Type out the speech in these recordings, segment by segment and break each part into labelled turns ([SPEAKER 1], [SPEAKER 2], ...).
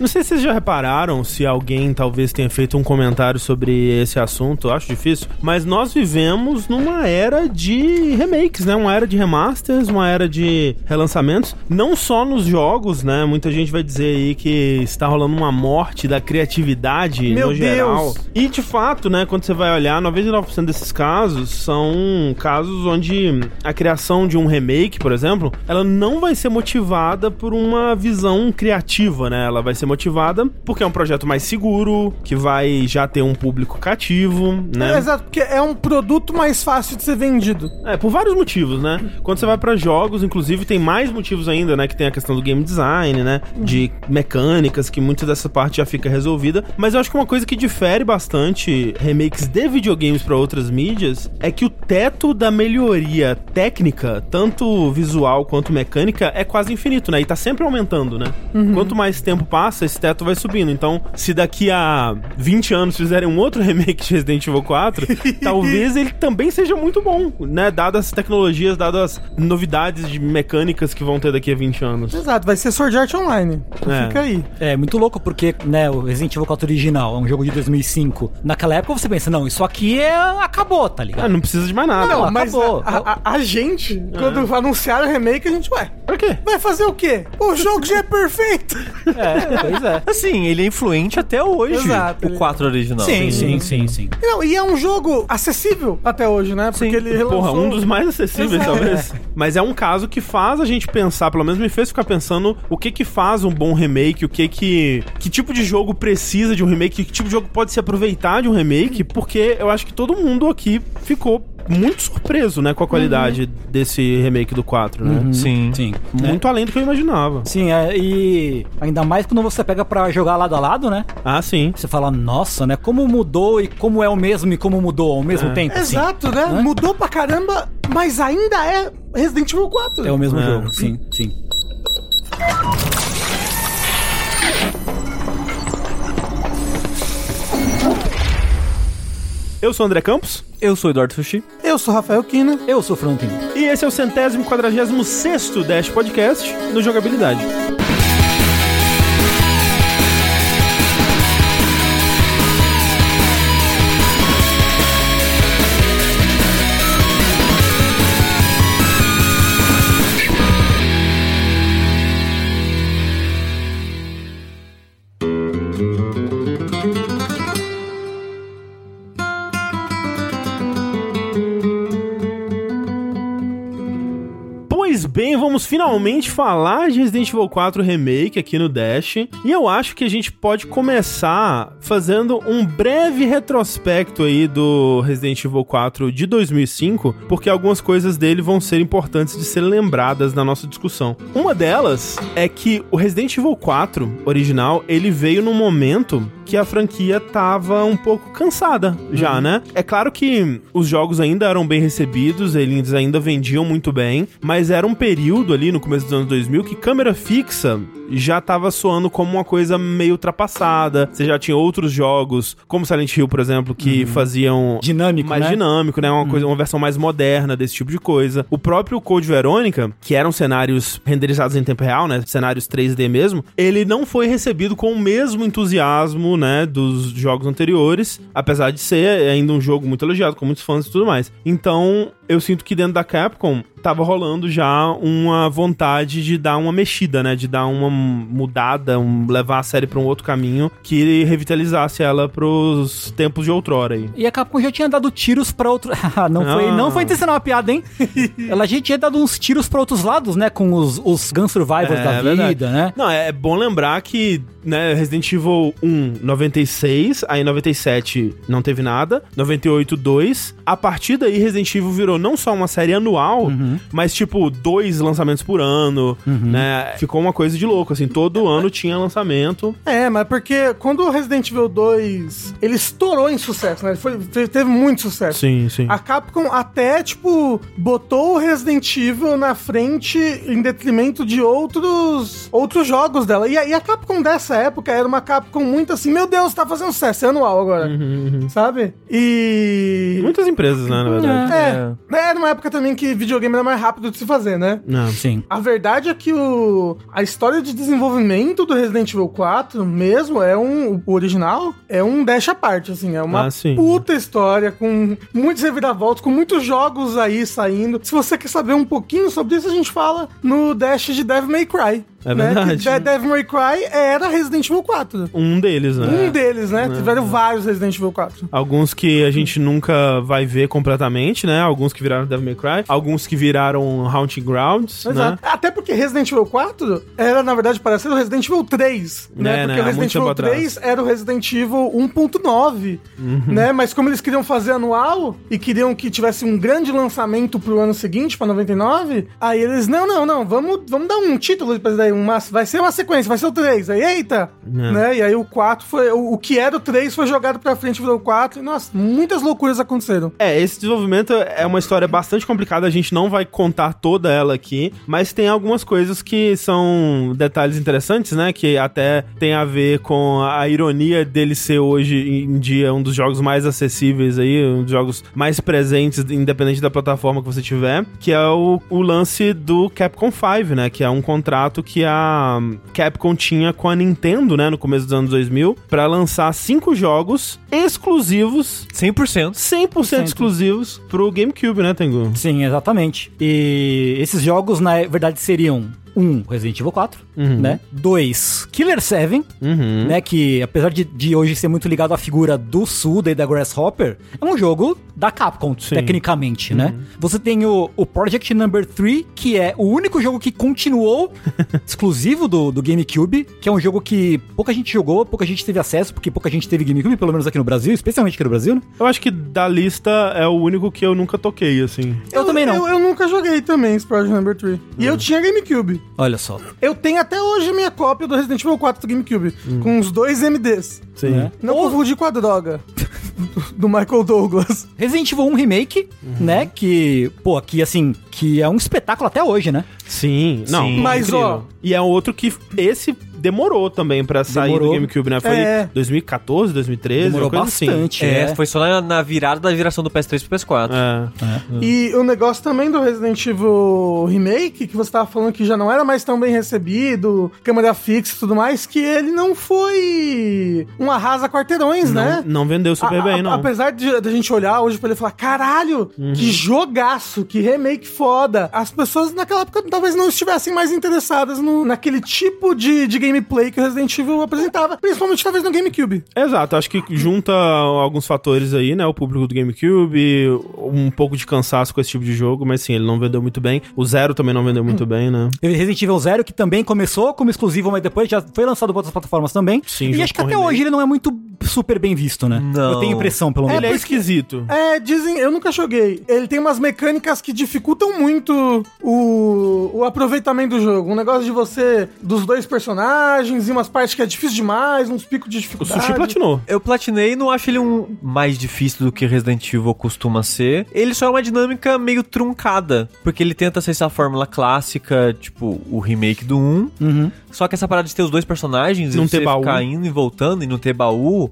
[SPEAKER 1] Não sei se vocês já repararam, se alguém talvez tenha feito um comentário sobre esse assunto, eu acho difícil, mas nós vivemos numa era de remakes, né? Uma era de remasters, uma era de relançamentos, não só nos jogos, né? Muita gente vai dizer aí que está rolando uma morte da criatividade
[SPEAKER 2] Meu
[SPEAKER 1] no geral.
[SPEAKER 2] Deus!
[SPEAKER 1] E de fato, né, quando você vai olhar, 99% desses casos são casos onde a criação de um remake, por exemplo, ela não vai ser motivada por uma visão criativa, né? Ela vai ser motivada porque é um projeto mais seguro, que vai já ter um público cativo, né?
[SPEAKER 2] É, exato, porque é um produto mais fácil de ser vendido.
[SPEAKER 1] É, por vários motivos, né? Quando você vai pra jogos, inclusive, tem mais motivos ainda, né? Que tem a questão do game design, né? De mecânicas, que muita dessa parte já fica resolvida. Mas eu acho que uma coisa que difere bastante remakes de videogames pra outras mídias é que o teto da melhoria técnica, tanto visual quanto mecânica, é quase infinito, né? E tá sempre aumentando, né?
[SPEAKER 2] Uhum.
[SPEAKER 1] Quanto mais tempo passa, esse teto vai subindo. Então, se daqui a 20 anos fizerem um outro remake de Resident Evil 4, talvez ele também seja muito bom, né? Dadas as tecnologias, dadas as novidades de mecânicas que vão ter daqui a 20 anos.
[SPEAKER 2] Exato, vai ser Sword Art Online. Então
[SPEAKER 1] É.
[SPEAKER 2] Fica aí.
[SPEAKER 3] É muito louco porque, né, o Resident Evil 4 original é um jogo de 2005. Naquela época você pensa, não, isso aqui é... acabou, tá
[SPEAKER 1] Ah,
[SPEAKER 3] ligado?
[SPEAKER 1] não precisa de mais nada.
[SPEAKER 2] Não,
[SPEAKER 3] acabou.
[SPEAKER 2] mas a, a- a gente, quando anunciaram o remake, a gente, ué,
[SPEAKER 1] Pra quê?
[SPEAKER 2] vai fazer o quê? O jogo já é perfeito.
[SPEAKER 3] É, pois é.
[SPEAKER 4] Assim, ele é influente até hoje.
[SPEAKER 2] Exato,
[SPEAKER 4] O
[SPEAKER 2] ele-
[SPEAKER 4] 4 original.
[SPEAKER 2] Sim,
[SPEAKER 5] Sim, sim, sim.
[SPEAKER 2] E Não, e é um jogo acessível até hoje, né? Porque ele relançou...
[SPEAKER 1] Porra, um dos mais acessíveis,
[SPEAKER 2] Exato.
[SPEAKER 1] talvez. Mas é um caso que faz a gente pensar, pelo menos me fez ficar pensando o que que faz um bom remake, o que que. Que tipo de jogo precisa de um remake, que tipo de jogo pode se aproveitar de um remake, porque eu acho que todo mundo aqui ficou muito surpreso, né, com a
[SPEAKER 2] Uhum.
[SPEAKER 1] qualidade desse remake do 4, né?
[SPEAKER 4] Sim. Uhum.
[SPEAKER 5] Sim.
[SPEAKER 1] Muito além do que eu imaginava.
[SPEAKER 3] Uhum. É. Sim, é, e ainda mais quando você pega pra jogar lado a lado, né?
[SPEAKER 1] Ah, sim.
[SPEAKER 3] Você fala, nossa, né? Como mudou e como é o mesmo e como mudou ao
[SPEAKER 4] É.
[SPEAKER 3] mesmo tempo. assim.
[SPEAKER 2] Exato, né?
[SPEAKER 3] Hã?
[SPEAKER 2] Mudou pra caramba, mas ainda é Resident Evil 4.
[SPEAKER 3] É o mesmo
[SPEAKER 1] É.
[SPEAKER 3] jogo, sim, sim.
[SPEAKER 1] Eu sou o André Campos.
[SPEAKER 4] Eu sou o Eduardo Sushi.
[SPEAKER 2] Eu sou Rafael Kina.
[SPEAKER 3] Eu sou o Frontin.
[SPEAKER 1] E esse é o centésimo quadragésimo sexto Dash Podcast no Jogabilidade. Pois bem, vamos finalmente falar de Resident Evil 4 Remake aqui no Dash. E eu acho que a gente pode começar fazendo um breve retrospecto aí do Resident Evil 4 de 2005, porque algumas coisas dele vão ser importantes de serem lembradas na nossa discussão. Uma delas é que o Resident Evil 4 original, ele veio num momento que a franquia tava um pouco cansada já, né? É claro que os jogos ainda eram bem recebidos, eles ainda vendiam muito bem, mas era um período ali no começo dos anos 2000 que câmera fixa já tava soando como uma coisa meio ultrapassada. Você já tinha outros jogos, como Silent Hill, por exemplo, que faziam
[SPEAKER 3] Dinâmico,
[SPEAKER 1] mais
[SPEAKER 3] né?
[SPEAKER 1] dinâmico, né? Uma, coisa, uma versão mais moderna desse tipo de coisa. O próprio Code Verônica, que eram cenários renderizados em tempo real, né? Cenários 3D mesmo, ele não foi recebido com o mesmo entusiasmo, né? Dos jogos anteriores, apesar de ser ainda um jogo muito elogiado, com muitos fãs e tudo mais. Então, eu sinto que dentro da Capcom tava rolando já uma vontade de dar uma mexida, né? De dar uma mudada, um- levar a série pra um outro caminho que revitalizasse ela pros tempos de outrora aí.
[SPEAKER 3] E a Capcom já tinha dado tiros pra outro. Ah, não, foi, não foi intencional a piada, hein? Ela já tinha dado uns tiros pra outros lados, né? Com os, os Gun Survivors
[SPEAKER 1] É,
[SPEAKER 3] da vida,
[SPEAKER 1] verdade.
[SPEAKER 3] né?
[SPEAKER 1] Não, é bom lembrar que, né, Resident Evil 1, 96, aí 97 não teve nada, 98, 2. A partir daí, Resident Evil virou não só uma série anual, mas tipo, dois lançamentos por ano, né? Ficou uma coisa de louco, assim, todo ano tinha lançamento.
[SPEAKER 2] É, mas porque quando o Resident Evil 2, ele estourou em sucesso, né? Ele foi, te- teve muito sucesso.
[SPEAKER 1] Sim, sim.
[SPEAKER 2] A Capcom até, tipo, botou o Resident Evil na frente em detrimento de outros outros jogos dela. E a, e a Capcom dessa época era uma Capcom muito assim, meu Deus, tá fazendo sucesso, é anual agora, sabe? E...
[SPEAKER 1] Muitas empresas, né, na verdade.
[SPEAKER 2] É, né, era uma época também que videogame era mais rápido de se fazer, né?
[SPEAKER 1] Não.
[SPEAKER 3] Sim.
[SPEAKER 2] A verdade é que o, a história de desenvolvimento do Resident Evil 4 mesmo é um. O original é um dash à parte, assim. É uma
[SPEAKER 1] Ah, sim.
[SPEAKER 2] puta história com muitos reviravoltas, com muitos jogos aí saindo. Se você quer saber um pouquinho sobre isso, a gente fala no dash de Devil May Cry.
[SPEAKER 1] É
[SPEAKER 2] né?
[SPEAKER 1] verdade.
[SPEAKER 2] Que De- Devil May Cry era Resident Evil 4.
[SPEAKER 1] Um deles, né?
[SPEAKER 2] Um deles, né? Tiveram vários Resident Evil 4.
[SPEAKER 1] Alguns que a gente nunca vai ver completamente, né? Alguns que viraram Devil May Cry, alguns que viraram Haunting Grounds, né?
[SPEAKER 2] Exato. Até porque Resident Evil 4 era, na verdade, parecido ao Resident Evil 3, né?
[SPEAKER 1] É, né?
[SPEAKER 2] Porque
[SPEAKER 1] Há
[SPEAKER 2] o Resident
[SPEAKER 1] muito tempo
[SPEAKER 2] Evil
[SPEAKER 1] atrás. Uhum.
[SPEAKER 2] 3 era o Resident Evil 1.9, né? Mas como eles queriam fazer anual e queriam que tivesse um grande lançamento pro ano seguinte, pra 99, aí eles, não, não, não, vamos, vamos dar um título pra isso daí, uma, vai ser uma sequência, vai ser o 3, aí eita!
[SPEAKER 1] É.
[SPEAKER 2] Né? E aí o 4 foi, o, o que era o 3 foi jogado pra frente, virou o 4, e nossa, muitas loucuras aconteceram.
[SPEAKER 1] É, esse desenvolvimento é uma história bastante complicada, a gente não vai contar toda ela aqui, mas tem algumas coisas que são detalhes interessantes, né? Que até tem a ver com a ironia dele ser hoje em dia um dos jogos mais acessíveis aí, um dos jogos mais presentes, independente da plataforma que você tiver, que é o, o lance do Capcom 5, né? Que é um contrato que a Capcom tinha com a Nintendo, né? No começo dos anos 2000, pra lançar cinco jogos exclusivos
[SPEAKER 4] 100%.
[SPEAKER 1] 100% exclusivos pro GameCube, né, Tengu?
[SPEAKER 3] Sim, exatamente. E esses jogos, na verdade, seriam um Resident Evil 4, né? Dois, Killer 7,
[SPEAKER 1] Uhum.
[SPEAKER 3] né? Que apesar de, de hoje ser muito ligado à figura do Suda e da Grasshopper, é um jogo da Capcom, tecnicamente, né? Você tem o, o Project Number 3, que é o único jogo que continuou exclusivo do, do GameCube, que é um jogo que pouca gente jogou, pouca gente teve acesso, porque pouca gente teve GameCube, pelo menos aqui no Brasil, especialmente aqui no Brasil, né?
[SPEAKER 1] Eu acho que da lista é o único que eu nunca toquei, assim.
[SPEAKER 3] Eu também não.
[SPEAKER 2] Eu, eu nunca joguei também esse Project Number 3. E
[SPEAKER 1] É.
[SPEAKER 2] eu tinha GameCube.
[SPEAKER 3] Olha só.
[SPEAKER 2] Eu tenho até hoje a minha cópia do Resident Evil 4 do GameCube, com os dois MDs.
[SPEAKER 1] Sim.
[SPEAKER 3] né?
[SPEAKER 2] Não confundir com a droga do- do Michael Douglas.
[SPEAKER 3] Resident Evil 1 Remake,
[SPEAKER 1] Uhum.
[SPEAKER 3] né? Que, pô, aqui assim, que é um espetáculo até hoje, né?
[SPEAKER 1] Sim. Não.
[SPEAKER 4] Sim.
[SPEAKER 2] Mas, ó,
[SPEAKER 1] E é outro que esse demorou também pra sair
[SPEAKER 3] Demorou.
[SPEAKER 1] do GameCube, né? Foi
[SPEAKER 2] É.
[SPEAKER 1] 2014, 2013,
[SPEAKER 3] Demorou
[SPEAKER 1] uma coisa assim.
[SPEAKER 3] bastante.
[SPEAKER 4] É, foi só na, na virada da geração do PS3 pro PS4.
[SPEAKER 1] É.
[SPEAKER 2] E o negócio também do Resident Evil Remake, que você tava falando que já não era mais tão bem recebido, câmera fixa e tudo mais, que ele não foi um arrasa quarteirões, né?
[SPEAKER 1] Não, não vendeu super
[SPEAKER 2] A-
[SPEAKER 1] bem,
[SPEAKER 2] a-
[SPEAKER 1] não. Uhum.
[SPEAKER 2] Apesar de, de a gente olhar hoje pra ele e falar, caralho, que jogaço, que remake foda. As pessoas naquela época talvez não estivessem mais interessadas no, naquele tipo de, de gameplay que o Resident Evil apresentava, principalmente talvez no GameCube.
[SPEAKER 1] Exato, acho que junta alguns fatores aí, né? O público do GameCube, um pouco de cansaço com esse tipo de jogo, mas sim, ele não vendeu muito bem. O Zero também não vendeu muito bem, né?
[SPEAKER 3] Teve Resident Evil Zero, que também começou como exclusivo, mas depois já foi lançado para outras plataformas também.
[SPEAKER 1] Sim,
[SPEAKER 3] e
[SPEAKER 1] junto
[SPEAKER 3] acho que
[SPEAKER 1] com o
[SPEAKER 3] até
[SPEAKER 1] remake.
[SPEAKER 3] hoje ele não é muito super bem visto, né?
[SPEAKER 4] Não.
[SPEAKER 3] Eu tenho impressão, pelo menos.
[SPEAKER 1] ele é esquisito.
[SPEAKER 2] É, dizem, eu nunca joguei. Ele tem umas mecânicas que dificultam muito o, o aproveitamento do jogo. Um negócio de você, dos dois personagens, e umas partes que é difícil demais, uns picos de
[SPEAKER 1] O
[SPEAKER 2] dificuldade.
[SPEAKER 1] Sushi platinou.
[SPEAKER 4] Eu platinei e não acho ele um mais difícil do que Resident Evil costuma ser. Ele só é uma dinâmica meio truncada, porque ele tenta acessar a fórmula clássica, tipo o remake do 1. Só que essa parada de ter os dois personagens
[SPEAKER 1] Uhum. Não
[SPEAKER 4] e
[SPEAKER 1] ter
[SPEAKER 4] você
[SPEAKER 1] baú. É.
[SPEAKER 4] ficar indo e voltando e não ter baú,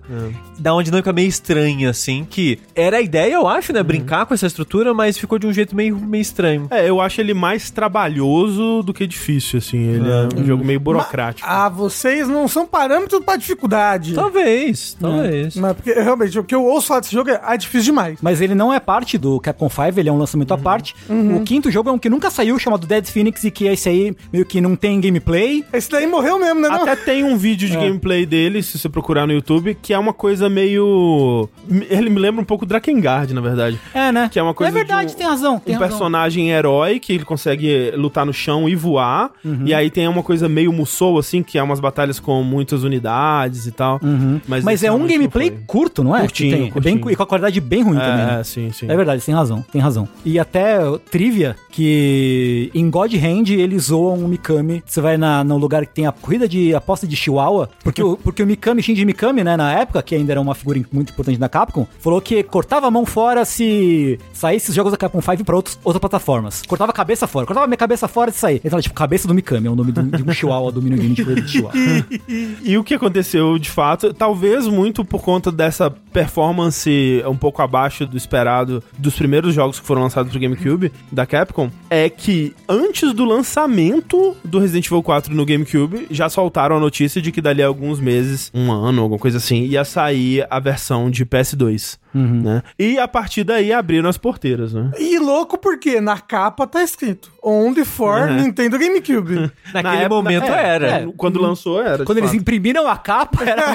[SPEAKER 4] dá uma dinâmica meio estranha, assim, que era a ideia, eu acho,
[SPEAKER 1] Uhum.
[SPEAKER 4] né? Brincar com essa estrutura, mas ficou de um jeito meio, meio estranho.
[SPEAKER 1] É, eu acho ele mais trabalhoso do que difícil, assim. Ele é, um jogo meio burocrático.
[SPEAKER 2] Ah, vocês não são parâmetros pra dificuldade.
[SPEAKER 1] É. Tá
[SPEAKER 4] Talvez, talvez.
[SPEAKER 2] Mas porque realmente o que eu ouço falar desse jogo é ah, é difícil demais.
[SPEAKER 3] Mas ele não é parte do Capcom 5, ele é um lançamento
[SPEAKER 1] Uhum.
[SPEAKER 3] à parte. O quinto jogo é um que nunca saiu, chamado Dead Phoenix, e que é esse aí meio que não tem gameplay.
[SPEAKER 2] Esse daí morreu mesmo, né? não?
[SPEAKER 1] Até tem um vídeo
[SPEAKER 3] É.
[SPEAKER 1] de gameplay dele, se você procurar no YouTube, que é uma coisa meio. Ele me lembra um pouco Drakengard, na verdade.
[SPEAKER 3] É, né?
[SPEAKER 1] Que é uma coisa
[SPEAKER 3] É verdade,
[SPEAKER 1] de um-
[SPEAKER 3] tem razão. Tem
[SPEAKER 1] um
[SPEAKER 3] razão.
[SPEAKER 1] personagem herói que ele consegue lutar no chão e voar.
[SPEAKER 3] Uhum.
[SPEAKER 1] E aí tem uma coisa meio Musou, assim, que é umas batalhas com muitas unidades e tal.
[SPEAKER 3] Mas,
[SPEAKER 1] esse
[SPEAKER 3] é um
[SPEAKER 1] assim, realmente não
[SPEAKER 3] gameplay
[SPEAKER 1] foi.
[SPEAKER 3] curto, não é?
[SPEAKER 1] Curtinho,
[SPEAKER 3] Que tem- é
[SPEAKER 1] curtinho.
[SPEAKER 3] bem cu- e com a qualidade bem ruim também. né?
[SPEAKER 1] É, sim, sim.
[SPEAKER 3] É verdade, tem razão, tem razão. E até o trivia que em God Hand eles zoam o Mikami. Você vai na, no lugar que tem a corrida de aposta de Chihuahua, porque o, porque o Mikami, Shinji Mikami, né, na época, que ainda era uma figura muito importante da Capcom, falou que cortava a mão fora se saísse os jogos da Capcom 5 pra outros, outras plataformas. Cortava a cabeça fora, cortava a minha cabeça fora e saía. Então, tipo, cabeça do Mikami, é o nome do, de um Chihuahua do minigame de verde lá.
[SPEAKER 1] E o que aconteceu de fato, talvez muito por conta dessa performance um pouco abaixo do esperado dos primeiros jogos que foram lançados pro GameCube da Capcom, é que antes do lançamento do Resident Evil 4 no GameCube, já soltaram a notícia de que dali a alguns meses, um ano, alguma coisa assim, ia sair a versão de PS2.
[SPEAKER 4] Uhum.
[SPEAKER 1] Né? E a partir daí abriram as porteiras, né?
[SPEAKER 2] E louco porque na capa tá escrito Only for
[SPEAKER 1] Uhum.
[SPEAKER 2] Nintendo GameCube.
[SPEAKER 4] Naquele
[SPEAKER 1] época-
[SPEAKER 4] momento
[SPEAKER 1] é,
[SPEAKER 4] era. Uhum.
[SPEAKER 1] é, quando lançou era. de
[SPEAKER 3] Quando eles
[SPEAKER 1] fato.
[SPEAKER 3] imprimiram a capa, era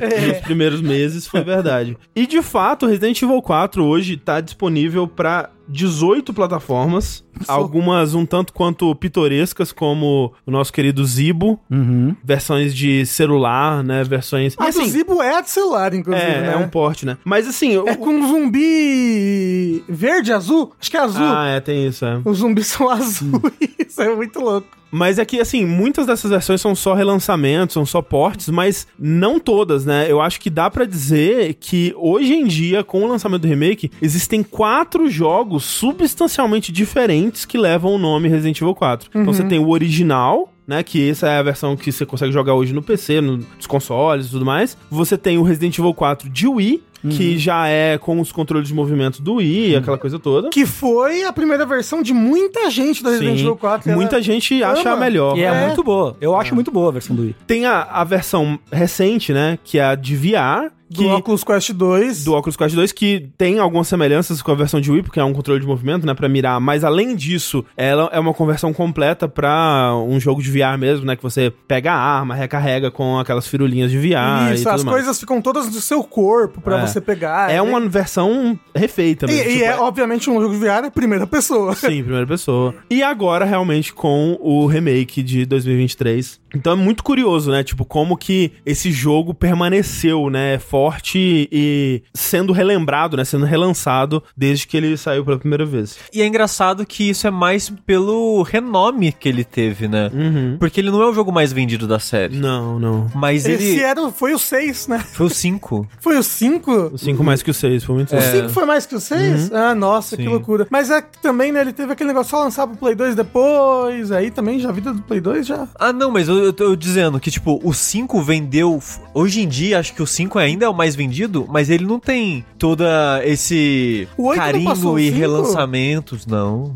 [SPEAKER 1] nos primeiros meses, foi verdade. E de fato, Resident Evil 4 hoje tá disponível pra 18 plataformas, algumas um tanto quanto pitorescas, como o nosso querido Zibo,
[SPEAKER 3] Uhum.
[SPEAKER 1] versões de celular, né, versões... E,
[SPEAKER 2] A do
[SPEAKER 1] assim,
[SPEAKER 2] Zibo é a de celular, inclusive,
[SPEAKER 1] é,
[SPEAKER 2] né?
[SPEAKER 1] é um porte, né? Mas assim... o-
[SPEAKER 2] É com um zumbi verde, azul? Acho que é azul.
[SPEAKER 1] Ah, é, tem isso, é.
[SPEAKER 2] Os zumbis são azuis. é muito louco.
[SPEAKER 1] Mas é que, assim, muitas dessas versões são só relançamentos, são só portes, mas não todas, né? Eu acho que dá pra dizer que hoje em dia, com o lançamento do remake, existem quatro jogos substancialmente diferentes que levam o nome Resident Evil 4. Então
[SPEAKER 3] Uhum.
[SPEAKER 1] você tem o original. Né, que essa é a versão que você consegue jogar hoje no PC, no- nos consoles e tudo mais. Você tem o Resident Evil 4 de Wii,
[SPEAKER 3] Uhum.
[SPEAKER 1] que já é com os controles de movimento do Wii, aquela coisa toda.
[SPEAKER 2] Que foi a primeira versão de muita gente do Resident
[SPEAKER 1] Sim.
[SPEAKER 2] Evil né? 4.
[SPEAKER 1] Muita gente acha a
[SPEAKER 2] ama.
[SPEAKER 1] melhor.
[SPEAKER 3] E é,
[SPEAKER 2] É.
[SPEAKER 3] muito boa. Eu acho muito boa a versão do Wii.
[SPEAKER 1] Tem a, a versão recente, né? Que é a de VR.
[SPEAKER 2] Do
[SPEAKER 1] Que,
[SPEAKER 2] Oculus Quest 2.
[SPEAKER 1] do Oculus Quest 2, que tem algumas semelhanças com a versão de Wii, porque é um controle de movimento, né? Pra mirar. Mas além disso, ela é uma conversão completa pra um jogo de VR mesmo, né? Que você pega a arma, recarrega com aquelas firulinhas de VR. e
[SPEAKER 2] Isso,
[SPEAKER 1] tudo
[SPEAKER 2] as
[SPEAKER 1] mais.
[SPEAKER 2] coisas ficam todas do seu corpo pra
[SPEAKER 1] É.
[SPEAKER 2] você pegar. né?
[SPEAKER 1] É uma versão refeita
[SPEAKER 2] E,
[SPEAKER 1] mesmo.
[SPEAKER 2] e
[SPEAKER 1] tipo,
[SPEAKER 2] é, obviamente, um jogo de VR é primeira pessoa.
[SPEAKER 1] Sim, primeira pessoa. E agora, realmente, com o remake de 2023. Então é muito curioso, né? Tipo, como que esse jogo permaneceu, né? Forte e sendo relembrado, né? Sendo relançado desde que ele saiu pela primeira vez.
[SPEAKER 4] E é engraçado que isso é mais pelo renome que ele teve, né?
[SPEAKER 1] Uhum.
[SPEAKER 4] Porque ele não é o jogo mais vendido da série.
[SPEAKER 1] Não, é não.
[SPEAKER 4] Mas
[SPEAKER 2] Esse
[SPEAKER 4] ele.
[SPEAKER 2] era, foi o 6, né?
[SPEAKER 4] Foi o 5.
[SPEAKER 2] Foi o 5?
[SPEAKER 1] O Uhum. 5 mais que o 6, foi muito
[SPEAKER 2] O
[SPEAKER 1] certo.
[SPEAKER 2] 5 foi mais que o 6? Ah, nossa, que
[SPEAKER 4] Sim.
[SPEAKER 2] loucura. Mas é que também, né, ele teve aquele negócio só lançar pro Play 2 depois, aí também já a vida do Play 2 já.
[SPEAKER 4] Ah, não, mas eu, eu tô dizendo que, tipo, o 5 vendeu. Hoje em dia, acho que o 5 ainda é o mais vendido, mas ele não tem toda esse
[SPEAKER 2] O oito não passou o
[SPEAKER 4] carinho e
[SPEAKER 2] cinco? Hum.
[SPEAKER 4] relançamentos, não.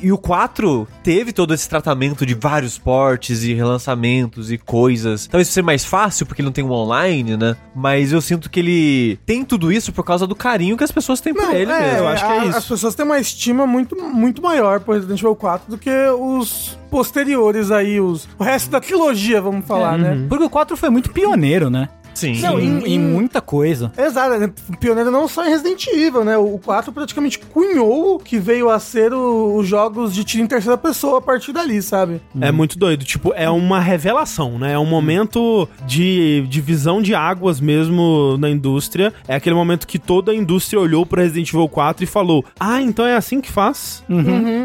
[SPEAKER 4] E o 4 teve todo esse tratamento de vários portes e relançamentos e coisas. Talvez seja mais fácil, porque ele não tem um online, né? Mas eu sinto que ele tem tudo isso por causa do carinho que as pessoas têm por ele
[SPEAKER 2] é,
[SPEAKER 4] mesmo.
[SPEAKER 1] eu acho que é
[SPEAKER 2] a-
[SPEAKER 1] isso.
[SPEAKER 2] As pessoas têm uma estima muito, muito maior por Resident Evil 4 do que os posteriores aí, os, o resto da trilogia, vamos
[SPEAKER 1] É.
[SPEAKER 2] falar,
[SPEAKER 1] Uhum.
[SPEAKER 2] né?
[SPEAKER 3] Porque o 4 foi muito pioneiro, né?
[SPEAKER 4] Sim.
[SPEAKER 3] Não, em, em muita coisa.
[SPEAKER 2] Exato, né? pioneiro não só em Resident Evil, né? O 4 praticamente cunhou o que veio a ser o- os jogos de tiro em terceira pessoa a partir dali, sabe?
[SPEAKER 1] É muito doido. Tipo, é uma revelação, né? É um momento de divisão de águas mesmo na indústria. É aquele momento que toda a indústria olhou pra Resident Evil 4 e falou: Ah, então é assim que faz?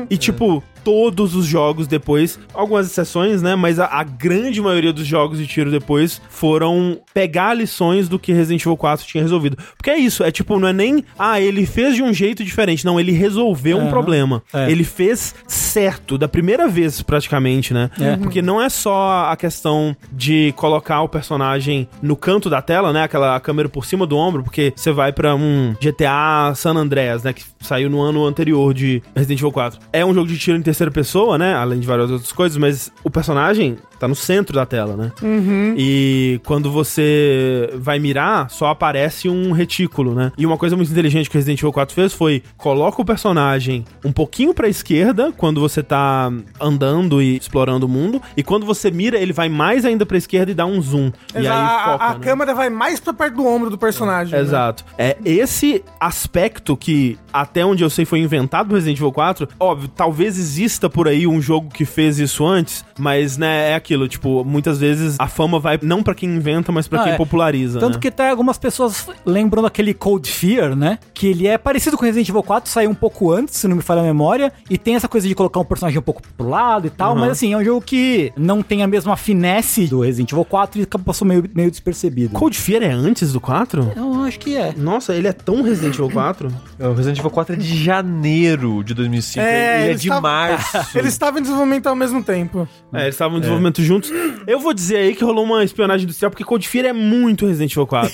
[SPEAKER 1] E tipo. Todos os jogos depois, algumas exceções, né? Mas a, a grande maioria dos jogos de tiro depois foram pegar lições do que Resident Evil 4 tinha resolvido. Porque é isso, é tipo, não é nem, ah, ele fez de um jeito diferente. Não, ele resolveu um
[SPEAKER 3] Aham.
[SPEAKER 1] problema.
[SPEAKER 3] É.
[SPEAKER 1] Ele ele fez certo da primeira vez, praticamente, né?
[SPEAKER 3] É.
[SPEAKER 1] Porque não é só a questão de colocar o personagem no canto da tela, né? Aquela câmera por cima do ombro, porque você vai pra um GTA San Andreas, né? Que saiu no ano anterior de Resident Evil 4. É um jogo de tiro em terceira pessoa, né? Além de várias outras coisas, mas o personagem tá no centro da tela, né?
[SPEAKER 2] Uhum.
[SPEAKER 1] E quando você vai mirar, só aparece um retículo, né? E uma coisa muito inteligente que o Resident Evil 4 fez foi coloca o personagem um pouquinho pra esquerda quando você tá andando e explorando o mundo, e quando você mira, ele vai mais ainda pra esquerda e dá um zoom. e
[SPEAKER 2] Exa-
[SPEAKER 1] aí
[SPEAKER 2] a,
[SPEAKER 1] foca,
[SPEAKER 2] a
[SPEAKER 1] né?
[SPEAKER 2] câmera vai mais pra perto do ombro do personagem. né?
[SPEAKER 1] Exato. É esse aspecto que, até onde eu sei, foi inventado pro Resident Evil 4. Óbvio, talvez exista por aí um jogo que fez isso antes, mas, né, é aquilo. Tipo, muitas vezes a fama vai não pra quem inventa, mas pra
[SPEAKER 3] Ah,
[SPEAKER 1] quem
[SPEAKER 3] é.
[SPEAKER 1] populariza.
[SPEAKER 3] Tanto
[SPEAKER 1] né?
[SPEAKER 3] que até algumas pessoas lembram daquele Cold Fear, né? Que ele é parecido com Resident Evil 4, saiu um pouco antes, se não me falha a memória. E tem essa coisa de colocar um personagem um pouco pro lado e tal.
[SPEAKER 1] Uhum.
[SPEAKER 3] Mas assim, é um jogo que não tem a mesma finesse do Resident Evil 4 e acaba passou meio, meio despercebido.
[SPEAKER 1] Cold Fear é antes do 4?
[SPEAKER 3] Eu acho que é.
[SPEAKER 1] Nossa, ele é tão Resident Evil 4?
[SPEAKER 4] O Resident Evil 4 é de janeiro de 2005.
[SPEAKER 2] É,
[SPEAKER 4] ele é
[SPEAKER 2] eles
[SPEAKER 4] de
[SPEAKER 2] tavam-
[SPEAKER 4] março.
[SPEAKER 2] Ele estava em desenvolvimento ao mesmo tempo.
[SPEAKER 1] é, eles estavam em desenvolvimento lançamento juntos. Eu vou dizer aí que rolou uma espionagem industrial, porque Codifire é muito Resident Evil 4.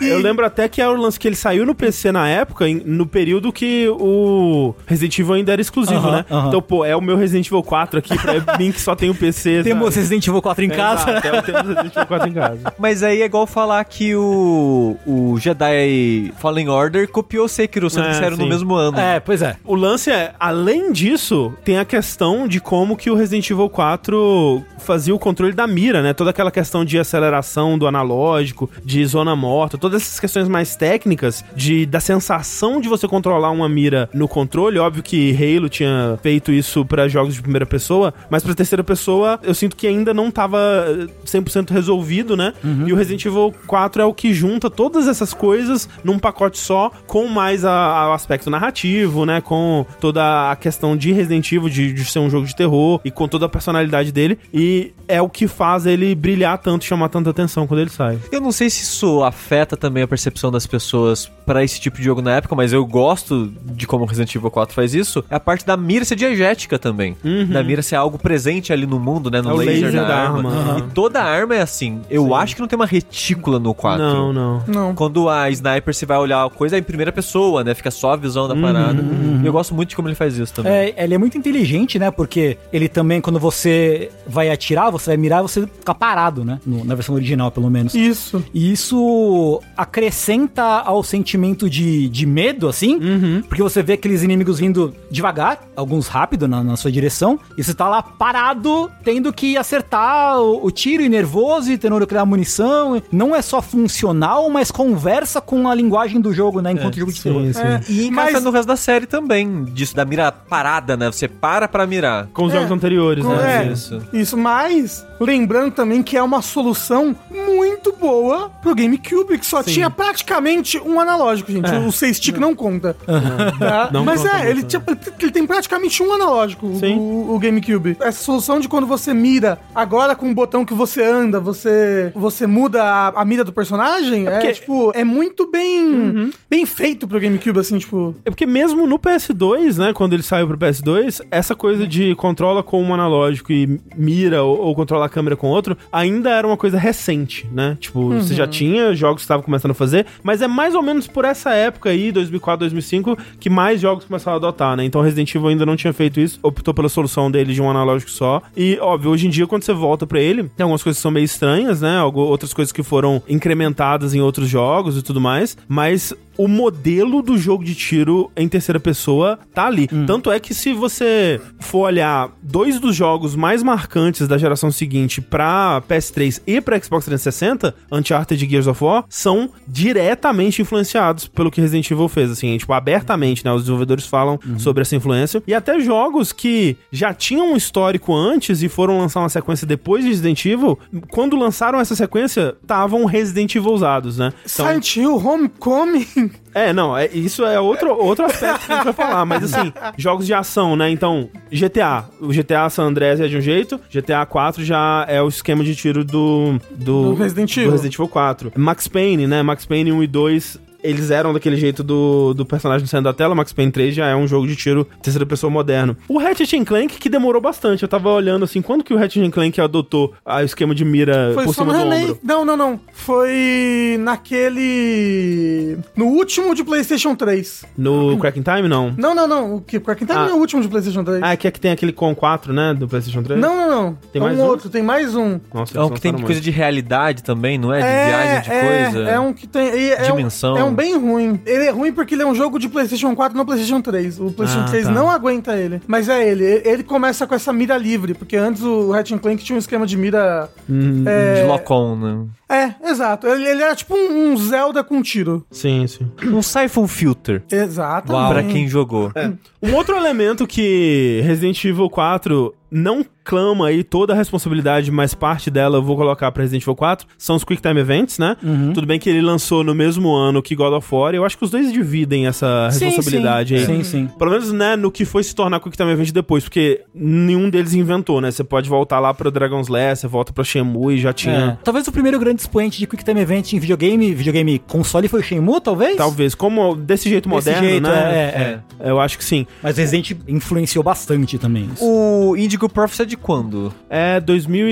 [SPEAKER 1] eu lembro até que era o lance que ele saiu no PC na época, em- no período que o Resident Evil ainda era exclusivo,
[SPEAKER 3] Aham,
[SPEAKER 1] né?
[SPEAKER 3] aham.
[SPEAKER 1] Então, pô, é o meu Resident Evil 4 aqui pra mim que só tem o PC.
[SPEAKER 3] Temos
[SPEAKER 1] sabe?
[SPEAKER 3] Resident Evil 4 em casa.
[SPEAKER 1] Exato, é, eu tenho Resident Evil 4 em casa.
[SPEAKER 4] Mas aí é igual falar que o, o Jedi Fallen Order copiou Sekiro, sendo
[SPEAKER 1] É,
[SPEAKER 4] que saíram no
[SPEAKER 1] sim.
[SPEAKER 4] mesmo ano.
[SPEAKER 3] É, pois é.
[SPEAKER 1] O lance é, além disso, tem a questão de como que o Resident Evil 4 fazia o controle da mira, né? Toda aquela questão de aceleração do analógico, de zona morta, todas essas questões mais técnicas de da sensação de você controlar uma mira no controle. Óbvio que Halo tinha feito isso pra jogos de primeira pessoa, mas pra terceira pessoa eu sinto que ainda não tava eh, 100% resolvido, né? E o Resident Evil 4 é o que junta todas essas coisas num pacote só, com mais a, a- o aspecto narrativo, né? Com toda a questão de Resident Evil, de, de ser um jogo de terror e com toda a personalidade dele. E é o que faz ele brilhar tanto, chamar tanta atenção quando ele sai.
[SPEAKER 4] Eu não sei se isso afeta também a percepção das pessoas pra esse tipo de jogo na época, mas eu gosto de como Resident Evil 4 faz isso. É a parte da mira ser diegética também. Da mira ser algo presente ali no mundo, né? No
[SPEAKER 1] Uhum. É o
[SPEAKER 4] laser,
[SPEAKER 1] laser
[SPEAKER 4] da,
[SPEAKER 1] da
[SPEAKER 4] arma.
[SPEAKER 1] arma.
[SPEAKER 4] E toda arma é assim. Eu acho que não tem uma retícula no 4.
[SPEAKER 1] Não, não.
[SPEAKER 2] Não.
[SPEAKER 4] Quando a sniper se vai olhar a coisa é em primeira pessoa, né? Fica só a visão
[SPEAKER 1] Uhum,
[SPEAKER 4] da parada. E eu gosto muito de como ele faz isso também.
[SPEAKER 3] É, ele é muito inteligente, né? Porque ele também, quando você vai atirar, você vai mirar, você fica parado, né? No- na versão original, pelo menos.
[SPEAKER 2] Isso.
[SPEAKER 3] E isso acrescenta ao sentimento de, de medo, assim,
[SPEAKER 1] Uhum.
[SPEAKER 3] porque você vê aqueles inimigos vindo devagar, alguns rápido na, na sua direção, e você tá lá parado, tendo que acertar o, o tiro e nervoso, e tendo que criar munição. Não é só funcional, mas conversa com a linguagem do jogo, né? Enquanto jogo de terror.
[SPEAKER 1] Sim, sim.
[SPEAKER 2] É,
[SPEAKER 4] E encaixa
[SPEAKER 2] mas,
[SPEAKER 4] no resto da série também, disso da mira parada, né? Você para pra mirar.
[SPEAKER 1] Com os
[SPEAKER 2] É.
[SPEAKER 1] jogos anteriores,
[SPEAKER 2] com-
[SPEAKER 1] né?
[SPEAKER 2] é,
[SPEAKER 1] Sim.
[SPEAKER 4] isso.
[SPEAKER 2] isso. mas lembrando também que é uma solução muito boa pro GameCube, que só tinha praticamente um analógico, gente. O 6 stick não conta. Tá?
[SPEAKER 1] É. Não
[SPEAKER 2] mas
[SPEAKER 1] conta
[SPEAKER 2] é, ele,
[SPEAKER 1] muito, né?
[SPEAKER 2] tinha- ele tem praticamente um analógico, o-
[SPEAKER 1] Sim.
[SPEAKER 2] O, o GameCube. Essa solução de quando você mira, agora com o botão que você anda, você, você muda a, a mira do personagem, é,
[SPEAKER 1] porque- Uhum.
[SPEAKER 2] tipo, é muito bem, bem feito pro GameCube, assim, tipo...
[SPEAKER 1] É porque mesmo no PS2, né, quando ele saiu pro PS2, essa coisa de controla com um analógico e mira ou, ou controla a câmera com outro, ainda era uma coisa recente, né? Tipo, você já tinha jogos que estavam começando a fazer, mas é mais ou menos por essa época aí, 2004, 2005, que mais jogos começaram a adotar, né? Então Resident Evil ainda não tinha feito isso, optou pela solução dele de um analógico só. E, óbvio, hoje em dia, quando você volta pra ele, tem algumas coisas que são meio estranhas, né? Algu- outras coisas que foram incrementadas em outros jogos e tudo mais, mas o modelo do jogo de tiro em terceira pessoa tá ali. Tanto é que se você for olhar dois dos jogos mais marcantes da geração seguinte pra PS3 e pra Xbox 360, Uncharted e Gears of War, são diretamente influenciados pelo que Resident Evil fez, assim, tipo, abertamente, né? Os desenvolvedores falam sobre essa influência. E até jogos que já tinham um histórico antes e foram lançar uma sequência depois de Resident Evil, quando lançaram essa sequência, estavam Resident Evil usados, né?
[SPEAKER 2] Silent Hill, Homecoming...
[SPEAKER 1] É, não, é, isso é outro, outro aspecto que a gente vai falar, mas assim, jogos de ação, né? Então, GTA. O GTA San Andreas é de um jeito, GTA 4 já é o esquema de tiro do. Do,
[SPEAKER 2] Do Resident Evil.
[SPEAKER 1] do 4. Max Payne, né? Max Payne 1 e 2. Eles eram daquele jeito do, do personagem saindo da tela. Max Payne 3 já é um jogo de tiro terceira pessoa moderno. O Ratchet and Clank, que demorou bastante. Eu tava olhando assim, quando que o Ratchet and Clank adotou ah, o esquema de mira
[SPEAKER 2] Foi
[SPEAKER 1] por
[SPEAKER 2] só
[SPEAKER 1] cima
[SPEAKER 2] no
[SPEAKER 1] do
[SPEAKER 2] remake.
[SPEAKER 1] ombro?
[SPEAKER 2] Não, não, não. Foi naquele. No último de PlayStation 3.
[SPEAKER 1] No Cracking Time, não?
[SPEAKER 2] Não, não, não. O que? O Crack Time
[SPEAKER 1] Ah.
[SPEAKER 2] é o último de PlayStation 3.
[SPEAKER 1] Ah, que é que tem aquele com 4, né? Do PlayStation 3?
[SPEAKER 2] Não, não, não.
[SPEAKER 1] Tem
[SPEAKER 2] é
[SPEAKER 1] mais
[SPEAKER 2] um
[SPEAKER 1] um?
[SPEAKER 2] outro, tem mais um.
[SPEAKER 1] Nossa,
[SPEAKER 4] É um que tem coisa de realidade também, não é? De viagem, de coisa.
[SPEAKER 2] É, um que tem. e É,
[SPEAKER 4] Dimensão.
[SPEAKER 2] Um, é um bem ruim. Ele é ruim porque ele é um jogo de PlayStation 4 no PlayStation 3. O PlayStation
[SPEAKER 4] Ah,
[SPEAKER 2] 3
[SPEAKER 4] tá.
[SPEAKER 2] não aguenta ele. Mas é ele. E- Ele começa com essa mira livre, porque antes o Ratchet and Clank tinha um esquema de mira.
[SPEAKER 4] De
[SPEAKER 2] é,
[SPEAKER 4] Locon, né?
[SPEAKER 2] É, exato. Ele, ele era tipo um, um Zelda com tiro.
[SPEAKER 1] Sim, sim.
[SPEAKER 4] Um Siphon Filter.
[SPEAKER 2] Exato.
[SPEAKER 4] Pra quem jogou.
[SPEAKER 1] Um outro elemento que Resident Evil 4 não clama aí toda a responsabilidade, mas parte dela eu vou colocar pra Resident Evil 4, são os Quick Time Events, né?
[SPEAKER 3] Uhum.
[SPEAKER 1] Tudo bem que ele lançou no mesmo ano que God of War, eu acho que os dois dividem essa responsabilidade aí.
[SPEAKER 3] Sim, sim.
[SPEAKER 1] Pelo menos, né, no que foi se tornar Quick Time Event depois, porque nenhum deles inventou, né? Você pode voltar lá pro Dragon's Lair, você volta pra Shenmue, já
[SPEAKER 3] É.
[SPEAKER 1] tinha...
[SPEAKER 3] Talvez o primeiro grande expoente de Quick Time Event em videogame, videogame console foi o Shenmue, talvez?
[SPEAKER 1] Talvez, como desse jeito
[SPEAKER 3] É. Desse
[SPEAKER 1] moderno,
[SPEAKER 3] jeito,
[SPEAKER 1] né?
[SPEAKER 3] é, é,
[SPEAKER 1] Eu acho que sim.
[SPEAKER 3] Mas Resident influenciou bastante também. isso.
[SPEAKER 4] O Indigo Prophecy é de quando?
[SPEAKER 1] É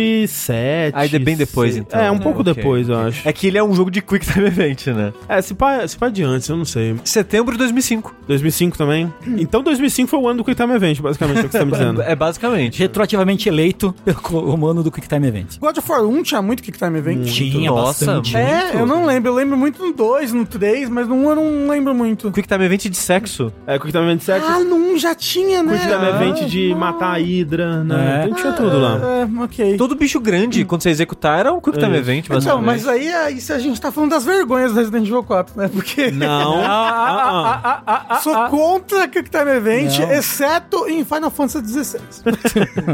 [SPEAKER 1] 2007.
[SPEAKER 4] Aí de- bem depois,
[SPEAKER 1] sei-
[SPEAKER 4] então.
[SPEAKER 1] É, um
[SPEAKER 4] É,
[SPEAKER 1] pouco
[SPEAKER 4] ok,
[SPEAKER 1] depois, eu acho.
[SPEAKER 4] É que ele é um jogo de Quick Time Event, né?
[SPEAKER 1] É, se pá, se pá adiante, eu não sei.
[SPEAKER 4] Setembro de 2005.
[SPEAKER 1] 2005 também. Então 2005 foi o ano do Quick Time Event, basicamente, é o que você tá me dizendo.
[SPEAKER 4] É basicamente.
[SPEAKER 3] Retroativamente eleito pelo comando do Quick Time Event.
[SPEAKER 2] God of War 1 tinha muito Kick Time Event.
[SPEAKER 3] Tinha
[SPEAKER 4] Nossa,
[SPEAKER 3] bastante.
[SPEAKER 4] muito.
[SPEAKER 2] tá É, eu não lembro. Eu lembro muito no 2, no 3, mas no 1 eu não lembro muito.
[SPEAKER 4] é um Quick Time Event de sexo.
[SPEAKER 1] É, Quick Time Event sexo,
[SPEAKER 2] Ah, no 1 já tinha, né?
[SPEAKER 1] Quick Time Event de matar a Hydra, né?
[SPEAKER 3] É.
[SPEAKER 1] Então tinha tudo lá.
[SPEAKER 2] É, ok.
[SPEAKER 4] Todo bicho grande, quando você executar, era um Quick Time
[SPEAKER 1] É.
[SPEAKER 4] Event, basicamente.
[SPEAKER 2] Então, mas aí, aí se a gente tá falando das vergonhas do Resident Evil 4, né? Porque
[SPEAKER 1] Não. Ah, ah, ah.
[SPEAKER 2] sou contra Quick Time Event,
[SPEAKER 3] Não.
[SPEAKER 2] tá exceto em Final Fantasy XVI.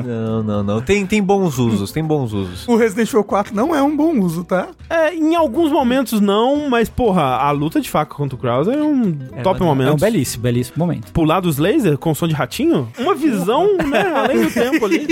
[SPEAKER 4] Não, não, não. Tem, tem bons usos, tem bons usos.
[SPEAKER 2] o Resident Evil 4 não é um bom uso, tá?
[SPEAKER 1] É, em alguns momentos não, mas porra, a luta de faca contra o Krauser é um top
[SPEAKER 4] mas-
[SPEAKER 1] momento.
[SPEAKER 3] É um belíssimo, belíssimo momento.
[SPEAKER 1] Pular dos lasers com som de ratinho? Uma visão, né? Além do tempo ali.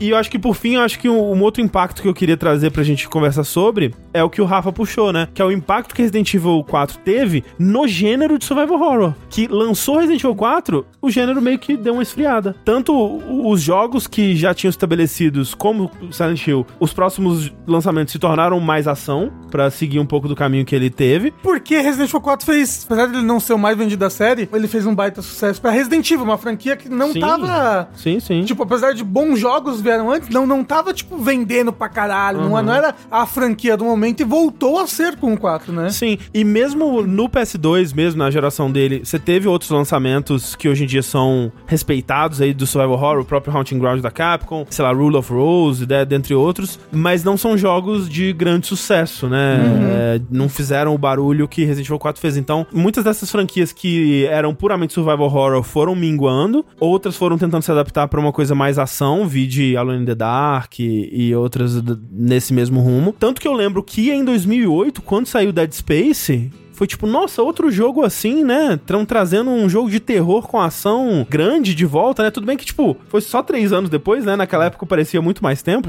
[SPEAKER 1] E eu acho que, por fim, eu acho que um, um outro impacto que eu queria trazer pra gente conversar sobre é o que o Rafa puxou, né? Que é o impacto que Resident Evil 4 teve no gênero de survival horror. Que lançou Resident Evil 4, o gênero meio que deu uma esfriada. Tanto o- os jogos que já tinham estabelecidos como Silent Hill, os próximos lançamentos se tornaram mais ação, pra seguir um pouco do caminho que ele teve.
[SPEAKER 2] Porque Resident Evil 4 fez, apesar de ele não ser o mais vendido da série, ele fez um baita sucesso pra Resident Evil, uma franquia que não
[SPEAKER 1] Sim.
[SPEAKER 2] tava.
[SPEAKER 1] Sim, sim.
[SPEAKER 2] Tipo, apesar de bons jogos vieram antes, não, não tava, tipo, vendendo pra caralho. Não, não era a franquia do momento e voltou a ser com o 4, né?
[SPEAKER 1] Sim, e mesmo no PS2, mesmo na geração dele, você teve outros lançamentos que hoje em dia são respeitados aí do Survival Horror, o próprio Haunting Ground da Capcom, sei lá, Rule of Rose, né, dentre outros, mas não são jogos de grande sucesso, né? É, não fizeram o barulho que Resident Evil 4 fez. Então, muitas dessas franquias que eram puramente Survival Horror foram minguando, outras foram tentando se adaptar pra uma coisa mais ação, vi de Alone in the Dark e, e outras d- nesse mesmo rumo. Tanto que eu lembro que em 2008, quando saiu Dead Space, foi tipo, nossa, outro jogo assim, né? Estão trazendo um jogo de terror com ação grande de volta, né? Tudo bem que, tipo, foi só três anos depois, né? Naquela época parecia muito mais tempo.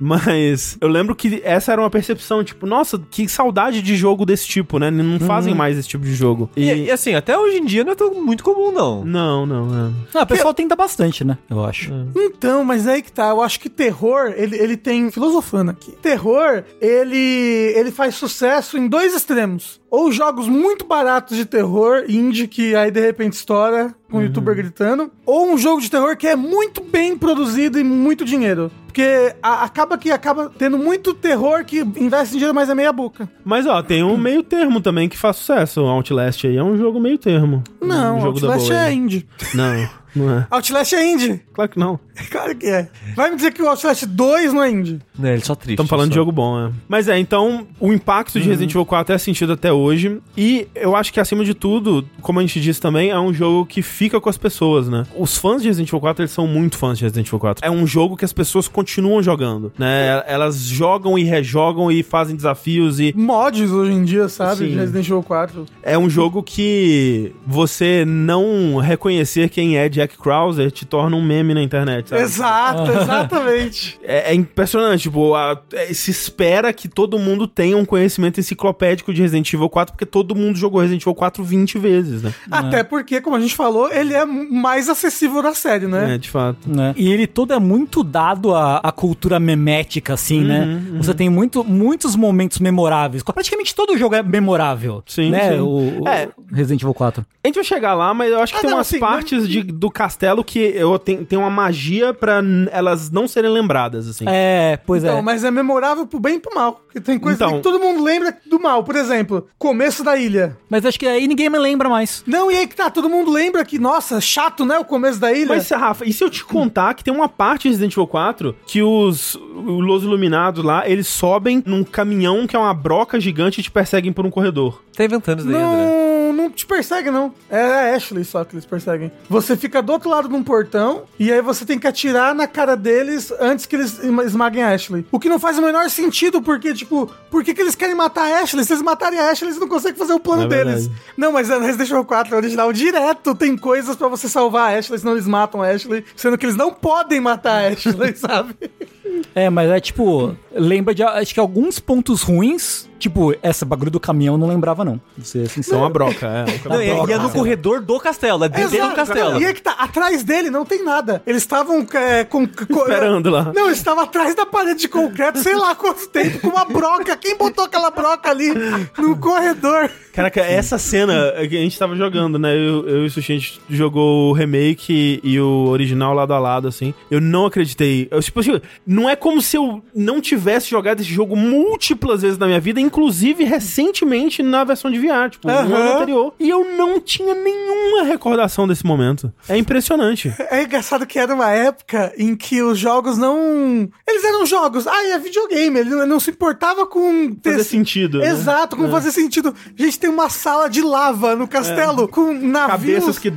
[SPEAKER 1] Mas eu lembro que essa era uma percepção, tipo, nossa, que saudade de jogo desse tipo, né? Não fazem mais esse tipo de jogo.
[SPEAKER 4] E, e assim, até hoje em dia não é tão muito comum, não.
[SPEAKER 1] Não, não, é.
[SPEAKER 3] Ah, o pessoal tenta bastante, né? Eu acho.
[SPEAKER 2] Então, mas aí que tá. Eu acho que terror, ele, ele tem. Filosofando aqui. Terror, ele, ele faz sucesso em dois extremos. Ou jogos muito baratos de terror, indie, que aí de repente estoura com o youtuber gritando. Ou um jogo de terror que é muito bem produzido e muito dinheiro. Porque a- acaba que acaba tendo muito terror que investe dinheiro, mas é meia boca.
[SPEAKER 1] Mas ó, tem um meio termo também que faz sucesso. O Outlast aí é um jogo meio termo.
[SPEAKER 2] Não,
[SPEAKER 1] um jogo da
[SPEAKER 2] Outlast
[SPEAKER 1] boa,
[SPEAKER 2] é
[SPEAKER 1] né?
[SPEAKER 2] indie.
[SPEAKER 1] Não, não é.
[SPEAKER 2] Outlast é indie.
[SPEAKER 1] Claro que não.
[SPEAKER 2] Claro que é. Vai me dizer que o Outlast 2 não é indie.
[SPEAKER 4] Né, ele só triste.
[SPEAKER 1] Estamos falando de jogo bom, é. Mas é, então, o impacto de Resident Evil 4 é sentido até hoje. E eu acho que, acima de tudo, como a gente disse também, é um jogo que fica com as pessoas, né? Os fãs de Resident Evil 4, eles são muito fãs de Resident Evil 4. É um jogo que as pessoas continuam jogando, né? Elas jogam e rejogam e fazem desafios e
[SPEAKER 2] mods hoje em dia, sabe?
[SPEAKER 1] Sim.
[SPEAKER 2] De Resident Evil 4.
[SPEAKER 1] É um jogo que você não reconhecer quem é Jack Krauser te torna um meme na internet, sabe?
[SPEAKER 2] Exato,
[SPEAKER 1] Ah.
[SPEAKER 2] exatamente.
[SPEAKER 1] É, é impressionante, tipo, a- é, se espera que todo mundo tenha um conhecimento enciclopédico de Resident Evil 4, porque todo mundo jogou Resident Evil 4 20 vezes, né?
[SPEAKER 2] Até porque, como a gente falou, ele é mais acessível da série, né?
[SPEAKER 1] É, de fato.
[SPEAKER 3] né? E ele todo é muito dado à, à cultura memética, assim, né? Você tem muito, muitos momentos memoráveis. Praticamente todo jogo é memorável.
[SPEAKER 1] Sim,
[SPEAKER 3] né?
[SPEAKER 1] sim.
[SPEAKER 3] O, o
[SPEAKER 1] É.
[SPEAKER 3] Resident Evil 4.
[SPEAKER 1] A gente vai chegar lá, mas eu acho que
[SPEAKER 2] Ah,
[SPEAKER 1] tem
[SPEAKER 2] não,
[SPEAKER 1] umas
[SPEAKER 2] assim,
[SPEAKER 1] partes de- do castelo que eu tem, tem uma magia pra n- elas não serem lembradas, assim.
[SPEAKER 3] É, pois
[SPEAKER 2] Então,
[SPEAKER 3] é.
[SPEAKER 2] mas é memorável pro bem e pro mal. Porque tem coisa
[SPEAKER 1] Então.
[SPEAKER 2] que todo mundo lembra do mal. Por exemplo, começo da ilha.
[SPEAKER 3] Mas acho que aí ninguém me lembra mais.
[SPEAKER 2] Não, e aí que tá, todo mundo lembra que, nossa, chato, né? O começo da ilha.
[SPEAKER 1] Mas, Rafa, e se eu te contar que tem uma parte de Resident Evil 4 que os, os Iluminados lá, eles sobem num caminhão que é uma broca gigante e te perseguem por um corredor.
[SPEAKER 4] Tá inventando
[SPEAKER 1] né?
[SPEAKER 4] isso daí, André.
[SPEAKER 2] Não, não te persegue, não. É a Ashley só que eles perseguem. Você fica do outro lado de um portão e aí você tem que atirar na cara deles antes que eles esma- esmaguem a Ashley. O que não faz o menor sentido, porque, tipo, por que, que eles querem matar a Ashley? Se eles matarem a Ashley, eles não conseguem fazer o plano
[SPEAKER 1] É verdade.
[SPEAKER 2] deles. Não, mas é no Resident Evil 4 é original direto tem coisas pra você salvar a Ashley, senão eles matam a Ashley, sendo que eles não podem matar a Ashley, sabe?
[SPEAKER 3] É, mas é tipo, lembra de acho que alguns pontos ruins, tipo, essa bagulho do caminhão eu não lembrava, não. Vou ser
[SPEAKER 1] Então,
[SPEAKER 3] sincero.
[SPEAKER 1] uma broca, é.
[SPEAKER 4] Não, e, e é no
[SPEAKER 3] Castelo.
[SPEAKER 4] corredor do castelo, é
[SPEAKER 1] um
[SPEAKER 4] dentro do
[SPEAKER 2] Exato.
[SPEAKER 4] castelo.
[SPEAKER 2] E é que tá, atrás dele não tem nada. Eles estavam é, com. com-
[SPEAKER 1] Esperando lá.
[SPEAKER 2] Não, eles estavam atrás da parede de concreto, sei lá quanto tempo, com uma broca. Quem botou aquela broca ali no corredor?
[SPEAKER 1] Caraca, essa cena é que a gente tava jogando, né? Eu, eu e o Sushi, a gente jogou o remake e o original lado a lado, assim. Eu não acreditei. Eu, tipo assim, não é como se eu não tivesse jogado esse jogo múltiplas vezes na minha vida, inclusive recentemente na versão de VR, tipo, no ano
[SPEAKER 2] Aham.
[SPEAKER 1] anterior. E eu não tinha nenhuma recordação desse momento. É impressionante.
[SPEAKER 2] É engraçado que era uma época em que os jogos não. Eles eram jogos. Ah, é videogame. Ele não- não se importava com. ter-
[SPEAKER 1] Fazer sentido. né?
[SPEAKER 2] Exato, como fazer sentido. A gente tem uma sala de lava no castelo com navios.
[SPEAKER 1] É. Cabeças que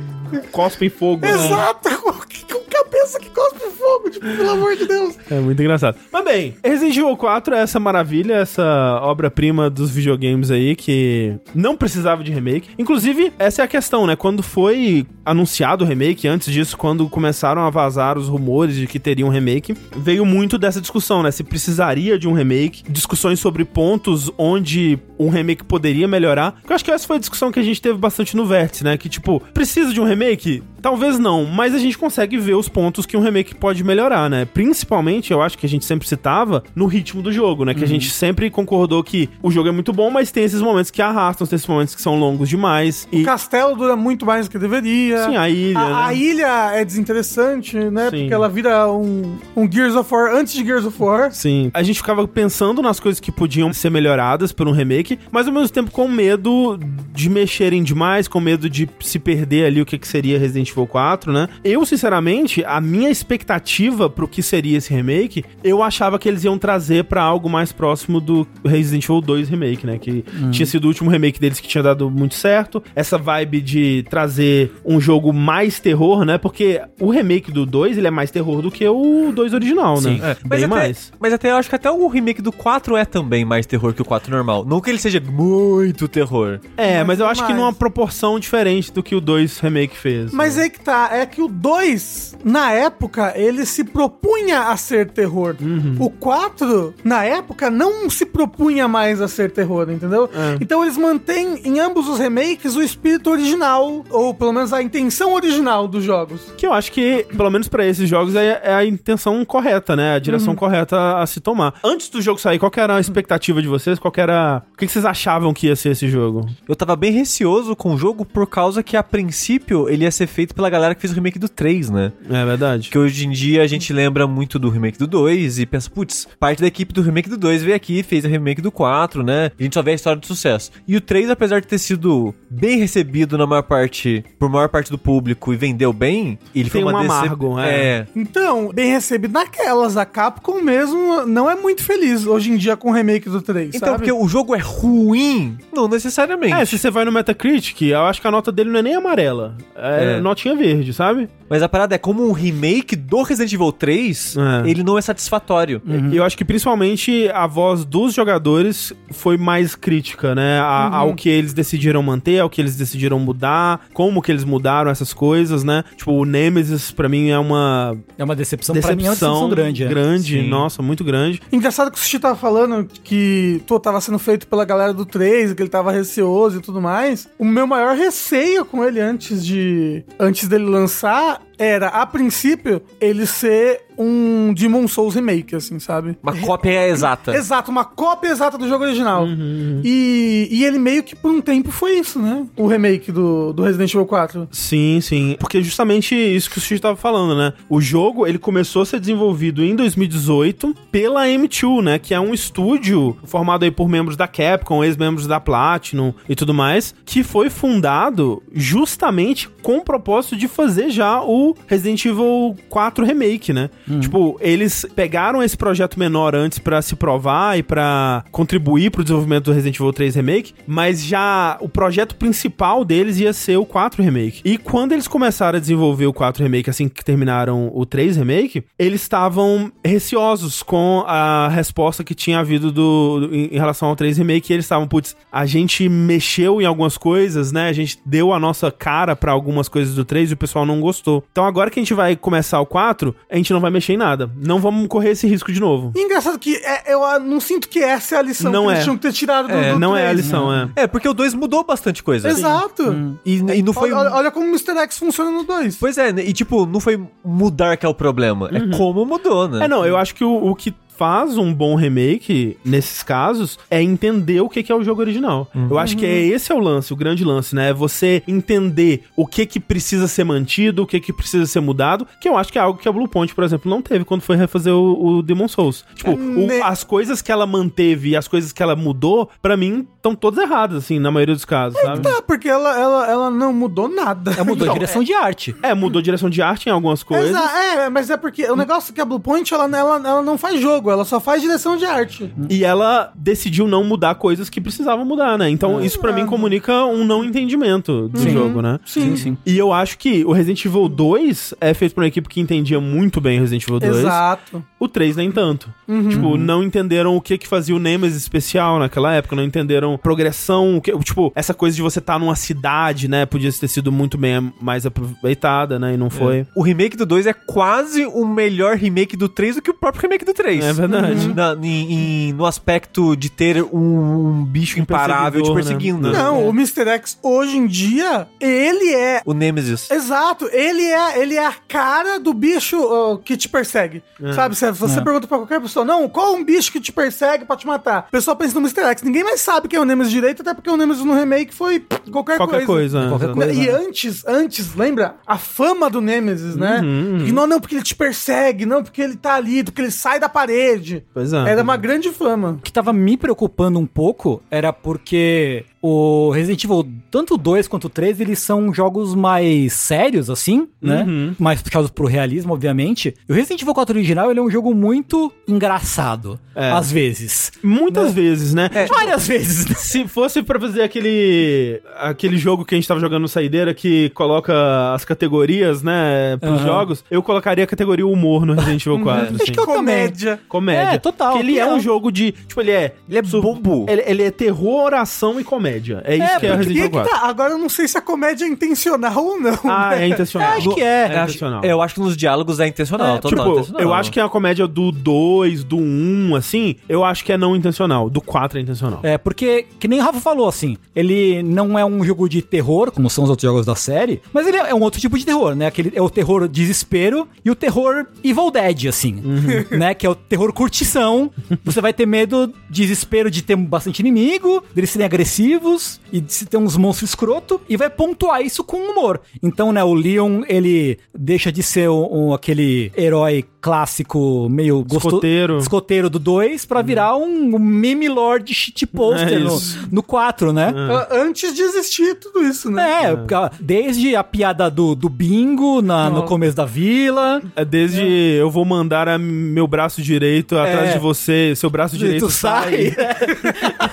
[SPEAKER 1] cospem fogo. né?
[SPEAKER 2] Exato, com, com cabeça que cospe fogo, tipo, pelo amor de Deus.
[SPEAKER 1] É muito engraçado. Mas bem, Resident Evil 4 é essa maravilha, essa obra-prima dos videogames aí que não precisava de remake. Inclusive, essa é a questão, né? Quando foi anunciado o remake, antes disso, quando começaram a vazar os rumores de que teria um remake, veio muito dessa discussão, né? Se precisaria de um remake, discussões sobre pontos onde um remake poderia melhorar. Eu acho que essa foi a discussão que a gente teve bastante no Vértice, né? Que tipo, precisa de um remake? Talvez não, mas a gente consegue ver os pontos que um remake pode melhorar, né? Principalmente, eu acho que a gente sempre citava no ritmo do jogo,
[SPEAKER 2] Uhum.
[SPEAKER 1] né? Que a gente sempre concordou que o jogo é muito bom, mas tem esses momentos que arrastam, tem esses momentos que são longos demais. E
[SPEAKER 2] O castelo dura muito mais do que deveria.
[SPEAKER 1] sim, a ilha.
[SPEAKER 2] A, a
[SPEAKER 1] né?
[SPEAKER 2] ilha é desinteressante, né?
[SPEAKER 1] Sim.
[SPEAKER 2] Porque ela vira um, um Gears of War antes de Gears of War.
[SPEAKER 1] Sim. A gente ficava pensando nas coisas que podiam ser melhoradas por um remake, mas ao mesmo tempo com medo de mexerem demais, com medo de se perder ali o que, que seria Resident Evil 4, né? Eu, sinceramente, a minha expectativa pro que seria esse remake, eu achava que eles iam trazer pra algo mais próximo do Resident Evil 2 remake, né? Que
[SPEAKER 4] Hum.
[SPEAKER 1] tinha sido o último remake deles que tinha dado muito certo. Essa vibe de trazer um jogo mais terror, né? Porque o remake do 2, ele é mais terror do que o 2 original,
[SPEAKER 4] Sim.
[SPEAKER 1] né?
[SPEAKER 4] É. Mas, até, mas até eu acho que até o remake do 4 é também mais terror que o 4 normal. Não que ele seja muito terror.
[SPEAKER 1] É, mas eu acho que
[SPEAKER 2] mais.
[SPEAKER 1] numa proporção diferente do que o 2 remake fez.
[SPEAKER 2] Mas aí que tá, é que o 2, na época, ele se propunha a ser terror.
[SPEAKER 1] Uhum.
[SPEAKER 2] O 4, na época, não se propunha mais a ser terror, entendeu?
[SPEAKER 1] É.
[SPEAKER 2] Então eles mantêm em ambos os remakes o espírito original, ou pelo menos a intenção original dos jogos.
[SPEAKER 1] Que eu acho que, pelo menos pra esses jogos, é, é a intenção correta, né? A direção correta a se tomar. Antes do jogo sair, qual que era a expectativa de vocês? Qual que era. O que que vocês achavam que ia ser esse jogo?
[SPEAKER 4] Eu tava bem receoso com o jogo por causa que, a princípio, ele ia ser feito pela galera que fez o remake do 3, né?
[SPEAKER 1] É verdade.
[SPEAKER 4] Que hoje em dia a gente lembra muito do remake do 2 e pensa, putz, parte da equipe do remake do 2 veio aqui, fez o remake do 4, né? A gente só vê a história de sucesso. E o 3, apesar de ter sido bem recebido na maior parte, por maior parte do público e vendeu bem, ele
[SPEAKER 1] Tem
[SPEAKER 4] foi uma
[SPEAKER 1] um
[SPEAKER 4] decep-
[SPEAKER 1] amargo, é.
[SPEAKER 4] é.
[SPEAKER 2] Então, bem recebido naquelas, a Capcom mesmo não é muito feliz hoje em dia com o remake do 3,
[SPEAKER 4] Então,
[SPEAKER 2] sabe?
[SPEAKER 4] porque o jogo é ruim? Não necessariamente.
[SPEAKER 1] É, se você vai no Metacritic, eu acho que a nota dele não é nem amarela. É,
[SPEAKER 4] É.
[SPEAKER 1] notinha verde, sabe?
[SPEAKER 4] Mas a parada é como um remake do Resident Evil 3,
[SPEAKER 1] É. Uhum.
[SPEAKER 4] ele não é satisfatório.
[SPEAKER 1] E Eu acho que principalmente a voz dos jogadores foi mais crítica, né? A-
[SPEAKER 3] Uhum.
[SPEAKER 1] Ao que eles decidiram manter, ao que eles decidiram mudar, como que eles mudaram essas coisas, né? Tipo, o Nemesis, pra mim, é uma
[SPEAKER 3] É uma decepção, pra mim é uma
[SPEAKER 1] decepção
[SPEAKER 3] decepção grande. é.
[SPEAKER 1] grande
[SPEAKER 4] Sim.
[SPEAKER 1] nossa, muito grande.
[SPEAKER 2] Engraçado que o Sushi tava falando que pô, tava sendo feito pela galera do 3, que ele tava receoso e tudo mais. O meu maior receio com ele antes de. antes dele lançar era, a princípio, ele ser um Demon Souls remake, assim, sabe?
[SPEAKER 4] Uma cópia
[SPEAKER 1] Tá.
[SPEAKER 4] exata.
[SPEAKER 2] Exato, uma cópia exata do jogo original.
[SPEAKER 1] Uhum,
[SPEAKER 2] E, e ele meio que por um tempo foi isso, né? O remake do, do Resident Evil 4.
[SPEAKER 1] Sim, sim. Porque justamente isso que o Sushi tava falando, né? O jogo, ele começou a ser desenvolvido em 2018 pela M2, né? Que é um estúdio formado aí por membros da Capcom, ex-membros da Platinum e tudo mais, que foi fundado justamente com o propósito de fazer já o Resident Evil 4 Remake, né? Tipo, eles pegaram esse projeto menor antes pra se provar e pra contribuir pro desenvolvimento do Resident Evil 3 Remake, mas já o projeto principal deles ia ser o 4 Remake. E quando eles começaram a desenvolver o 4 Remake, assim que terminaram o 3 Remake, eles estavam receosos com a resposta que tinha havido do, do- em em relação ao 3 Remake, e eles estavam, putz, a gente mexeu em algumas coisas, né? A gente deu a nossa cara pra algumas coisas do 3 e o pessoal não gostou. Então Então agora que a gente vai começar o 4, a gente não vai mexer em nada. Não vamos correr esse risco de novo.
[SPEAKER 2] E engraçado que é- eu ah, não sinto que essa é a lição
[SPEAKER 1] Não
[SPEAKER 2] que
[SPEAKER 1] é.
[SPEAKER 2] eles tinham que ter tirado do,
[SPEAKER 1] É,
[SPEAKER 2] do
[SPEAKER 1] não é a
[SPEAKER 2] três. né?
[SPEAKER 1] lição, é.
[SPEAKER 4] É, porque o 2 mudou bastante coisa.
[SPEAKER 2] Exato. É,
[SPEAKER 4] E, e não foi.
[SPEAKER 2] Olha, olha como o Mr. X funciona no 2.
[SPEAKER 4] Pois é, né? e tipo, não foi mudar que é o problema. É como mudou, né?
[SPEAKER 1] É, não, eu acho que o, o que faz um bom remake nesses casos é entender o que, que é o jogo original. Eu acho que é esse é o lance, o grande lance, né? É você entender o que que precisa ser mantido, o que que precisa ser mudado, que eu acho que é algo que a Blue Point, por exemplo, não teve quando foi refazer o, o Demon Souls. Tipo, o-
[SPEAKER 2] né?
[SPEAKER 1] as coisas que ela manteve e as coisas que ela mudou, pra mim, estão todas erradas, assim, na maioria dos casos, sabe?
[SPEAKER 2] Tá, porque ela, ela, ela não mudou nada.
[SPEAKER 3] Ela É, mudou a direção de arte.
[SPEAKER 1] É, mudou a direção de arte em algumas coisas.
[SPEAKER 2] Exa- é, mas é porque o negócio é que a Bluepoint, ela, ela, ela não faz jogo, ela só faz direção de arte.
[SPEAKER 1] E ela decidiu não mudar coisas que precisavam mudar, né? Então isso pra mim comunica um não entendimento do jogo, né?
[SPEAKER 3] Sim, sim.
[SPEAKER 1] E eu acho que o Resident Evil 2 é feito por uma equipe que entendia muito bem o Resident Evil 2.
[SPEAKER 2] Exato.
[SPEAKER 1] O 3 nem tanto. Tipo, não entenderam o que que fazia o Nemesis especial naquela época, não entenderam progressão, o que, tipo, essa coisa de você estar numa cidade, né? Podia ter sido muito bem mais aproveitada, né? E não foi.
[SPEAKER 4] O remake do 2 é quase o melhor remake do 3 do que o próprio remake do 3.
[SPEAKER 1] É verdade.
[SPEAKER 4] Na- em- em- no aspecto de ter um, um bicho
[SPEAKER 1] Um
[SPEAKER 4] imparável te
[SPEAKER 1] perseguidor,
[SPEAKER 4] perseguindo.
[SPEAKER 1] né?
[SPEAKER 2] Não, o Mr. X, hoje em dia, ele é...
[SPEAKER 4] O Nemesis.
[SPEAKER 2] Exato, ele é, ele é a cara do bicho ó, que te persegue. Sabe, se você
[SPEAKER 3] É.
[SPEAKER 2] pergunta pra qualquer pessoa, não, qual é um bicho que te persegue pra te matar? O pessoal pensa no Mr. X, ninguém mais sabe quem é o Nemesis direito, até porque o Nemesis no remake foi pff, qualquer,
[SPEAKER 1] Qualquer coisa.
[SPEAKER 3] Qualquer
[SPEAKER 1] né?
[SPEAKER 3] coisa.
[SPEAKER 2] e
[SPEAKER 3] né?
[SPEAKER 2] antes, antes, lembra? A fama do Nemesis, né?
[SPEAKER 1] Uhum,
[SPEAKER 2] E não, não, porque ele te persegue, não, porque ele tá ali, porque ele sai da parede.
[SPEAKER 1] Pois
[SPEAKER 3] Ah.
[SPEAKER 1] é.
[SPEAKER 2] Era uma grande fama.
[SPEAKER 3] O que tava me preocupando um pouco era porque o Resident Evil, tanto o 2 quanto o 3, eles são jogos mais sérios, assim, né?
[SPEAKER 1] Uhum.
[SPEAKER 3] Mais puxados pro realismo, obviamente. E o Resident Evil 4 original, ele é um jogo muito engraçado,
[SPEAKER 1] É.
[SPEAKER 3] às vezes.
[SPEAKER 1] Muitas vezes, né?
[SPEAKER 3] Várias vezes, né?
[SPEAKER 1] Se fosse pra fazer aquele aquele jogo que a gente tava jogando no Saideira que coloca as categorias, né, pros
[SPEAKER 3] Aham. Uhum.
[SPEAKER 1] jogos, eu colocaria a categoria humor no Resident Evil 4, assim.
[SPEAKER 3] Acho que eu também.
[SPEAKER 2] Comédia.
[SPEAKER 1] Comédia.
[SPEAKER 3] É, total.
[SPEAKER 1] Porque ele é
[SPEAKER 3] É.
[SPEAKER 1] um jogo de, tipo, ele é
[SPEAKER 4] Ele é
[SPEAKER 1] su-
[SPEAKER 4] bobo.
[SPEAKER 1] ele, ele é terror, ação e comédia. É isso
[SPEAKER 3] É,
[SPEAKER 1] que é o
[SPEAKER 3] porque
[SPEAKER 1] Resident
[SPEAKER 2] E aí
[SPEAKER 1] Evil
[SPEAKER 2] que
[SPEAKER 1] 4.
[SPEAKER 2] tá, agora eu não sei se a comédia é intencional ou não.
[SPEAKER 1] Ah,
[SPEAKER 2] né?
[SPEAKER 1] é intencional.
[SPEAKER 3] acho que é.
[SPEAKER 1] É
[SPEAKER 4] Eu acho,
[SPEAKER 1] intencional.
[SPEAKER 4] é, eu acho que nos diálogos é intencional. total,
[SPEAKER 1] tipo,
[SPEAKER 4] intencional.
[SPEAKER 1] eu acho que é a comédia do 2, do 1, um, assim, eu acho que é não intencional. Do 4 é intencional.
[SPEAKER 3] É, porque, que nem o Rafa falou, assim, ele não é um jogo de terror, como são os outros jogos da série, mas ele é um outro tipo de terror, né? Aquele, é o terror desespero e o terror Evil Dead, assim, né? Que é o terror curtição. Você vai ter medo, desespero de ter bastante inimigo, deles serem agressivos e de se ter uns monstros escroto e vai pontuar isso com humor. Então, né, o Leon, ele deixa de ser um, um- aquele herói clássico meio gostoso
[SPEAKER 1] Escoteiro.
[SPEAKER 3] escoteiro do 2 pra virar um, um meme lord shit
[SPEAKER 1] É
[SPEAKER 3] poster
[SPEAKER 1] isso. É.
[SPEAKER 3] no 4, né?
[SPEAKER 2] Ah, Antes de existir tudo isso, né?
[SPEAKER 3] É, porque, ó, desde a piada do, do bingo na- no
[SPEAKER 2] Não.
[SPEAKER 3] começo da vila.
[SPEAKER 1] É desde eu vou mandar a meu braço direito atrás
[SPEAKER 3] É.
[SPEAKER 1] de você, seu braço direito
[SPEAKER 3] tu sai,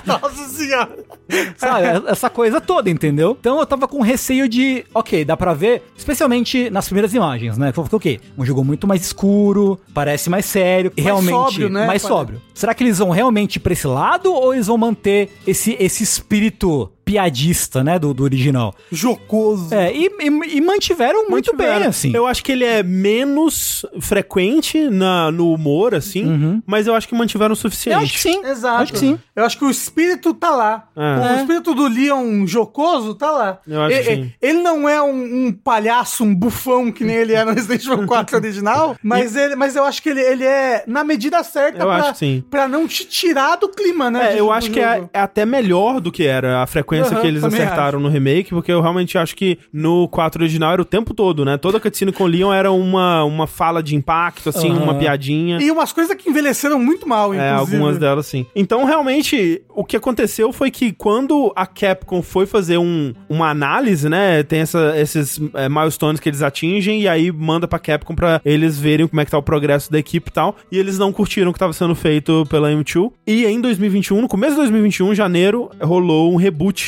[SPEAKER 2] Nossa senhora.
[SPEAKER 3] sabe? é, Essa coisa toda, entendeu? Então eu tava com receio de, ok, dá pra ver, especialmente nas primeiras imagens, né? Porque o quê? Um jogo muito mais escuro, parece mais sério,
[SPEAKER 2] Mais
[SPEAKER 3] realmente
[SPEAKER 2] sóbrio, né?
[SPEAKER 3] mais
[SPEAKER 2] Pare-
[SPEAKER 3] sóbrio. Será que eles vão realmente pra esse lado ou eles vão manter esse, esse espírito piadista, né, do- do original?
[SPEAKER 2] Jocoso.
[SPEAKER 3] É, e, e- e mantiveram muito
[SPEAKER 1] Mantiveram.
[SPEAKER 3] bem, assim.
[SPEAKER 1] Eu acho que ele é menos frequente na, no humor, assim, mas eu acho que mantiveram o suficiente.
[SPEAKER 3] Uhum. Eu acho que sim.
[SPEAKER 2] Exato.
[SPEAKER 3] Acho que sim.
[SPEAKER 2] Eu acho que o espírito tá lá.
[SPEAKER 1] É.
[SPEAKER 2] O espírito do Leon jocoso tá lá.
[SPEAKER 1] Eu acho
[SPEAKER 2] E- e-
[SPEAKER 1] que
[SPEAKER 2] ele,
[SPEAKER 1] sim.
[SPEAKER 2] não é um, um palhaço, um bufão que nem ele é no Resident Evil 4 original, mas, ele, mas eu acho que ele, ele é na medida certa
[SPEAKER 1] Eu
[SPEAKER 2] pra,
[SPEAKER 1] acho que sim.
[SPEAKER 2] pra não te tirar do clima, né?
[SPEAKER 1] É,
[SPEAKER 2] de-
[SPEAKER 1] eu
[SPEAKER 2] do
[SPEAKER 1] acho que é,
[SPEAKER 2] jogo.
[SPEAKER 1] é até melhor do que era a frequência
[SPEAKER 2] Aham,
[SPEAKER 1] que eles
[SPEAKER 2] também
[SPEAKER 1] acertaram no remake, porque eu realmente acho que no 4 original era o tempo todo, né? Toda cutscene com o Leon era uma, uma fala de impacto, assim,
[SPEAKER 3] Aham.
[SPEAKER 1] uma piadinha.
[SPEAKER 2] E umas coisas que envelheceram muito mal,
[SPEAKER 1] É,
[SPEAKER 2] inclusive.
[SPEAKER 1] algumas delas sim. Então, realmente, o que aconteceu foi que quando a Capcom foi fazer um, uma análise, né? Tem essa- esses é, milestones que eles atingem e aí manda pra Capcom pra eles verem como é que tá o progresso da equipe e tal. E eles não curtiram o que tava sendo feito pela M2. E em 2021, no começo de 2021, em janeiro, um, rolou um reboot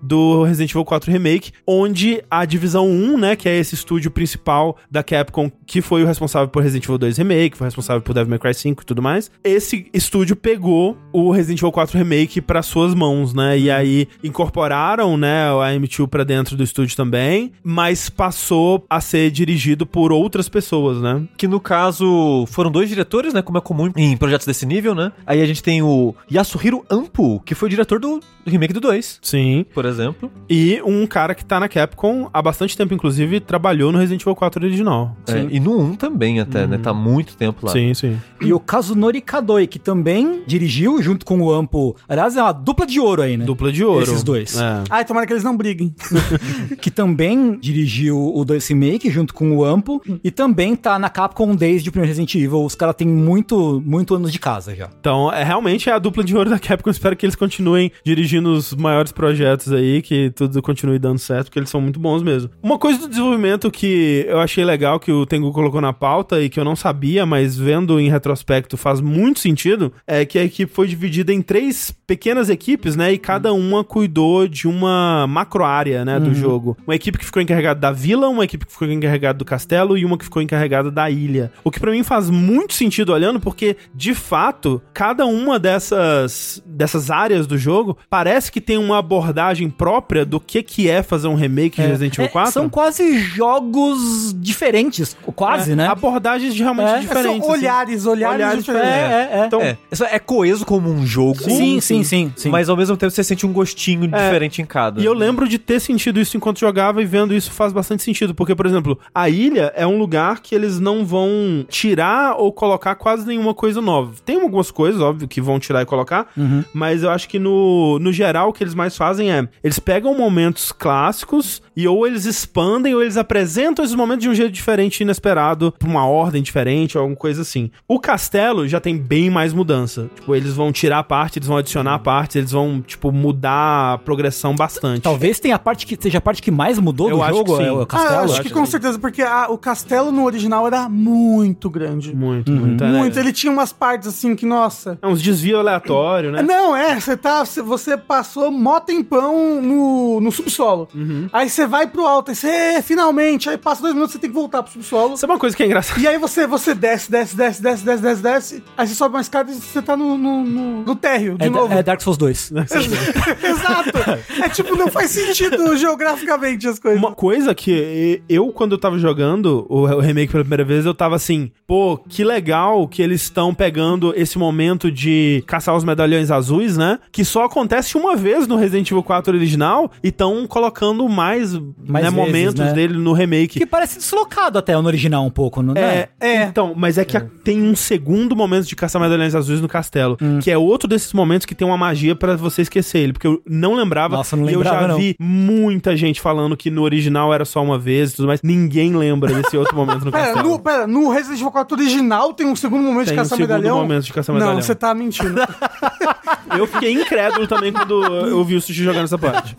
[SPEAKER 1] do Resident Evil 4 Remake, onde a divisão 1, né, que é esse estúdio principal da Capcom, que foi o responsável por Resident Evil 2 Remake, foi responsável por Devil May Cry 5 e tudo mais, esse estúdio pegou o Resident Evil 4 Remake para suas mãos, né, e aí incorporaram, né, a M2 para dentro do estúdio também, mas passou a ser dirigido por outras pessoas, né?
[SPEAKER 4] Que no caso foram dois diretores, né? Como é comum em projetos desse nível, né? Aí a gente tem o Yasuhiro Ampu, que foi o diretor do remake do 2,
[SPEAKER 1] Sim.
[SPEAKER 4] por exemplo.
[SPEAKER 1] E um cara que tá na Capcom há bastante tempo, inclusive, trabalhou no Resident Evil 4 original.
[SPEAKER 4] É, e no 1 também, até, né? Tá muito tempo lá.
[SPEAKER 1] Sim, sim.
[SPEAKER 3] E o Kazunori Kadoi, que também dirigiu junto com o Ampo. Aliás, é uma dupla de ouro aí, né?
[SPEAKER 1] Dupla de ouro.
[SPEAKER 3] Esses dois.
[SPEAKER 1] É.
[SPEAKER 2] Ai, tomara que eles não briguem.
[SPEAKER 3] Que também dirigiu o 2 Remake junto com o Ampo. E também tá na Capcom desde o primeiro Resident Evil. Os caras têm muito, muito anos de casa já.
[SPEAKER 1] Então, é, realmente é a dupla de ouro da Capcom. Espero que eles continuem dirigindo os maiores projetos aí, que tudo continue dando certo, porque eles são muito bons mesmo. Uma coisa do desenvolvimento que eu achei legal, que o Tengu colocou na pauta e que eu não sabia, mas vendo em retrospecto faz muito sentido, é que a equipe foi dividida em três pequenas equipes, né? E cada uma cuidou de uma macro área, né,
[SPEAKER 3] Uhum.
[SPEAKER 1] do jogo. Uma equipe que ficou encarregada da vila, uma equipe que ficou encarregada do castelo e uma que ficou encarregada da ilha. O que pra mim faz muito sentido olhando, porque de fato, cada uma dessas dessas áreas do jogo parece que tem uma abordagem própria do que que é fazer um remake de Resident Evil
[SPEAKER 3] É,
[SPEAKER 1] 4.
[SPEAKER 3] São quase jogos diferentes. Quase,
[SPEAKER 1] É,
[SPEAKER 3] né?
[SPEAKER 1] Abordagens de realmente
[SPEAKER 3] É,
[SPEAKER 1] diferentes.
[SPEAKER 2] São olhares, olhares,
[SPEAKER 1] Olhares
[SPEAKER 2] diferentes.
[SPEAKER 1] diferentes.
[SPEAKER 3] é,
[SPEAKER 1] Então,
[SPEAKER 4] É, isso é coeso como um jogo.
[SPEAKER 3] Sim, sim, sim, sim.
[SPEAKER 4] Mas ao mesmo tempo você sente um gostinho diferente em cada.
[SPEAKER 1] E eu lembro de ter sentido isso enquanto jogava e vendo isso faz bastante sentido, porque, por exemplo, a ilha é um lugar que eles não vão tirar ou colocar quase nenhuma coisa nova. Tem algumas coisas, óbvio, que vão tirar e colocar, mas eu acho que no, no geral o que eles mais fazem é eles pegam momentos clássicos e ou eles expandem ou eles apresentam esses momentos de um jeito diferente, inesperado, pra uma ordem diferente, ou alguma coisa assim. O castelo já tem bem mais mudança. Tipo, eles vão tirar parte, eles vão adicionar parte, eles vão, tipo, mudar a progressão bastante.
[SPEAKER 3] Talvez tenha a parte que seja a parte que mais mudou
[SPEAKER 1] Eu
[SPEAKER 3] do
[SPEAKER 1] acho
[SPEAKER 3] jogo,
[SPEAKER 1] que sim.
[SPEAKER 3] é o
[SPEAKER 2] Ah, eu
[SPEAKER 3] castelo.
[SPEAKER 2] acho que com certeza, porque a- o castelo no original era muito grande.
[SPEAKER 1] Muito,
[SPEAKER 3] Uhum.
[SPEAKER 1] muito. é,
[SPEAKER 2] Muito.
[SPEAKER 1] É,
[SPEAKER 2] Ele tinha umas partes assim que, nossa.
[SPEAKER 1] é uns desvios aleatórios, né?
[SPEAKER 2] Não, é, você tá. cê- Você passou mó tempão no, no subsolo.
[SPEAKER 1] Uhum.
[SPEAKER 2] Aí você vai pro alto, aí você, "É, finalmente, aí passa dois minutos, você tem que voltar pro subsolo.
[SPEAKER 1] Isso é uma coisa que é engraçada.
[SPEAKER 2] E aí você, você desce, desce, desce, desce, desce, desce, desce. Aí você sobe uma escada e você tá no, no, no, no térreo de
[SPEAKER 3] É,
[SPEAKER 2] novo.
[SPEAKER 3] é Dark Souls 2.
[SPEAKER 2] Exato! É tipo, não faz sentido geograficamente as coisas.
[SPEAKER 1] Uma coisa que e- eu, quando eu tava jogando o o remake pela primeira vez, eu tava assim, pô, que legal que eles estão pegando esse momento de caçar os medalhões azuis, né? Que só acontece uma vez no Resident Evil 4 original e estão colocando mais,
[SPEAKER 3] Mais
[SPEAKER 1] né,
[SPEAKER 3] vezes,
[SPEAKER 1] momentos
[SPEAKER 3] né?
[SPEAKER 1] dele no remake.
[SPEAKER 3] Que parece deslocado até no original um pouco, não
[SPEAKER 1] É, Então, mas é que a- tem um segundo momento de caçar medalhões azuis no castelo, que é outro desses momentos que tem uma magia pra você esquecer ele, porque eu não lembrava
[SPEAKER 3] Nossa, não
[SPEAKER 1] e eu já
[SPEAKER 3] lembrava, não.
[SPEAKER 1] vi muita gente falando que no original era só uma vez e tudo mais. Ninguém lembra desse outro momento no
[SPEAKER 2] Pera,
[SPEAKER 1] castelo.
[SPEAKER 2] É, no, pera, no Resident Evil 4 original tem um segundo momento
[SPEAKER 1] Tem
[SPEAKER 2] de
[SPEAKER 1] um
[SPEAKER 2] caçar
[SPEAKER 1] segundo
[SPEAKER 2] medalhão?
[SPEAKER 1] momento de caçar medalhão.
[SPEAKER 2] Não, você tá mentindo.
[SPEAKER 1] Eu fiquei incrédulo também quando eu vi o Sushi jogando essa parte.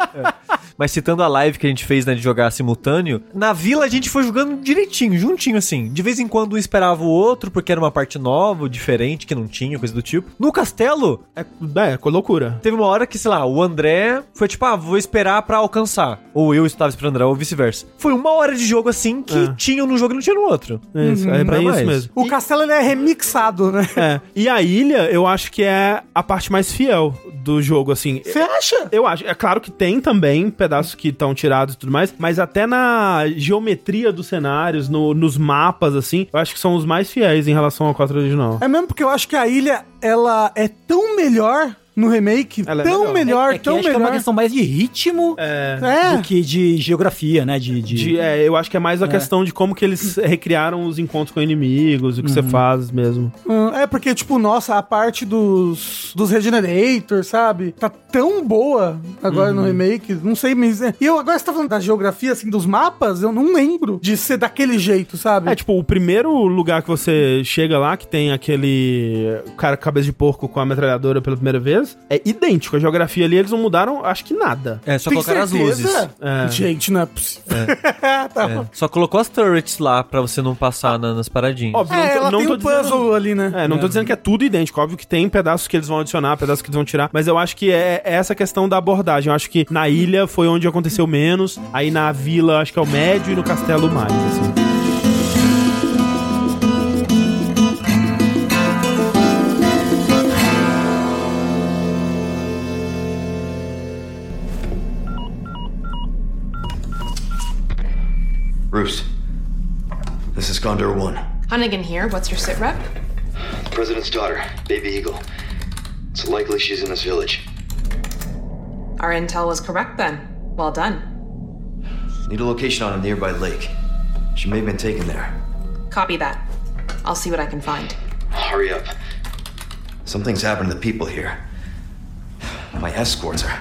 [SPEAKER 4] Mas citando a live que a gente fez, né, de jogar simultâneo, na vila a gente foi jogando direitinho, juntinho, assim. De vez em quando um esperava o outro, porque era uma parte nova, diferente, que não tinha, coisa do tipo. No castelo,
[SPEAKER 1] É, é, co- loucura.
[SPEAKER 4] teve uma hora que, sei lá, o André foi tipo, ah, vou esperar pra alcançar. Ou eu estava esperando o André, ou vice-versa. Foi uma hora de jogo assim que
[SPEAKER 1] É.
[SPEAKER 4] tinha num jogo e não tinha no outro.
[SPEAKER 1] É isso, é
[SPEAKER 4] pra
[SPEAKER 1] bem isso
[SPEAKER 4] mais.
[SPEAKER 1] mesmo.
[SPEAKER 2] o castelo ele é remixado, né?
[SPEAKER 1] É, E a ilha, eu acho que é a parte mais fiel do jogo, assim.
[SPEAKER 2] Você acha?
[SPEAKER 1] Eu acho. É claro que tem também pedaços que estão tirados e tudo mais, mas até na geometria dos cenários, no- nos mapas, assim, eu acho que são os mais fiéis em relação ao 4 original.
[SPEAKER 2] É mesmo porque eu acho que a ilha, ela é tão melhor no remake,
[SPEAKER 1] Ela é
[SPEAKER 2] tão melhor,
[SPEAKER 3] É, que
[SPEAKER 2] tão
[SPEAKER 3] acho que é uma
[SPEAKER 2] melhor.
[SPEAKER 3] questão mais de ritmo
[SPEAKER 1] É.
[SPEAKER 2] É,
[SPEAKER 3] do que de geografia, né? De, de-
[SPEAKER 1] de- é, eu acho que é mais a questão de como que eles recriaram os encontros com inimigos, o que você faz mesmo.
[SPEAKER 2] hum, é porque, tipo, nossa, a parte dos, dos Regenerators, sabe? Tá tão boa agora
[SPEAKER 1] Uhum.
[SPEAKER 2] no remake, não sei, mas... é- E eu agora você tá falando da geografia, assim, dos mapas, eu não lembro de ser daquele jeito, sabe?
[SPEAKER 1] É, tipo, o primeiro lugar que você chega lá, que tem aquele cara com cabeça de porco com a metralhadora pela primeira vez, coisas. É idêntico. A geografia ali, eles não mudaram, acho que nada.
[SPEAKER 4] É, só
[SPEAKER 2] Tem
[SPEAKER 4] colocar as
[SPEAKER 2] certeza?
[SPEAKER 4] luzes.
[SPEAKER 1] É.
[SPEAKER 2] Gente, não é possível. tá bom.
[SPEAKER 4] Só colocou as turrets lá pra você não passar na- nas paradinhas.
[SPEAKER 1] Óbvio,
[SPEAKER 2] É,
[SPEAKER 1] tô-
[SPEAKER 2] ela tem
[SPEAKER 1] tô
[SPEAKER 2] um puzzle
[SPEAKER 1] dizendo-
[SPEAKER 2] ali, né?
[SPEAKER 1] É, não tô dizendo que é tudo idêntico, óbvio que tem pedaços que eles vão adicionar, pedaços que eles vão tirar, mas eu acho que é é essa questão da abordagem. Eu acho que na ilha foi onde aconteceu menos, aí na vila acho que é o médio e no castelo mais, assim.
[SPEAKER 5] Bruce, this is Gondor 1.
[SPEAKER 6] Hunnigan here. What's your sit rep?
[SPEAKER 5] President's daughter, Baby Eagle. It's likely she's in this village.
[SPEAKER 6] Our intel was correct then. Well done.
[SPEAKER 5] Need a location on a nearby lake. She may have been taken there.
[SPEAKER 6] Copy that. I'll see what I can find.
[SPEAKER 5] Hurry up. Something's happened to the people here. My escorts are.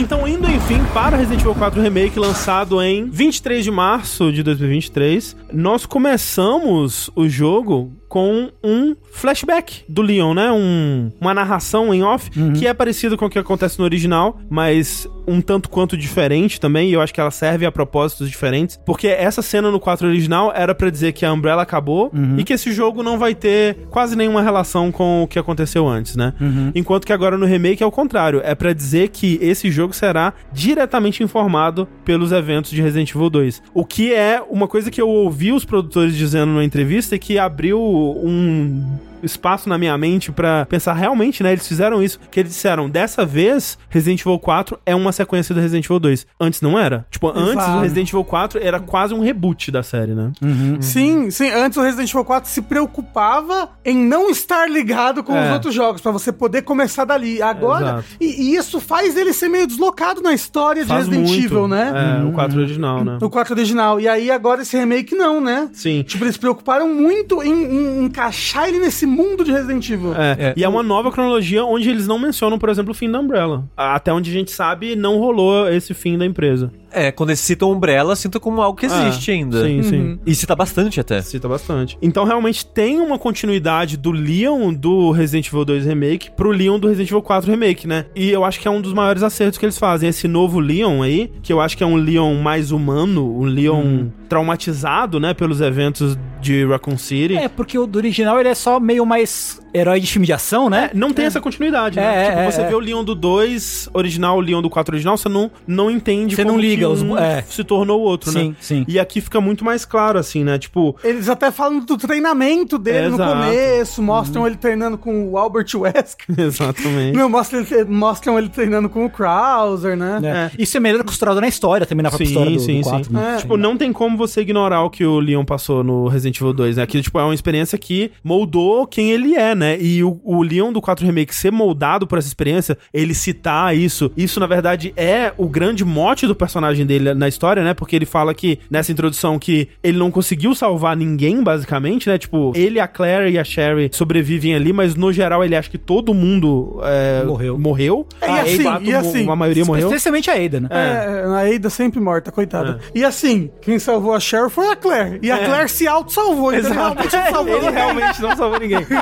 [SPEAKER 1] Então, indo enfim para Resident Evil 4 Remake, lançado em 23 de março de 2023, nós começamos o jogo com um flashback do Leon, né? Um- uma narração em off, que é parecido com o que acontece no original, mas um tanto quanto diferente também, e eu acho que ela serve a propósitos diferentes, porque essa cena no 4 original era pra dizer que a Umbrella acabou e que esse jogo não vai ter quase nenhuma relação com o que aconteceu antes, né?
[SPEAKER 2] Uhum.
[SPEAKER 1] Enquanto que agora no remake é o contrário, é pra dizer que esse jogo será diretamente informado pelos eventos de Resident Evil 2. O que é uma coisa que eu ouvi os produtores dizendo na entrevista e que abriu um espaço na minha mente pra pensar realmente, né? Eles fizeram isso, que eles disseram, dessa vez Resident Evil 4 é uma sequência do Resident Evil 2. Antes não era. Tipo, antes
[SPEAKER 2] Exato.
[SPEAKER 1] do Resident Evil 4 era quase um reboot da série, né?
[SPEAKER 2] Uhum. Sim, sim. Antes o Resident Evil 4 se preocupava em não estar ligado com
[SPEAKER 1] É.
[SPEAKER 2] os outros jogos, pra você poder começar dali. Agora,
[SPEAKER 1] Exato.
[SPEAKER 2] e, e isso faz ele ser meio deslocado na história
[SPEAKER 1] Faz
[SPEAKER 2] de Resident
[SPEAKER 1] muito.
[SPEAKER 2] Evil, né? Uhum.
[SPEAKER 1] É, o 4 original, né?
[SPEAKER 2] O 4 original. E aí agora esse remake não, né?
[SPEAKER 1] Sim.
[SPEAKER 2] Tipo, eles se preocuparam muito em, em encaixar ele nesse mundo de Resident Evil.
[SPEAKER 1] É,
[SPEAKER 4] É.
[SPEAKER 1] E é uma nova cronologia onde eles não mencionam, por exemplo, o fim da Umbrella. A- Até onde a gente sabe, não rolou esse fim da empresa.
[SPEAKER 4] É, quando eles citam Umbrella, sinta como algo que existe
[SPEAKER 1] É,
[SPEAKER 4] ainda.
[SPEAKER 1] Sim, sim.
[SPEAKER 4] E cita bastante até. Um
[SPEAKER 1] Cita bastante. Então, realmente, tem uma continuidade do Leon do Resident Evil 2 Remake pro Leon do Resident Evil 4 Remake, né? E eu acho que é um dos maiores acertos que eles fazem. Esse novo Leon aí, que eu acho que é um Leon mais humano, um Leon
[SPEAKER 4] Uhum.
[SPEAKER 1] traumatizado, né, pelos eventos de Raccoon City.
[SPEAKER 3] É, porque o do original ele é só meio mais herói de filme de ação, né?
[SPEAKER 1] Não tem essa continuidade, né?
[SPEAKER 3] É,
[SPEAKER 1] tipo,
[SPEAKER 3] é,
[SPEAKER 1] você
[SPEAKER 3] é.
[SPEAKER 1] vê o Leon do 2 original, o Leon do 4 original, você não, não entende
[SPEAKER 3] Você não
[SPEAKER 1] que
[SPEAKER 3] liga os-
[SPEAKER 1] um
[SPEAKER 3] é.
[SPEAKER 1] se tornou o outro, né?
[SPEAKER 3] Sim, sim.
[SPEAKER 1] E aqui fica muito mais claro, assim, né? Tipo,
[SPEAKER 2] Eles até falam do treinamento dele no
[SPEAKER 1] Exato. Uhum.
[SPEAKER 2] começo, mostram ele treinando com o Albert Wesker.
[SPEAKER 1] exatamente.
[SPEAKER 2] Não, mostram ele, mostram ele treinando com o Krauser, né?
[SPEAKER 3] É. Isso é melhor costurado na história também, na própria história do, do 4. né?
[SPEAKER 1] É, tipo, não tem como você ignorar o que o Leon passou no Resident Evil 2, né? Que, tipo, é uma experiência que moldou quem ele é, né? E o, o Leon do 4 Remake ser moldado por essa experiência, ele citar isso, isso, na verdade, é o grande mote do personagem dele na história, né? Porque ele fala que, nessa introdução, que ele não conseguiu salvar ninguém, basicamente, né? Tipo, ele, a Claire e a Sherry sobrevivem ali, mas, no geral, ele acha que todo mundo é,
[SPEAKER 3] Morreu.
[SPEAKER 1] morreu.
[SPEAKER 2] É, e
[SPEAKER 1] Ah,
[SPEAKER 2] assim,
[SPEAKER 1] fato,
[SPEAKER 2] e assim,
[SPEAKER 1] A maioria morreu.
[SPEAKER 3] Especialmente a Ada, né?
[SPEAKER 2] É, a Ada sempre morta, coitada.
[SPEAKER 1] É.
[SPEAKER 2] E assim, quem salvou a Cheryl foi a Claire. E a Claire se auto-salvou, então ele realmente não salvou
[SPEAKER 1] É, ele
[SPEAKER 2] ninguém.
[SPEAKER 1] realmente não salvou ninguém.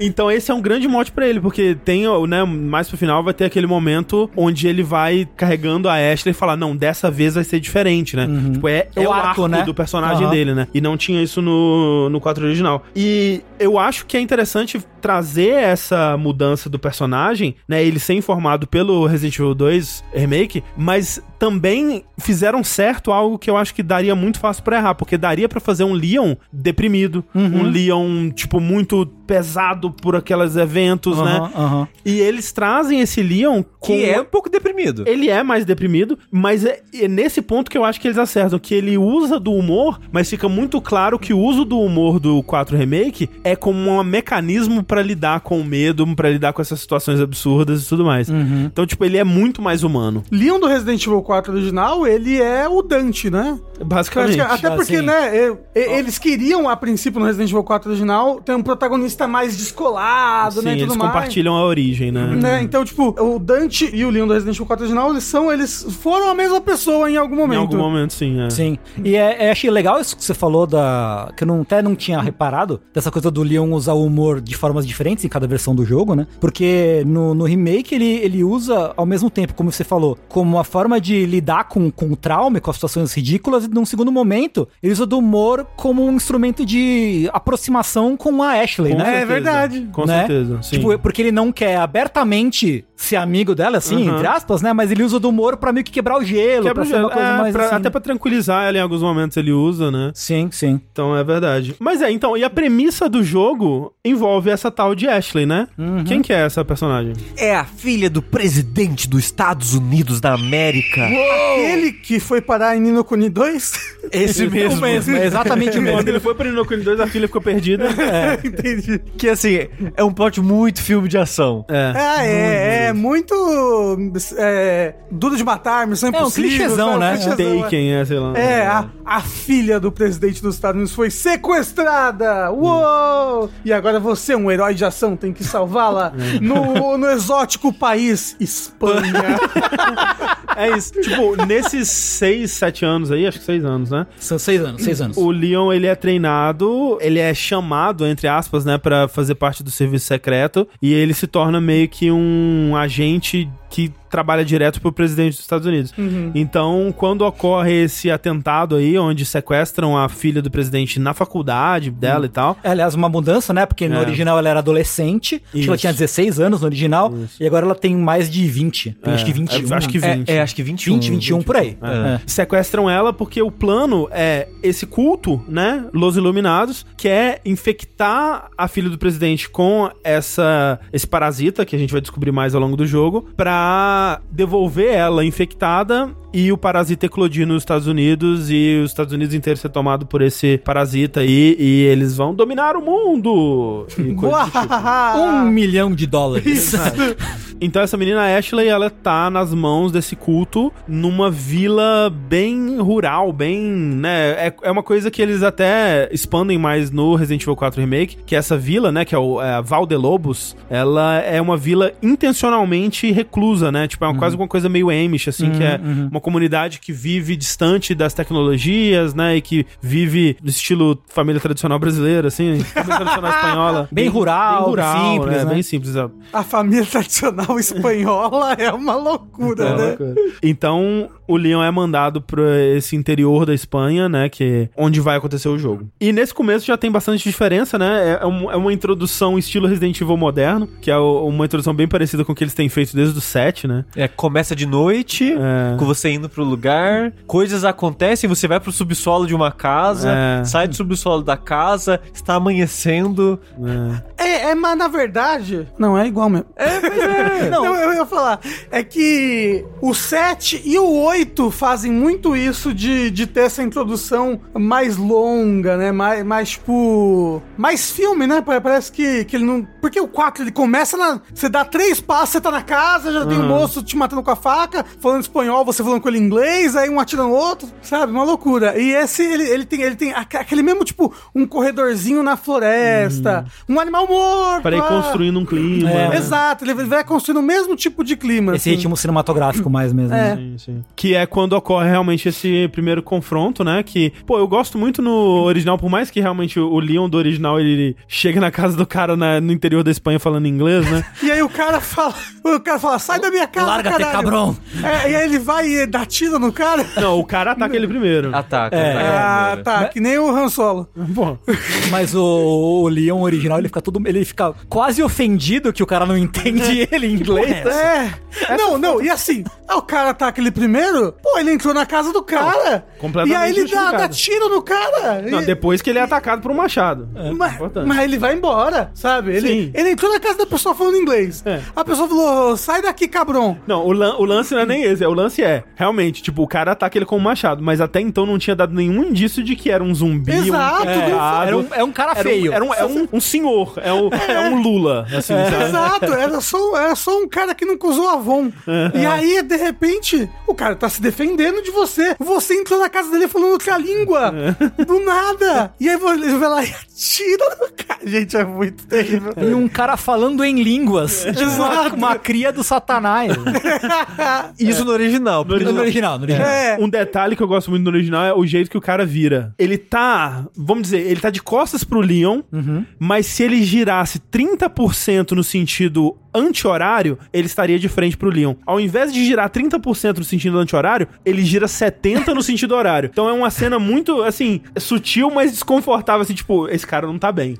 [SPEAKER 1] Então esse é um grande mote pra ele, porque tem, ó, né, mais pro final vai ter aquele momento onde ele vai carregando a Ashley e falar, não, dessa vez vai ser diferente, né? Tipo, é, é o, arco, né? do personagem
[SPEAKER 3] Aham.
[SPEAKER 1] dele, né? E não tinha isso no, no 4 original. E eu acho que é interessante trazer essa mudança do personagem, né? Ele ser informado pelo Resident Evil 2 Remake, mas também fizeram certo algo que eu acho que daria muito fácil pra errar, porque daria pra fazer um Leon deprimido, um Leon, tipo, muito pesado por aqueles eventos, né?
[SPEAKER 3] Aham, aham.
[SPEAKER 1] E eles trazem esse Leon com
[SPEAKER 4] Que é um pouco deprimido.
[SPEAKER 1] ele é mais deprimido, mas é, é nesse ponto que eu acho que eles acertam, que ele usa do humor, mas fica muito claro que o uso do humor do 4 Remake é como um mecanismo pra lidar com o medo, pra lidar com essas situações absurdas e tudo mais. Então, tipo, ele é muito mais humano.
[SPEAKER 2] Leon do Resident Evil 4 original, ele é o Dante, né?
[SPEAKER 1] Basicamente.
[SPEAKER 2] Até porque,
[SPEAKER 3] assim.
[SPEAKER 2] né, eu- e- eles queriam, a princípio, no Resident Evil 4 original, ter um protagonista mais descolado,
[SPEAKER 1] Sim,
[SPEAKER 2] né, e
[SPEAKER 1] eles
[SPEAKER 2] tudo mais.
[SPEAKER 1] compartilham a origem, né?
[SPEAKER 2] Né? Então, tipo, o Dante e o Leon do Resident Evil 4 original, eles são, eles foram a mesma pessoa em algum
[SPEAKER 1] Em
[SPEAKER 2] momento.
[SPEAKER 1] algum momento, sim. É.
[SPEAKER 3] Sim. E é, é, achei legal isso que você falou da. Que eu não, até não tinha reparado, dessa coisa do Leon usar o humor de formas diferentes em cada versão do jogo, né? Porque no, no remake ele, ele usa, ao mesmo tempo, como você falou, como uma forma de lidar com, com o trauma, e com as situações ridículas, e num segundo momento, ele usa do humor como um instrumento de aproximação com a Ashley,
[SPEAKER 1] Com
[SPEAKER 3] né?
[SPEAKER 1] certeza,
[SPEAKER 2] É verdade.
[SPEAKER 1] Com
[SPEAKER 3] né?
[SPEAKER 1] certeza, sim.
[SPEAKER 3] Tipo, porque ele não quer abertamente ser amigo dela, assim,
[SPEAKER 1] Uhum.
[SPEAKER 3] entre aspas, né? Mas ele usa do humor pra meio que quebrar o gelo,
[SPEAKER 1] Quebra
[SPEAKER 3] pra
[SPEAKER 1] o
[SPEAKER 3] ser
[SPEAKER 1] gelo.
[SPEAKER 3] uma coisa
[SPEAKER 1] É,
[SPEAKER 3] mais
[SPEAKER 1] pra-
[SPEAKER 3] assim.
[SPEAKER 1] Até pra tranquilizar ela em alguns momentos ele usa, né?
[SPEAKER 3] Sim, sim.
[SPEAKER 1] Então é verdade. Mas é, então, e a premissa do jogo envolve essa tal de Ashley, né? Quem que é essa personagem?
[SPEAKER 4] É a filha do presidente dos Estados Unidos da América.
[SPEAKER 2] Aquele que foi parar em Nino Kuni 2,
[SPEAKER 4] Esse mesmo.
[SPEAKER 3] É exatamente o mesmo.
[SPEAKER 1] Quando ele foi pro Inokuni 2, a filha ficou perdida. É.
[SPEAKER 2] entendi.
[SPEAKER 4] Que assim, é um plot muito filme de ação.
[SPEAKER 2] Ah, é, é muito é, duro de matar, missão
[SPEAKER 3] um
[SPEAKER 2] impossível.
[SPEAKER 3] clichêzão,
[SPEAKER 2] sabe?
[SPEAKER 3] né?
[SPEAKER 2] Um clichêzão, é.
[SPEAKER 1] Taken, é, sei lá.
[SPEAKER 2] É, a, a filha do presidente dos Estados Unidos foi sequestrada!
[SPEAKER 3] Hum.
[SPEAKER 2] Uou! E agora você, um herói de ação, tem que salvá-la
[SPEAKER 3] É.
[SPEAKER 2] no, no exótico país Espanha.
[SPEAKER 1] É isso. Tipo, nesses seis, sete anos aí, acho que seis anos, né?
[SPEAKER 3] São seis anos, seis anos.
[SPEAKER 1] O Leon, ele é treinado, ele é chamado, entre aspas, né, pra fazer parte do serviço secreto. E ele se torna meio que um agente que trabalha direto pro presidente dos Estados Unidos. Então, quando ocorre esse atentado aí, onde sequestram a filha do presidente na faculdade dela e tal.
[SPEAKER 3] É, aliás, uma mudança, né? Porque no
[SPEAKER 1] É.
[SPEAKER 3] original ela era adolescente, acho que
[SPEAKER 1] Isso.
[SPEAKER 3] ela tinha 16 anos no original, e agora ela tem mais de 20. Tem acho que 21.
[SPEAKER 1] é, acho que
[SPEAKER 3] né?
[SPEAKER 1] 20.
[SPEAKER 4] É, é, acho que 21.
[SPEAKER 3] 20, 21 por aí.
[SPEAKER 1] É.
[SPEAKER 3] É.
[SPEAKER 1] Sequestram ela porque o plano é esse culto, né? Los Iluminados, que é infectar a filha do presidente com essa esse parasita, que a gente vai descobrir mais ao longo do jogo, pra devolver ela infectada e o parasita eclodir nos Estados Unidos e os Estados Unidos inteiro ser tomado por esse parasita aí e eles vão dominar o mundo. E coisas do tipo.
[SPEAKER 3] Um milhão de dólares.
[SPEAKER 1] Então essa menina Ashley, ela tá nas mãos desse culto numa vila bem rural, bem, né, é, é uma coisa que eles até expandem mais no Resident Evil 4 Remake, que essa vila, né, que é, o, é a Val de Lobos, ela é uma vila intencionalmente reclusa, né, tipo, é uma-
[SPEAKER 3] Uhum.
[SPEAKER 1] quase uma coisa meio Amish, assim, que é uma comunidade que vive distante das tecnologias, né, e que vive do estilo família tradicional brasileira, assim, família tradicional espanhola.
[SPEAKER 3] Bem rural, simples, né?
[SPEAKER 1] Bem simples, é.
[SPEAKER 2] a família tradicional espanhola é uma loucura, né?
[SPEAKER 3] é.
[SPEAKER 1] Então, o Leon é mandado pra esse interior da Espanha, né? Que onde vai acontecer o jogo. E nesse começo já tem bastante diferença, né? É, é um- é uma introdução estilo Resident Evil moderno, que é o- uma introdução bem parecida com o que eles têm feito desde o 7, né? É,
[SPEAKER 4] É, começa de noite, com você indo pro lugar, coisas acontecem, você vai pro subsolo de uma casa,
[SPEAKER 1] É.
[SPEAKER 4] sai do subsolo da casa, está amanhecendo.
[SPEAKER 2] É, é, mas na verdade. Não, é igual mesmo. É, mas é. Não, eu, eu ia falar. É que o 7 e o 8 fazem muito isso de, de ter essa introdução mais longa, né? Mais, mais tipo. Mais filme, né? Pa- Parece que, que ele não. Porque o 4 ele começa na. Você dá três passos, você tá na casa, já tem um moço te matando com a faca, falando espanhol, você falando com ele em inglês, aí um atira no outro, sabe? Uma loucura. E esse, ele, ele tem, ele tem aca- aquele mesmo, tipo, um corredorzinho na floresta, um animal morto.
[SPEAKER 1] Para ir
[SPEAKER 2] ah.
[SPEAKER 1] construindo um clima.
[SPEAKER 3] É.
[SPEAKER 1] né?
[SPEAKER 2] Exato, ele vai construindo o mesmo tipo de clima.
[SPEAKER 3] Esse
[SPEAKER 2] assim.
[SPEAKER 3] ritmo cinematográfico mais mesmo.
[SPEAKER 2] É.
[SPEAKER 3] né?
[SPEAKER 1] Sim, sim. Que é quando ocorre realmente esse primeiro confronto, né? Que, pô, eu gosto muito no original, por mais que realmente o Leon do original ele chega na casa do cara na- no interior da Espanha falando inglês, né?
[SPEAKER 2] E aí o cara fala, o cara fala, sai da minha casa,
[SPEAKER 3] Larga-te,
[SPEAKER 2] caralho."
[SPEAKER 3] cabrão.
[SPEAKER 2] É, e aí ele vai e dá tiro no cara.
[SPEAKER 1] Não, o cara ataca ele primeiro.
[SPEAKER 4] Ataca.
[SPEAKER 1] É,
[SPEAKER 2] Ah,
[SPEAKER 4] ataca.
[SPEAKER 1] Né?
[SPEAKER 2] tá, que nem o Han Solo.
[SPEAKER 1] Bom,
[SPEAKER 3] Mas o, o Leon original, ele fica todo. Ele fica quase ofendido que o cara não entende ele em inglês. né?
[SPEAKER 2] É. Não, não, e assim, ah, o cara tá aquele primeiro, pô, ele entrou na casa do cara.
[SPEAKER 1] completamente
[SPEAKER 2] e aí ele dá,
[SPEAKER 1] justificado.
[SPEAKER 2] dá tiro no cara.
[SPEAKER 1] Não,
[SPEAKER 2] e-
[SPEAKER 1] depois que ele é atacado por um machado.
[SPEAKER 2] mas,
[SPEAKER 1] importante.
[SPEAKER 2] mas ele vai embora, sabe?
[SPEAKER 1] Sim.
[SPEAKER 2] Ele, ele entrou na casa da pessoa falando inglês.
[SPEAKER 1] É.
[SPEAKER 2] A pessoa falou, sai daqui, cabrão.
[SPEAKER 1] Não, o, lan- o lance não é nem esse. é- O lance é, realmente, tipo, o cara ataca ele com um machado, mas até então não tinha dado nenhum indício de que era um zumbi.
[SPEAKER 2] Exato,
[SPEAKER 1] um
[SPEAKER 2] não foi.
[SPEAKER 1] drogado.
[SPEAKER 3] Era um, é um cara
[SPEAKER 1] Era um-
[SPEAKER 3] feio.
[SPEAKER 1] Era um, é um, um senhor, é um, é um Lula, assim,
[SPEAKER 3] né?
[SPEAKER 1] sabe?
[SPEAKER 2] Exato, era só, era só um cara que nunca usou Avon. E aí, de repente, o cara tá tá se defendendo de você. Você entrou na casa dele falando outra língua. Do nada. E aí ele vai lá e atira no cara. Gente, é muito terrível.
[SPEAKER 3] E um cara falando em línguas. Tipo, uma,
[SPEAKER 2] Exato.
[SPEAKER 3] uma cria do satanás.
[SPEAKER 4] Isso no original.
[SPEAKER 3] no original, no original.
[SPEAKER 2] É.
[SPEAKER 1] Um detalhe que eu gosto muito do original é o jeito que o cara vira. Ele tá, vamos dizer, ele tá de costas pro Leon,
[SPEAKER 3] Uhum.
[SPEAKER 1] mas se ele girasse 30% no sentido anti-horário, ele estaria de frente pro Leon. Ao invés de girar 30% no sentido anti-horário, ele gira 70% no sentido horário. Então é uma cena muito, assim, sutil, mas desconfortável, assim, tipo, esse cara não tá bem.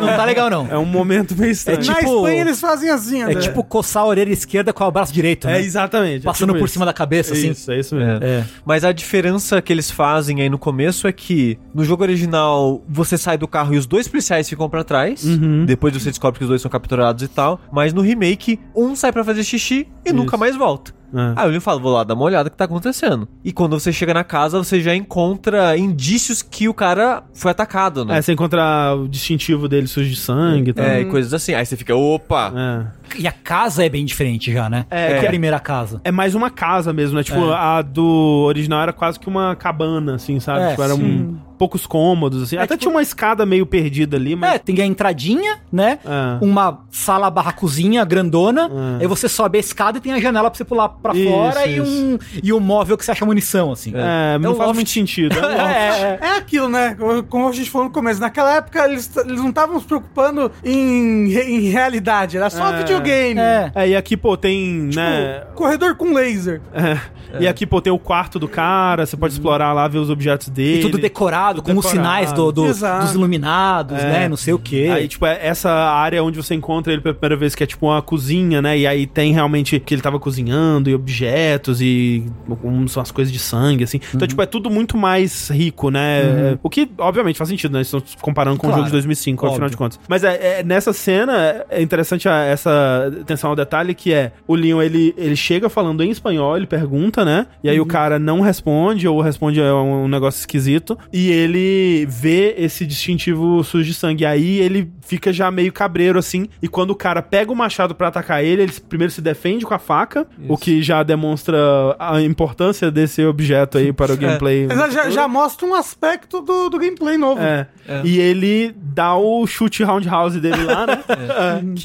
[SPEAKER 3] Não tá legal, não.
[SPEAKER 1] É um momento meio estranho.
[SPEAKER 3] É tipo-
[SPEAKER 2] Na Espanha eles fazem assim,
[SPEAKER 3] É
[SPEAKER 2] André.
[SPEAKER 3] tipo coçar a orelha esquerda com o braço direito,
[SPEAKER 1] É,
[SPEAKER 3] né?
[SPEAKER 1] exatamente. é
[SPEAKER 3] Passando
[SPEAKER 1] tipo
[SPEAKER 3] por
[SPEAKER 1] isso.
[SPEAKER 3] cima da cabeça, assim.
[SPEAKER 1] Isso, é isso mesmo.
[SPEAKER 3] É.
[SPEAKER 4] Mas a diferença que eles fazem aí no começo é que no jogo original você sai do carro e os dois policiais ficam pra trás.
[SPEAKER 1] Uhum.
[SPEAKER 4] Depois você descobre que os dois são capturados e tal. Mas no remake, um sai pra fazer xixi e nunca mais volta.
[SPEAKER 1] É.
[SPEAKER 4] Aí o Leon fala, vou lá dar uma olhada o que tá acontecendo. E quando você chega na casa, você já encontra indícios que o cara foi atacado, né?
[SPEAKER 1] É, você encontra o distintivo dele sujo de sangue e tal.
[SPEAKER 4] É, e coisas assim. Aí você fica, opa!
[SPEAKER 1] É.
[SPEAKER 3] E a casa é bem diferente já, né?
[SPEAKER 1] É,
[SPEAKER 3] que
[SPEAKER 1] é.
[SPEAKER 3] a primeira casa.
[SPEAKER 1] É mais uma casa mesmo, né?
[SPEAKER 3] É.
[SPEAKER 1] Tipo, a do original era quase que uma cabana, assim, sabe?
[SPEAKER 3] É,
[SPEAKER 1] tipo, eram poucos cômodos, assim. Até
[SPEAKER 3] tipo-
[SPEAKER 1] tinha uma escada meio perdida ali,
[SPEAKER 3] É,
[SPEAKER 1] mas.
[SPEAKER 3] tem a entradinha, né?
[SPEAKER 1] É.
[SPEAKER 3] Uma sala barra cozinha grandona. Aí você sobe a escada e tem a janela pra você pular pra
[SPEAKER 1] Isso,
[SPEAKER 3] fora e um, e um móvel que você acha munição, assim.
[SPEAKER 1] É, não
[SPEAKER 3] um
[SPEAKER 1] faz
[SPEAKER 3] loft.
[SPEAKER 1] muito sentido. É um loft.
[SPEAKER 3] É, é.
[SPEAKER 2] É aquilo, né? Como a gente falou no começo, naquela época eles, t- eles não estavam se preocupando em, re- em realidade, era só
[SPEAKER 1] É.
[SPEAKER 2] videogame.
[SPEAKER 3] É.
[SPEAKER 1] É, e aqui, pô, tem, né?
[SPEAKER 2] Tipo, corredor com laser.
[SPEAKER 1] é. E aqui, pô, tem o quarto do cara, você pode explorar lá, ver os objetos dele.
[SPEAKER 3] Uhum. E tudo decorado, com os
[SPEAKER 1] decorado. É.
[SPEAKER 3] sinais do, do-
[SPEAKER 2] Exato.
[SPEAKER 3] dos iluminados, né? Não sei o quê.
[SPEAKER 1] Aí, tipo, é essa área onde você encontra ele pela primeira vez, que é tipo uma cozinha, né? E aí tem realmente que ele tava cozinhando e objetos e algumas umas coisas de sangue, assim.
[SPEAKER 3] Uhum.
[SPEAKER 1] Então, tipo, é tudo muito mais rico, né? O que, obviamente, faz sentido, né? Estamos comparando com o
[SPEAKER 3] Claro.
[SPEAKER 1] jogo de 2005,
[SPEAKER 3] Óbvio.
[SPEAKER 1] afinal de contas. Mas é, é- nessa cena, é interessante a- essa atenção ao detalhe, que é o Leon, ele, ele chega falando em espanhol, ele pergunta, né? E aí o cara não responde, ou responde é um, um negócio esquisito, e ele vê esse distintivo sujo de sangue. Aí ele fica já meio cabreiro, assim, e quando o cara pega o machado pra atacar ele, ele primeiro se defende com a faca, o que já demonstra a importância desse objeto aí para o gameplay.
[SPEAKER 2] Mas já, já mostra um aspecto do, do gameplay novo.
[SPEAKER 1] É. E ele dá o chute roundhouse dele lá, né? É.
[SPEAKER 4] Que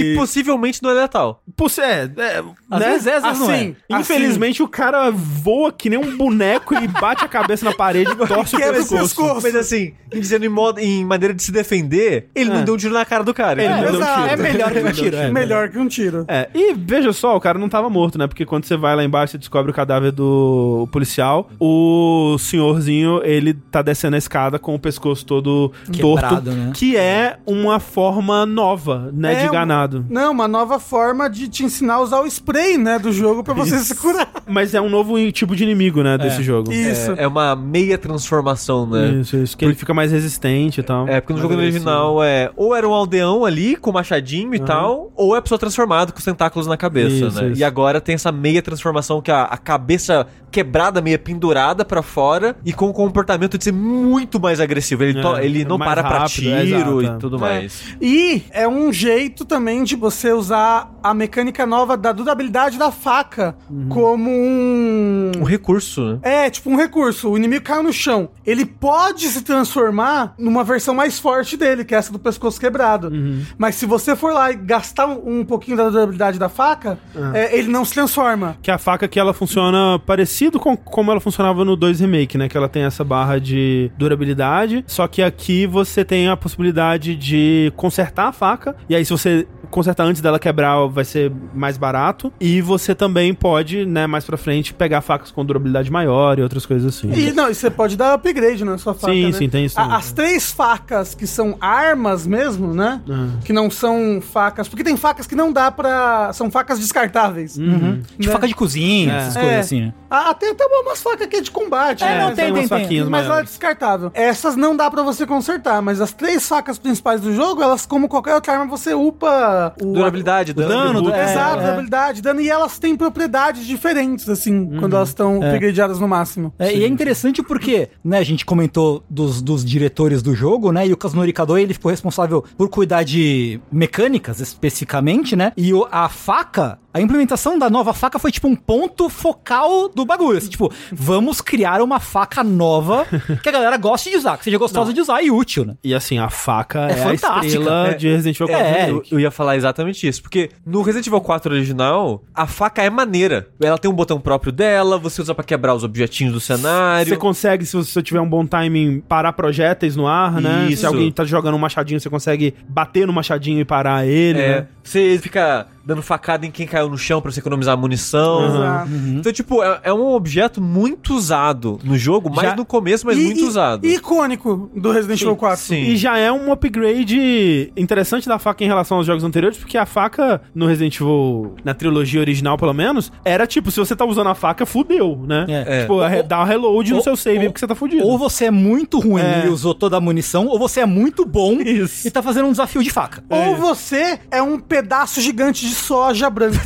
[SPEAKER 1] Que.
[SPEAKER 4] possivelmente não é letal.
[SPEAKER 1] Pô, é, é,
[SPEAKER 3] Às
[SPEAKER 1] né?
[SPEAKER 3] vezes é, às vezes não é.
[SPEAKER 1] Assim, Infelizmente, o cara voa que nem um boneco e bate a cabeça na parede e torce o
[SPEAKER 2] Quebra esse
[SPEAKER 1] pescoço.
[SPEAKER 2] pescoço.
[SPEAKER 4] Mas assim, dizendo em, modo, em maneira de se defender, ele
[SPEAKER 1] É.
[SPEAKER 4] não deu um tiro na cara do cara.
[SPEAKER 1] Ele
[SPEAKER 4] É.
[SPEAKER 1] não deu
[SPEAKER 2] exato.
[SPEAKER 1] tiro.
[SPEAKER 2] É melhor que um tiro.
[SPEAKER 1] É,
[SPEAKER 2] melhor que um tiro.
[SPEAKER 1] É, e veja só, o cara não tava morto, né? Porque quando você vai lá embaixo e descobre o cadáver do policial, o senhorzinho, ele tá descendo a escada com o pescoço todo
[SPEAKER 3] Quebrado,
[SPEAKER 1] torto,
[SPEAKER 3] né?
[SPEAKER 1] que é uma forma nova, né,
[SPEAKER 2] É
[SPEAKER 1] de
[SPEAKER 2] um-
[SPEAKER 1] ganado.
[SPEAKER 2] Não, uma nova forma de te ensinar a usar o spray, né, do jogo pra você se curar.
[SPEAKER 1] Mas é um novo tipo de inimigo, né, desse jogo. É,
[SPEAKER 2] Isso.
[SPEAKER 4] É uma meia transformação, né?
[SPEAKER 1] Isso, isso. Que ele fica mais resistente e tal.
[SPEAKER 4] É, porque no
[SPEAKER 1] Mais
[SPEAKER 4] jogo
[SPEAKER 1] agressivo.
[SPEAKER 4] original é ou era um aldeão ali com machadinho e tal, ou é a pessoa transformada com os tentáculos na cabeça,
[SPEAKER 1] Isso,
[SPEAKER 4] né?
[SPEAKER 1] isso.
[SPEAKER 4] E agora tem essa meia transformação que a, a cabeça quebrada, meio pendurada pra fora e com o comportamento de ser muito mais agressivo. Ele,
[SPEAKER 1] É,
[SPEAKER 4] to- ele
[SPEAKER 1] é
[SPEAKER 4] não
[SPEAKER 1] mais
[SPEAKER 4] para pra
[SPEAKER 1] rápido, é, exato,
[SPEAKER 4] tiro
[SPEAKER 1] é.
[SPEAKER 4] e tudo mais.
[SPEAKER 2] E é um jeito também de você usar a mecânica nova da durabilidade da faca
[SPEAKER 1] Uhum.
[SPEAKER 2] como um...
[SPEAKER 4] Um recurso, né?
[SPEAKER 2] É, tipo um recurso. O inimigo caiu no chão. Ele pode se transformar numa versão mais forte dele, que é essa do pescoço quebrado.
[SPEAKER 1] Uhum.
[SPEAKER 2] Mas se você for lá e gastar um, um pouquinho da durabilidade da faca,
[SPEAKER 1] Ah.
[SPEAKER 2] é, ele não se transforma.
[SPEAKER 1] Que a faca que ela funciona parecido com como ela funcionava no 2 Remake, né? Que ela tem essa barra de durabilidade. Só que aqui você tem a possibilidade de consertar a faca. E aí, se você consertar antes dela quebrar, vai ser mais barato. E você também pode, né, mais pra frente, pegar facas com durabilidade maior e outras coisas assim.
[SPEAKER 2] E não, e você pode dar upgrade na sua faca.
[SPEAKER 1] Sim,
[SPEAKER 2] né?
[SPEAKER 1] sim, tem isso
[SPEAKER 2] A-
[SPEAKER 1] também.
[SPEAKER 2] as três facas que são armas mesmo, né? Que não são facas. Porque tem facas que não dá pra. São facas descartáveis.
[SPEAKER 3] De
[SPEAKER 2] Né?
[SPEAKER 3] faca de cozinha, essas coisas
[SPEAKER 2] É.
[SPEAKER 3] assim, né?
[SPEAKER 2] Ah, tem até umas facas que é de combate.
[SPEAKER 3] É,
[SPEAKER 2] né?
[SPEAKER 3] não,
[SPEAKER 1] são
[SPEAKER 3] tem,
[SPEAKER 1] umas
[SPEAKER 3] tem, tem.
[SPEAKER 1] faquinhas
[SPEAKER 2] Mas ela é
[SPEAKER 1] maiores.
[SPEAKER 2] descartável. Essas não dá pra você consertar, mas as três facas principais do jogo, elas, como qualquer outra arma, você upa o.
[SPEAKER 4] Durabilidade, dano.
[SPEAKER 3] dano,
[SPEAKER 4] atributo.
[SPEAKER 2] a- Exato,
[SPEAKER 3] É, é.
[SPEAKER 2] durabilidade, dano. E elas têm propriedades diferentes, assim, quando elas estão upgradeadas no máximo.
[SPEAKER 3] É, e é interessante porque, né, a gente comentou dos, dos diretores do jogo, né, e o Kazunori Kadoi, ele ficou responsável por cuidar de mecânicas, especificamente, né, e o- a faca A implementação da nova faca foi tipo um ponto focal do bagulho. Assim, tipo, vamos criar uma faca nova que a galera goste de usar, que seja gostosa de usar e útil, né?
[SPEAKER 1] E assim, a faca é,
[SPEAKER 3] É
[SPEAKER 1] a
[SPEAKER 3] fantástica,
[SPEAKER 1] estrela
[SPEAKER 4] né?
[SPEAKER 1] de Resident Evil 4
[SPEAKER 3] É,
[SPEAKER 1] Remake.
[SPEAKER 4] Eu ia falar exatamente isso, porque no Resident Evil 4 original, a faca é maneira. Ela tem um botão próprio dela, você usa pra quebrar os objetinhos do cenário.
[SPEAKER 1] Você consegue, se você tiver um bom timing, parar projéteis no ar, né? Se
[SPEAKER 4] Isso.
[SPEAKER 1] alguém tá jogando um machadinho, você consegue bater no machadinho e parar ele,
[SPEAKER 4] É,
[SPEAKER 1] né?
[SPEAKER 4] você fica dando facada em quem caiu no chão pra você economizar munição.
[SPEAKER 2] Exato.
[SPEAKER 1] Uhum.
[SPEAKER 4] Então, tipo, é, é um objeto muito usado no jogo, mas
[SPEAKER 1] Já-
[SPEAKER 4] no começo, mas
[SPEAKER 2] E-
[SPEAKER 4] muito
[SPEAKER 2] e-
[SPEAKER 4] usado.
[SPEAKER 2] E icônico do Resident Evil 4.
[SPEAKER 4] Sim.
[SPEAKER 1] E já é um upgrade interessante da faca em relação aos jogos anteriores, porque a faca no Resident Evil, na trilogia original pelo menos, era tipo, se você tá usando a faca, fudeu, né?
[SPEAKER 3] É.
[SPEAKER 1] Tipo, é, dá um reload no
[SPEAKER 3] Ou-
[SPEAKER 1] seu save
[SPEAKER 3] ou-
[SPEAKER 1] porque você tá fudido.
[SPEAKER 3] Ou você é muito ruim
[SPEAKER 1] É.
[SPEAKER 3] e usou toda a munição, ou você é muito bom
[SPEAKER 1] Isso.
[SPEAKER 3] e tá fazendo um desafio de faca.
[SPEAKER 2] Ou você é um pedaço gigante de soja branca.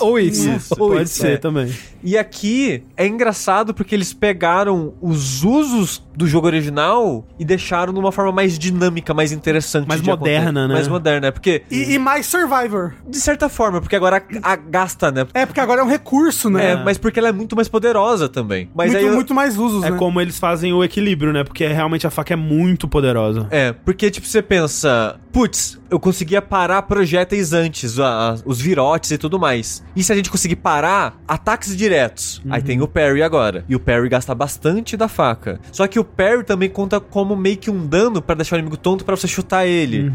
[SPEAKER 2] Ou isso.
[SPEAKER 3] Ou isso. ou
[SPEAKER 1] Pode
[SPEAKER 3] isso.
[SPEAKER 1] ser
[SPEAKER 3] É.
[SPEAKER 1] também.
[SPEAKER 4] E aqui é engraçado porque eles pegaram os usos do jogo original e deixaram numa forma mais dinâmica, mais interessante.
[SPEAKER 1] Mais
[SPEAKER 4] de acontecer.
[SPEAKER 1] moderna, né?
[SPEAKER 4] Mais moderna, é porque.
[SPEAKER 2] E, e mais Survivor.
[SPEAKER 4] De certa forma, porque agora a, a gasta, né?
[SPEAKER 2] É, porque agora é um recurso, né?
[SPEAKER 4] É, mas porque ela é muito mais poderosa também. Mas
[SPEAKER 2] muito,
[SPEAKER 4] aí eu-
[SPEAKER 2] muito mais usos,
[SPEAKER 1] É
[SPEAKER 2] né?
[SPEAKER 1] como eles fazem o equilíbrio, né? Porque realmente a faca é muito poderosa.
[SPEAKER 4] É, porque, tipo, você pensa, putz, eu conseguia parar projéteis antes, a- a- os virotes e tudo mais. E se a gente conseguir parar ataques diretos?
[SPEAKER 1] Uhum.
[SPEAKER 4] Aí tem o parry agora. E o parry gasta bastante da faca. Só que o parry também conta como meio que um dano pra deixar o inimigo tonto pra você chutar ele.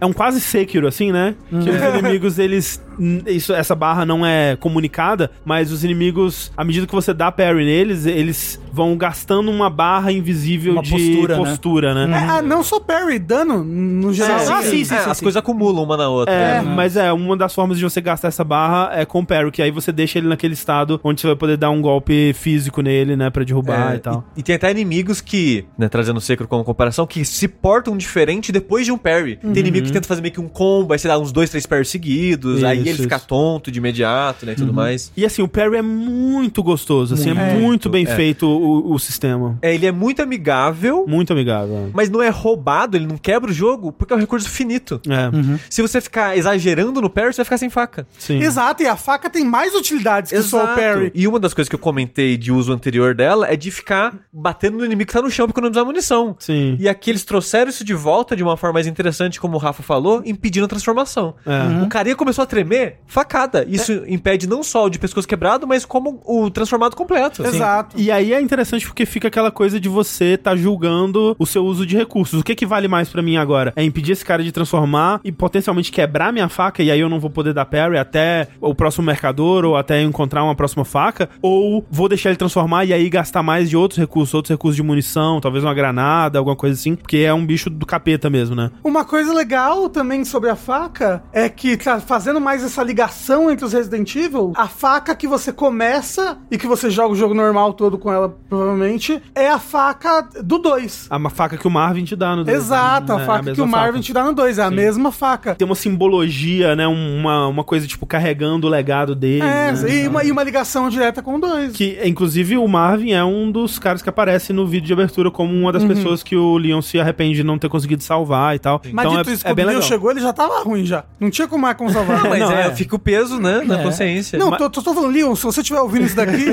[SPEAKER 1] É um quase Sekiro, assim, né? Que os inimigos, eles. n- Isso, essa barra não é comunicada, mas os inimigos, à medida que você dá parry neles, eles vão gastando uma barra invisível
[SPEAKER 3] Uma
[SPEAKER 1] de postura,
[SPEAKER 3] postura, né?
[SPEAKER 1] né?
[SPEAKER 2] É, ah, não só parry, dano, no geral. assim.
[SPEAKER 1] Ah, sim,
[SPEAKER 4] É,
[SPEAKER 1] sim,
[SPEAKER 4] é,
[SPEAKER 1] sim,
[SPEAKER 4] As
[SPEAKER 1] sim.
[SPEAKER 4] coisas acumulam uma na outra.
[SPEAKER 1] É, mas é, uma das formas de você gastar essa barra é com parry, que aí você deixa ele naquele estado onde você vai poder dar um golpe físico nele, né, Pra derrubar
[SPEAKER 4] É,
[SPEAKER 1] e tal.
[SPEAKER 4] E, tem até inimigos que, né, trazendo o Sekiro como comparação, que se portam diferente depois de um parry.
[SPEAKER 1] Uhum.
[SPEAKER 4] Tem inimigo que tenta fazer meio que um combo, aí você dá uns dois, três parries seguidos, aí
[SPEAKER 1] Isso,
[SPEAKER 4] ele fica
[SPEAKER 1] isso.
[SPEAKER 4] tonto de imediato, né, e tudo mais.
[SPEAKER 1] E assim, o parry é muito gostoso, assim, é
[SPEAKER 4] Muito.
[SPEAKER 1] muito bem
[SPEAKER 4] É.
[SPEAKER 1] feito o, o sistema.
[SPEAKER 4] É, ele é muito amigável,
[SPEAKER 1] Muito amigável.
[SPEAKER 4] mas não é roubado, ele não quebra o jogo, porque é um recurso finito.
[SPEAKER 1] É,
[SPEAKER 4] Se você ficar exagerando no parry, você vai ficar sem faca.
[SPEAKER 1] sim.
[SPEAKER 2] Exato, e a faca tem mais utilidades que só o parry.
[SPEAKER 4] E uma das coisas que eu comentei de uso anterior dela é de ficar batendo no inimigo que tá no chão pra economizar munição.
[SPEAKER 1] Sim.
[SPEAKER 4] E aqui eles trouxeram isso de volta de uma forma mais interessante, como o Rafa falou, impedindo a transformação.
[SPEAKER 1] É.
[SPEAKER 4] O carinha começou a tremer, facada. Isso impede não só o de pescoço quebrado, mas como o transformado completo.
[SPEAKER 2] Exato.
[SPEAKER 1] E aí é interessante porque fica aquela coisa de você tá julgando o seu uso de recursos. O que que vale mais pra mim agora? É impedir esse cara de transformar e potencialmente quebrar minha faca e aí eu não vou poder dar parry até o próximo mercador ou até encontrar uma próxima faca? Ou vou deixar ele transformar e aí gastar mais de outros recursos, outros recursos de munição, talvez uma granada, alguma coisa assim, porque é um bicho do capeta mesmo, né?
[SPEAKER 2] Uma coisa legal também sobre a faca é que tá fazendo mais essa ligação entre os Resident Evil, a faca que você começa e que você joga o jogo normal todo com ela, provavelmente, é a faca do 2.
[SPEAKER 1] A ma- faca que o Marvin te dá no desenho,
[SPEAKER 2] Exato, a
[SPEAKER 1] né? É
[SPEAKER 2] faca que
[SPEAKER 1] mesma
[SPEAKER 2] o Marvin
[SPEAKER 1] faca.
[SPEAKER 2] te dá no 2, é a mesma faca.
[SPEAKER 1] tem uma simbologia, né? Uma, uma coisa tipo carregando o legado dele.
[SPEAKER 2] É,
[SPEAKER 1] né?
[SPEAKER 2] e uma, e uma ligação direta com o 2.
[SPEAKER 1] Que, inclusive, o Marvin é um dos caras que aparece no vídeo de abertura como uma
[SPEAKER 2] Uhum.
[SPEAKER 1] das pessoas que o Leon se arrepende de não ter conseguido salvar e tal.
[SPEAKER 2] Mas
[SPEAKER 1] então
[SPEAKER 2] dito
[SPEAKER 1] é,
[SPEAKER 2] isso,
[SPEAKER 1] é
[SPEAKER 2] quando
[SPEAKER 1] bem
[SPEAKER 2] o Neil
[SPEAKER 1] legal.
[SPEAKER 2] chegou, ele já tava ruim já. Não tinha como mais como salvar.
[SPEAKER 4] Mas
[SPEAKER 1] Não,
[SPEAKER 4] é,
[SPEAKER 1] é.
[SPEAKER 4] fica o peso, né? Na consciência.
[SPEAKER 2] Não, tô, tô, tô falando, Leon, se você estiver ouvindo isso daqui,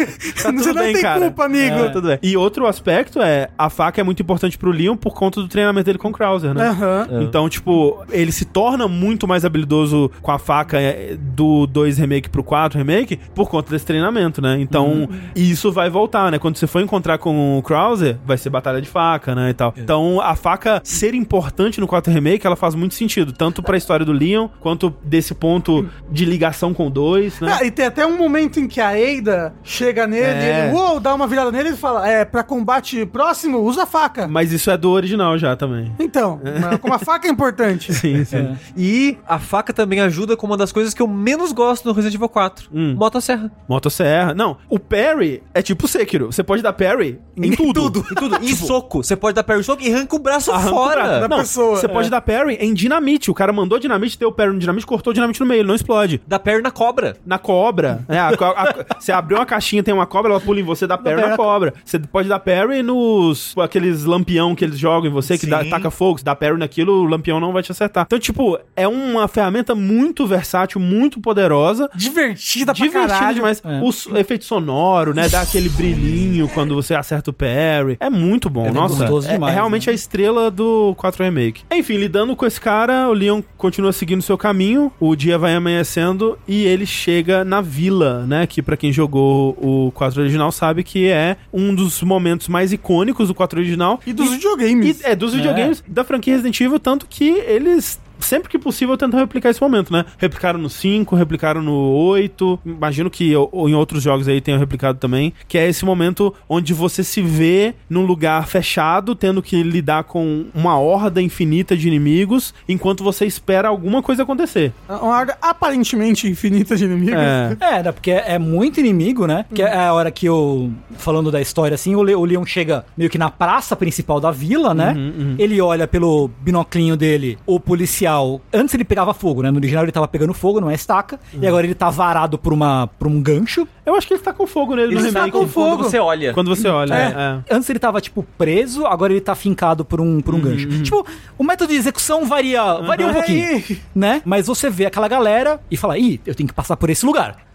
[SPEAKER 2] você não
[SPEAKER 1] Tá bem,
[SPEAKER 2] tem
[SPEAKER 1] cara.
[SPEAKER 2] culpa, amigo.
[SPEAKER 1] É, tudo bem. E outro aspecto é, a faca é muito importante pro Leon por conta do treinamento dele com o Krauser, né?
[SPEAKER 2] Aham.
[SPEAKER 1] Então, tipo, ele se torna muito mais habilidoso com a faca é, do 2 remake pro 4 remake por conta desse treinamento, né? Então, isso vai voltar, né? Quando você for encontrar com o Krauser, vai ser batalha de faca, né? E tal. Então, a faca ser importante no 4 remake, ela faz muito sentido, tanto pra história do Leon, quanto desse ponto de ligação com o 2, né?
[SPEAKER 2] Ah, e tem até um momento em que a Eida chega nele,
[SPEAKER 1] É.
[SPEAKER 2] ele uou, dá uma virada nele e fala: É, pra combate próximo, usa a faca.
[SPEAKER 1] Mas isso é do original já também.
[SPEAKER 2] Então, mas como a faca é importante.
[SPEAKER 1] Sim, sim.
[SPEAKER 4] E a faca também ajuda com uma das coisas que eu menos gosto no Resident Evil 4.
[SPEAKER 1] Hum.
[SPEAKER 4] Motosserra.
[SPEAKER 1] Motosserra. Não, o parry é tipo Sekiro. Você pode dar parry em, tudo.
[SPEAKER 4] Em tudo. E soco. Você pode dar parry soco e arranca o braço
[SPEAKER 1] Arranca o
[SPEAKER 4] fora.
[SPEAKER 1] braço
[SPEAKER 2] da pessoa,
[SPEAKER 1] Você
[SPEAKER 2] é.
[SPEAKER 1] pode dar parry em dinamite. O cara mandou dinamite, deu parry no dinamite, cortou dinamite no meio, ele não explode.
[SPEAKER 4] Da perna cobra.
[SPEAKER 1] Na cobra. né, a co- a- você abriu uma caixinha, tem uma cobra, ela pula em você, dá parry na
[SPEAKER 3] parry.
[SPEAKER 1] cobra. Você pode dar parry nos. tipo, aqueles lampião que eles jogam em você, que dá,
[SPEAKER 4] Sim.
[SPEAKER 1] taca fogo. Você dá parry naquilo, o lampião não vai te acertar. Então, tipo, é uma ferramenta muito versátil, muito poderosa.
[SPEAKER 2] Divertida, pra
[SPEAKER 1] Divertido
[SPEAKER 2] caralho.
[SPEAKER 1] demais.
[SPEAKER 3] É.
[SPEAKER 1] O so- efeito sonoro, né? Dá aquele brilhinho quando você acerta o parry. É muito bom.
[SPEAKER 3] É
[SPEAKER 1] Nossa,
[SPEAKER 3] gostoso
[SPEAKER 1] é,
[SPEAKER 3] demais,
[SPEAKER 1] é realmente
[SPEAKER 3] né?
[SPEAKER 1] a estrela do 4 Remake. Enfim, lidando com esse cara, o Leon continua seguindo seu caminho. O dia vai amanhecendo e ele chega na vila, né? Que pra quem jogou o 4 original sabe que é um dos momentos mais icônicos do 4 original.
[SPEAKER 2] E dos videogames.
[SPEAKER 1] E- é, dos videogames da franquia Resident Evil, tanto que eles. Sempre que possível tentam replicar esse momento, né? Replicaram no 5, replicaram no 8. Imagino que o- ou em outros jogos aí tenham replicado também. Que é esse momento onde você se vê num lugar fechado, tendo que lidar com uma horda infinita de inimigos, enquanto você espera alguma coisa acontecer.
[SPEAKER 2] é Uma horda aparentemente infinita de inimigos.
[SPEAKER 1] É.
[SPEAKER 3] É, né, porque é muito inimigo, né?
[SPEAKER 1] Uhum.
[SPEAKER 3] Que é a hora que eu. Falando da história assim, o, Le, o Leon chega meio que na praça principal da vila, né?
[SPEAKER 1] Uhum,
[SPEAKER 3] Ele olha pelo binoclinho dele, o policial. Antes ele pegava fogo, né? No original ele tava pegando fogo, não é estaca.
[SPEAKER 1] Uhum.
[SPEAKER 3] E agora ele tá varado por, uma, por um gancho.
[SPEAKER 1] Eu acho que ele tá com fogo nele no
[SPEAKER 4] Ele tá
[SPEAKER 1] remake.
[SPEAKER 4] com fogo. Quando você olha.
[SPEAKER 1] Quando você olha. é.
[SPEAKER 3] É. Antes ele tava, tipo, preso, agora ele tá fincado por um,
[SPEAKER 1] Uhum,
[SPEAKER 3] por um gancho. Tipo, o método de execução varia, varia um pouquinho, né? Mas você vê aquela galera e fala, ih, eu tenho que passar por esse lugar.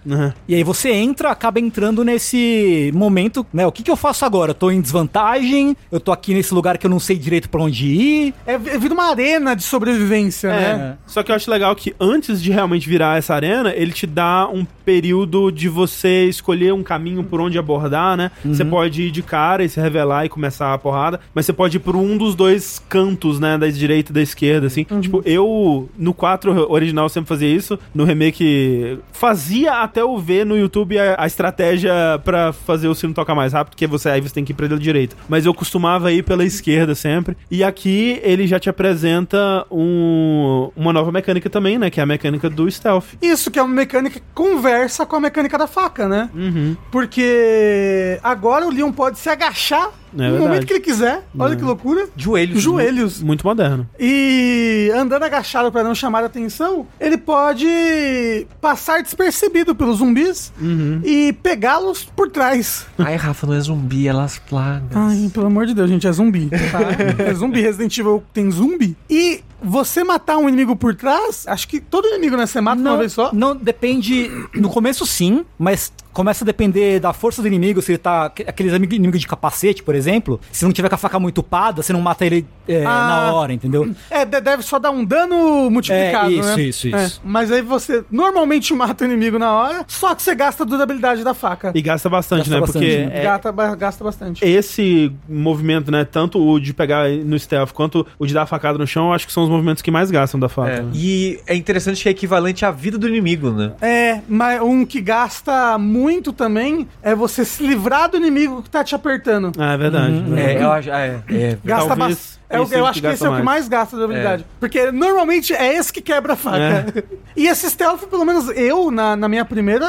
[SPEAKER 3] E aí você entra, acaba entrando nesse momento, né? O que, que eu faço agora? Eu tô em desvantagem, eu tô aqui nesse lugar que eu não sei direito pra onde ir.
[SPEAKER 2] É, é vira uma arena de sobrevivência, né?
[SPEAKER 1] É. Só que eu acho legal que antes de realmente virar essa arena, ele te dá um período de você escolher um caminho por onde abordar, né? Você pode ir de cara e se revelar e começar a porrada, mas você pode ir por um dos dois cantos, né? Da direita e da esquerda, assim. Tipo, eu no 4 original sempre fazia isso, no remake fazia até eu ver no YouTube a, a estratégia pra fazer o sino tocar mais rápido, que você aí você tem que ir pra direita. Mas eu costumava ir pela esquerda sempre. E aqui ele já te apresenta um- uma nova mecânica também, né? Que é a mecânica do stealth.
[SPEAKER 2] Isso que é uma mecânica que conversa com a mecânica da faca, né? Porque agora o Leon pode se agachar no
[SPEAKER 1] verdade.
[SPEAKER 2] momento que ele quiser. Olha que loucura.
[SPEAKER 4] Joelhos.
[SPEAKER 2] Joelhos.
[SPEAKER 1] Muito moderno.
[SPEAKER 2] E andando agachado para não chamar a atenção, ele pode passar despercebido pelos zumbis e pegá-los por trás.
[SPEAKER 4] Ai, Rafa, não é zumbi, elas plagas.
[SPEAKER 2] Ai, pelo amor de Deus, gente, é zumbi. tá? É zumbi, Resident Evil tem zumbi. E você matar um inimigo por trás, acho que todo inimigo né, você mata uma vez só.
[SPEAKER 3] não depende. No começo, sim, mas começa a depender da força do inimigo. Se ele tá. Aqueles amigos inimigos de capacete, por exemplo. Se não tiver com a faca muito upada, você não mata ele é,
[SPEAKER 2] Ah.
[SPEAKER 3] na hora, entendeu?
[SPEAKER 2] É, de- deve só dar um dano multiplicado,
[SPEAKER 3] É, isso,
[SPEAKER 2] né?
[SPEAKER 3] isso, isso.
[SPEAKER 2] É, mas aí você normalmente mata o inimigo na hora, só que você gasta a durabilidade da faca.
[SPEAKER 1] E gasta bastante,
[SPEAKER 3] Gasta
[SPEAKER 1] né?
[SPEAKER 3] bastante,
[SPEAKER 1] Porque
[SPEAKER 3] né?
[SPEAKER 1] é-
[SPEAKER 2] Gata- ba- gasta bastante.
[SPEAKER 1] esse movimento, né? Tanto o de pegar no stealth quanto o de dar a facada no chão, eu acho que são os movimentos que mais gastam da faca.
[SPEAKER 4] É,
[SPEAKER 1] né?
[SPEAKER 4] E é interessante que é equivalente à vida do inimigo, né?
[SPEAKER 2] É, mas um que gasta muito também é você se livrar do inimigo que tá te apertando.
[SPEAKER 1] Ah, é verdade. verdade.
[SPEAKER 4] É, eu acho. ah, É, é.
[SPEAKER 1] Talvez
[SPEAKER 2] Gasta bastante. Eu,
[SPEAKER 1] esse é o
[SPEAKER 2] eu
[SPEAKER 1] que
[SPEAKER 2] acho que esse
[SPEAKER 1] gasta É.
[SPEAKER 2] é o que mais gasta durabilidade. Porque normalmente é esse que quebra a faca. E esse stealth, pelo menos eu, na, na minha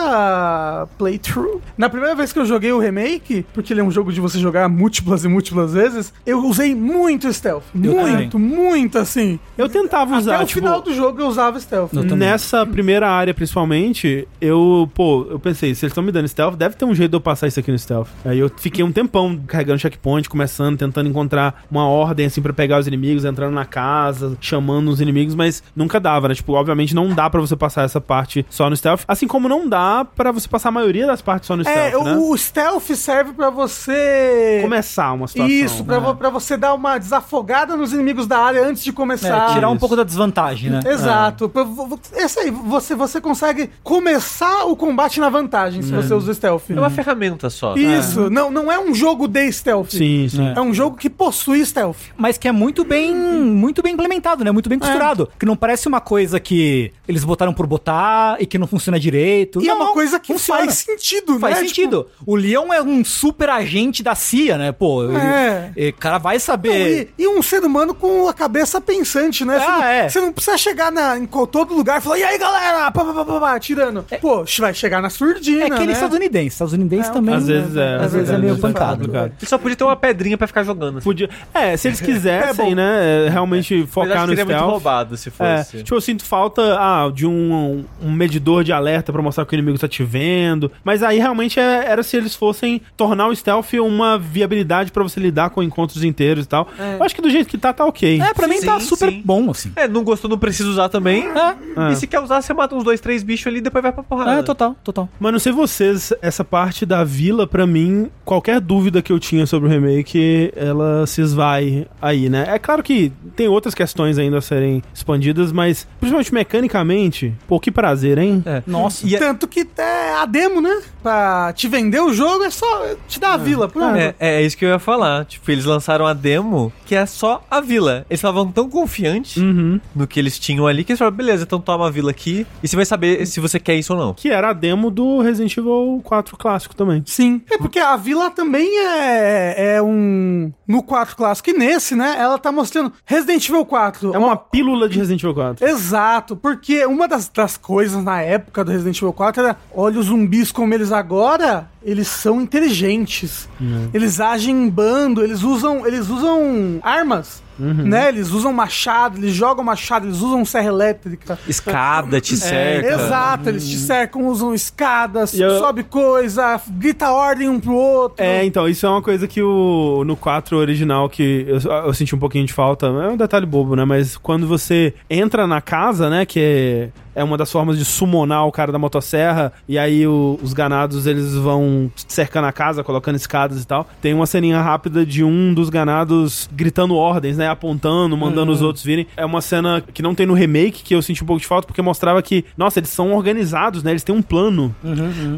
[SPEAKER 2] primeira playthrough, na primeira vez que eu joguei o remake, porque ele é um jogo de você jogar múltiplas e múltiplas vezes, eu usei muito stealth. muito, muito assim.
[SPEAKER 1] Eu tentava usar,
[SPEAKER 2] Até o
[SPEAKER 1] tipo,
[SPEAKER 2] final do jogo eu usava stealth.
[SPEAKER 3] Eu também.
[SPEAKER 1] Nessa primeira área, principalmente, eu, pô, eu pensei, se eles estão me dando stealth, deve ter um jeito de eu passar isso aqui no stealth. Aí eu fiquei um tempão carregando checkpoint, começando, tentando encontrar uma ordem, assim, pra pegar os inimigos, entrando na casa, chamando os inimigos, mas nunca dava, né? Tipo, obviamente não dá pra você passar essa parte só no stealth, assim como não dá pra você passar a maioria das partes só no stealth,
[SPEAKER 2] É,
[SPEAKER 1] né?
[SPEAKER 2] o, o stealth serve pra você.
[SPEAKER 1] Começar uma situação.
[SPEAKER 2] Isso, pra,
[SPEAKER 1] né?
[SPEAKER 2] vo- pra você dar uma desafogada nos inimigos da área antes de começar.
[SPEAKER 3] É, tirar um
[SPEAKER 1] isso.
[SPEAKER 3] pouco da desvantagem, né?
[SPEAKER 2] Exato. Pra vo- vo- Esse aí, você, você consegue começar o combate na vantagem se você usa o stealth.
[SPEAKER 4] É uma ferramenta só.
[SPEAKER 2] Isso, não, não é um jogo de stealth.
[SPEAKER 1] Sim, sim.
[SPEAKER 2] É um jogo que possui stealth.
[SPEAKER 3] mas que é muito bem, muito bem implementado, né? Muito bem costurado. Que não parece uma coisa que eles botaram por botar e que não funciona direito.
[SPEAKER 2] E é
[SPEAKER 3] Não,
[SPEAKER 2] uma coisa que
[SPEAKER 3] funciona.
[SPEAKER 2] faz sentido,
[SPEAKER 3] Faz
[SPEAKER 2] né?
[SPEAKER 3] sentido. O Leon é um super agente da CIA, né? Pô, ele-
[SPEAKER 2] É.
[SPEAKER 3] ele- cara vai
[SPEAKER 2] Tipo,
[SPEAKER 3] saber.
[SPEAKER 2] e, e um ser humano com a cabeça pensante, né? Você,
[SPEAKER 3] É. Ah,
[SPEAKER 2] não,
[SPEAKER 3] é.
[SPEAKER 2] você não precisa chegar na, em co- todo lugar e falar, e aí galera, pá, pá, pá, pá, pá", tirando. Pô, vai chegar na surdina.
[SPEAKER 3] É aquele
[SPEAKER 2] né?
[SPEAKER 3] estadunidense. Estadunidense também.
[SPEAKER 1] Às vezes é.
[SPEAKER 3] Às vezes é meio pancado.
[SPEAKER 1] complicado.
[SPEAKER 4] Ele só podia ter uma pedrinha pra ficar jogando. assim.
[SPEAKER 1] Podia... É, se eles quisessem, né? Realmente
[SPEAKER 4] É. Mas
[SPEAKER 1] focar
[SPEAKER 4] acho
[SPEAKER 1] no
[SPEAKER 4] que seria muito
[SPEAKER 1] stealth.
[SPEAKER 4] roubado se
[SPEAKER 1] É,
[SPEAKER 4] fosse.
[SPEAKER 1] tipo, eu sinto falta ah, de um, um medidor de alerta pra mostrar que o inimigo tá te vendo. Mas aí realmente é- era se eles fossem tornar o stealth uma viabilidade pra você lidar com encontros inteiros e tal. Eu acho que do jeito que tá, tá ok.
[SPEAKER 3] É, pra mim tá
[SPEAKER 4] Sim,
[SPEAKER 3] super
[SPEAKER 4] sim.
[SPEAKER 3] bom, assim.
[SPEAKER 4] É, não gostou, não precisa usar também.
[SPEAKER 1] É.
[SPEAKER 4] E se quer usar, você mata uns dois, três bichos ali e depois vai pra porrada.
[SPEAKER 3] É, total, total.
[SPEAKER 1] Mas não sei vocês, essa parte da vila, pra mim, qualquer dúvida que eu tinha sobre o remake, ela se esvai aí, né? É claro que tem outras questões ainda a serem expandidas, mas principalmente mecanicamente, pô, que prazer, hein?
[SPEAKER 4] É.
[SPEAKER 3] Nossa.
[SPEAKER 4] E é-
[SPEAKER 2] Tanto que é a demo, né? Pra te vender o jogo é só te dar a vila. Pronto.
[SPEAKER 4] É, é isso que eu ia falar. Tipo, eles lançaram a demo que é só a vila. Eles estavam tão confiantes
[SPEAKER 1] Hum.
[SPEAKER 4] no que eles tinham ali que eles falaram, beleza, então toma a vila aqui e você vai saber se você quer isso ou não.
[SPEAKER 1] Que era a demo do Resident Evil 4 clássico também.
[SPEAKER 2] Sim. É porque a vila também é, é um. No 4 clássico. E nesse, né? Ela tá mostrando Resident Evil 4.
[SPEAKER 1] É uma pílula de Resident Evil 4.
[SPEAKER 2] Exato, porque uma das, das coisas na época do Resident Evil 4 era: olha os zumbis como eles agora, eles são inteligentes.
[SPEAKER 1] Uhum.
[SPEAKER 2] Eles agem em bando, eles usam, eles usam armas,
[SPEAKER 1] Uhum.
[SPEAKER 2] né? Eles usam machado, eles jogam machado, eles usam serra elétrica.
[SPEAKER 4] Escada te cerca.
[SPEAKER 2] Exato, eles te cercam, usam escadas,
[SPEAKER 1] E eu-
[SPEAKER 2] sobe coisa, grita ordem um pro outro.
[SPEAKER 1] É, então, isso é uma coisa que o no 4 original que eu, eu senti um pouquinho de falta. É um detalhe bobo, né? Mas quando você entra na casa, né? Que é, é uma das formas de summonar o cara da motosserra. E aí o- os ganados, eles vão cercando a casa, colocando escadas e tal. Tem uma ceninha rápida de um dos ganados gritando ordens, né? Apontando, mandando os outros virem. É uma cena que não tem no remake, que eu senti um pouco de falta, porque mostrava que, nossa, eles são organizados, né? Eles têm um plano.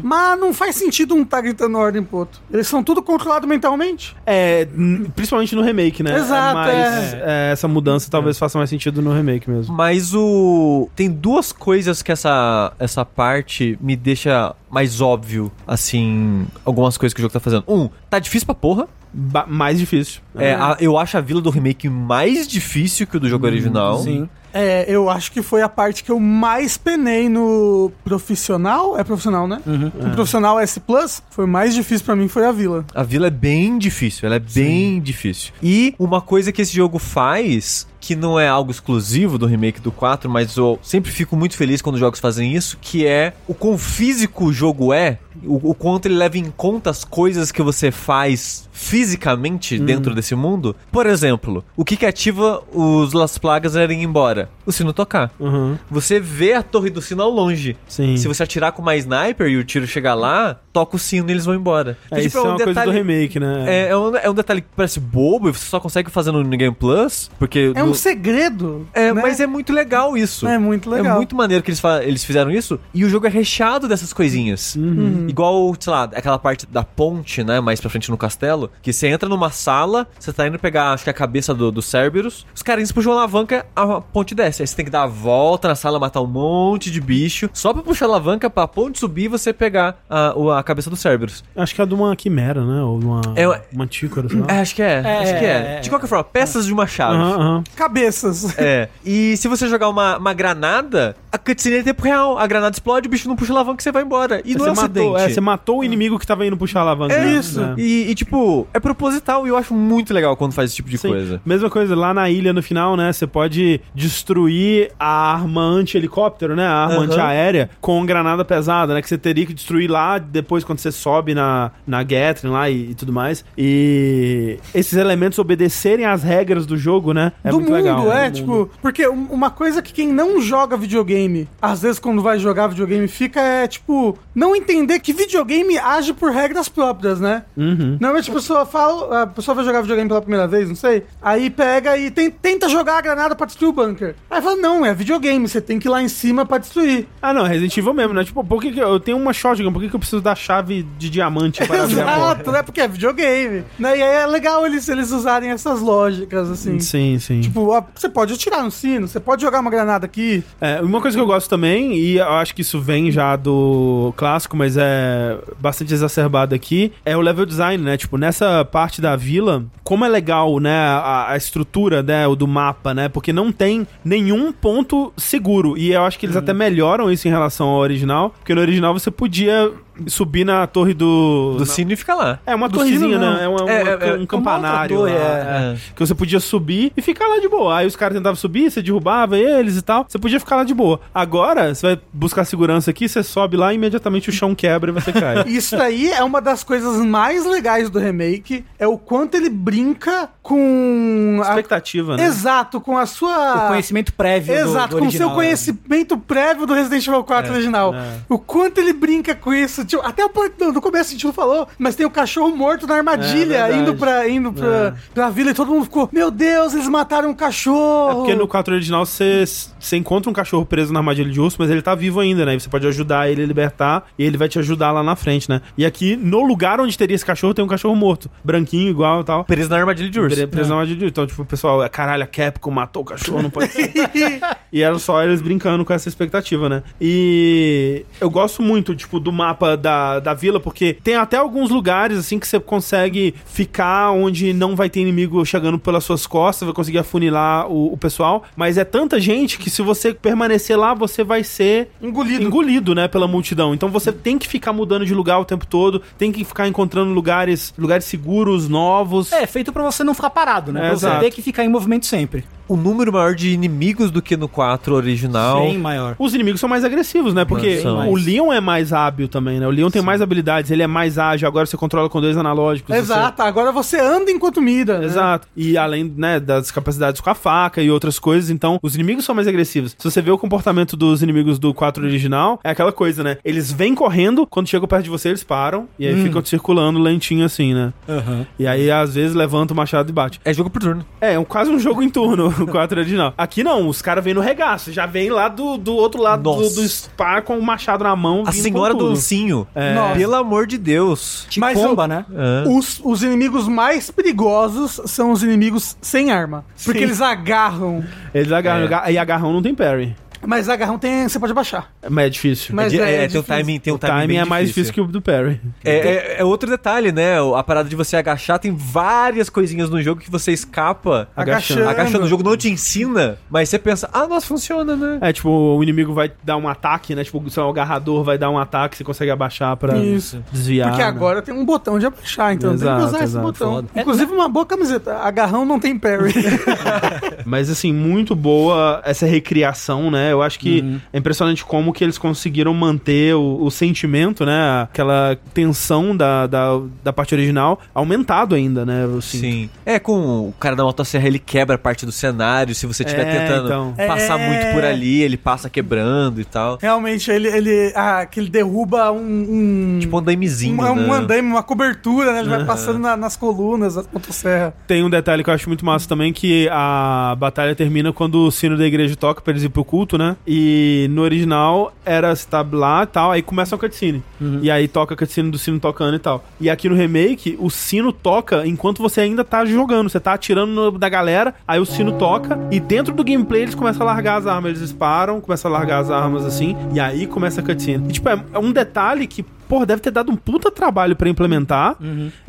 [SPEAKER 2] Mas não faz sentido um tá gritando ordem pro outro. Eles são tudo controlado mentalmente.
[SPEAKER 1] É, n- principalmente no remake, né?
[SPEAKER 2] Exato,
[SPEAKER 1] Mas é, essa mudança talvez faça mais sentido no remake mesmo.
[SPEAKER 4] Mas o. Tem duas coisas que essa, essa parte me deixa mais óbvio, assim, algumas coisas que o jogo tá fazendo. Um, tá difícil pra porra.
[SPEAKER 1] Ba- mais difícil.
[SPEAKER 4] É, a- eu acho a vila do remake mais difícil que o do jogo original.
[SPEAKER 3] Sim.
[SPEAKER 2] É, eu acho que foi a parte que eu mais penei no profissional. É profissional, né?
[SPEAKER 4] Uhum.
[SPEAKER 2] No profissional S Plus, foi o mais difícil pra mim foi a vila.
[SPEAKER 4] A vila é bem difícil, ela é bem difícil. E uma coisa que esse jogo faz, que não é algo exclusivo do remake do 4, mas eu sempre fico muito feliz quando os jogos fazem isso, que é o quão físico o jogo é, o, o quanto ele leva em conta as coisas que você faz
[SPEAKER 1] Hum.
[SPEAKER 4] fisicamente dentro desse mundo. Por exemplo, o que que ativa os Las Plagas a irem embora? O sino tocar.
[SPEAKER 1] Uhum,
[SPEAKER 4] Você vê a torre do sino ao longe.
[SPEAKER 1] sim.
[SPEAKER 4] Se você atirar com uma sniper e o tiro chegar lá, toca o sino e eles vão embora. Então,
[SPEAKER 1] É, isso é uma coisa do remake, né?
[SPEAKER 4] Tipo, É, é um, é um detalhe que parece bobo e você só consegue fazer no New Game Plus, porque...
[SPEAKER 2] É
[SPEAKER 4] no-
[SPEAKER 2] um segredo.
[SPEAKER 4] É,
[SPEAKER 2] né?
[SPEAKER 4] mas é muito legal isso.
[SPEAKER 2] É muito legal.
[SPEAKER 4] É muito maneiro que eles, fa- eles fizeram isso. E o jogo é recheado dessas coisinhas.
[SPEAKER 2] Uhum.
[SPEAKER 4] Igual, sei lá, aquela parte da ponte, né? Mais pra frente no castelo. Que você entra numa sala, você tá indo pegar, acho que a cabeça do, do Cerberus. Os carinhas puxam a alavanca, a ponte desce. Aí você tem que dar a volta na sala, matar um monte de bicho. Só pra puxar a alavanca, pra ponte subir e você pegar a, o- a cabeça do Cerberus.
[SPEAKER 1] Acho que é de uma quimera, né? Ou de uma,
[SPEAKER 4] É, eu-
[SPEAKER 1] uma antícora, sei lá.
[SPEAKER 4] É, acho que é. acho que é. De qualquer forma, peças de uma chave.
[SPEAKER 1] Aham, aham.
[SPEAKER 2] Cabeças.
[SPEAKER 4] É. E se você jogar uma, uma granada, a cutscene é em tempo real. A granada explode, o bicho não puxa a alavanca e você vai embora. E não é um
[SPEAKER 1] Você matou, é,
[SPEAKER 4] acidente.
[SPEAKER 1] você matou o inimigo que tava indo puxar a alavanca.
[SPEAKER 4] É
[SPEAKER 1] né?
[SPEAKER 4] isso.
[SPEAKER 1] É.
[SPEAKER 4] E, e, tipo, é proposital e eu acho muito legal quando faz esse tipo de
[SPEAKER 1] Sim.
[SPEAKER 4] coisa.
[SPEAKER 1] Mesma coisa, lá na ilha no final, né? Você pode destruir a arma anti-helicóptero, né? A arma
[SPEAKER 4] Aham.
[SPEAKER 1] antiaérea com granada pesada, né? Que você teria que destruir lá depois quando você sobe na, na Gatling lá e, e tudo mais. E esses elementos obedecerem às regras do jogo, né? É
[SPEAKER 2] do
[SPEAKER 1] muito
[SPEAKER 2] mundo,
[SPEAKER 1] legal.
[SPEAKER 2] é,
[SPEAKER 1] Do
[SPEAKER 2] tipo,
[SPEAKER 1] mundo.
[SPEAKER 2] porque um- uma coisa que quem não joga videogame, às vezes quando vai jogar videogame fica é, tipo, não entender que videogame age por regras próprias, né?
[SPEAKER 1] Uhum.
[SPEAKER 2] Normalmente a pessoa fala, a pessoa vai jogar videogame pela primeira vez, não sei, aí pega e ten- tenta jogar a granada pra destruir o bunker. Aí fala, não, é videogame, você tem que ir lá em cima pra destruir.
[SPEAKER 1] Ah, não, Resident Evil mesmo, né? Tipo, por que, que eu eu tenho uma shotgun? Por que, que eu preciso da chave de diamante para abrir a porta?
[SPEAKER 2] Exato, né? Porque é videogame. Né? E aí é legal eles, eles usarem essas lógicas, assim.
[SPEAKER 1] Sim, sim.
[SPEAKER 2] Tipo, ó, você pode atirar no sino, você pode jogar uma granada aqui,
[SPEAKER 1] É, uma coisa que eu gosto também, e eu acho que isso vem já do clássico, mas é bastante exacerbado aqui, é o level design, né? Tipo, nessa parte da vila, como é legal, né, a, a estrutura, né, o do mapa, né? Porque não tem nenhum ponto seguro. E eu acho que eles até melhoram isso em relação ao original, porque no original você podia subir na torre do.
[SPEAKER 4] Do sino e fica lá.
[SPEAKER 1] É uma
[SPEAKER 2] Do sino,
[SPEAKER 1] torrezinha,
[SPEAKER 2] não.
[SPEAKER 1] né? É, uma-
[SPEAKER 4] É,
[SPEAKER 1] uma-
[SPEAKER 4] é, é,
[SPEAKER 1] um
[SPEAKER 4] uma
[SPEAKER 1] campanário.
[SPEAKER 4] outra torre,
[SPEAKER 1] lá,
[SPEAKER 4] é, é.
[SPEAKER 1] Que você podia subir e ficar lá de boa. Aí os caras tentavam subir, você derrubava eles e tal. Você podia ficar lá de boa. Agora, você vai buscar segurança aqui, você sobe lá e imediatamente o chão quebra e você cai.
[SPEAKER 2] Isso daí é uma das coisas mais legais do remake, é o quanto ele brinca com a
[SPEAKER 1] Expectativa, né?
[SPEAKER 2] Exato, com a sua.
[SPEAKER 3] O conhecimento prévio do-
[SPEAKER 2] Exato,
[SPEAKER 3] do
[SPEAKER 2] com o
[SPEAKER 3] original,
[SPEAKER 2] seu
[SPEAKER 3] né?
[SPEAKER 2] conhecimento prévio do Resident Evil
[SPEAKER 1] É,
[SPEAKER 2] 4 original. O quanto ele brinca com isso. Tipo, até o parte do- do começo a gente não falou, mas tem o cachorro morto na armadilha,
[SPEAKER 1] É, verdade. É.
[SPEAKER 2] indo, pra, indo pra, pra vila e todo mundo ficou: Meu Deus, eles mataram um cachorro.
[SPEAKER 1] É porque no 4 original você você encontra um cachorro preso na armadilha de urso, mas ele tá vivo ainda, né? E você pode ajudar ele a libertar e ele vai te ajudar lá na frente, né? E aqui, no lugar onde teria esse cachorro, tem um cachorro morto. Branquinho, igual e tal.
[SPEAKER 4] Preso na armadilha de urso. É.
[SPEAKER 1] Pre- Preso na armadilha de urso. Então, tipo, o pessoal, caralho, a Capcom matou o cachorro, não pode ser. e era só eles brincando com essa expectativa, né? E eu gosto muito, tipo, do mapa da, da vila, porque tem até alguns lugares, assim, que você consegue ficar onde não vai ter inimigo chegando pelas suas costas, vai conseguir afunilar o, o pessoal. Mas é tanta gente que se você permanecer lá, você vai ser engolido. né, pela multidão. Então você tem que ficar mudando de lugar o tempo todo, tem que ficar encontrando lugares, lugares seguros, novos.
[SPEAKER 3] É, feito pra você não ficar parado, né?
[SPEAKER 1] É,
[SPEAKER 3] pra você
[SPEAKER 1] exato.
[SPEAKER 3] ter que ficar em movimento sempre.
[SPEAKER 4] Um número maior de inimigos do que no 4 original.
[SPEAKER 3] Bem maior.
[SPEAKER 1] Os inimigos são mais agressivos, né? Porque
[SPEAKER 4] Não, são.
[SPEAKER 1] o Leon é mais hábil também, né? O Leon tem mais habilidades, ele é mais ágil, agora você controla com dois analógicos.
[SPEAKER 2] Exato, né? agora você anda enquanto mira. né?
[SPEAKER 1] você- Exato. E além, né, das capacidades com a faca e outras coisas, então os inimigos são mais agressivos. Se você vê o comportamento dos inimigos do 4 original, é aquela coisa, né? Eles vêm correndo, quando chegam perto de você, eles param e aí ficam circulando lentinho assim, né? E aí, às vezes, levanta o machado e bate.
[SPEAKER 4] É jogo por turno.
[SPEAKER 1] É, é um- quase um jogo em turno, o 4 original. Aqui não, os caras vêm no regaço, já vêm lá do, do outro lado do,
[SPEAKER 4] Nossa.
[SPEAKER 1] do spa com o machado na mão.
[SPEAKER 4] A
[SPEAKER 1] vindo
[SPEAKER 4] senhora
[SPEAKER 1] com
[SPEAKER 4] do
[SPEAKER 1] tudo.
[SPEAKER 4] ursinho.
[SPEAKER 2] Nossa.
[SPEAKER 4] Pelo amor de Deus.
[SPEAKER 3] Te
[SPEAKER 2] Mas
[SPEAKER 3] comba,
[SPEAKER 2] eu-
[SPEAKER 3] né?
[SPEAKER 4] Ah.
[SPEAKER 2] Os, os inimigos mais perigosos são os inimigos sem arma. Porque
[SPEAKER 1] Sim.
[SPEAKER 2] eles agarram.
[SPEAKER 1] Eles agarram,
[SPEAKER 4] É.
[SPEAKER 1] aga- e agarrão não tem parry.
[SPEAKER 2] Mas agarrão tem, você pode baixar.
[SPEAKER 1] Mas é difícil.
[SPEAKER 2] Mas
[SPEAKER 4] É di-
[SPEAKER 2] é
[SPEAKER 4] é, tem
[SPEAKER 2] difícil.
[SPEAKER 4] um timing, tem um
[SPEAKER 1] o timing,
[SPEAKER 4] bem
[SPEAKER 1] é mais difícil que o do parry.
[SPEAKER 4] É, é- é outro detalhe, né? O- A parada de você agachar tem várias coisinhas no jogo que você escapa.
[SPEAKER 1] Agachando.
[SPEAKER 2] Agachando.
[SPEAKER 4] Agachando o jogo não te ensina, mas você pensa, ah, nossa, funciona, né?
[SPEAKER 1] É, tipo, o inimigo vai dar um ataque, né? Tipo, sei lá, o agarrador vai dar um ataque, você consegue abaixar pra
[SPEAKER 2] Isso.
[SPEAKER 1] desviar.
[SPEAKER 2] Porque
[SPEAKER 1] né?
[SPEAKER 2] agora tem um botão de abaixar, então tem
[SPEAKER 1] Exato,
[SPEAKER 2] que usar esse
[SPEAKER 1] exato.
[SPEAKER 2] botão. Inclusive, uma boa camiseta. Agarrão não tem parry.
[SPEAKER 1] Mas, assim, muito boa essa recriação, né? Eu acho que é impressionante como que eles conseguiram manter o, o sentimento, né? Aquela tensão da, da, da parte original aumentado ainda, né? Eu sinto.
[SPEAKER 4] É, com o cara da motosserra, ele quebra parte do cenário. Se você estiver
[SPEAKER 1] É,
[SPEAKER 4] tentando
[SPEAKER 1] então.
[SPEAKER 4] passar
[SPEAKER 2] É.
[SPEAKER 4] muito por ali, ele passa quebrando e tal.
[SPEAKER 2] Realmente, ele, ele, ah, que ele derruba um. um...
[SPEAKER 4] Tipo um andamezinho,
[SPEAKER 2] um, um
[SPEAKER 4] né?
[SPEAKER 2] andaime, uma cobertura, né? Ele vai passando na- nas colunas, as motosserra.
[SPEAKER 1] Tem um detalhe que eu acho muito massa também, que a batalha termina quando o sino da igreja toca pra eles ir pro culto, né? E no original era você tá lá e tal, aí começa a cutscene. Uhum. E aí toca a cutscene do sino tocando e tal. E aqui no remake, o sino toca enquanto você ainda tá jogando, você tá atirando no- da galera, aí o sino toca e dentro do gameplay eles começam a largar as armas, eles disparam, começam a largar as armas assim, e aí começa a cutscene. E, tipo, é, é um detalhe que, porra, deve ter dado um puta trabalho pra implementar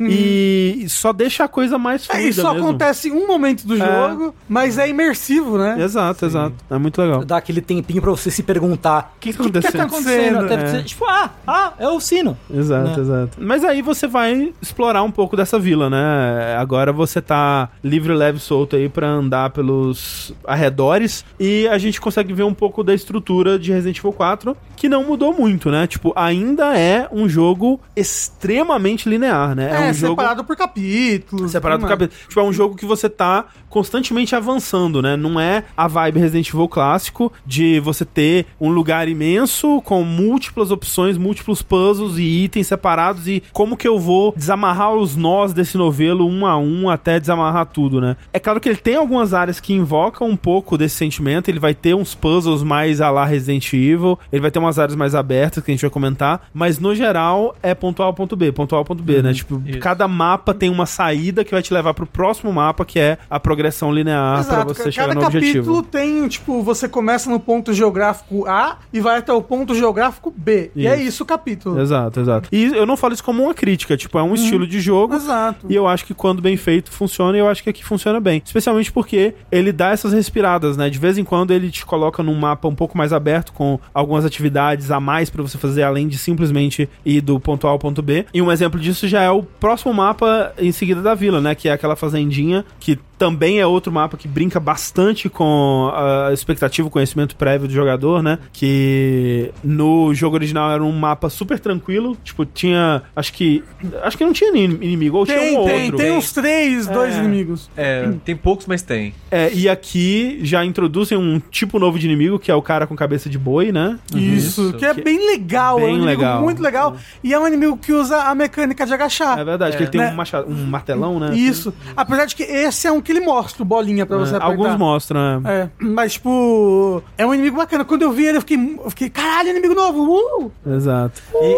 [SPEAKER 1] e só deixa a coisa mais
[SPEAKER 2] Uhum. É,
[SPEAKER 1] fluida
[SPEAKER 2] isso só
[SPEAKER 1] mesmo. É.
[SPEAKER 2] acontece em um momento do jogo, mas é imersivo, né?
[SPEAKER 1] Exato, exato. É muito legal.
[SPEAKER 3] Dá aquele tempinho pra você se perguntar.
[SPEAKER 1] O que, que
[SPEAKER 3] O que tá
[SPEAKER 1] aconteceu?
[SPEAKER 3] acontecendo?
[SPEAKER 2] acontecendo,
[SPEAKER 3] Até
[SPEAKER 1] é.
[SPEAKER 3] você, tipo, ah, ah, é o sino.
[SPEAKER 1] Exato,
[SPEAKER 3] Né?
[SPEAKER 1] exato. Mas aí você vai explorar um pouco dessa vila, né? Agora você tá livre, leve, solto aí pra andar pelos arredores e a gente consegue ver um pouco da estrutura de Resident Evil 4, que não mudou muito, né? Tipo, ainda é um jogo extremamente linear, né?
[SPEAKER 2] É,
[SPEAKER 1] um jogo
[SPEAKER 2] separado por capítulos.
[SPEAKER 1] Separado do
[SPEAKER 2] tudo mais.
[SPEAKER 1] cabelo. Tipo, é um jogo que você tá constantemente avançando, né? Não é a vibe Resident Evil clássico de você ter um lugar imenso com múltiplas opções, múltiplos puzzles e itens separados e como que eu vou desamarrar os nós desse novelo um a um até desamarrar tudo, né? É claro que ele tem algumas áreas que invocam um pouco desse sentimento, ele vai ter uns puzzles mais a lá Resident Evil, ele vai ter umas áreas mais abertas que a gente vai comentar, mas no geral é ponto A ao ponto B, ponto A ao ponto B, né? Tipo, cada mapa tem uma saída que vai te levar pro próximo mapa, que é a progressão linear Ah, pra
[SPEAKER 2] Exato,
[SPEAKER 1] você
[SPEAKER 2] ca-
[SPEAKER 1] chegar
[SPEAKER 2] cada
[SPEAKER 1] no
[SPEAKER 2] capítulo
[SPEAKER 1] objetivo.
[SPEAKER 2] tem, tipo, você começa no ponto geográfico A e vai até o ponto geográfico B. E é
[SPEAKER 1] Isso.
[SPEAKER 2] isso o capítulo.
[SPEAKER 1] Exato, exato. E eu não falo isso como uma crítica, tipo,
[SPEAKER 2] Uhum.
[SPEAKER 1] é um estilo de jogo.
[SPEAKER 2] Exato.
[SPEAKER 1] E eu acho que quando bem feito funciona, e eu acho que aqui funciona bem. Especialmente porque ele dá essas respiradas, né? De vez em quando ele te coloca num mapa um pouco mais aberto, com algumas atividades a mais pra você fazer, além de simplesmente ir do ponto A ao ponto B. E um exemplo disso já é o próximo mapa em seguida da vila, né? Que é aquela fazendinha que também é outro mapa que brinca bastante com a expectativa, o conhecimento prévio do jogador, né? Que no jogo original era um mapa super tranquilo, tipo, tinha, acho que acho que não tinha inimigo, ou
[SPEAKER 2] Tem,
[SPEAKER 1] tinha um
[SPEAKER 2] tem,
[SPEAKER 1] outro.
[SPEAKER 2] tem uns três, dois inimigos.
[SPEAKER 4] É, tem poucos, mas tem.
[SPEAKER 1] É, e aqui já introduzem um tipo novo de inimigo, que é o cara com cabeça de boi, né?
[SPEAKER 2] Isso, que é bem legal, é um
[SPEAKER 1] Bem
[SPEAKER 2] inimigo
[SPEAKER 1] legal. Uhum.
[SPEAKER 2] muito legal. E é um inimigo que usa a mecânica de agachar.
[SPEAKER 1] É verdade, que ele tem
[SPEAKER 2] Né?
[SPEAKER 1] um, macha- um martelão, né?
[SPEAKER 2] Isso. Apesar de que esse é um que ele mostra o bolinha pra você
[SPEAKER 1] É,
[SPEAKER 2] apertar.
[SPEAKER 1] alguns mostram, né?
[SPEAKER 2] É, mas tipo, é um inimigo bacana. Quando eu vi ele, eu fiquei, eu fiquei caralho, inimigo novo! Uh!
[SPEAKER 1] Exato.
[SPEAKER 4] E,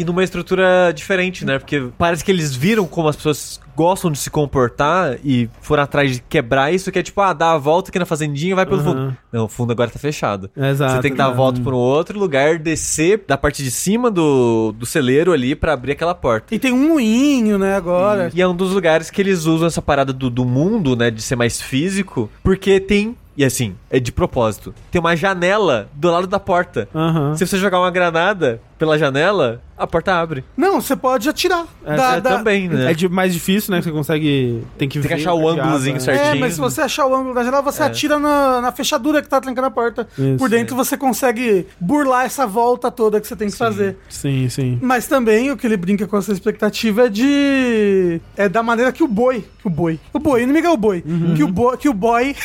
[SPEAKER 4] e numa estrutura diferente, né? Porque parece que eles viram como as pessoas gostam de se comportar e foram atrás de quebrar isso, que é tipo, ah, dá a volta aqui na fazendinha e vai pelo
[SPEAKER 1] Aham.
[SPEAKER 4] fundo. Não, o fundo agora tá fechado.
[SPEAKER 1] Exato.
[SPEAKER 4] Você tem que dar a
[SPEAKER 1] né?
[SPEAKER 4] volta para um outro lugar, descer da parte de cima do, do celeiro ali pra abrir aquela porta.
[SPEAKER 2] E tem um moinho, né, agora.
[SPEAKER 4] E é um dos lugares que eles usam essa parada do, do mundo, né? De ser mais físico, porque tem. E assim, é de propósito. Tem uma janela do lado da porta.
[SPEAKER 1] Aham.
[SPEAKER 4] Se você jogar uma granada pela janela, a porta abre.
[SPEAKER 2] Não, você pode atirar.
[SPEAKER 1] É,
[SPEAKER 2] Da-
[SPEAKER 4] É
[SPEAKER 2] da-
[SPEAKER 4] também, né?
[SPEAKER 1] É de- mais difícil, né? que Você consegue. Tem que,
[SPEAKER 4] Tem que
[SPEAKER 1] ver
[SPEAKER 4] achar o
[SPEAKER 1] diabo,
[SPEAKER 4] ângulozinho
[SPEAKER 1] né?
[SPEAKER 4] certinho.
[SPEAKER 2] É, mas se você achar o ângulo da janela, você atira na, na fechadura que tá trancando a porta.
[SPEAKER 1] É. Isso.
[SPEAKER 2] Por dentro você consegue burlar essa volta toda que você tem que fazer.
[SPEAKER 1] Sim, sim.
[SPEAKER 2] Mas também o que ele brinca com essa expectativa é de. É da maneira que o boi. Que o boi. O boi, o inimigo é o boi.
[SPEAKER 1] Uhum.
[SPEAKER 2] Que o boi. Que o boi.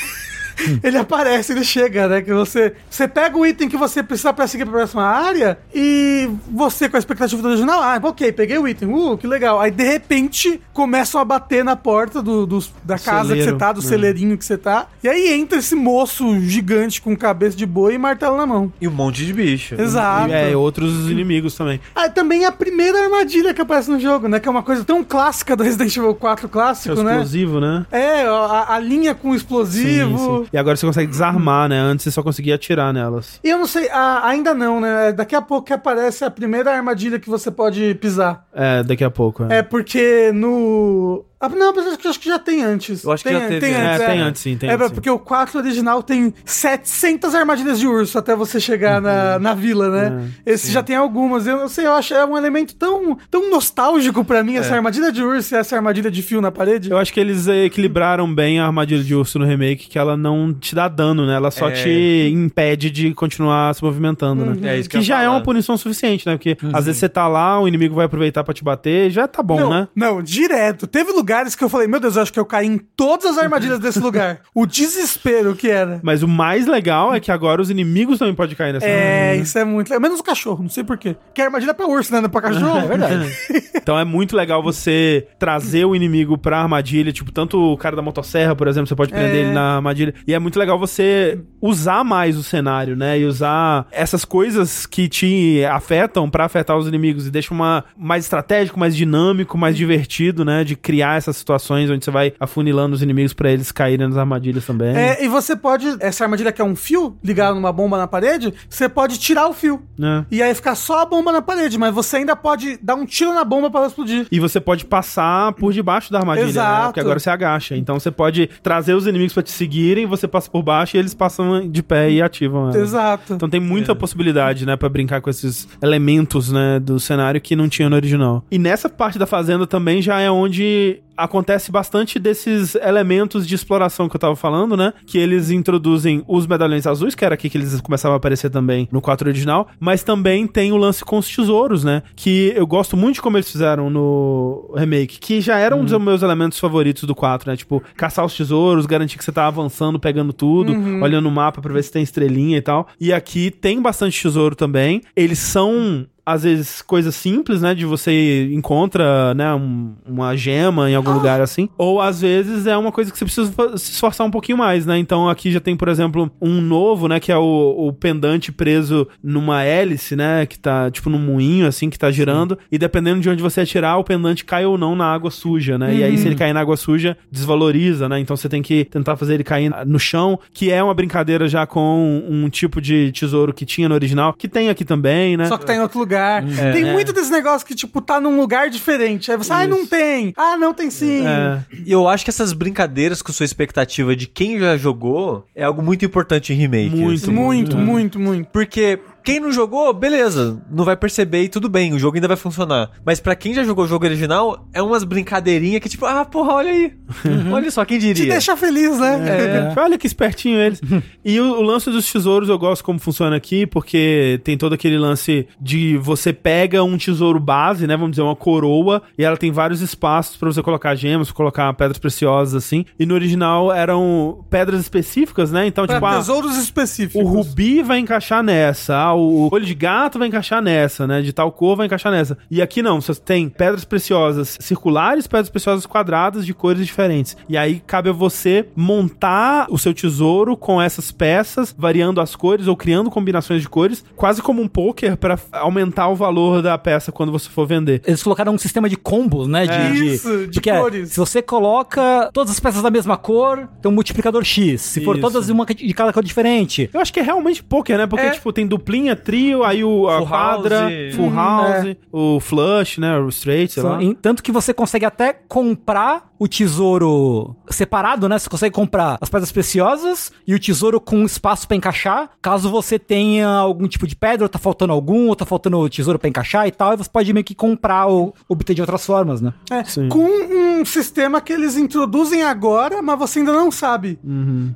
[SPEAKER 2] Ele aparece, ele chega, né? Que você, você pega o item que você precisa pra seguir pra próxima área e você com a expectativa do original, ah, ok, peguei o item, uh, que legal. Aí de repente começam a bater na porta do, dos- da casa que
[SPEAKER 1] celeiro,
[SPEAKER 2] você tá, do
[SPEAKER 1] né.
[SPEAKER 2] celeirinho que você tá. E aí entra esse moço gigante com cabeça de boi e martelo na mão.
[SPEAKER 4] E um monte de bicho.
[SPEAKER 2] Exato.
[SPEAKER 1] E, é, outros inimigos também.
[SPEAKER 2] Ah, também é a primeira armadilha que aparece no jogo, né? Que é uma coisa tão clássica do Resident Evil 4
[SPEAKER 1] Que é o
[SPEAKER 2] clássico, né?
[SPEAKER 1] explosivo, né?
[SPEAKER 2] É, a, a linha com explosivo.
[SPEAKER 1] E agora você consegue desarmar, né? Antes você só conseguia atirar nelas.
[SPEAKER 2] E eu não sei, a- ainda não, né? Daqui a pouco que aparece a primeira armadilha que você pode pisar.
[SPEAKER 1] É, daqui a pouco.
[SPEAKER 2] É porque no. Ah, não, mas acho que- acho que já tem antes.
[SPEAKER 4] Eu acho que
[SPEAKER 2] Tem
[SPEAKER 4] já
[SPEAKER 2] an-
[SPEAKER 4] teve,
[SPEAKER 2] Tem
[SPEAKER 4] né?
[SPEAKER 2] antes,
[SPEAKER 1] É, tem antes, sim, tem
[SPEAKER 2] é,
[SPEAKER 1] antes, sim.
[SPEAKER 2] porque o 4 original tem 700 armadilhas de urso até você chegar na,
[SPEAKER 1] Uhum.
[SPEAKER 2] na vila, né?
[SPEAKER 1] Ah,
[SPEAKER 2] Esse já tem algumas. Eu não sei, eu acho é um elemento tão, tão nostálgico pra mim, essa armadilha de urso e essa armadilha de fio na parede.
[SPEAKER 1] É. Eu acho que eles eh, equilibraram bem a armadilha de urso no remake, que ela não te dá dano, né? Ela só
[SPEAKER 4] É.
[SPEAKER 1] te impede de continuar se movimentando, né?
[SPEAKER 4] É isso
[SPEAKER 1] que
[SPEAKER 4] que eu ia
[SPEAKER 1] já é
[SPEAKER 4] falar. Uhum.
[SPEAKER 1] uma punição suficiente, né? Porque às vezes você tá lá, o inimigo vai aproveitar pra te bater, já tá bom,
[SPEAKER 2] não,
[SPEAKER 1] né?
[SPEAKER 2] não, direto. Teve lugares que eu falei, meu Deus, eu acho que eu caí em todas as armadilhas desse lugar. O desespero que era.
[SPEAKER 1] Mas o mais legal é que agora os inimigos também podem cair nessa
[SPEAKER 2] É, isso é muito legal. Menos o cachorro, não sei porquê. Porque a armadilha é pra urso, né? Não é pra cachorro. É verdade.
[SPEAKER 1] Então é muito legal você trazer o inimigo pra armadilha, tipo, tanto o cara da motosserra, por exemplo, você pode prender ele na armadilha. E é muito legal você usar mais o cenário, né? E usar essas coisas que te afetam pra afetar os inimigos e deixa uma mais estratégico, mais dinâmico, mais divertido, né? De criar essas situações onde você vai afunilando os inimigos pra eles caírem nas armadilhas também.
[SPEAKER 2] É, e você pode, essa armadilha que é um fio ligado numa bomba na parede, você pode tirar o fio.
[SPEAKER 1] né?
[SPEAKER 2] E aí ficar só a bomba na parede, mas você ainda pode dar um tiro na bomba pra ela explodir.
[SPEAKER 1] E você pode passar por debaixo da armadilha, né?
[SPEAKER 2] Exato.
[SPEAKER 1] Porque agora você agacha. Então você pode trazer os inimigos pra te seguirem, você passa por baixo e eles passam de pé e ativam ela.
[SPEAKER 2] Exato.
[SPEAKER 1] Então tem muita possibilidade, né, Pra brincar com esses elementos, né, do cenário que não tinha no original. E nessa parte da fazenda também já é onde acontece bastante desses elementos de exploração que eu tava falando, né, que eles introduzem os medalhões azuis, que era aqui que eles começavam a aparecer também no 4 original, mas também tem o lance com os tesouros, né, que eu gosto muito de como eles fizeram no remake, que já era um dos meus elementos favoritos do 4, né, tipo, caçar os tesouros, garantir que você tá avançando, pegando tudo, olhando o mapa pra ver se tem estrelinha e tal. E aqui tem bastante tesouro também. Eles são às vezes coisas simples, né, de você encontra, né, um- uma gema em algum lugar assim, ou às vezes é uma coisa que você precisa fa- se esforçar um pouquinho mais, né? Então aqui já tem, por exemplo, um novo, né, que é o, o pendante preso numa hélice, né, que tá tipo num moinho assim que tá girando e dependendo de onde você atirar, o pendante cai ou não na água suja, né? E aí se ele cair na água suja, desvaloriza, né? Então você tem que tentar fazer ele cair no chão, que é uma brincadeira já com um tipo de tesouro que tinha no original, que tem aqui também, né? Uhum. É.
[SPEAKER 2] Só que tá em outro lugar. tem muito desse negócio que, tipo, tá num lugar diferente. Aí você, ah, não tem. Ah, não tem sim.
[SPEAKER 1] É.
[SPEAKER 4] E eu acho que essas brincadeiras com sua expectativa de quem já jogou é algo muito importante em remakes.
[SPEAKER 1] Muito.
[SPEAKER 2] Muito, muito, muito.
[SPEAKER 4] Porque Quem não jogou, beleza, não vai perceber e tudo bem, o jogo ainda vai funcionar. Mas pra quem já jogou o jogo original, é umas brincadeirinhas que tipo, ah, porra, olha aí.
[SPEAKER 3] Uhum.
[SPEAKER 4] Olha só, quem diria.
[SPEAKER 2] Te deixa feliz, né?
[SPEAKER 1] Olha que espertinho eles. e o, o lance dos tesouros eu gosto como funciona aqui, porque tem todo aquele lance de você pega um tesouro base, né? Vamos dizer, uma coroa, e ela tem vários espaços pra você colocar gemas, pra colocar pedras preciosas, assim. E no original eram pedras específicas, né? Então,
[SPEAKER 2] Pra
[SPEAKER 1] tipo, ah,
[SPEAKER 2] tesouros específicos.
[SPEAKER 1] o rubi vai encaixar nessa, ah, o olho de gato vai encaixar nessa, né? De tal cor vai encaixar nessa. E aqui não, você tem pedras preciosas circulares, pedras preciosas quadradas de cores diferentes. E aí cabe a você montar o seu tesouro com essas peças, variando as cores ou criando combinações de cores, quase como um poker pra aumentar o valor da peça quando você for vender.
[SPEAKER 3] Eles colocaram um sistema de combos, né? De,
[SPEAKER 2] É. Isso, de
[SPEAKER 3] porque é,
[SPEAKER 2] cores.
[SPEAKER 3] se você coloca todas as peças da mesma cor, tem um multiplicador X. Se for
[SPEAKER 1] Isso.
[SPEAKER 3] todas de uma de cada cor diferente.
[SPEAKER 1] Eu acho que é realmente poker, né? Porque,
[SPEAKER 4] É.
[SPEAKER 1] tipo, tem duplinha, trio, aí o, a
[SPEAKER 4] Full
[SPEAKER 1] quadra,
[SPEAKER 4] house.
[SPEAKER 1] full house, o flush, né? O straight, sei lá.
[SPEAKER 3] Em- Tanto que você consegue até comprar o tesouro separado, né? Você consegue comprar as pedras preciosas e o tesouro com espaço pra encaixar. Caso você tenha algum tipo de pedra, ou tá faltando algum, ou tá faltando o tesouro pra encaixar e tal, e você pode meio que comprar ou obter de outras formas, né?
[SPEAKER 2] É, com um sistema que eles introduzem agora, mas você ainda não sabe.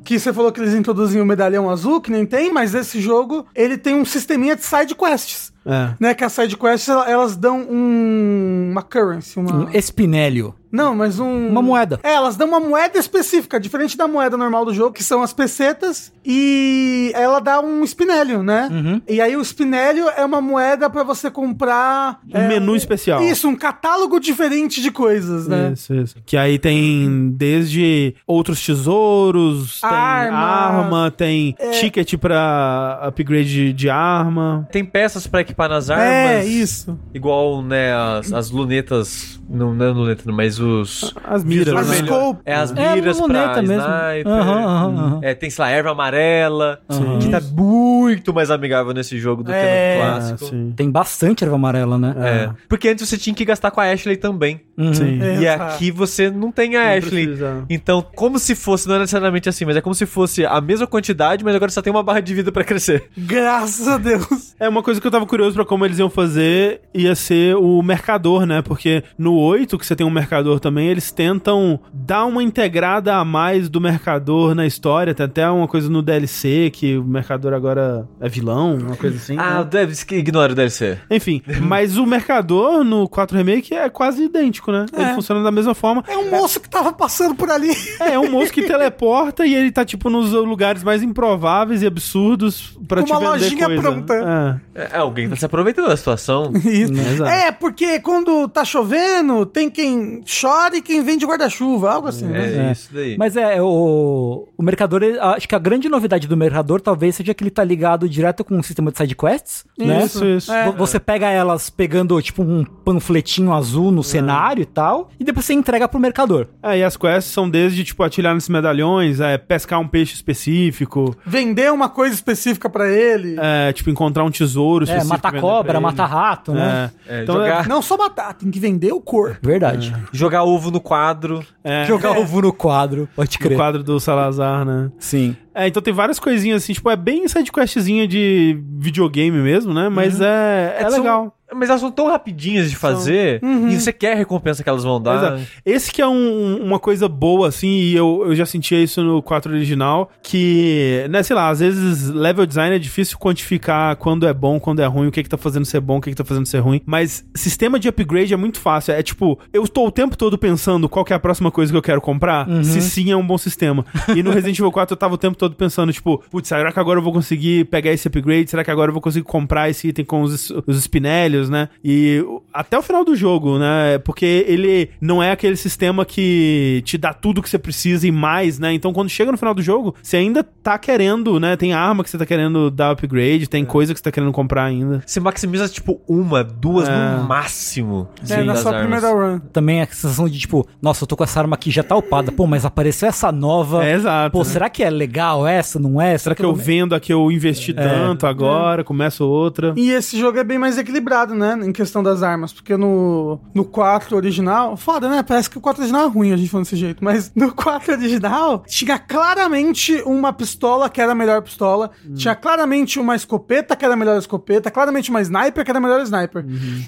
[SPEAKER 2] Que você falou que eles introduzem o medalhão azul, que nem tem, mas esse jogo ele tem um sisteminha de side quests.
[SPEAKER 1] É.
[SPEAKER 2] Né, que as side quests ela- elas dão um, uma currency, uma.
[SPEAKER 3] Um espinélio.
[SPEAKER 2] Não, mas um.
[SPEAKER 3] Uma moeda.
[SPEAKER 2] É, elas dão uma moeda específica, diferente da moeda normal do jogo, que são as pesetas, e ela dá um espinélio, né? E aí o espinélio é uma moeda pra você comprar.
[SPEAKER 1] Um
[SPEAKER 2] é,
[SPEAKER 1] menu especial.
[SPEAKER 2] Isso, um catálogo diferente de coisas, né?
[SPEAKER 1] Isso, isso. Que aí tem desde outros tesouros, tem
[SPEAKER 2] Arma. É.
[SPEAKER 1] arma, tem ticket pra upgrade de, de arma.
[SPEAKER 4] Tem peças pra equipar nas armas.
[SPEAKER 2] É, isso.
[SPEAKER 4] Igual, né, as, as lunetas. Não, não é luneta, mas os.
[SPEAKER 1] As miras,
[SPEAKER 2] As
[SPEAKER 1] né?
[SPEAKER 4] vermelho.
[SPEAKER 2] scope.
[SPEAKER 4] É, as
[SPEAKER 3] É,
[SPEAKER 4] miras
[SPEAKER 3] luneta
[SPEAKER 4] pra
[SPEAKER 3] mesmo.
[SPEAKER 4] sniper.
[SPEAKER 3] Aham,
[SPEAKER 1] Uhum.
[SPEAKER 3] aham, aham.
[SPEAKER 4] É, tem, sei lá, erva amarela.
[SPEAKER 1] Sim.
[SPEAKER 4] Que tá muito mais amigável nesse jogo do
[SPEAKER 2] É,
[SPEAKER 4] que no
[SPEAKER 1] Ah,
[SPEAKER 4] clássico.
[SPEAKER 1] sim.
[SPEAKER 3] Tem bastante erva amarela, né?
[SPEAKER 4] É. Porque antes você tinha que gastar com a Ashley também.
[SPEAKER 3] Uhum.
[SPEAKER 1] Sim.
[SPEAKER 2] É,
[SPEAKER 4] E
[SPEAKER 2] tá.
[SPEAKER 4] aqui você não tem a
[SPEAKER 2] É,
[SPEAKER 1] Não
[SPEAKER 4] Ashley.
[SPEAKER 1] precisa.
[SPEAKER 4] Então, como se fosse, não é necessariamente assim, mas é como se fosse a mesma quantidade, mas agora só tem uma barra de vida pra crescer.
[SPEAKER 2] Graças a Deus.
[SPEAKER 1] É uma coisa que eu tava curioso pra como eles iam fazer, ia ser o mercador, né? Porque no 8, que você tem um mercador também, eles tentam dar uma integrada a mais do mercador na história. Tem até uma coisa no DLC que o mercador agora é vilão, uma coisa assim. né?
[SPEAKER 4] Ah, deve ignora o DLC.
[SPEAKER 1] Enfim, mas o mercador no 4 Remake é quase idêntico, né? Ele funciona da mesma forma.
[SPEAKER 2] É um moço que tava passando por ali.
[SPEAKER 1] É, é um moço que teleporta e ele tá, tipo, nos lugares mais improváveis e absurdos pra
[SPEAKER 2] Com
[SPEAKER 1] te
[SPEAKER 2] uma
[SPEAKER 1] vender
[SPEAKER 2] lojinha
[SPEAKER 1] coisa. né?
[SPEAKER 2] pronta.
[SPEAKER 1] É.
[SPEAKER 4] É, alguém tá se aproveitando da situação.
[SPEAKER 2] Isso.
[SPEAKER 1] Exato.
[SPEAKER 2] É, porque quando tá chovendo, tem quem chora e quem vende guarda-chuva, algo assim. né?
[SPEAKER 4] É, isso daí.
[SPEAKER 3] Mas é, o, o mercador, ele- acho que a grande novidade do mercador talvez seja que ele tá ligado direto com o sistema de sidequests,
[SPEAKER 1] Uhum.
[SPEAKER 3] né?
[SPEAKER 1] É, Isso, isso.
[SPEAKER 3] Vo- Você pega elas pegando, tipo, um panfletinho azul no cenário e tal, e depois você entrega pro mercador.
[SPEAKER 1] É, e as quests são desde, tipo, atilhar nesses medalhões, é, pescar um peixe específico,
[SPEAKER 2] Vender uma coisa específica pra ele.
[SPEAKER 1] é, tipo, encontrar um tesouro
[SPEAKER 3] É,
[SPEAKER 1] específico.
[SPEAKER 3] mata
[SPEAKER 1] vender
[SPEAKER 3] cobra,
[SPEAKER 1] pra ele.
[SPEAKER 3] mata rato, né?
[SPEAKER 1] É.
[SPEAKER 4] É,
[SPEAKER 1] então,
[SPEAKER 4] jogar,
[SPEAKER 2] Não só matar, tem que vender o corpo.
[SPEAKER 3] Verdade.
[SPEAKER 4] jogar ovo no quadro.
[SPEAKER 1] é, é,
[SPEAKER 3] Jogar ovo no quadro, pode
[SPEAKER 1] o
[SPEAKER 3] crer.
[SPEAKER 1] quadro do Salazar, né?
[SPEAKER 3] Sim.
[SPEAKER 1] É, então tem várias coisinhas assim, tipo, é bem sidequestzinha de videogame mesmo, né? Mas é, é,
[SPEAKER 4] São-
[SPEAKER 1] legal.
[SPEAKER 4] mas elas são tão rapidinhas de fazer e você quer a recompensa que elas vão dar.
[SPEAKER 1] Exato. Esse que é um- uma coisa boa, assim, e eu, eu já sentia isso no 4 original, que, né, sei lá, às vezes level design é difícil quantificar quando é bom, quando é ruim, o que que tá fazendo ser bom, o que que tá fazendo ser ruim, mas sistema de upgrade é muito fácil, é tipo, eu tô o tempo todo pensando qual que é a próxima coisa que eu quero comprar, se sim é um bom sistema. E no Resident Evil 4 eu tava o tempo todo pensando, tipo, putz, será que agora eu vou conseguir pegar esse upgrade? Será que agora eu vou conseguir comprar esse item com os, os espinelhos, né? E o- até o final do jogo, né? Porque ele não é aquele sistema que te dá tudo que você precisa e mais, né? Então quando chega no final do jogo, você ainda tá querendo, né? Tem arma que você tá querendo dar upgrade,
[SPEAKER 2] É.
[SPEAKER 1] tem coisa que você tá querendo comprar ainda.
[SPEAKER 4] Você maximiza, tipo, uma, duas
[SPEAKER 1] É.
[SPEAKER 4] no máximo.
[SPEAKER 2] É, na
[SPEAKER 4] das
[SPEAKER 2] sua
[SPEAKER 4] armas.
[SPEAKER 2] primeira run.
[SPEAKER 3] Também a sensação de, tipo, nossa, eu tô com essa arma aqui já tá upada. Pô, mas apareceu essa nova.
[SPEAKER 1] É, exato.
[SPEAKER 3] Pô,
[SPEAKER 1] né?
[SPEAKER 3] será que é legal essa? Não é?
[SPEAKER 1] Será que eu
[SPEAKER 3] vou-
[SPEAKER 2] É.
[SPEAKER 1] vendo a que eu investi tanto agora, começo outra?
[SPEAKER 2] E esse jogo é bem mais equilibrado, né? Em questão das armas. Porque no, no 4 original. Foda, né? Parece que o 4 original é ruim a gente falando desse jeito. Mas no 4 original, tinha claramente uma pistola que era a melhor pistola. Tinha claramente uma escopeta que era a melhor escopeta. Claramente uma sniper que era a melhor sniper.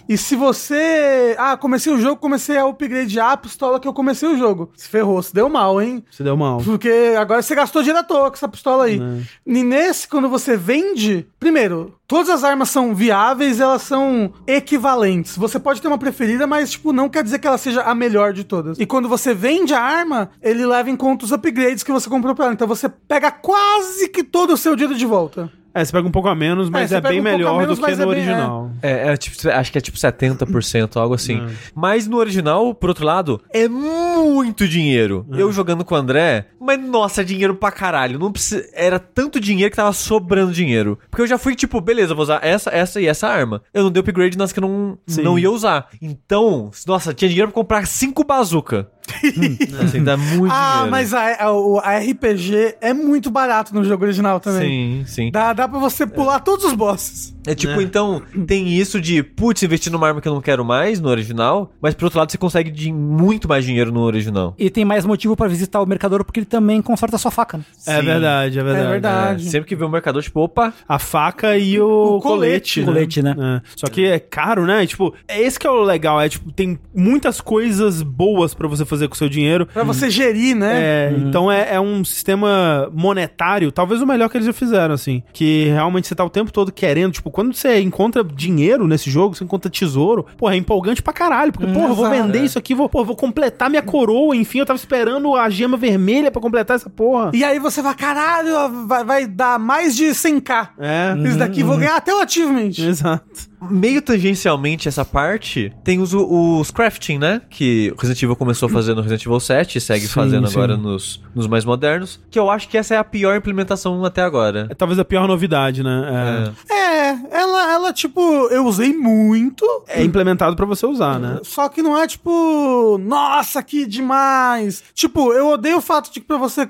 [SPEAKER 2] E se você. Ah, comecei o jogo, comecei a upgradear a pistola que eu comecei o jogo. Se ferrou, se deu mal, hein?
[SPEAKER 1] Você deu mal.
[SPEAKER 2] Porque agora você gastou dinheiro à toa com essa pistola aí.
[SPEAKER 4] É.
[SPEAKER 2] E nesse, quando você vende, primeiro, todas as armas são viáveis, elas são equivalentes. Você pode ter uma preferida, mas, tipo, não quer dizer que ela seja a melhor de todas. E quando você vende a arma, ele leva em conta os upgrades que você comprou pra ela. Então você pega quase que todo o seu dinheiro de volta.
[SPEAKER 1] É, você pega um pouco a menos, mas
[SPEAKER 2] você
[SPEAKER 1] é,
[SPEAKER 2] pega
[SPEAKER 1] bem
[SPEAKER 2] um pouco a
[SPEAKER 1] melhor
[SPEAKER 2] menos,
[SPEAKER 1] do que
[SPEAKER 2] mas
[SPEAKER 1] no
[SPEAKER 2] é bem-
[SPEAKER 1] original.
[SPEAKER 4] É, é tipo, acho que é tipo 70%, algo assim.
[SPEAKER 2] Hum.
[SPEAKER 4] Mas no original, por outro lado, é muito dinheiro.
[SPEAKER 2] Hum.
[SPEAKER 4] Eu jogando com o André, mas nossa, é dinheiro pra caralho. Não precisa, era tanto dinheiro que tava sobrando dinheiro. Porque eu já fui tipo, beleza, vou usar essa, essa e essa arma. Eu não dei upgrade nas que eu não,
[SPEAKER 1] Sim.
[SPEAKER 4] não ia usar. Então, nossa, tinha dinheiro pra comprar cinco bazuca. assim, dá muito
[SPEAKER 2] Ah,
[SPEAKER 4] dinheiro.
[SPEAKER 2] mas a, a- o- a RPG é muito barato no jogo original também.
[SPEAKER 4] Sim, sim.
[SPEAKER 2] Dá, dá pra você pular todos os bosses.
[SPEAKER 4] É tipo,
[SPEAKER 1] Né?
[SPEAKER 4] então, tem isso de, putz, investir numa arma que eu não quero mais no original, mas por outro lado você consegue de muito mais dinheiro no original.
[SPEAKER 3] E tem mais motivo pra visitar o mercador porque ele também conserta a sua faca. né?
[SPEAKER 1] É
[SPEAKER 4] Sim.
[SPEAKER 1] verdade, é verdade.
[SPEAKER 2] É
[SPEAKER 4] É,
[SPEAKER 2] verdade.
[SPEAKER 4] sempre que vê o mercador, tipo, opa,
[SPEAKER 1] A faca e o,
[SPEAKER 2] O
[SPEAKER 1] colete,
[SPEAKER 2] colete.
[SPEAKER 3] Colete,
[SPEAKER 1] né? É. Só que é caro, né? E, tipo, é esse que é o legal. É tipo, tem muitas coisas boas pra você fazer com o seu dinheiro.
[SPEAKER 2] Pra você gerir, né?
[SPEAKER 1] É, Então é, é um sistema monetário, talvez o melhor que eles já fizeram, assim. Que realmente você tá o tempo todo querendo. Tipo, quando você encontra dinheiro nesse jogo, você encontra tesouro, porra, é empolgante pra caralho. Porque, porra, eu vou
[SPEAKER 2] exato.
[SPEAKER 1] vender isso aqui, vou, porra, vou completar minha coroa, enfim, eu tava esperando a gema vermelha pra completar essa porra.
[SPEAKER 2] E aí você vai, caralho, vai, vai dar mais de 100k.
[SPEAKER 1] É,
[SPEAKER 2] Isso daqui vou ganhar até o achievement.
[SPEAKER 1] exato.
[SPEAKER 4] meio tangencialmente essa parte, tem os, os crafting, né? Que o Resident Evil começou a fazer no Resident Evil 7 e segue
[SPEAKER 1] Sim,
[SPEAKER 4] fazendo
[SPEAKER 1] sim.
[SPEAKER 4] agora nos, nos mais modernos. Que eu acho que essa é a pior implementação até agora.
[SPEAKER 1] É talvez a pior novidade, né?
[SPEAKER 2] É, ela, ela, tipo, eu usei muito,
[SPEAKER 1] É, é implementado pra você usar, né?
[SPEAKER 2] só que não é tipo, nossa, que demais. Tipo, eu odeio o fato de que pra você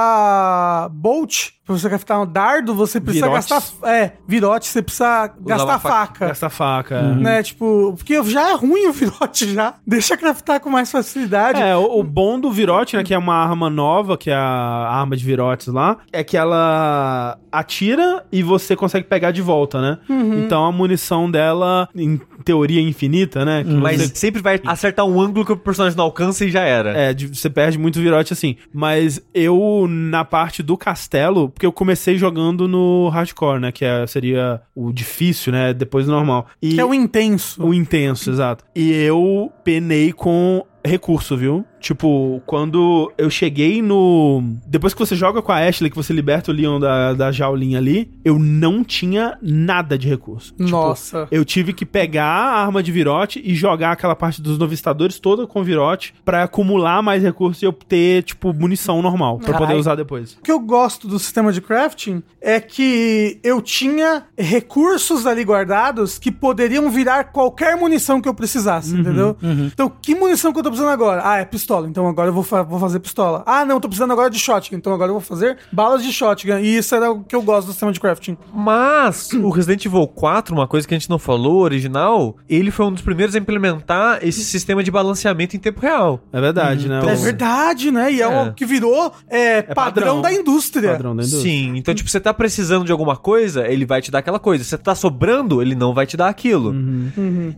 [SPEAKER 2] craftar bolt, pra você craftar um dardo, você precisa
[SPEAKER 1] Virotes.
[SPEAKER 2] gastar. É, virote, você precisa gastar
[SPEAKER 4] uma faca.
[SPEAKER 2] faca.
[SPEAKER 1] Essa faca. é.
[SPEAKER 2] Né, tipo, porque já é ruim o virote já. Deixa craftar com mais facilidade.
[SPEAKER 1] É, o, o bom do virote, né, que é uma arma nova, que é a arma de virotes lá, é que ela atira e você consegue pegar de volta, né? Então a munição dela, em teoria, é infinita, né? Que
[SPEAKER 4] Mas
[SPEAKER 1] você-
[SPEAKER 4] sempre vai acertar um ângulo que o personagem não alcança e já era.
[SPEAKER 1] é, de- você perde muito virote assim. Mas eu, na parte do castelo, porque eu comecei jogando no hardcore, né? Que é- seria o difícil, né? Depois do normal. E
[SPEAKER 2] Que é o intenso.
[SPEAKER 1] o intenso, exato. E eu penei com recurso, viu? Tipo, quando eu cheguei no. Depois que você joga com a Ashley, que você liberta o Leon da, da jaulinha ali, eu não tinha nada de recurso. Tipo,
[SPEAKER 2] Nossa.
[SPEAKER 1] eu tive que pegar a arma de virote e jogar aquela parte dos novistadores toda com virote pra acumular mais recursos e eu ter, tipo, munição normal pra
[SPEAKER 3] Caralho.
[SPEAKER 1] poder usar depois.
[SPEAKER 2] O que eu gosto do sistema de crafting é que eu tinha recursos ali guardados que poderiam virar qualquer munição que eu precisasse,
[SPEAKER 1] Uhum,
[SPEAKER 2] entendeu? Então, que munição que eu tô precisando agora? Ah, é pistola. Então agora eu vou, fa- vou fazer pistola. Ah, não, tô precisando agora de shotgun. Então agora eu vou fazer balas de shotgun. E isso era o que eu gosto do sistema de crafting.
[SPEAKER 4] Mas o Resident Evil 4, uma coisa que a gente não falou, original, ele foi um dos primeiros a implementar esse sistema de balanceamento em tempo real.
[SPEAKER 1] É verdade, né?
[SPEAKER 2] É
[SPEAKER 1] O-
[SPEAKER 2] verdade, né? E é,
[SPEAKER 4] É.
[SPEAKER 2] o que virou é,
[SPEAKER 1] padrão.
[SPEAKER 2] padrão, da indústria.
[SPEAKER 1] Padrão né, da indústria.
[SPEAKER 4] Sim, então tipo, você tá precisando de alguma coisa, ele vai te dar aquela coisa. Se você tá sobrando, ele não vai te dar aquilo.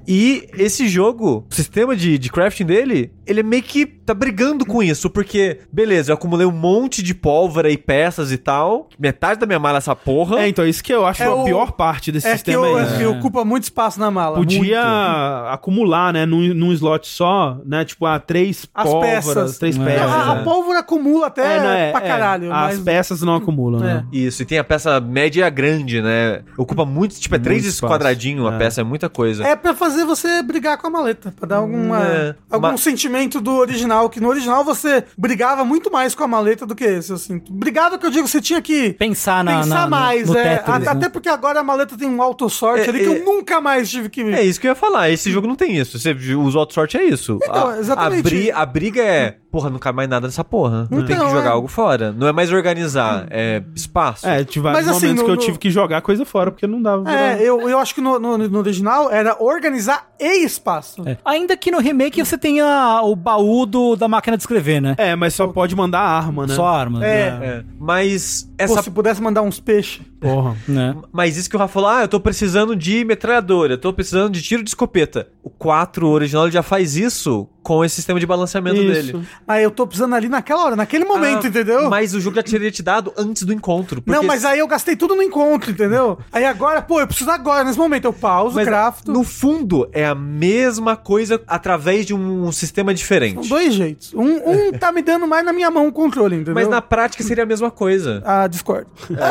[SPEAKER 4] E esse jogo, o sistema de, de crafting dele, ele é meio que tá brigando com isso, porque, beleza, eu acumulei um monte de pólvora e peças e tal, metade da minha mala é essa porra.
[SPEAKER 1] É, então isso que eu acho
[SPEAKER 2] É
[SPEAKER 1] a
[SPEAKER 2] o-
[SPEAKER 1] pior parte desse
[SPEAKER 2] É que,
[SPEAKER 1] sistema
[SPEAKER 2] eu-
[SPEAKER 1] aí. né?
[SPEAKER 2] é que ocupa muito espaço na mala.
[SPEAKER 1] Podia
[SPEAKER 2] Muito.
[SPEAKER 1] acumular, né, num, num slot só, né, tipo, ah, três
[SPEAKER 2] As
[SPEAKER 1] pólvoras,
[SPEAKER 2] peças. Ah,
[SPEAKER 1] três
[SPEAKER 3] É.
[SPEAKER 1] peças.
[SPEAKER 2] a, a
[SPEAKER 1] né.
[SPEAKER 2] pólvora acumula até
[SPEAKER 1] É, não, é,
[SPEAKER 2] pra
[SPEAKER 1] é.
[SPEAKER 2] caralho.
[SPEAKER 1] As
[SPEAKER 2] mas- É.
[SPEAKER 1] peças não acumulam, né?
[SPEAKER 4] Isso, e tem a peça média e a grande, né? Ocupa muito, tipo, é
[SPEAKER 1] Muito
[SPEAKER 4] três
[SPEAKER 1] espaço.
[SPEAKER 4] quadradinhos a
[SPEAKER 1] É.
[SPEAKER 4] peça, é muita coisa.
[SPEAKER 2] É pra fazer você brigar com a maleta, pra dar alguma,
[SPEAKER 4] é,
[SPEAKER 2] algum
[SPEAKER 4] mas-
[SPEAKER 2] sentimento do original, que no original você brigava muito mais com a maleta do que esse, assim. Brigava que eu digo, você tinha que
[SPEAKER 3] Pensar na.
[SPEAKER 2] pensar
[SPEAKER 3] na- no-
[SPEAKER 2] mais,
[SPEAKER 3] no
[SPEAKER 2] é.
[SPEAKER 3] Tetris,
[SPEAKER 2] Até-
[SPEAKER 3] né?
[SPEAKER 2] Até porque agora a maleta tem um auto sorte
[SPEAKER 4] É,
[SPEAKER 2] ali que
[SPEAKER 4] é.
[SPEAKER 2] eu nunca mais tive que...
[SPEAKER 4] É isso que eu ia falar. Esse jogo não tem isso. Você, os outros sorte é isso.
[SPEAKER 2] Então,
[SPEAKER 4] a,
[SPEAKER 2] exatamente.
[SPEAKER 4] A, bri- a briga é porra, não cabe mais nada dessa porra.
[SPEAKER 2] Não
[SPEAKER 4] tem que
[SPEAKER 2] tem,
[SPEAKER 4] jogar
[SPEAKER 2] é. Hum.
[SPEAKER 4] algo fora. Não é mais organizar, é espaço.
[SPEAKER 1] É, tive vários
[SPEAKER 2] Mas, assim,
[SPEAKER 1] momentos
[SPEAKER 2] no-
[SPEAKER 1] que eu
[SPEAKER 2] no-
[SPEAKER 1] tive que jogar coisa fora, porque não dava. pra-
[SPEAKER 2] É, eu, eu acho que no, no- no original era organizar e espaço.
[SPEAKER 3] É. Ainda que no remake você tenha o baú do, da máquina de escrever, né?
[SPEAKER 1] É, mas só pode mandar arma, né?
[SPEAKER 3] Só armas.
[SPEAKER 2] É.
[SPEAKER 3] né?
[SPEAKER 4] É, Mas
[SPEAKER 2] Pô,
[SPEAKER 4] essa
[SPEAKER 2] se pudesse mandar uns peixes.
[SPEAKER 1] Porra.
[SPEAKER 3] Né?
[SPEAKER 4] Mas isso que o Rafa falou, ah, eu tô precisando de metralhadora, eu tô precisando de tiro de escopeta. O 4 original ele já faz isso com esse sistema de balanceamento
[SPEAKER 1] Isso.
[SPEAKER 4] dele.
[SPEAKER 2] Aí eu tô precisando ali naquela hora, naquele momento,
[SPEAKER 4] Ah,
[SPEAKER 2] entendeu?
[SPEAKER 4] Mas o jogo já teria te dado antes do encontro.
[SPEAKER 2] Não, mas aí eu gastei tudo no encontro, entendeu? Aí agora, pô, eu preciso agora, nesse momento. Eu pauso,
[SPEAKER 4] mas
[SPEAKER 2] crafto.
[SPEAKER 4] No fundo, é a mesma coisa através de um sistema diferente.
[SPEAKER 2] São dois jeitos. Um, um tá me dando mais na minha mão o controle, entendeu?
[SPEAKER 4] Mas na prática seria a mesma coisa.
[SPEAKER 2] Ah, discordo.
[SPEAKER 1] É.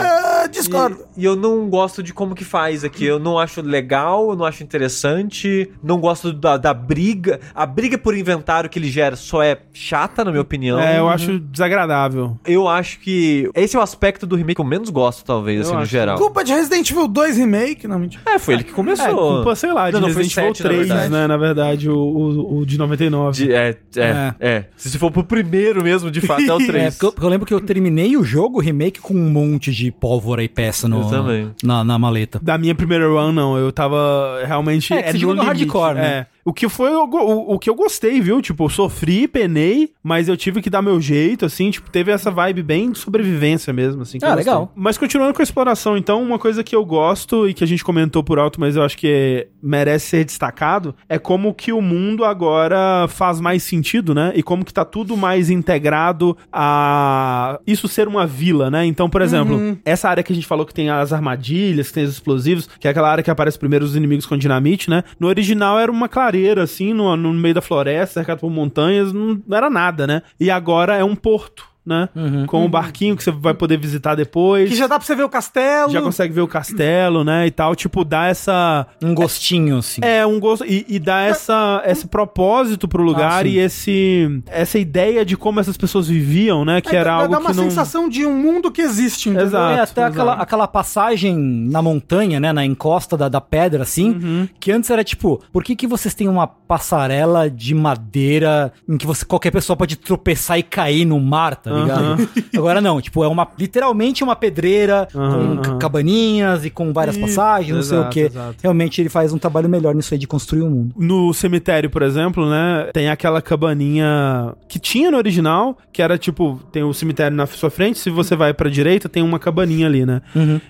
[SPEAKER 2] Ah, discordo.
[SPEAKER 4] E, e eu não gosto de como que faz aqui. Eu não acho legal, eu não acho interessante, não gosto da, da briga. A briga por inventário que ele gera só é chata, na minha opinião.
[SPEAKER 1] É,
[SPEAKER 2] uhum.
[SPEAKER 1] eu acho desagradável.
[SPEAKER 4] Eu acho que esse é o aspecto do remake que eu menos gosto, talvez, assim, no
[SPEAKER 1] acho.
[SPEAKER 4] geral.
[SPEAKER 2] Culpa de Resident Evil 2 Remake, não mentira.
[SPEAKER 4] É, foi ele que começou.
[SPEAKER 1] É, culpa, sei lá, de
[SPEAKER 4] Não, não, foi
[SPEAKER 1] Resident Evil
[SPEAKER 4] sete, na
[SPEAKER 1] 3,
[SPEAKER 4] verdade.
[SPEAKER 1] né? Na verdade, o, o, o de 99.
[SPEAKER 4] De- é, é, é, Se for pro primeiro mesmo, de fato, é o 3.
[SPEAKER 3] É, porque eu, porque eu lembro que eu terminei o jogo, o remake, com um monte de pólvora e peça no,
[SPEAKER 4] Eu também.
[SPEAKER 3] Na, na maleta.
[SPEAKER 1] Da minha primeira run, não. Eu tava realmente.
[SPEAKER 3] É, que você jogou no
[SPEAKER 1] limite.
[SPEAKER 3] hardcore, né?
[SPEAKER 1] É. O que foi o, go- o, o que eu gostei, viu? Tipo, eu sofri, penei, mas eu tive que dar meu jeito, assim. Tipo, teve essa vibe bem de sobrevivência mesmo, assim. que
[SPEAKER 3] Ah,
[SPEAKER 1] eu gostei.
[SPEAKER 3] legal.
[SPEAKER 1] Mas continuando com a exploração, então, uma coisa que eu gosto e que a gente comentou por alto, mas eu acho que é, merece ser destacado, é como que o mundo agora faz mais sentido, né? E como que tá tudo mais integrado a isso ser uma vila, né? Então, por exemplo, essa área que a gente falou que tem as armadilhas, que tem os explosivos, que é aquela área que aparece primeiro os inimigos com dinamite, né? No original era uma clareira, assim, no, no meio da floresta, cercado por montanhas, não não era nada, né? E agora é um porto. Né? Com o barquinho que você vai poder visitar depois.
[SPEAKER 2] Que já tá dá pra você ver o castelo.
[SPEAKER 1] Já consegue ver o castelo, né? E tal. Tipo, dá essa.
[SPEAKER 3] Um gostinho, assim.
[SPEAKER 1] É, um gosto. E, e dá essa, esse propósito pro lugar
[SPEAKER 3] Ah, sim.
[SPEAKER 1] e esse, essa ideia de como essas pessoas viviam, né? Que
[SPEAKER 2] É,
[SPEAKER 1] era
[SPEAKER 2] dá-
[SPEAKER 1] algo
[SPEAKER 2] Dá uma
[SPEAKER 1] que não.
[SPEAKER 2] sensação de um mundo que existe, entendeu?
[SPEAKER 1] Ah, tipo, Exato.
[SPEAKER 3] É, até aquela, aquela passagem na montanha, né? Na encosta da, da pedra, assim.
[SPEAKER 1] Uhum.
[SPEAKER 3] Que antes era tipo, por que, que vocês têm uma passarela de madeira em que você qualquer pessoa pode tropeçar e cair no mar, tá
[SPEAKER 1] Uhum.
[SPEAKER 3] ligado? Agora não, tipo, é uma literalmente uma pedreira
[SPEAKER 1] Aham,
[SPEAKER 3] com ca-
[SPEAKER 1] aham.
[SPEAKER 3] cabaninhas e com várias passagens, não sei o
[SPEAKER 1] Uhum, exato,
[SPEAKER 3] quê.
[SPEAKER 1] exato.
[SPEAKER 3] Realmente ele faz um trabalho melhor nisso aí de construir o mundo.
[SPEAKER 1] No cemitério, por exemplo, né? Tem aquela cabaninha que tinha no original, que era tipo, tem o cemitério na sua frente, se você vai pra direita, tem uma cabaninha ali, né?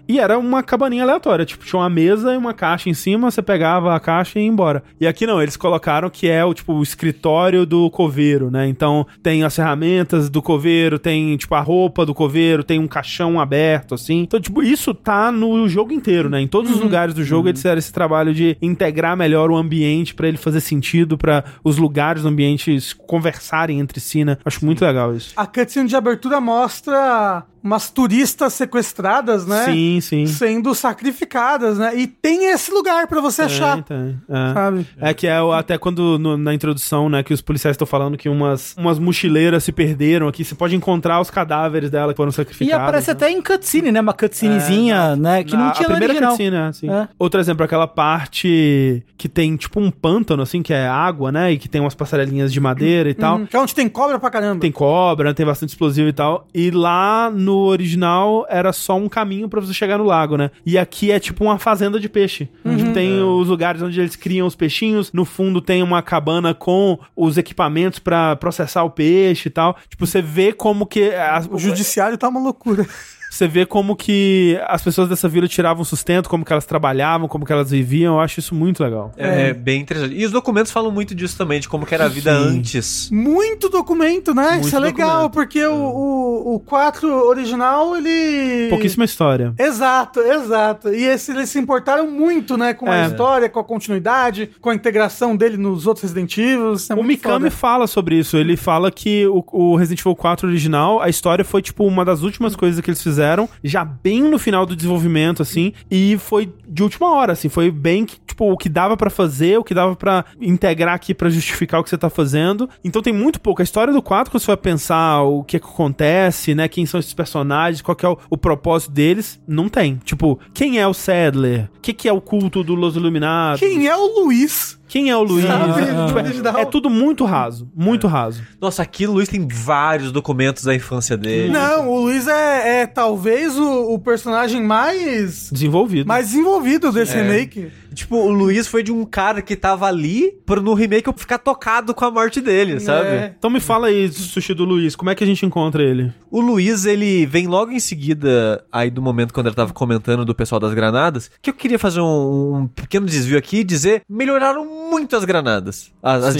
[SPEAKER 1] E era uma cabaninha aleatória, tipo, tinha uma mesa e uma caixa em cima, você pegava a caixa e ia embora. E aqui não, eles colocaram que é o tipo o escritório do coveiro, né? Então tem as ferramentas do coveiro, tem tipo a roupa do coveiro, tem um caixão aberto, assim. Então, tipo, isso tá no jogo inteiro, né? Em todos
[SPEAKER 3] Uhum.
[SPEAKER 1] os lugares do jogo eles fizeram esse trabalho de integrar melhor o ambiente pra ele fazer sentido, pra os lugares, os ambientes conversarem entre si, né? Acho muito legal isso.
[SPEAKER 2] A cutscene de abertura mostra umas turistas sequestradas, né?
[SPEAKER 1] Sim, sim.
[SPEAKER 2] Sendo sacrificadas, né? E tem esse lugar pra você
[SPEAKER 3] Tá.
[SPEAKER 1] Tem,
[SPEAKER 2] achar,
[SPEAKER 1] tem. É.
[SPEAKER 2] sabe?
[SPEAKER 1] É que é o- até quando no- na introdução, né, que os policiais estão falando que umas, umas mochileiras se perderam aqui, você pode encontrar os cadáveres dela que foram
[SPEAKER 3] E
[SPEAKER 1] sacrificados.
[SPEAKER 3] aparece
[SPEAKER 1] né? É,
[SPEAKER 3] até em cutscene, né? Uma cutscenezinha, né? Que
[SPEAKER 1] Na-
[SPEAKER 3] não tinha
[SPEAKER 1] a
[SPEAKER 3] no
[SPEAKER 1] primeira
[SPEAKER 3] original.
[SPEAKER 1] cutscene, né, assim.
[SPEAKER 3] É.
[SPEAKER 1] Outro exemplo, aquela parte que tem tipo um pântano, assim, que é água, né? E que tem umas passarelinhas de madeira e tal.
[SPEAKER 3] Uhum.
[SPEAKER 2] Hum, Que é onde tem cobra pra caramba.
[SPEAKER 1] Tem cobra, tem bastante explosivo e tal. E lá no original era só um caminho pra você chegar no lago, né? E aqui é tipo uma fazenda de peixe.
[SPEAKER 3] Uhum.
[SPEAKER 1] Tipo, tem os lugares onde eles criam os peixinhos, no fundo tem uma cabana com os equipamentos pra processar o peixe e tal. Tipo, você vê como que as-
[SPEAKER 2] O judiciário tá uma loucura.
[SPEAKER 1] você vê como que as pessoas dessa vila tiravam sustento, como que elas trabalhavam, como que elas viviam. Eu acho isso muito legal.
[SPEAKER 4] É, bem interessante. E os documentos falam muito disso também, de como que era a vida antes.
[SPEAKER 2] Muito documento, né?
[SPEAKER 1] Muito
[SPEAKER 2] Isso é legal,
[SPEAKER 1] documento.
[SPEAKER 2] porque o, o, o 4 original, ele.
[SPEAKER 1] Pouquíssima história.
[SPEAKER 2] Exato, exato. E esse, eles se importaram muito, né, com
[SPEAKER 1] É.
[SPEAKER 2] a história, com a continuidade, com a integração dele nos outros Resident Evil. Isso é
[SPEAKER 1] o
[SPEAKER 2] muito
[SPEAKER 1] Mikami
[SPEAKER 2] foda.
[SPEAKER 1] fala sobre isso. Ele fala que o, o Resident Evil 4 original, a história foi, tipo, uma das últimas coisas que eles fizeram, já bem no final do desenvolvimento, assim, e foi de última hora, assim. Foi bem, que, tipo, o que dava pra fazer, o que dava pra integrar aqui pra justificar o que você tá fazendo. Então tem muito pouco. A história do 4, quando você vai pensar o que, é que acontece, né, quem são esses personagens, qual que é o, o propósito deles, não tem. Tipo, quem é o Sadler? O que, que é o culto do Los Iluminados?
[SPEAKER 2] Quem é o Luiz?
[SPEAKER 1] Quem é o Luiz?
[SPEAKER 2] Sabe?
[SPEAKER 1] Tipo, é-
[SPEAKER 2] Original.
[SPEAKER 1] é, tudo muito raso, muito raso.
[SPEAKER 4] Nossa, aqui o Luiz tem vários documentos da infância dele.
[SPEAKER 2] Não, o Luiz é, é talvez o, o personagem mais,
[SPEAKER 1] Desenvolvido.
[SPEAKER 2] mais desenvolvido desse
[SPEAKER 1] É.
[SPEAKER 2] remake.
[SPEAKER 4] Tipo, o Luiz foi de um cara que tava ali pro no remake eu ficar tocado com a morte dele, sabe?
[SPEAKER 2] É.
[SPEAKER 1] Então me fala aí, sushi do Luiz, como é que a gente encontra ele?
[SPEAKER 4] O Luiz, ele vem logo em seguida aí do momento quando ele tava comentando do pessoal das granadas, que eu queria fazer um, um pequeno desvio aqui e dizer, melhoraram muito as granadas, as, as
[SPEAKER 1] Sim,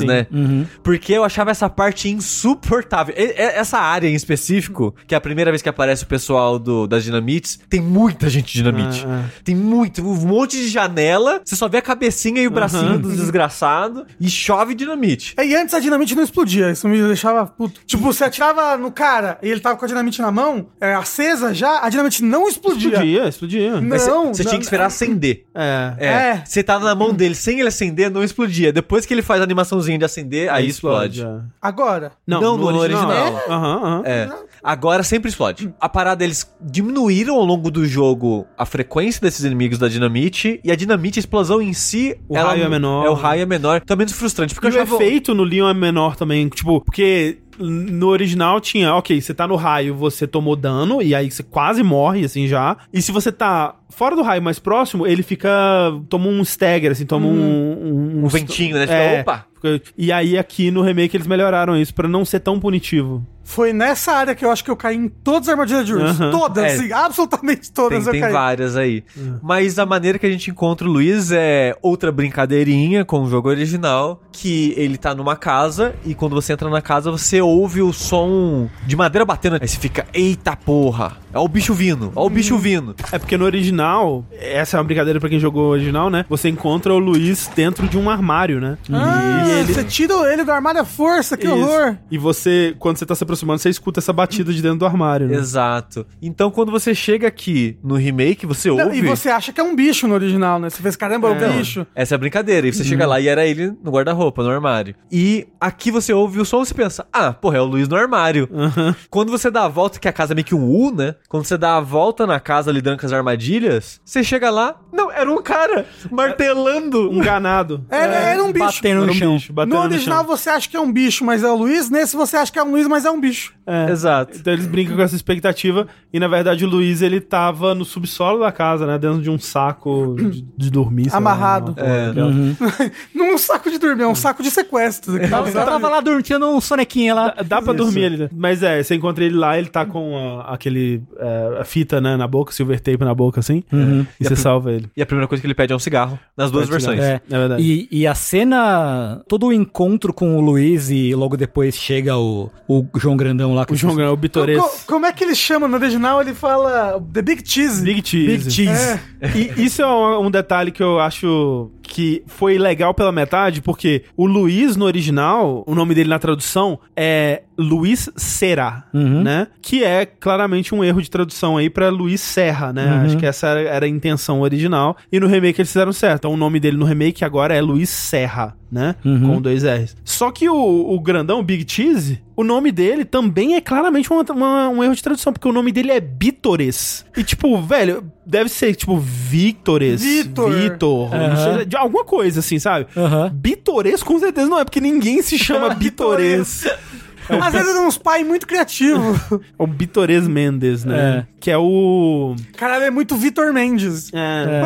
[SPEAKER 1] sim. Uhum.
[SPEAKER 4] né? Porque eu achava essa parte insuportável. E- e- essa área em específico, que é a primeira vez que aparece o pessoal do, das dinamites, tem muita gente dinamite.
[SPEAKER 1] Ah,
[SPEAKER 4] Tem muito, um monte de janela, você só vê a cabecinha e o bracinho dos desgraçados e chove dinamite.
[SPEAKER 2] É, E antes a dinamite não explodia, isso me deixava puto. Tipo, você atirava no cara e ele tava com a dinamite na mão, é, acesa já, a dinamite não explodia.
[SPEAKER 1] Explodia, explodia.
[SPEAKER 2] Não,
[SPEAKER 4] Mas você- você
[SPEAKER 2] não,
[SPEAKER 4] tinha que esperar acender.
[SPEAKER 1] É.
[SPEAKER 4] É.
[SPEAKER 2] É.
[SPEAKER 4] Você tava na mão dele, sem ele acender, não explodia. Depois que ele faz a animaçãozinha de acender, aí, explode.
[SPEAKER 1] é.
[SPEAKER 2] Agora.
[SPEAKER 1] Não,
[SPEAKER 4] Não,
[SPEAKER 1] no,
[SPEAKER 4] no
[SPEAKER 1] original.
[SPEAKER 4] original.
[SPEAKER 1] Aham, aham.
[SPEAKER 4] É. Agora sempre explode. A parada, eles diminuíram ao longo do jogo a frequência desses inimigos da dinamite. E a dinamite, a explosão em si.
[SPEAKER 1] O raio é menor.
[SPEAKER 4] É, o raio é menor. Também menos frustrante, porque
[SPEAKER 1] E o
[SPEAKER 4] eu achava.
[SPEAKER 1] efeito no Leon é menor também, tipo, porque no original tinha, ok, você tá no raio, você tomou dano, e aí você quase morre, assim, já. E se você tá fora do raio, mais próximo, ele fica, toma um stagger, assim, toma um...
[SPEAKER 4] Um ventinho, né? Fica,
[SPEAKER 1] É.
[SPEAKER 4] opa!
[SPEAKER 1] Fica- E aí aqui no remake eles melhoraram isso pra não ser tão punitivo.
[SPEAKER 2] Foi nessa área que eu acho que eu caí em todas as armadilhas de Urus.
[SPEAKER 1] Aham.
[SPEAKER 2] Todas,
[SPEAKER 4] É.
[SPEAKER 2] sim, absolutamente todas
[SPEAKER 4] Tem, tem
[SPEAKER 2] eu caí. É.
[SPEAKER 4] várias aí. Mas a maneira que a gente encontra o Luiz é outra brincadeirinha com o jogo original, que ele tá numa casa e quando você entra na casa você ouve o som de madeira batendo. Aí você fica, eita porra, é o bicho vindo, é o bicho
[SPEAKER 2] Uhum.
[SPEAKER 4] vindo.
[SPEAKER 1] É porque no original, essa é uma brincadeira pra quem jogou o original, né? Você encontra o Luiz dentro de um armário, né?
[SPEAKER 2] Ah, você tira ele do armário à força, que
[SPEAKER 1] Isso.
[SPEAKER 2] horror.
[SPEAKER 1] E você, quando você tá se aproximando, você escuta essa batida de dentro do armário, né?
[SPEAKER 4] Exato. Então quando você chega aqui no remake, você
[SPEAKER 2] Não,
[SPEAKER 4] ouve...
[SPEAKER 2] e você acha que é um bicho no original, né? Você fez, caramba, é um bicho.
[SPEAKER 4] Essa é a brincadeira. E você chega
[SPEAKER 2] Uhum.
[SPEAKER 4] lá e era ele no guarda-roupa, no armário. E aqui você ouve o som e você pensa: ah, porra, é o Luiz no armário.
[SPEAKER 2] Uhum.
[SPEAKER 4] Quando você dá a volta, que a casa é meio que um U, né? Quando você dá a volta na casa lidando com as armadilhas, você chega lá, não, era um cara martelando.
[SPEAKER 1] Um ganado.
[SPEAKER 2] Era, era um bicho.
[SPEAKER 3] É, Batendo no
[SPEAKER 1] Era um
[SPEAKER 3] chão.
[SPEAKER 1] bicho, batendo
[SPEAKER 2] no
[SPEAKER 1] no
[SPEAKER 2] original
[SPEAKER 1] chão.
[SPEAKER 2] você acha que é um bicho, mas é o Luiz. Nesse você acha que é um Luiz, mas é um bicho.
[SPEAKER 1] É.
[SPEAKER 4] Exato.
[SPEAKER 1] Então eles brincam com essa expectativa e na verdade o Luiz ele tava no subsolo da casa, né? Dentro de um saco de, de dormir. sei lá, né?
[SPEAKER 2] Amarrado.
[SPEAKER 1] uma porra
[SPEAKER 4] É.
[SPEAKER 1] daquela.
[SPEAKER 2] Não é um saco de dormir, é um saco de sequestro. Então,
[SPEAKER 3] Eu tava lá dormindo um sonequinha lá.
[SPEAKER 1] Dá, dá pra dormir ali, né? Mas é, você encontra ele lá, ele tá com a- aquele é, a fita né, na boca, silver tape na boca assim, e você salva ele.
[SPEAKER 4] E a primeira coisa que ele pede é um cigarro, nas duas
[SPEAKER 1] Pode
[SPEAKER 4] versões.
[SPEAKER 1] cigarro.
[SPEAKER 3] É,
[SPEAKER 1] É verdade.
[SPEAKER 3] E, e a cena, todo o encontro com o Luiz e logo depois chega o, o João Grandão lá.
[SPEAKER 1] O João Grão, o Bitorês.
[SPEAKER 2] Co- como é que ele chama? No original ele fala The Big Cheese.
[SPEAKER 1] Big Cheese.
[SPEAKER 3] Big Cheese.
[SPEAKER 1] E isso é um, um detalhe que eu acho que foi legal pela metade, porque o Luiz no original, o nome dele na tradução é Luiz Será, né? Que é claramente um erro de tradução aí pra Luiz Serra, né? Acho que essa era, era a intenção original. E no remake eles fizeram certo. Então o nome dele no remake agora é Luiz Serra, né? Com dois R's. Só que o, o grandão, o Big Cheese, o nome dele também é claramente uma- uma- um erro de tradução, porque o nome dele é Bitores. E tipo, velho, deve ser tipo Victores.
[SPEAKER 2] Vitor.
[SPEAKER 1] Vitor. não sei, de alguma coisa assim, sabe?
[SPEAKER 3] É. Aham.
[SPEAKER 1] Bitores com certeza não é, porque ninguém se chama Bitores.
[SPEAKER 2] Às vezes é uns pais muito criativos.
[SPEAKER 1] É o Bitores Mendes, né? Que é o.
[SPEAKER 2] Caralho, é muito Vitor Mendes.
[SPEAKER 1] é,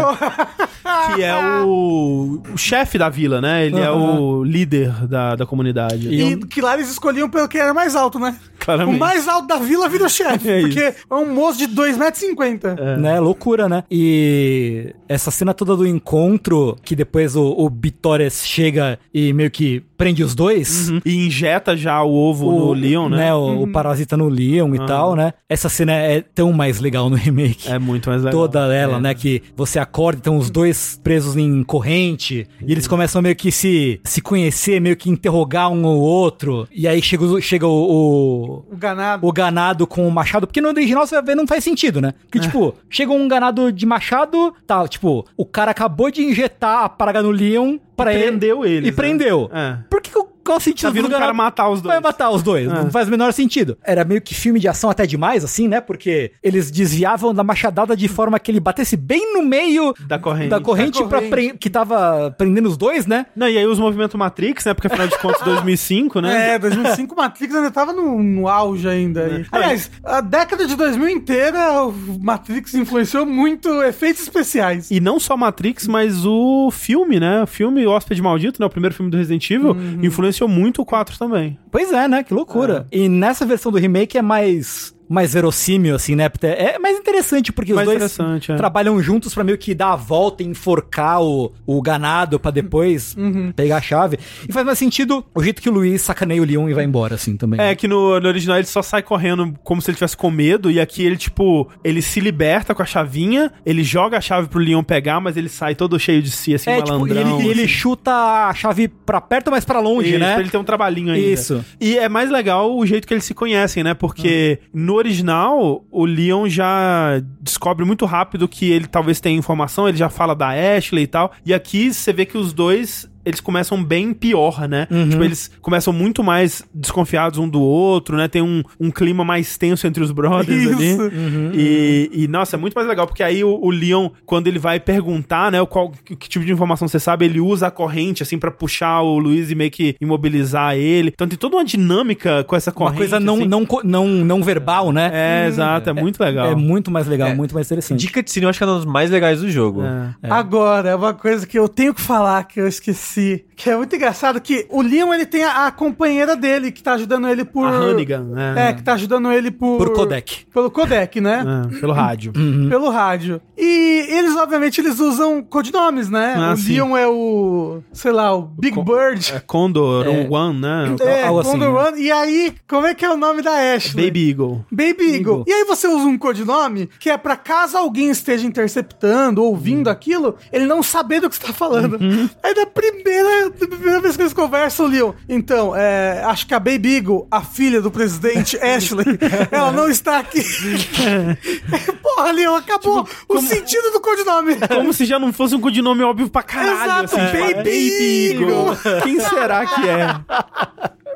[SPEAKER 1] Que é o, o chefe da vila, né? Ele é o líder da, da comunidade.
[SPEAKER 2] E que lá eles escolhiam pelo que era mais alto, né?
[SPEAKER 1] Claramente.
[SPEAKER 2] O mais alto da vila vira o chefe.
[SPEAKER 1] É
[SPEAKER 2] porque é um moço de 2,50m.
[SPEAKER 3] Né, loucura, né? E essa cena toda do encontro, que depois o, o Bitores chega e meio que prende os dois.
[SPEAKER 1] E injeta já o ovo no Leon, né? Ah.
[SPEAKER 3] o, o parasita no Leon e tal, né? Essa cena é tão mais legal no remake.
[SPEAKER 1] É muito mais legal. É.
[SPEAKER 3] Toda ela, né? Que você acorda, então os dois presos em corrente, e
[SPEAKER 1] Uhum.
[SPEAKER 3] eles começam a meio que se, se conhecer, meio que interrogar um ou outro. E aí chega, o- chega o, o-
[SPEAKER 2] O ganado.
[SPEAKER 3] o ganado com o machado, porque no original você vai ver não faz sentido, né?
[SPEAKER 1] É.
[SPEAKER 3] Porque, tipo, chega um ganado de machado, tá, tipo, o cara acabou de injetar a praga no Leon pra ele.
[SPEAKER 1] prendeu eles,
[SPEAKER 3] E
[SPEAKER 1] né?
[SPEAKER 3] prendeu.
[SPEAKER 1] É.
[SPEAKER 3] Por que, que o qual o sentido
[SPEAKER 1] Tá vindo
[SPEAKER 3] do
[SPEAKER 1] um cara matar os dois. É.
[SPEAKER 3] Vai matar os dois, não faz o menor sentido. Era meio que filme de ação até demais, assim, né? Porque eles desviavam da machadada de forma que ele batesse bem no meio
[SPEAKER 1] Da corrente.
[SPEAKER 3] da corrente,
[SPEAKER 2] Da
[SPEAKER 3] pra
[SPEAKER 2] corrente.
[SPEAKER 3] pre- que tava prendendo os dois, né?
[SPEAKER 1] Não, e aí os movimentos Matrix, né? Porque afinal de contas, 2005, né?
[SPEAKER 2] É, 2005 Matrix ainda tava no, no auge ainda.
[SPEAKER 1] É.
[SPEAKER 2] aí. Aliás, a década de 2000 inteira, o Matrix influenciou muito efeitos especiais.
[SPEAKER 1] E não só Matrix, mas o filme, né? O filme Hóspede Maldito, né? O primeiro filme do Resident Evil, influenciou muito o 4 também.
[SPEAKER 3] Pois é, né? Que loucura. E nessa versão do remake é mais mais verossímil, assim, né? Porque É mais interessante, porque os
[SPEAKER 1] Mais
[SPEAKER 3] dois
[SPEAKER 1] interessante, é.
[SPEAKER 3] trabalham juntos pra meio que dar a volta e enforcar o, o ganado pra depois pegar a chave. E faz mais sentido o jeito que o Luiz sacaneia o Leon e vai embora, assim, também.
[SPEAKER 1] É, que no, no original ele só sai correndo como se ele tivesse com medo, e aqui ele, tipo, ele se liberta com a chavinha, ele joga a chave pro Leon pegar, mas ele sai todo cheio de si, assim,
[SPEAKER 3] É, tipo, e ele,
[SPEAKER 1] malandrão.
[SPEAKER 3] e ele
[SPEAKER 1] assim.
[SPEAKER 3] chuta a chave pra perto, mas pra longe,
[SPEAKER 1] Isso,
[SPEAKER 3] né?
[SPEAKER 1] pra ele ter um trabalhinho ainda.
[SPEAKER 3] Isso.
[SPEAKER 1] E é mais legal o jeito que eles se conhecem, né? Porque no original, o Leon já descobre muito rápido que ele talvez tenha informação, ele já fala da Ashley e tal. E aqui você vê que os dois. Eles começam bem pior, né? Tipo, eles começam muito mais desconfiados um do outro, né? Tem um, um clima mais tenso entre os brothers ali. Hum,
[SPEAKER 2] Isso.
[SPEAKER 1] E, e, nossa, é muito mais legal, porque aí o, o Leon, quando ele vai perguntar, né, o qual, que, que tipo de informação você sabe, ele usa a corrente, assim, pra puxar o Luiz e meio que imobilizar ele. Então tem toda uma dinâmica com essa
[SPEAKER 3] Uma
[SPEAKER 1] corrente.
[SPEAKER 3] coisa não,
[SPEAKER 1] assim.
[SPEAKER 3] não, co- não, não verbal, né?
[SPEAKER 1] É, exato, é, muito legal.
[SPEAKER 3] É muito mais legal,
[SPEAKER 4] É.
[SPEAKER 3] muito mais interessante.
[SPEAKER 4] Dica de cine, eu acho que é uma das mais legais do jogo.
[SPEAKER 1] É.
[SPEAKER 2] Agora, uma coisa que eu tenho que falar, que eu esqueci, que é muito engraçado, que o Leon, ele tem a, a companheira dele, que tá ajudando ele por...
[SPEAKER 1] A Hannigan, né?
[SPEAKER 2] É, que tá ajudando ele por...
[SPEAKER 3] Por codec.
[SPEAKER 2] Pelo codec, né?
[SPEAKER 1] É, pelo rádio.
[SPEAKER 3] Hum.
[SPEAKER 2] Pelo rádio. E eles, obviamente, eles usam codinomes, né?
[SPEAKER 1] Ah,
[SPEAKER 2] o
[SPEAKER 1] sim.
[SPEAKER 2] Leon é o, sei lá, o Big
[SPEAKER 1] É
[SPEAKER 2] Bird.
[SPEAKER 1] Condor ou One, né?
[SPEAKER 2] É,
[SPEAKER 3] algo assim,
[SPEAKER 2] Wonder Woman. E aí, como é que é o nome da
[SPEAKER 3] né?
[SPEAKER 2] Ashley?
[SPEAKER 1] Baby Eagle.
[SPEAKER 2] Baby Eagle. E aí você usa um codinome que é pra caso alguém esteja interceptando, ouvindo aquilo, ele não saber do que você tá falando. Aí da primeira, da primeira vez que eles conversam, Leon, então, é, acho que a Baby Eagle, a filha do presidente Ashley, ela não está aqui. Porra, Leon, acabou o sentido do codinome.
[SPEAKER 1] Como se já não fosse um codinome óbvio pra caralho.
[SPEAKER 2] Exato,
[SPEAKER 1] assim,
[SPEAKER 2] Baby Eagle.
[SPEAKER 1] Quem será que é?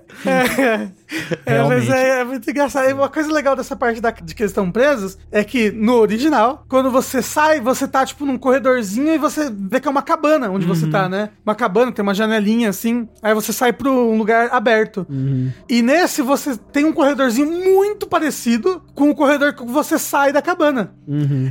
[SPEAKER 2] É, mas
[SPEAKER 3] Realmente.
[SPEAKER 2] é, é muito engraçado. E uma coisa legal dessa parte da- de que eles estão presos é que no original, quando você sai, você tá tipo num corredorzinho e você vê que é uma cabana onde você tá, né? Uma cabana, tem uma janelinha assim. Aí você sai pra um lugar aberto. E nesse você tem um corredorzinho muito parecido com o corredor que você sai da cabana.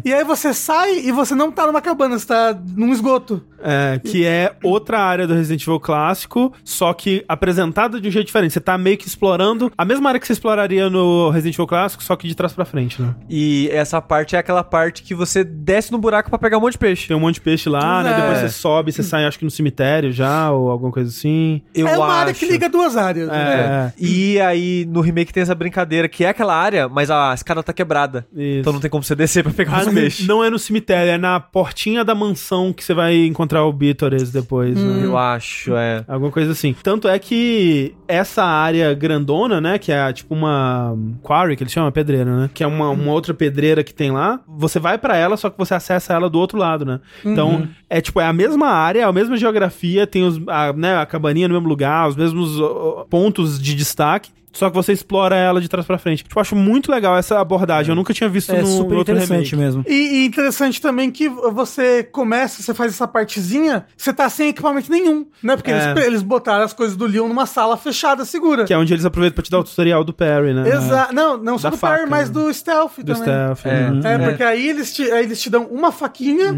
[SPEAKER 2] E aí você sai e você não tá numa cabana, você tá num esgoto.
[SPEAKER 1] É, que é outra área do Resident Evil clássico, só que apresentada de um jeito diferente. Você tá meio que explorando a mesma área que você exploraria no Resident Evil clássico, só que de trás pra frente, né?
[SPEAKER 4] E essa parte é aquela parte que você desce no buraco pra pegar um monte de peixe.
[SPEAKER 1] Tem um monte de peixe lá, né?
[SPEAKER 2] É.
[SPEAKER 1] Depois você sobe, você sai, acho que no cemitério já, ou alguma coisa assim.
[SPEAKER 4] Eu
[SPEAKER 2] é uma
[SPEAKER 4] acho.
[SPEAKER 2] área que liga duas áreas. né?
[SPEAKER 1] É,
[SPEAKER 4] E aí, no remake tem essa brincadeira, que é aquela área, mas a escada tá quebrada.
[SPEAKER 1] Isso.
[SPEAKER 4] Então não tem como você descer pra pegar
[SPEAKER 1] Ah,
[SPEAKER 4] os peixes.
[SPEAKER 1] não é no cemitério, é na portinha da mansão que você vai encontrar o Beatles depois, né?
[SPEAKER 4] Hum. Eu acho, é.
[SPEAKER 1] Alguma coisa assim. Tanto é que essa área grandona, né? Que é tipo uma quarry, que eles chamam, pedreira, né? Que é uma, uma outra pedreira que tem lá. Você vai pra ela, só que você acessa ela do outro lado, né?
[SPEAKER 3] Uhum.
[SPEAKER 1] Então, é tipo, é a mesma área, é a mesma geografia, tem os, a, né, a cabaninha no mesmo lugar, os mesmos ó, ó, pontos de destaque. Só que você explora ela de trás pra frente. Tipo, eu acho muito legal essa abordagem. Eu nunca tinha visto
[SPEAKER 3] É
[SPEAKER 1] no
[SPEAKER 3] super
[SPEAKER 1] outro
[SPEAKER 3] interessante
[SPEAKER 1] remake.
[SPEAKER 3] mesmo.
[SPEAKER 2] E, e interessante também que você começa, você faz essa partezinha, você tá sem equipamento nenhum, né? Porque
[SPEAKER 1] É.
[SPEAKER 2] eles, eles botaram as coisas do Leon numa sala fechada, segura.
[SPEAKER 1] Que é onde eles aproveitam pra te dar o tutorial do Perry, né?
[SPEAKER 2] Exa não, não só
[SPEAKER 1] Da
[SPEAKER 2] do Perry,
[SPEAKER 1] faca,
[SPEAKER 2] mas
[SPEAKER 1] né?
[SPEAKER 2] do Stealth
[SPEAKER 1] Do
[SPEAKER 2] também.
[SPEAKER 1] Steph.
[SPEAKER 4] É.
[SPEAKER 1] né? Uhum.
[SPEAKER 2] É, porque aí eles, te, aí eles te dão uma faquinha,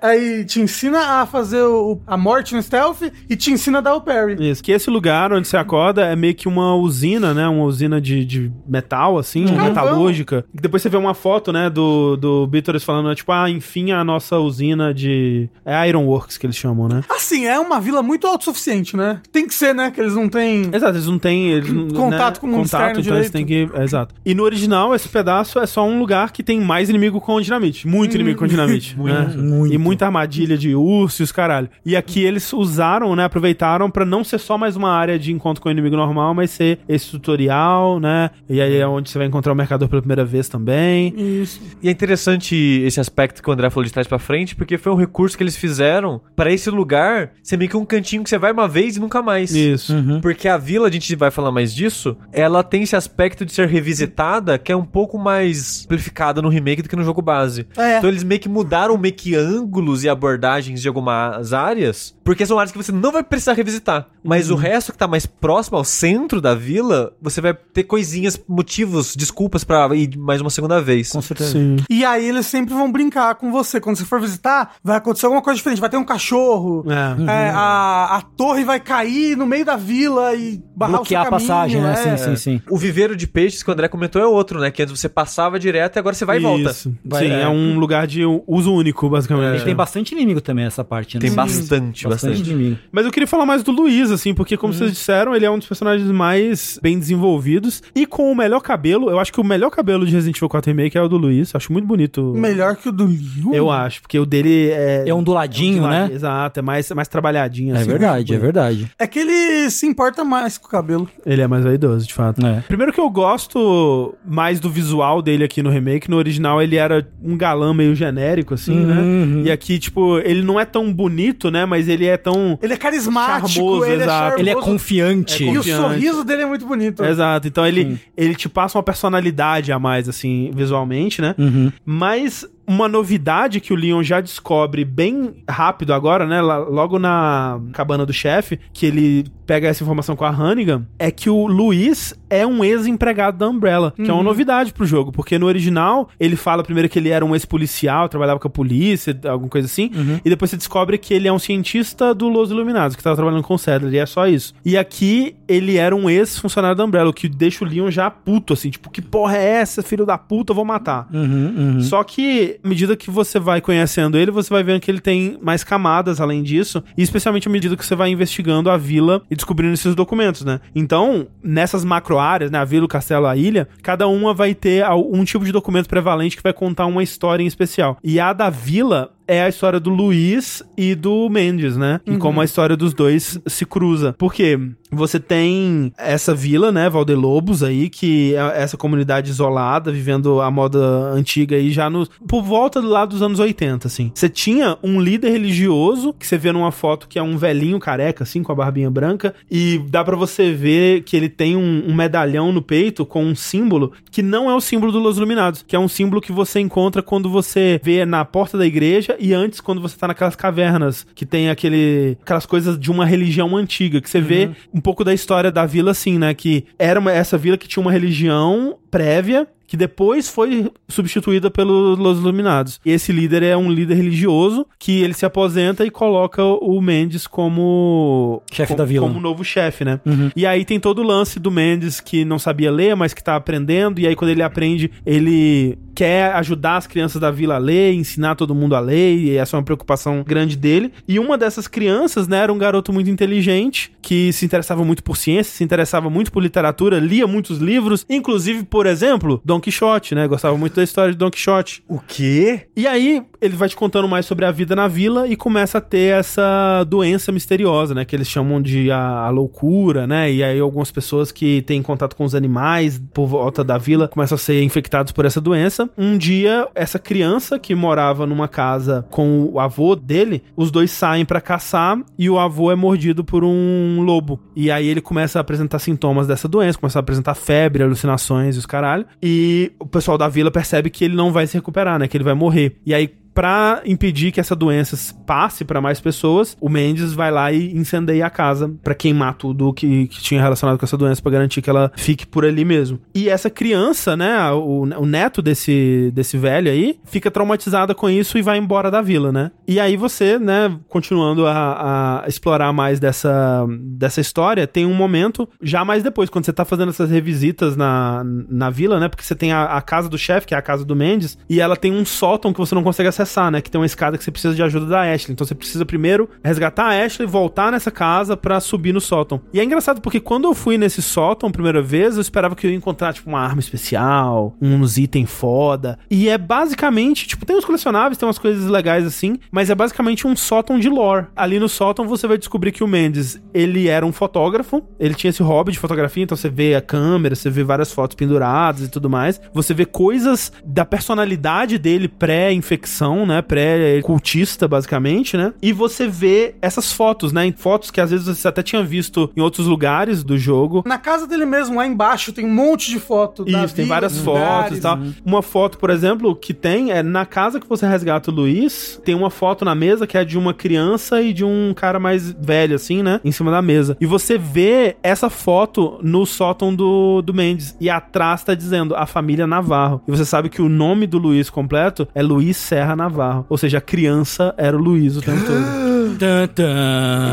[SPEAKER 2] aí te ensina a fazer o- a morte no stealth e te ensina a dar o parry.
[SPEAKER 1] Isso, que esse lugar onde você acorda é meio que uma usina, né? Uma usina de, de metal, assim,
[SPEAKER 2] carvão.
[SPEAKER 1] metalúrgica. Depois você vê uma foto, né, do, do Beatles falando, né, tipo, ah, enfim, a nossa usina de. É Ironworks que eles chamam, né?
[SPEAKER 2] Assim, é uma vila muito autossuficiente, né? Tem que ser, né? Que eles não têm.
[SPEAKER 1] Exato, eles não têm. Eles, não-
[SPEAKER 2] Contato
[SPEAKER 1] né,
[SPEAKER 2] com o mundo
[SPEAKER 1] Contato,
[SPEAKER 2] externo
[SPEAKER 1] então eles têm que. é, exato. E no original, esse pedaço é só um lugar que tem mais inimigo com dinamite. Muito inimigo com dinamite. né?
[SPEAKER 3] muito.
[SPEAKER 1] E muita armadilha de urso e os caralho. E aqui eles usaram, né? Aproveitaram pra não ser só mais uma área de encontro com o inimigo normal, mas ser esse tutorial, né? E aí é onde você vai encontrar o mercador pela primeira vez também.
[SPEAKER 2] Isso.
[SPEAKER 4] E é interessante esse aspecto que o André falou de trás pra frente, porque foi um recurso que eles fizeram pra esse lugar ser meio que um cantinho que você vai uma vez e nunca mais.
[SPEAKER 1] Isso. Uhum.
[SPEAKER 4] Porque a vila, a gente vai falar mais disso, ela tem esse aspecto de ser revisitada que é um pouco mais amplificada no remake do que no jogo base.
[SPEAKER 2] É.
[SPEAKER 4] Então eles meio que mudaram meio que ângulos e abordagens de algumas áreas, porque são áreas que você não vai precisar revisitar. Mas
[SPEAKER 3] Uhum.
[SPEAKER 4] o resto que tá mais próximo ao centro da vila, você vai ter coisinhas, motivos, desculpas pra ir mais uma segunda vez.
[SPEAKER 3] Com certeza.
[SPEAKER 1] Sim.
[SPEAKER 2] E aí eles sempre vão brincar com você. Quando você for visitar, vai acontecer alguma coisa diferente. Vai ter um cachorro,
[SPEAKER 1] É.
[SPEAKER 2] é, a, a torre vai cair no meio da vila e barrar
[SPEAKER 3] Bloquear
[SPEAKER 2] o
[SPEAKER 3] a
[SPEAKER 2] seu caminho,
[SPEAKER 3] passagem, né?
[SPEAKER 2] é.
[SPEAKER 3] Sim, sim, sim.
[SPEAKER 4] O viveiro de peixes que o André comentou é outro, né? Que antes você passava direto e agora você vai e volta.
[SPEAKER 1] Isso.
[SPEAKER 3] Vai-
[SPEAKER 1] Sim, é.
[SPEAKER 3] é.
[SPEAKER 1] um lugar de uso único, basicamente.
[SPEAKER 3] Tem bastante inimigo também essa parte, né?
[SPEAKER 4] É. Tem
[SPEAKER 3] Sim.
[SPEAKER 4] bastante, bastante.
[SPEAKER 3] inimigo.
[SPEAKER 1] Mas eu queria falar mais do Luiz, assim, porque,
[SPEAKER 3] Hum.
[SPEAKER 1] como vocês disseram, ele é um dos personagens mais bem desenvolvidos e com o melhor cabelo. Eu acho que o melhor cabelo de Resident Evil 4 Remake é o do Luiz. Eu Acho muito bonito.
[SPEAKER 2] Melhor que o do Liu?
[SPEAKER 1] Eu acho, porque o dele é.
[SPEAKER 3] É onduladinho, né?
[SPEAKER 1] Exato, é mais, mais trabalhadinho.
[SPEAKER 3] É
[SPEAKER 1] assim,
[SPEAKER 3] verdade, é
[SPEAKER 1] muito bonito.
[SPEAKER 3] verdade.
[SPEAKER 2] É que ele se importa mais com o cabelo.
[SPEAKER 1] Ele é mais vaidoso, de fato.
[SPEAKER 3] É.
[SPEAKER 1] Primeiro que eu gosto mais do visual dele aqui no remake. No original ele era um galã meio genérico, assim, né?
[SPEAKER 3] Uhum.
[SPEAKER 1] E aqui, tipo, ele não é tão bonito, né? Mas ele é tão.
[SPEAKER 2] Ele é carismático,
[SPEAKER 1] Charmoso,
[SPEAKER 2] ele
[SPEAKER 1] exato.
[SPEAKER 2] é charmoso.
[SPEAKER 3] Ele é confiante.
[SPEAKER 1] É
[SPEAKER 2] E o
[SPEAKER 1] confiante.
[SPEAKER 2] sorriso dele é muito bonito.
[SPEAKER 1] Exato. Então ele, ele te passa uma personalidade a mais, assim, visualmente, né?
[SPEAKER 3] Uhum,
[SPEAKER 1] Mas uma novidade que o Leon já descobre bem rápido agora, né? lá- Logo na cabana do chefe, que ele pega essa informação com a Hannigan, é que o Luiz é um ex-empregado da Umbrella, que é uma novidade pro jogo, porque no original ele fala primeiro que ele era um ex-policial, trabalhava com a polícia, alguma coisa assim, e depois você descobre que ele é um cientista do Los Iluminados, que tava trabalhando com o Sadler, e é só isso. E aqui ele era um ex-funcionário da Umbrella, o que deixa o Leon já puto, assim, tipo, que porra é essa, filho da puta, eu vou matar.
[SPEAKER 3] uhum,
[SPEAKER 1] Só que, à medida que você vai conhecendo ele, você vai vendo que ele tem mais camadas além disso, e especialmente à medida que você vai investigando a vila e descobrindo esses documentos, né? Então, nessas macro áreas, né, a vila, o castelo, a ilha, cada uma vai ter al- um tipo de documento prevalente que vai contar uma história em especial. E a da vila é a história do Luiz e do Mendes, né? E como a história dos dois se cruza. Porque você tem essa vila, né, Valdelobos aí, que é essa comunidade isolada, vivendo a moda antiga aí já no por volta do lado dos anos 80, assim. Você tinha um líder religioso, que você vê numa foto que é um velhinho careca assim com a barbinha branca, e dá pra você ver que ele tem um, um medalhão no peito com um símbolo que não é o símbolo do Los Iluminados, que é um símbolo que você encontra quando você vê na porta da igreja e antes quando você tá naquelas cavernas que tem aquele aquelas coisas de uma religião antiga que você vê
[SPEAKER 3] Uhum.
[SPEAKER 1] um pouco da história da vila assim, né, que era uma- essa vila que tinha uma religião prévia que depois foi substituída pelos Los Iluminados. E esse líder é um líder religioso que ele se aposenta e coloca o Mendes como
[SPEAKER 3] Chefe
[SPEAKER 1] co-
[SPEAKER 3] da vila.
[SPEAKER 1] como novo chefe, né? E aí tem todo o lance do Mendes que não sabia ler, mas que tá aprendendo. E aí quando ele aprende, ele quer ajudar as crianças da vila a ler, ensinar todo mundo a ler. E essa é uma preocupação grande dele. E uma dessas crianças, né, era um garoto muito inteligente que se interessava muito por ciência, se interessava muito por literatura, lia muitos livros, inclusive, por exemplo, Don Quixote, né? Gostava muito da história de Don Quixote.
[SPEAKER 4] O quê?
[SPEAKER 1] E aí, ele vai te contando mais sobre a vida na vila e começa a ter essa doença misteriosa, né? Que eles chamam de a, a loucura, né? E aí, algumas pessoas que têm contato com os animais por volta da vila começam a ser infectados por essa doença. Um dia, essa criança que morava numa casa com o avô dele, os dois saem pra caçar e o avô é mordido por um lobo. E aí, ele começa a apresentar sintomas dessa doença, começa a apresentar febre, alucinações e os caralho. E o pessoal da vila percebe que ele não vai se recuperar, né? Que ele vai morrer. E aí, pra impedir que essa doença s- passe pra mais pessoas, o Mendes vai lá e incendeia a casa pra queimar tudo que, que tinha relacionado com essa doença pra garantir que ela fique por ali mesmo. E essa criança, né? a- O, o neto desse, desse velho aí, fica traumatizada com isso e vai embora da vila, né? E aí você, né? Continuando a, a explorar mais dessa, dessa história, tem um momento, já mais depois, quando você tá fazendo essas revisitas na, na vila, né? Porque você tem a, a casa do chefe, que é a casa do Mendes, e ela tem um sótão que você não consegue acessar acessar, né? Que tem uma escada que você precisa de ajuda da Ashley. Então você precisa primeiro resgatar a Ashley, voltar nessa casa pra subir no sótão. E é engraçado porque quando eu fui nesse sótão a primeira vez, eu esperava que eu ia encontrar, tipo, uma arma especial, uns itens foda. E é basicamente, tipo, tem uns colecionáveis, tem umas coisas legais assim, mas é basicamente um sótão de lore. Ali no sótão você vai descobrir que o Mendes, ele era um fotógrafo, ele tinha esse hobby de fotografia, então você vê a câmera, você vê várias fotos penduradas e tudo mais. Você vê coisas da personalidade dele pré-infecção, né? Pré-cultista, basicamente, né? E você vê essas fotos, né? Em fotos que às vezes você até tinha visto em outros lugares do jogo.
[SPEAKER 2] Na casa dele mesmo, lá embaixo, tem um monte de foto. da
[SPEAKER 1] Isso, tem
[SPEAKER 2] vida,
[SPEAKER 1] várias
[SPEAKER 2] dos
[SPEAKER 1] fotos
[SPEAKER 2] lugares.
[SPEAKER 1] e tal. Uma foto, por exemplo, que tem é na casa que você resgata o Luiz, tem uma foto na mesa que é de uma criança e de um cara mais velho, assim, né? Em cima da mesa. E você vê essa foto no sótão do, do Mendes. E atrás tá dizendo a família Navarro. E você sabe que o nome do Luiz completo é Luiz Serra Navarro. Ou seja, a criança era o Luiz o tempo todo.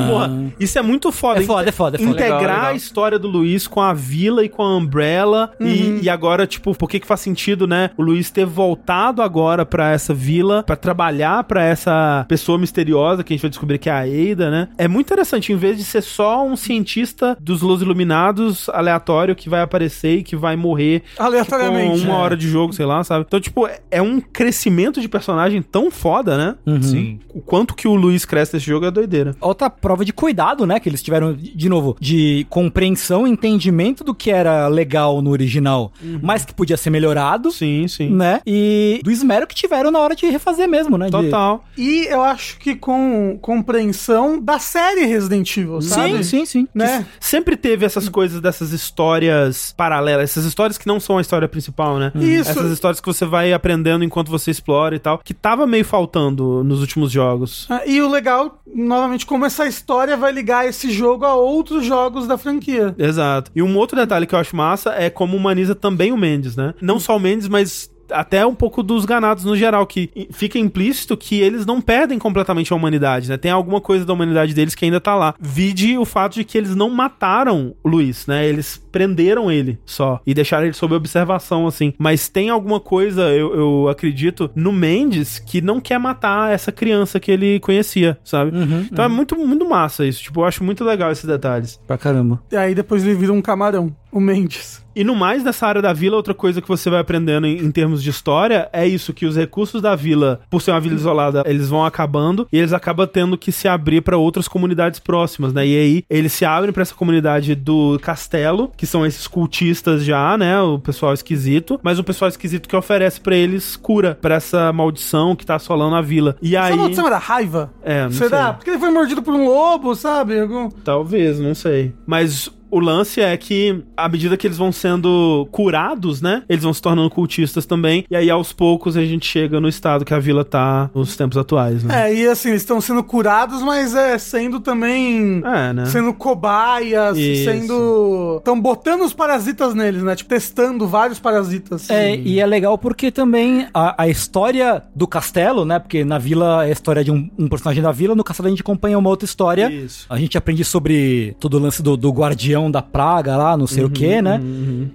[SPEAKER 1] Porra, isso é muito foda.
[SPEAKER 3] Ah. É foda, é foda, é foda.
[SPEAKER 1] Integrar
[SPEAKER 4] Legal, legal.
[SPEAKER 1] a história do Luiz com a vila e com a Umbrella. E, e agora, tipo, por que que faz sentido, né? O Luiz ter voltado agora pra essa vila, pra trabalhar pra essa pessoa misteriosa que a gente vai descobrir que é a Ada, né? É muito interessante, em vez de ser só um cientista dos Los Iluminados aleatório que vai aparecer e que vai morrer
[SPEAKER 2] Aleatoriamente. é.
[SPEAKER 1] com Tipo, uma hora de jogo, sei lá, sabe? Então, tipo, é- é um crescimento de personagem tão foda, né?
[SPEAKER 4] Sim.
[SPEAKER 1] O quanto que o Luiz cresce nesse jogo é doideira.
[SPEAKER 3] Outra prova de cuidado, né? Que eles tiveram, de novo, de compreensão e entendimento do que era legal no original,
[SPEAKER 2] Uhum.
[SPEAKER 3] mas que podia ser melhorado,
[SPEAKER 1] Sim, sim.
[SPEAKER 3] né? E do esmero que tiveram na hora de refazer mesmo, né? de-
[SPEAKER 1] Total.
[SPEAKER 2] E eu acho que com compreensão da série Resident Evil, sabe?
[SPEAKER 3] Sim, sim, sim.
[SPEAKER 2] Né?
[SPEAKER 1] Sempre teve essas coisas dessas histórias paralelas, essas histórias que não são a história principal, né?
[SPEAKER 2] Isso.
[SPEAKER 1] Essas histórias que você vai aprendendo enquanto você explora e tal, que tava meio faltando nos últimos jogos.
[SPEAKER 2] Ah, E o legal, novamente, como essa história vai ligar esse jogo a outros jogos da franquia.
[SPEAKER 1] Exato. E um outro detalhe que eu acho massa é como humaniza também o Mendes, né? Não só o Mendes, mas até um pouco dos ganados no geral, que i- fica implícito que eles não perdem completamente a humanidade, né? Tem alguma coisa da humanidade deles que ainda tá lá. Vide o fato de que eles não mataram o Luiz, né? Eles prenderam ele só e deixaram ele sob observação, assim. Mas tem alguma coisa, eu, eu acredito, no Mendes que não quer matar essa criança que ele conhecia, sabe? então é muito, muito massa isso. Tipo, eu acho muito legal esses detalhes.
[SPEAKER 3] Pra caramba.
[SPEAKER 2] E aí depois ele vira um camarão, o Mendes.
[SPEAKER 1] E no mais dessa área da vila, outra coisa que você vai aprendendo em, em termos de história é isso: que os recursos da vila, por ser uma vila isolada, eles vão acabando e eles acabam tendo que se abrir para outras comunidades próximas, né? E aí eles se abrem para essa comunidade do castelo, que são esses cultistas já, né? O pessoal esquisito, mas o pessoal esquisito que oferece para eles cura para essa maldição que tá assolando a vila. E aí.
[SPEAKER 2] Essa maldição era raiva?
[SPEAKER 1] É, não
[SPEAKER 2] Será?
[SPEAKER 1] sei.
[SPEAKER 2] Porque ele foi mordido por um lobo, sabe? Algum-
[SPEAKER 1] Talvez, não sei. Mas o lance é que, à medida que eles vão sendo curados, né? Eles vão se tornando cultistas também. E aí, aos poucos, a gente chega no estado que a vila tá nos tempos atuais, né?
[SPEAKER 2] É, e assim, eles estão sendo curados, mas é sendo também.
[SPEAKER 1] É, né?
[SPEAKER 2] Sendo cobaias,
[SPEAKER 1] Isso.
[SPEAKER 2] sendo. Estão botando os parasitas neles, né? Tipo, testando vários parasitas.
[SPEAKER 3] É, e é legal porque também a, a história do castelo, né? Porque na vila é a história de um, um personagem da vila, no castelo a gente acompanha uma outra história.
[SPEAKER 1] Isso.
[SPEAKER 3] A gente aprende sobre todo o lance do, do guardião da praga lá, não sei o
[SPEAKER 2] Uhum,
[SPEAKER 3] que, né?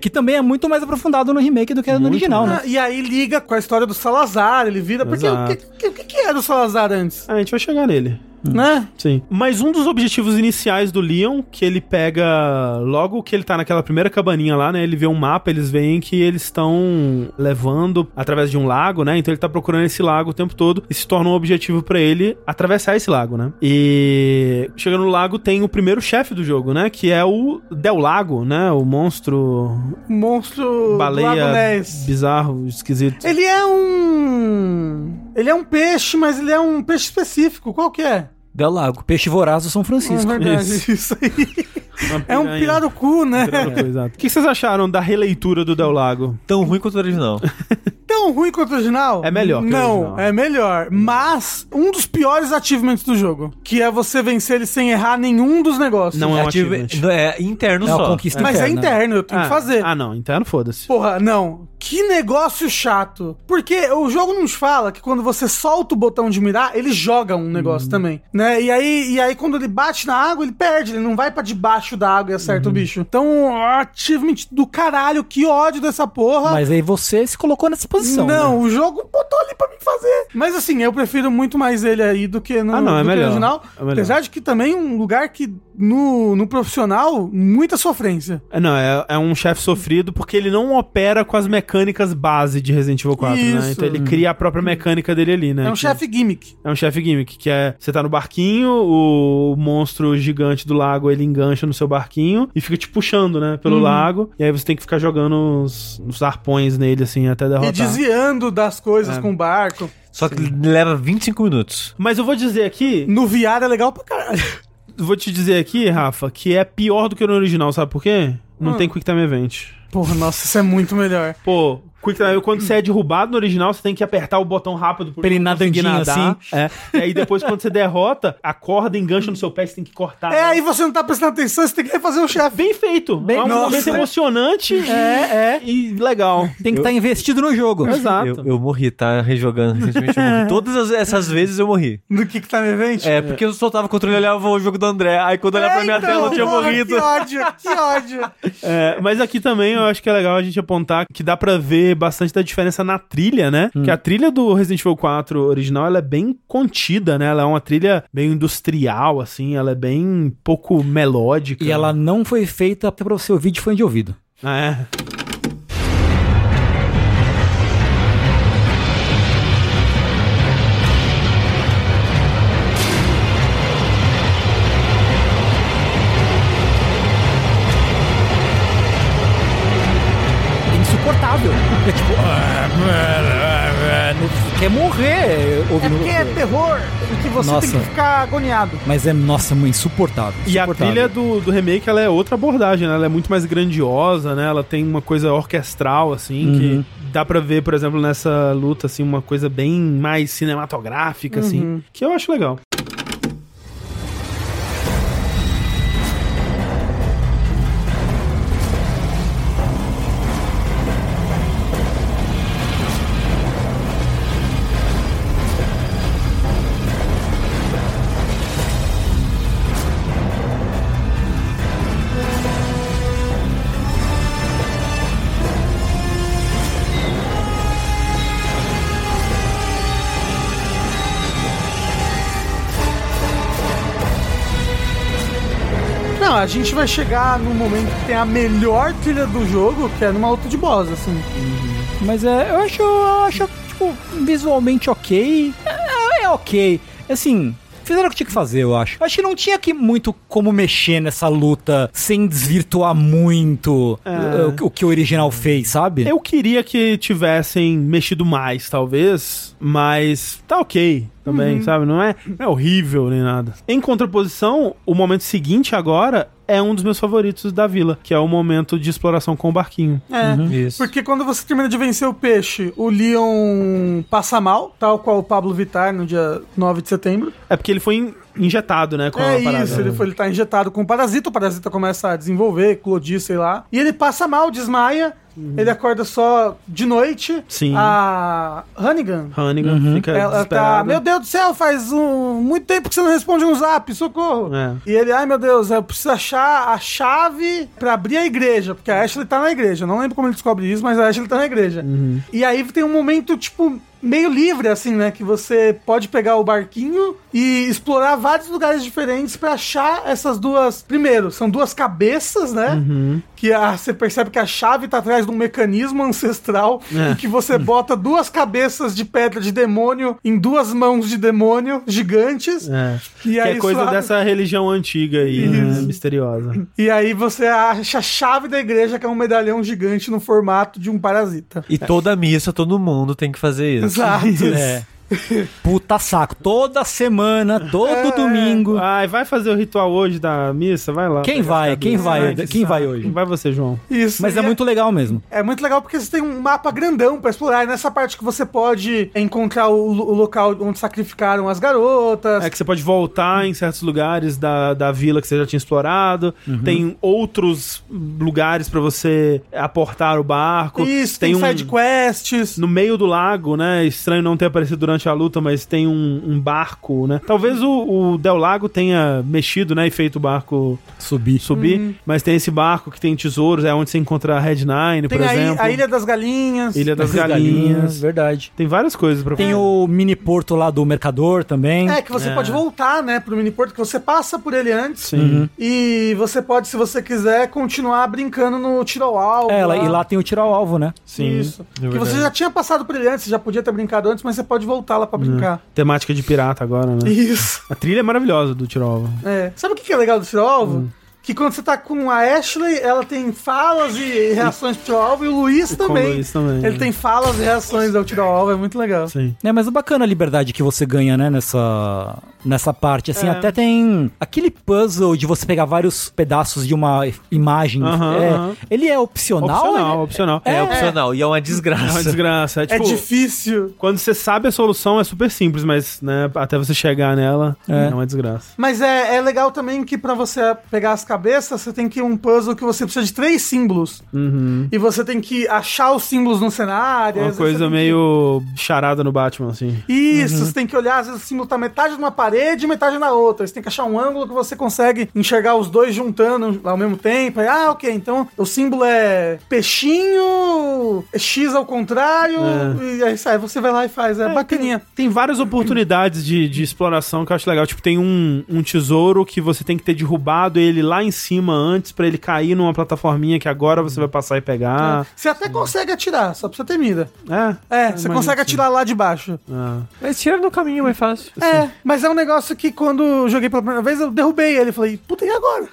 [SPEAKER 3] Que também é muito mais aprofundado no remake do que no original, né?
[SPEAKER 2] Ah, E aí liga com a história do Salazar, ele vira. Porque o que,
[SPEAKER 1] Exato. Hum.
[SPEAKER 2] que- o que que era o Salazar antes?
[SPEAKER 1] A gente vai chegar nele.
[SPEAKER 2] Né?
[SPEAKER 1] Sim. Mas um dos objetivos iniciais do Leon, que ele pega logo que ele tá naquela primeira cabaninha lá, né? Ele vê um mapa, eles veem que eles estão levando através de um lago, né? Então ele tá procurando esse lago o tempo todo e se torna um objetivo pra ele atravessar esse lago, né? E chegando no lago tem o primeiro chefe do jogo, né? Que é o Del Lago, né? O monstro
[SPEAKER 2] O Um monstro do Lago
[SPEAKER 1] baleia
[SPEAKER 2] Ness.
[SPEAKER 1] bizarro, esquisito.
[SPEAKER 2] Ele é um. Ele é um peixe, mas ele é um peixe específico. Qual que é?
[SPEAKER 3] Del Lago, Peixe Voraz do São
[SPEAKER 2] Ah,
[SPEAKER 3] Francisco.
[SPEAKER 2] verdade,
[SPEAKER 1] isso.
[SPEAKER 2] isso. aí. É um pirarucu, né?
[SPEAKER 1] Pirarucu, exato. O que vocês acharam da releitura do Del Lago?
[SPEAKER 4] Tão ruim quanto o original.
[SPEAKER 2] Tão ruim quanto o original?
[SPEAKER 1] É melhor que o
[SPEAKER 2] Não,
[SPEAKER 1] original.
[SPEAKER 2] é melhor. Mas um dos piores achievements do jogo, que é você vencer ele sem errar nenhum dos negócios.
[SPEAKER 1] Não é um achievement.
[SPEAKER 4] Ativo- é interno
[SPEAKER 3] É uma
[SPEAKER 4] só.
[SPEAKER 3] conquista
[SPEAKER 2] Mas é
[SPEAKER 3] interna.
[SPEAKER 2] interno, eu tenho
[SPEAKER 1] Ah,
[SPEAKER 2] que fazer.
[SPEAKER 1] Ah, não, interno foda-se.
[SPEAKER 2] Porra, não. Que negócio chato. Porque o jogo nos fala que quando você solta o botão de mirar, ele joga um
[SPEAKER 1] Uhum.
[SPEAKER 2] negócio também, né? E aí, e aí quando ele bate na água, ele perde, ele não vai pra debaixo da água e
[SPEAKER 1] Uhum.
[SPEAKER 2] acerta o bicho. Então, achievement do caralho, que ódio dessa porra.
[SPEAKER 3] Mas aí você se colocou nessa
[SPEAKER 1] é
[SPEAKER 3] posição.
[SPEAKER 2] não,
[SPEAKER 3] né?
[SPEAKER 2] o jogo botou ali pra mim fazer. Mas assim, eu prefiro muito mais ele aí do que no,
[SPEAKER 1] Ah, não, é
[SPEAKER 2] do que no
[SPEAKER 1] melhor.
[SPEAKER 2] original.
[SPEAKER 1] É melhor.
[SPEAKER 2] Apesar de que também é um lugar que no, no profissional, muita sofrência.
[SPEAKER 1] É, Não, é, é um chefe sofrido porque ele não opera com as mecânicas base de Resident Evil 4, né?
[SPEAKER 2] Isso. Hum.
[SPEAKER 1] Então ele cria a própria mecânica dele ali, né?
[SPEAKER 2] É um
[SPEAKER 1] Que-
[SPEAKER 2] chefe gimmick.
[SPEAKER 1] É um chefe gimmick, que é você tá no barquinho, o monstro gigante do lago ele engancha no seu barquinho e fica te puxando, né,
[SPEAKER 2] Uhum.
[SPEAKER 1] pelo lago. E aí você tem que ficar jogando os, os arpões nele, assim, até derrotar.
[SPEAKER 2] E desviando das
[SPEAKER 1] É.
[SPEAKER 2] coisas com o barco.
[SPEAKER 4] Só que leva 25 minutos.
[SPEAKER 1] Mas eu vou dizer aqui,
[SPEAKER 2] No VR é legal pra caralho.
[SPEAKER 1] vou te dizer aqui, Rafa, que é pior do que no original, sabe por quê? Não
[SPEAKER 2] Ah.
[SPEAKER 1] tem Quick Time Event.
[SPEAKER 2] Porra, nossa, isso é muito melhor.
[SPEAKER 1] Pô, Quick Time, quando
[SPEAKER 2] Hum.
[SPEAKER 1] você é derrubado no original, você tem que apertar o botão rápido
[SPEAKER 3] Pra ele assim,
[SPEAKER 1] conseguir
[SPEAKER 3] nadandinho,
[SPEAKER 1] É. E aí depois, quando você derrota, a corda engancha no seu pé, você tem que
[SPEAKER 4] Ah,
[SPEAKER 1] cortar.
[SPEAKER 2] É, aí você não tá prestando atenção, você tem que refazer o chefe.
[SPEAKER 1] Bem feito. é um
[SPEAKER 2] Nossa.
[SPEAKER 1] momento emocionante é, é. e legal.
[SPEAKER 3] Tem que estar investido no jogo.
[SPEAKER 1] Exato.
[SPEAKER 4] Eu, eu morri, tá? Rejogando recentemente. eu morri. Todas as- essas vezes eu morri.
[SPEAKER 2] Do que que tá no evento?
[SPEAKER 4] É, porque eu soltava o controle e olhava o jogo do André. Aí quando eu olhava pra minha
[SPEAKER 2] então,
[SPEAKER 4] tela eu tinha
[SPEAKER 2] porra,
[SPEAKER 4] morrido.
[SPEAKER 2] Que ódio, que ódio.
[SPEAKER 1] É, mas aqui também eu acho que é legal a gente apontar que dá pra ver bastante da diferença na trilha, né? Que a trilha do Resident Evil 4 original, ela é bem contida, né? Ela é uma trilha meio industrial, assim, ela é bem pouco melódica.
[SPEAKER 3] E ela não foi feita pra você ouvir de fone de ouvido.
[SPEAKER 1] É.
[SPEAKER 3] É insuportável. É tipo. Você ah, quer morrer
[SPEAKER 2] É
[SPEAKER 3] ouvindo.
[SPEAKER 2] porque é terror e que você
[SPEAKER 3] Nossa.
[SPEAKER 2] tem que ficar agoniado.
[SPEAKER 3] Mas é, nossa, muito insuportável.
[SPEAKER 1] E a
[SPEAKER 3] insuportável.
[SPEAKER 1] trilha do, do remake, ela é outra abordagem, né? Ela é muito mais grandiosa, né? Ela tem uma coisa orquestral, assim,
[SPEAKER 3] Uhum.
[SPEAKER 1] que dá pra ver, por exemplo, nessa luta, assim, uma coisa bem mais cinematográfica,
[SPEAKER 2] Uhum.
[SPEAKER 1] assim, que eu acho legal.
[SPEAKER 2] Não, a gente vai chegar num momento que tem a melhor trilha do jogo, que é numa luta de boss, assim.
[SPEAKER 3] Mas é, eu acho, eu acho, tipo, visualmente ok. É, é ok. Assim, fizeram o que tinha que fazer, eu acho. Acho que não tinha que muito como mexer nessa luta sem desvirtuar muito eh, o, que- o que o original fez, sabe?
[SPEAKER 1] Eu queria que tivessem mexido mais, talvez, mas tá ok
[SPEAKER 2] Uhum.
[SPEAKER 1] também, sabe? Não é, não é horrível nem nada. Em contraposição, o momento seguinte agora é um dos meus favoritos da vila, que é o momento de exploração com o barquinho.
[SPEAKER 2] É.
[SPEAKER 3] Uhum.
[SPEAKER 4] Isso.
[SPEAKER 2] Porque quando você termina de vencer o peixe, o Leon passa mal, tal qual o Pablo Vittar no dia 9 de setembro.
[SPEAKER 1] É porque ele foi in- injetado, né, com
[SPEAKER 2] é
[SPEAKER 1] a parada.
[SPEAKER 2] isso, ele, foi, ele tá injetado com parasita, o parasita começa a desenvolver, eclodir, sei lá. E ele passa mal, desmaia, ele acorda só de noite.
[SPEAKER 1] Uhum. Sim.
[SPEAKER 2] A Hannigan.
[SPEAKER 1] Hannigan fica
[SPEAKER 2] Ela tá,
[SPEAKER 1] desesperada.
[SPEAKER 2] meu Deus do céu, faz um, muito tempo que você não responde um zap, socorro.
[SPEAKER 1] É.
[SPEAKER 2] E ele, ai meu Deus, eu preciso achar a chave pra abrir a igreja, porque a Ashley tá na igreja. Eu Não lembro como ele descobre isso, mas a Ashley tá na igreja.
[SPEAKER 1] Uhum.
[SPEAKER 2] E aí tem um momento, tipo, meio livre, assim, né? Que você pode pegar o barquinho e explorar vários lugares diferentes pra achar essas duas. Primeiro, são duas cabeças, né?
[SPEAKER 1] Uhum.
[SPEAKER 2] Que a- você percebe que a chave tá atrás de um mecanismo ancestral
[SPEAKER 1] É.
[SPEAKER 2] em que você bota duas cabeças de pedra de demônio em duas mãos de demônio gigantes.
[SPEAKER 1] É.
[SPEAKER 2] E
[SPEAKER 1] Que
[SPEAKER 2] aí
[SPEAKER 1] é
[SPEAKER 2] isso
[SPEAKER 1] coisa
[SPEAKER 2] abre-
[SPEAKER 1] dessa religião antiga aí, né? Misteriosa.
[SPEAKER 2] E aí você acha a chave da igreja, que é um medalhão gigante no formato de um parasita.
[SPEAKER 4] E toda missa, todo mundo tem que fazer isso.
[SPEAKER 2] Exato.
[SPEAKER 3] É. Puta saco. Toda semana, todo domingo.
[SPEAKER 1] Ai, vai fazer o ritual hoje da missa? Vai lá.
[SPEAKER 3] Quem vai? Quem vai?
[SPEAKER 1] tá Ai, que
[SPEAKER 3] Quem vai
[SPEAKER 1] saco.
[SPEAKER 3] hoje?
[SPEAKER 1] Vai você, João.
[SPEAKER 2] Isso.
[SPEAKER 3] Mas
[SPEAKER 2] e
[SPEAKER 3] é muito legal mesmo.
[SPEAKER 2] É muito legal porque você tem um mapa grandão pra explorar. E nessa parte que você pode encontrar o, lo- o local onde sacrificaram as garotas.
[SPEAKER 1] É que você pode voltar em certos lugares da, da vila que você já tinha explorado.
[SPEAKER 2] Uhum.
[SPEAKER 1] Tem outros lugares pra você aportar o barco.
[SPEAKER 2] Isso, tem, side quests.
[SPEAKER 1] um no meio do lago, né? Estranho não ter aparecido durante a luta, mas tem um, um barco, né? Talvez o, o Del Lago tenha mexido, né? E feito o barco
[SPEAKER 3] Subir.
[SPEAKER 1] subir.
[SPEAKER 2] Uhum.
[SPEAKER 1] Mas tem esse barco que tem tesouros, é onde você encontra a Red Nine,
[SPEAKER 2] Tem
[SPEAKER 1] por
[SPEAKER 2] a, i-
[SPEAKER 1] exemplo.
[SPEAKER 2] a Ilha das Galinhas.
[SPEAKER 1] Ilha das
[SPEAKER 3] Essas
[SPEAKER 1] Galinhas.
[SPEAKER 3] Verdade.
[SPEAKER 1] Tem várias coisas pra
[SPEAKER 3] Tem o mini porto lá do mercador também.
[SPEAKER 2] É, que você pode voltar, né, pro mini porto, que você passa por ele antes.
[SPEAKER 3] Uhum.
[SPEAKER 1] Sim.
[SPEAKER 2] E você pode, se você quiser, continuar brincando no tiro ao alvo.
[SPEAKER 3] É, lá- e lá tem o tirar o alvo, né?
[SPEAKER 1] Sim.
[SPEAKER 2] Isso. que
[SPEAKER 4] verdade.
[SPEAKER 2] você já tinha passado por ele antes, você já podia ter brincado antes, mas você pode voltar lá pra
[SPEAKER 1] Uhum.
[SPEAKER 2] brincar.
[SPEAKER 1] Temática de pirata agora, né?
[SPEAKER 2] Isso.
[SPEAKER 1] A trilha é maravilhosa do Tirova.
[SPEAKER 2] É. Sabe o que que é legal do tiro-alvo?
[SPEAKER 1] Uhum.
[SPEAKER 2] Que quando você tá com a Ashley, ela tem falas e reações pro tiro-alvo, e o Luiz também.
[SPEAKER 1] Luiz também,
[SPEAKER 2] Ele
[SPEAKER 1] é.
[SPEAKER 2] tem falas e reações ao tiro-alvo, é muito legal.
[SPEAKER 1] Sim.
[SPEAKER 3] É, mas o bacana a liberdade que você ganha, né, nessa, nessa
[SPEAKER 1] É.
[SPEAKER 3] parte. Assim, até tem aquele puzzle de você pegar vários pedaços de uma imagem.
[SPEAKER 1] Aham,
[SPEAKER 3] É,
[SPEAKER 1] aham.
[SPEAKER 3] Ele é opcional?
[SPEAKER 1] Opcional,
[SPEAKER 3] ele-
[SPEAKER 1] opcional.
[SPEAKER 4] É, opcional e é
[SPEAKER 1] É
[SPEAKER 4] uma
[SPEAKER 1] uma
[SPEAKER 4] desgraça.
[SPEAKER 1] desgraça. É,
[SPEAKER 2] É
[SPEAKER 1] tipo,
[SPEAKER 2] difícil.
[SPEAKER 1] quando você sabe a solução é super simples, mas né, até você chegar nela é, uma desgraça.
[SPEAKER 2] Mas é, é legal também que pra você pegar as cabeças, você tem que um puzzle que você precisa de três símbolos. E você tem que achar os símbolos no cenário. às
[SPEAKER 1] Uma
[SPEAKER 2] vezes você
[SPEAKER 1] coisa
[SPEAKER 2] tem que-
[SPEAKER 1] meio charada no Batman, assim.
[SPEAKER 2] Isso, você tem que olhar, às vezes o símbolo tá metade numa parede e metade na outra. Você tem que achar um ângulo que você consegue enxergar os dois juntando ao mesmo tempo. Aí, ah, ok, então o símbolo é peixinho, é X ao contrário, e aí sai, você vai lá e faz. É, bacaninha.
[SPEAKER 1] É. Tem várias oportunidades de, de exploração que eu acho legal. Tipo, tem um, um tesouro que você tem que ter derrubado ele lá em cima antes pra ele cair numa plataforminha que agora você vai passar e pegar.
[SPEAKER 2] Você até consegue atirar, só pra você ter mira.
[SPEAKER 1] É.
[SPEAKER 2] É, você
[SPEAKER 1] mas
[SPEAKER 2] consegue
[SPEAKER 1] sim.
[SPEAKER 2] atirar lá de baixo.
[SPEAKER 1] é.
[SPEAKER 4] Mas tira no caminho, mais fácil.
[SPEAKER 2] É, mas é um negócio que quando eu joguei pela primeira vez, eu derrubei ele. Falei, puta, e agora?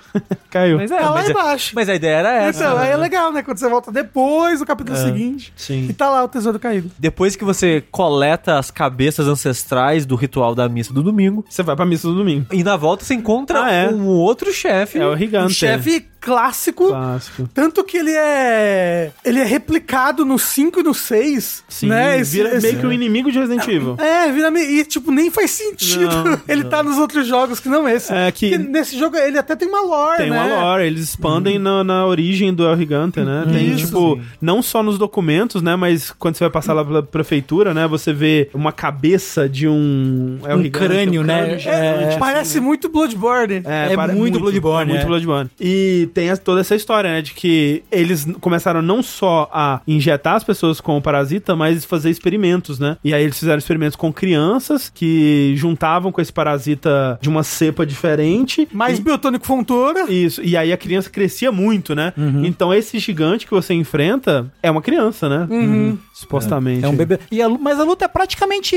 [SPEAKER 1] Caiu.
[SPEAKER 4] Mas é,
[SPEAKER 2] Tá lá
[SPEAKER 4] mas, é-
[SPEAKER 2] embaixo.
[SPEAKER 4] mas a ideia era essa.
[SPEAKER 2] Então, aí é legal, né? Quando você volta depois do capítulo
[SPEAKER 1] É.
[SPEAKER 2] seguinte,
[SPEAKER 1] Sim.
[SPEAKER 2] e tá lá o tesouro caído.
[SPEAKER 4] Depois que você coleta as cabeças ancestrais do ritual da missa do domingo,
[SPEAKER 1] Você vai pra missa do domingo.
[SPEAKER 4] e na volta você encontra
[SPEAKER 1] Ah, é.
[SPEAKER 4] um outro chefe.
[SPEAKER 1] É o Gigante.
[SPEAKER 2] Um chefe clássico.
[SPEAKER 1] Clássico.
[SPEAKER 2] Tanto que ele é. Ele é replicado no 5 e no 6.
[SPEAKER 1] Sim.
[SPEAKER 2] né? Esse-
[SPEAKER 1] vira
[SPEAKER 2] esse-
[SPEAKER 1] meio que um inimigo de Resident Evil.
[SPEAKER 2] É, vira meio. E, tipo, nem faz sentido.
[SPEAKER 1] Não,
[SPEAKER 2] ele tá nos outros jogos que não esse.
[SPEAKER 1] É, que-
[SPEAKER 2] Porque nesse jogo ele até tem uma lore,
[SPEAKER 1] Tem
[SPEAKER 2] né?
[SPEAKER 1] uma lore, eles expandem
[SPEAKER 3] Uhum.
[SPEAKER 1] na, na origem do El Gigante, né? Tem,
[SPEAKER 2] Isso,
[SPEAKER 1] tipo, não só nos documentos, né? Mas quando você vai passar lá pela prefeitura, né? Você vê uma cabeça de um El
[SPEAKER 3] Um
[SPEAKER 1] Gigante,
[SPEAKER 3] crânio, né?
[SPEAKER 1] gigante.
[SPEAKER 3] É,
[SPEAKER 2] Parece muito Bloodborne.
[SPEAKER 3] É
[SPEAKER 1] para-
[SPEAKER 3] muito Bloodborne,
[SPEAKER 1] Muito
[SPEAKER 3] é.
[SPEAKER 1] Bloodborne. E tem as- toda essa história, né? De que eles n- começaram não só a injetar as pessoas com o parasita, mas fazer experimentos, né? E aí eles fizeram experimentos com crianças que juntavam com esse parasita de uma cepa diferente.
[SPEAKER 2] Mais
[SPEAKER 1] e-
[SPEAKER 2] Biotônico Fontoura.
[SPEAKER 1] isso, e aí a criança crescia muito, né?
[SPEAKER 3] Uhum.
[SPEAKER 1] Então esse gigante que você enfrenta é uma criança, né?
[SPEAKER 2] Uhum.
[SPEAKER 1] Supostamente.
[SPEAKER 3] é um bebê. E a lu- mas a luta é praticamente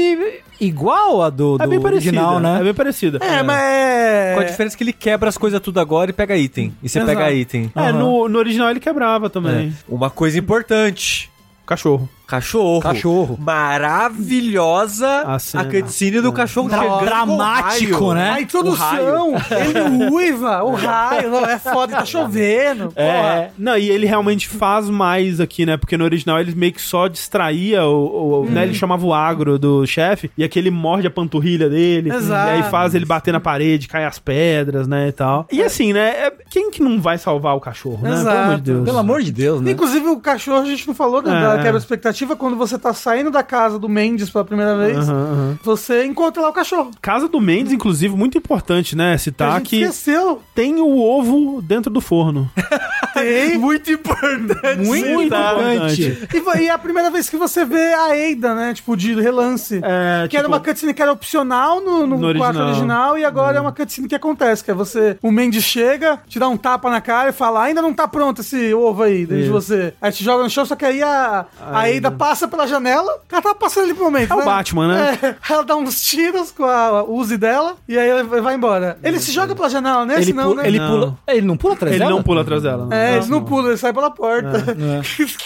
[SPEAKER 3] igual à do, do
[SPEAKER 1] É bem parecida,
[SPEAKER 3] original, né?
[SPEAKER 1] É bem parecida.
[SPEAKER 2] É, mas é.
[SPEAKER 4] Com a diferença que ele quebra as coisas tudo agora e pega item. E você
[SPEAKER 2] Exato.
[SPEAKER 4] pega item.
[SPEAKER 1] É, no, no original ele quebrava também.
[SPEAKER 4] É. Uma coisa importante.
[SPEAKER 1] Cachorro.
[SPEAKER 4] Cachorro.
[SPEAKER 3] Cachorro.
[SPEAKER 4] Maravilhosa
[SPEAKER 1] A
[SPEAKER 4] a,
[SPEAKER 1] cena.
[SPEAKER 4] cutscene do cachorro
[SPEAKER 3] Dra-
[SPEAKER 4] chegando com o
[SPEAKER 3] dramático,
[SPEAKER 4] raio.
[SPEAKER 3] né?
[SPEAKER 1] É?
[SPEAKER 2] A
[SPEAKER 4] O
[SPEAKER 2] introdução, ele uiva, o raio, não, é foda, tá chovendo. porra.
[SPEAKER 1] É, não, e ele realmente faz mais aqui, né? Porque no original ele meio que só distraía o. o- né?
[SPEAKER 2] Uhum.
[SPEAKER 1] Ele chamava o agro do chefe, e aqui ele morde a panturrilha dele.
[SPEAKER 2] Exato.
[SPEAKER 1] E aí faz ele bater na parede, cai as pedras, né? E tal. E assim, né? é- Quem que não vai salvar o cachorro, né?
[SPEAKER 2] Exato.
[SPEAKER 1] amor de Deus.
[SPEAKER 3] Pelo amor de Deus, né?
[SPEAKER 2] Inclusive, o cachorro, a gente não falou né,
[SPEAKER 1] É.
[SPEAKER 2] da quebra-expectativa. Quando você tá saindo da casa do Mendes pela primeira vez,
[SPEAKER 1] Aham, aham.
[SPEAKER 2] você encontra lá o cachorro.
[SPEAKER 1] Casa do Mendes, inclusive, muito importante, né?
[SPEAKER 2] a
[SPEAKER 1] Citar
[SPEAKER 2] gente
[SPEAKER 1] que
[SPEAKER 2] esqueceu.
[SPEAKER 1] tem o ovo dentro do forno.
[SPEAKER 2] Tem.
[SPEAKER 4] Muito importante.
[SPEAKER 1] Muito importante.
[SPEAKER 2] E, foi- e é a primeira vez que você vê a Ada, né? Tipo, de relance.
[SPEAKER 1] É,
[SPEAKER 2] que
[SPEAKER 1] tipo,
[SPEAKER 2] era uma cutscene que era opcional no, no,
[SPEAKER 1] No
[SPEAKER 2] quarto
[SPEAKER 1] original.
[SPEAKER 2] original e agora é. uma cutscene que acontece, que é você... O Mendes chega, te dá um tapa na cara e fala, ainda não tá pronto esse ovo aí, desde
[SPEAKER 1] Isso.
[SPEAKER 2] você. Aí te joga no chão, só que aí a, a Ada passa pela janela, ela tá passando ali pro momento,
[SPEAKER 1] É o Batman, né?
[SPEAKER 2] É, ela dá uns tiros com a Uzi dela e aí ela vai embora. Ele se joga pela janela, né?
[SPEAKER 3] Ele,
[SPEAKER 2] Senão,
[SPEAKER 3] pu-
[SPEAKER 2] né?
[SPEAKER 3] ele
[SPEAKER 1] Não.
[SPEAKER 3] pula. é, Ele não pula atrás
[SPEAKER 1] Ele
[SPEAKER 3] dela?
[SPEAKER 1] não É. pula atrás dela. né?
[SPEAKER 2] É, É, eles não pulam, eles saem pela porta.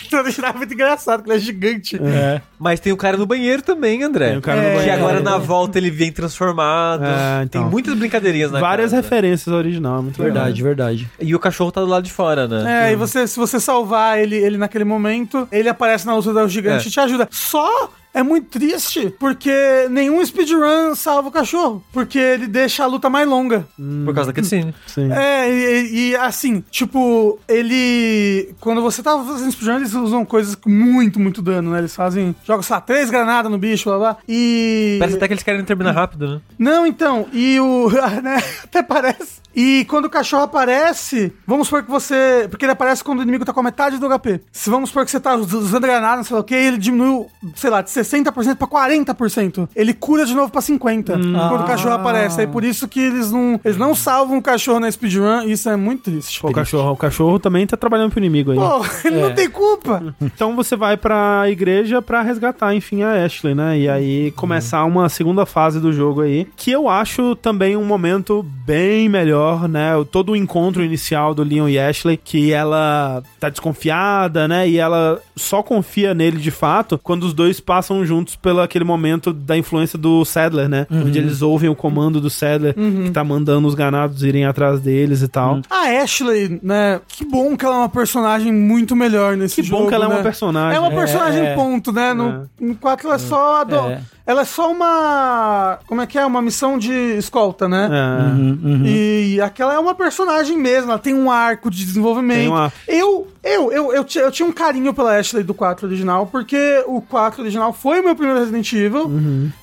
[SPEAKER 2] Então deixar muito engraçado, que ele é gigante.
[SPEAKER 3] É.
[SPEAKER 4] Mas tem o cara no banheiro também, André.
[SPEAKER 1] Tem o cara no
[SPEAKER 2] É,
[SPEAKER 4] Que
[SPEAKER 1] banheiro.
[SPEAKER 4] agora na volta ele vem transformado.
[SPEAKER 1] É, então.
[SPEAKER 4] Tem muitas brincadeirinhas na
[SPEAKER 1] Várias
[SPEAKER 4] casa.
[SPEAKER 1] referências ao original, é muito legal.
[SPEAKER 3] Verdade, verdade.
[SPEAKER 4] E o cachorro tá do lado de fora, né?
[SPEAKER 2] É, e você, se você salvar ele, ele naquele momento, ele aparece na luta do gigante
[SPEAKER 4] É.
[SPEAKER 2] e te ajuda. Só é muito triste, porque nenhum speedrun salva o cachorro, porque ele deixa a luta mais longa.
[SPEAKER 1] É.
[SPEAKER 4] Por causa da cutscene.
[SPEAKER 1] Sim.
[SPEAKER 2] É, e, e, assim, tipo, ele. Quando você tá fazendo speedrun, eles usam coisas com muito, muito dano, né? Eles fazem. Jogam, sei lá, três granadas no bicho, blá blá. E.
[SPEAKER 4] Parece até que eles querem terminar rápido, né?
[SPEAKER 2] Não, então, e o. ah, né? Até parece. E quando o cachorro aparece, vamos supor que você. Porque ele aparece quando o inimigo tá com a metade do HP. Se vamos supor que você tá us- usando granada, não sei lá o que, ele diminuiu, sei lá, de 60% pra 40%. Ele cura de novo pra 50%
[SPEAKER 1] Hum.
[SPEAKER 2] quando o cachorro aparece. É por isso que eles não. Eles não salvam o cachorro na speedrun, e isso é muito triste.
[SPEAKER 1] O cachorro, É. o cachorro também tá trabalhando pro inimigo aí.
[SPEAKER 2] Pô, ele não tem culpa.
[SPEAKER 1] Então você vai pra igreja pra resgatar, enfim, a Ashley, né? E
[SPEAKER 2] Uhum.
[SPEAKER 1] aí começar uma segunda fase do jogo aí, que eu acho também um momento bem melhor, né? O- Todo o encontro inicial do Leon e Ashley, que ela tá desconfiada, né? E ela só confia nele de fato quando os dois passam juntos pelo aquele momento da influência do Sadler, né?
[SPEAKER 2] Uhum.
[SPEAKER 1] Onde eles ouvem o comando do Sadler, que tá mandando os ganados irem atrás deles e tal.
[SPEAKER 2] A Ashley, né? Que bom que ela é uma personagem muito melhor nesse
[SPEAKER 1] Que bom
[SPEAKER 2] jogo.
[SPEAKER 1] que ela é
[SPEAKER 2] né?
[SPEAKER 1] uma personagem.
[SPEAKER 2] É uma personagem
[SPEAKER 3] é.
[SPEAKER 2] ponto, né? No, no 4 ela é só. a do-
[SPEAKER 3] É.
[SPEAKER 2] Ela é só uma. Como é que é? Uma missão de escolta, né?
[SPEAKER 1] É.
[SPEAKER 3] Hum,
[SPEAKER 2] E aquela é uma personagem mesmo, ela tem um arco de desenvolvimento.
[SPEAKER 1] Tem um arco.
[SPEAKER 2] Eu, eu, eu, eu, ti- eu tinha um carinho pela Ashley do 4 original, porque o 4 original foi o meu primeiro Resident Evil.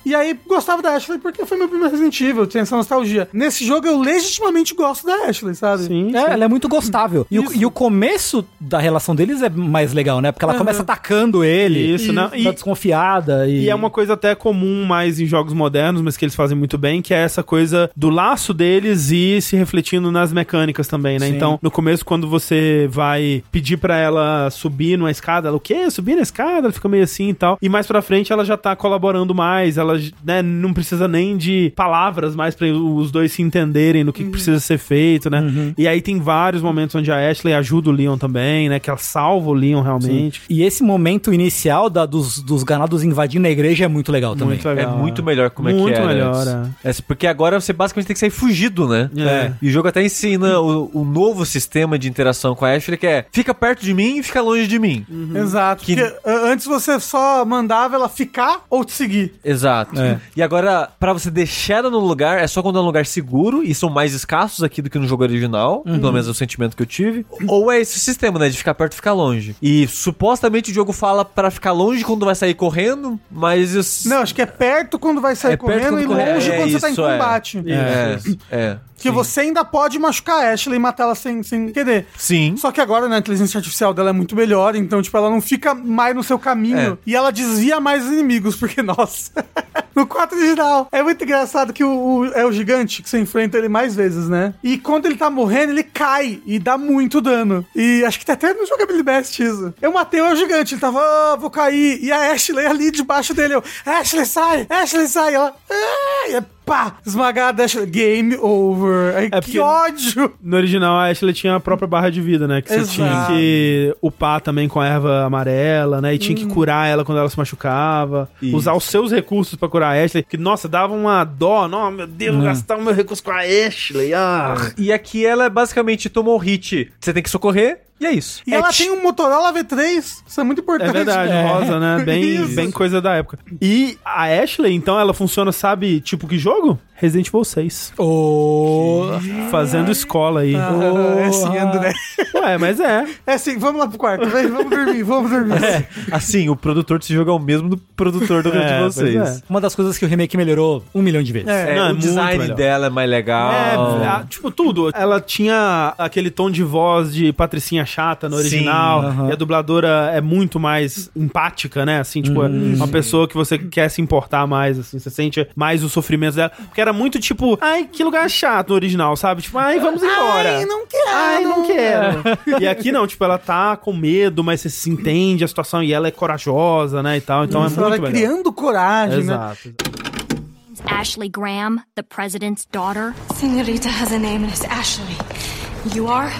[SPEAKER 2] E aí gostava da Ashley porque foi meu primeiro Resident Evil, tinha essa nostalgia. Nesse jogo eu legitimamente gosto da Ashley, sabe?
[SPEAKER 1] Sim,
[SPEAKER 3] É, ela é muito gostável. E o, e o começo da relação deles é mais legal, né? Porque ela começa atacando ele.
[SPEAKER 1] Isso, né?
[SPEAKER 3] Tá
[SPEAKER 1] E-
[SPEAKER 3] desconfiada. E,
[SPEAKER 1] E é uma coisa até comum mais em jogos modernos, mas que eles fazem muito bem, que é essa coisa do laço deles e se refletindo nas mecânicas também, né?
[SPEAKER 3] Sim.
[SPEAKER 1] Então, no começo, quando você vai pedir pra ela subir numa escada, ela, o quê? Subir na escada? Ela fica meio assim e tal. E mais pra frente, ela já tá colaborando mais, ela né, não precisa nem de palavras mais pra os dois se entenderem no que,
[SPEAKER 3] Uhum.
[SPEAKER 1] que precisa ser feito, né? E aí tem vários momentos onde a Ashley ajuda o Leon também, né? Que ela salva o Leon realmente.
[SPEAKER 3] E esse momento inicial da, dos, dos ganados invadindo a igreja é muito legal também.
[SPEAKER 1] Muito legal.
[SPEAKER 4] É muito melhor como é
[SPEAKER 1] Muito
[SPEAKER 4] que era.
[SPEAKER 1] melhor,
[SPEAKER 4] antes. É, porque agora você basicamente tem que sair fugido, né?
[SPEAKER 1] É.
[SPEAKER 4] E o jogo até ensina o, o novo sistema de interação com a Ashley, que é fica perto de mim e fica longe de mim.
[SPEAKER 1] Uhum.
[SPEAKER 2] Exato.
[SPEAKER 4] Que-
[SPEAKER 2] Porque a- antes você só mandava ela ficar ou te seguir.
[SPEAKER 4] Exato.
[SPEAKER 1] É.
[SPEAKER 4] E agora, pra você deixar ela no lugar, é só quando é um lugar seguro, e são mais escassos aqui do que no jogo original,
[SPEAKER 1] Uhum.
[SPEAKER 4] pelo menos é o sentimento que eu tive. Ou é esse sistema, né, de ficar perto e ficar longe. E supostamente o jogo fala pra ficar longe quando vai sair correndo, mas... os-
[SPEAKER 2] Não, acho que é perto quando vai sair
[SPEAKER 4] É perto
[SPEAKER 2] correndo
[SPEAKER 4] quando
[SPEAKER 2] e
[SPEAKER 4] corre-
[SPEAKER 2] longe
[SPEAKER 4] é,
[SPEAKER 2] quando você tá em
[SPEAKER 4] isso, é.
[SPEAKER 2] combate.
[SPEAKER 4] É, é.
[SPEAKER 2] Que você ainda pode machucar a Ashley e matar ela sem, sem querer.
[SPEAKER 4] Sim.
[SPEAKER 2] Só que agora, né, a inteligência artificial dela é muito melhor, então, tipo, ela não fica mais no seu caminho.
[SPEAKER 4] É.
[SPEAKER 2] E ela desvia mais os inimigos, porque, nossa. no 4 original, é muito engraçado que o, o- é o gigante que você enfrenta ele mais vezes, né? E quando ele tá morrendo, ele cai e dá muito dano. E acho que tá até no jogabilidade best isso. Eu matei o El gigante, ele tava, ah, vou cair. E a Ashley ali debaixo dele, eu, Ashley, sai! Ashley, sai! Ela, ah! E pá! Esmagada, Ashley, game over. Ai,
[SPEAKER 1] É
[SPEAKER 2] que
[SPEAKER 1] porque-
[SPEAKER 2] ódio!
[SPEAKER 1] No original, a Ashley tinha a própria barra de vida, né? Que você
[SPEAKER 2] Exato.
[SPEAKER 1] tinha que upar também com a erva amarela, né? E tinha que
[SPEAKER 2] Uhum.
[SPEAKER 1] curar ela quando ela se machucava. Usar os seus recursos pra curar a Ashley. Que, nossa, dava uma dó. Não, meu Deus, vou gastar o meu recurso com a Ashley. Ah.
[SPEAKER 4] E aqui ela é basicamente tomou o hit, você tem que socorrer, e é isso.
[SPEAKER 2] E
[SPEAKER 4] É
[SPEAKER 2] ela
[SPEAKER 4] ti-
[SPEAKER 2] tem um Motorola V3, isso é muito importante.
[SPEAKER 1] É verdade, rosa, né? Bem,
[SPEAKER 2] Isso.
[SPEAKER 1] bem coisa da época. E a Ashley, então, ela funciona, sabe, tipo que jogo? Resident Evil 6.
[SPEAKER 3] Ô,
[SPEAKER 1] Fazendo escola aí.
[SPEAKER 2] Ah,
[SPEAKER 4] tipo,
[SPEAKER 2] é assim,
[SPEAKER 3] né?
[SPEAKER 1] né?
[SPEAKER 2] André.
[SPEAKER 1] Ué, mas é.
[SPEAKER 2] É assim, vamos lá pro quarto, vem, vamos dormir, vamos dormir.
[SPEAKER 4] Assim, o produtor desse jogo é o mesmo do produtor do
[SPEAKER 1] É,
[SPEAKER 4] Resident Evil
[SPEAKER 1] pois
[SPEAKER 4] 6.
[SPEAKER 1] é.
[SPEAKER 3] Uma das coisas que o remake melhorou um milhão de vezes.
[SPEAKER 4] É,
[SPEAKER 1] Não, é
[SPEAKER 4] o
[SPEAKER 1] muito
[SPEAKER 4] design
[SPEAKER 1] melhor.
[SPEAKER 4] dela é mais
[SPEAKER 1] É,
[SPEAKER 4] legal.
[SPEAKER 1] a- tipo, tudo. Ela tinha aquele tom de voz de patricinha chata no
[SPEAKER 4] Sim,
[SPEAKER 1] original. E a dubladora é muito mais empática, né? Assim, tipo, é uma pessoa que você quer se importar mais, assim. Você sente mais o sofrimento dela. Porque era muito tipo, ai, que lugar chato no original, sabe? Tipo, ai, vamos embora.
[SPEAKER 2] Ai, não quero.
[SPEAKER 1] Ai, não quero. e aqui não, tipo, ela tá com medo, mas você se entende a situação e ela é corajosa, né? E tal. Então é
[SPEAKER 2] Isso, ela
[SPEAKER 1] muito
[SPEAKER 2] vai
[SPEAKER 1] legal.
[SPEAKER 2] criando coragem, né?
[SPEAKER 1] Exato.
[SPEAKER 7] Ashley Graham, the president's daughter.
[SPEAKER 6] Senorita has a name and it's Ashley. You are?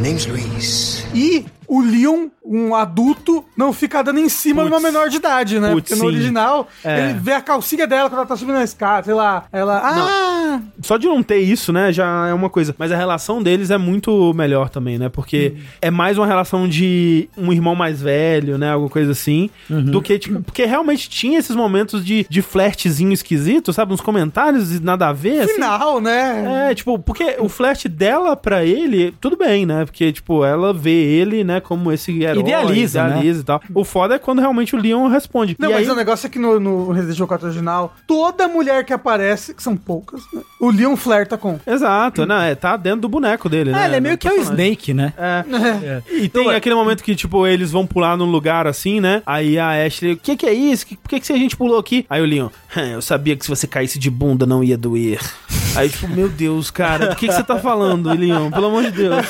[SPEAKER 5] Name's Luis.
[SPEAKER 2] E o Leon, um adulto, não fica dando em cima de
[SPEAKER 1] Putz.
[SPEAKER 2] uma menor de idade, né?
[SPEAKER 1] Putz,
[SPEAKER 2] Porque no
[SPEAKER 1] sim.
[SPEAKER 2] original,
[SPEAKER 1] É.
[SPEAKER 2] ele vê a calcinha dela quando ela tá subindo na escada, sei lá. Ela, ah,
[SPEAKER 1] Só de não ter isso, né, já é uma coisa. Mas a relação deles é muito melhor também, né?
[SPEAKER 3] Uhum.
[SPEAKER 1] Porque é mais uma relação de um irmão mais velho, né? Alguma coisa assim.
[SPEAKER 3] Uhum.
[SPEAKER 1] Do que, tipo, porque realmente tinha esses momentos de, de flertezinho esquisito, sabe? Uns comentários e nada a ver. assim.
[SPEAKER 2] final, né?
[SPEAKER 1] É, tipo, porque o flash dela pra ele, tudo bem, né? Porque, tipo, ela vê ele, né, como esse herói.
[SPEAKER 3] Idealiza, né?
[SPEAKER 1] idealiza e tal. O foda é quando realmente o Leon responde.
[SPEAKER 2] Não,
[SPEAKER 1] e
[SPEAKER 2] mas
[SPEAKER 1] aí,
[SPEAKER 2] o negócio é que no, no Resident Evil 4 original, toda mulher que aparece, que são poucas, né? o Leon flerta com.
[SPEAKER 1] Exato, né? é, Tá dentro do boneco dele, né?
[SPEAKER 3] Ah, ele é meio
[SPEAKER 1] do
[SPEAKER 3] que é o
[SPEAKER 1] personagem.
[SPEAKER 3] Snake, né?
[SPEAKER 2] É,
[SPEAKER 1] E tem aquele momento que, tipo, eles vão pular num lugar assim, né? Aí a Ashley, o que que é isso? Que- Por que que a gente pulou aqui? Aí o Leon, "Hã, eu sabia que se você caísse de bunda não ia doer. Aí, tipo, meu Deus, cara, do que que você tá falando, Leon? Pelo amor de Deus.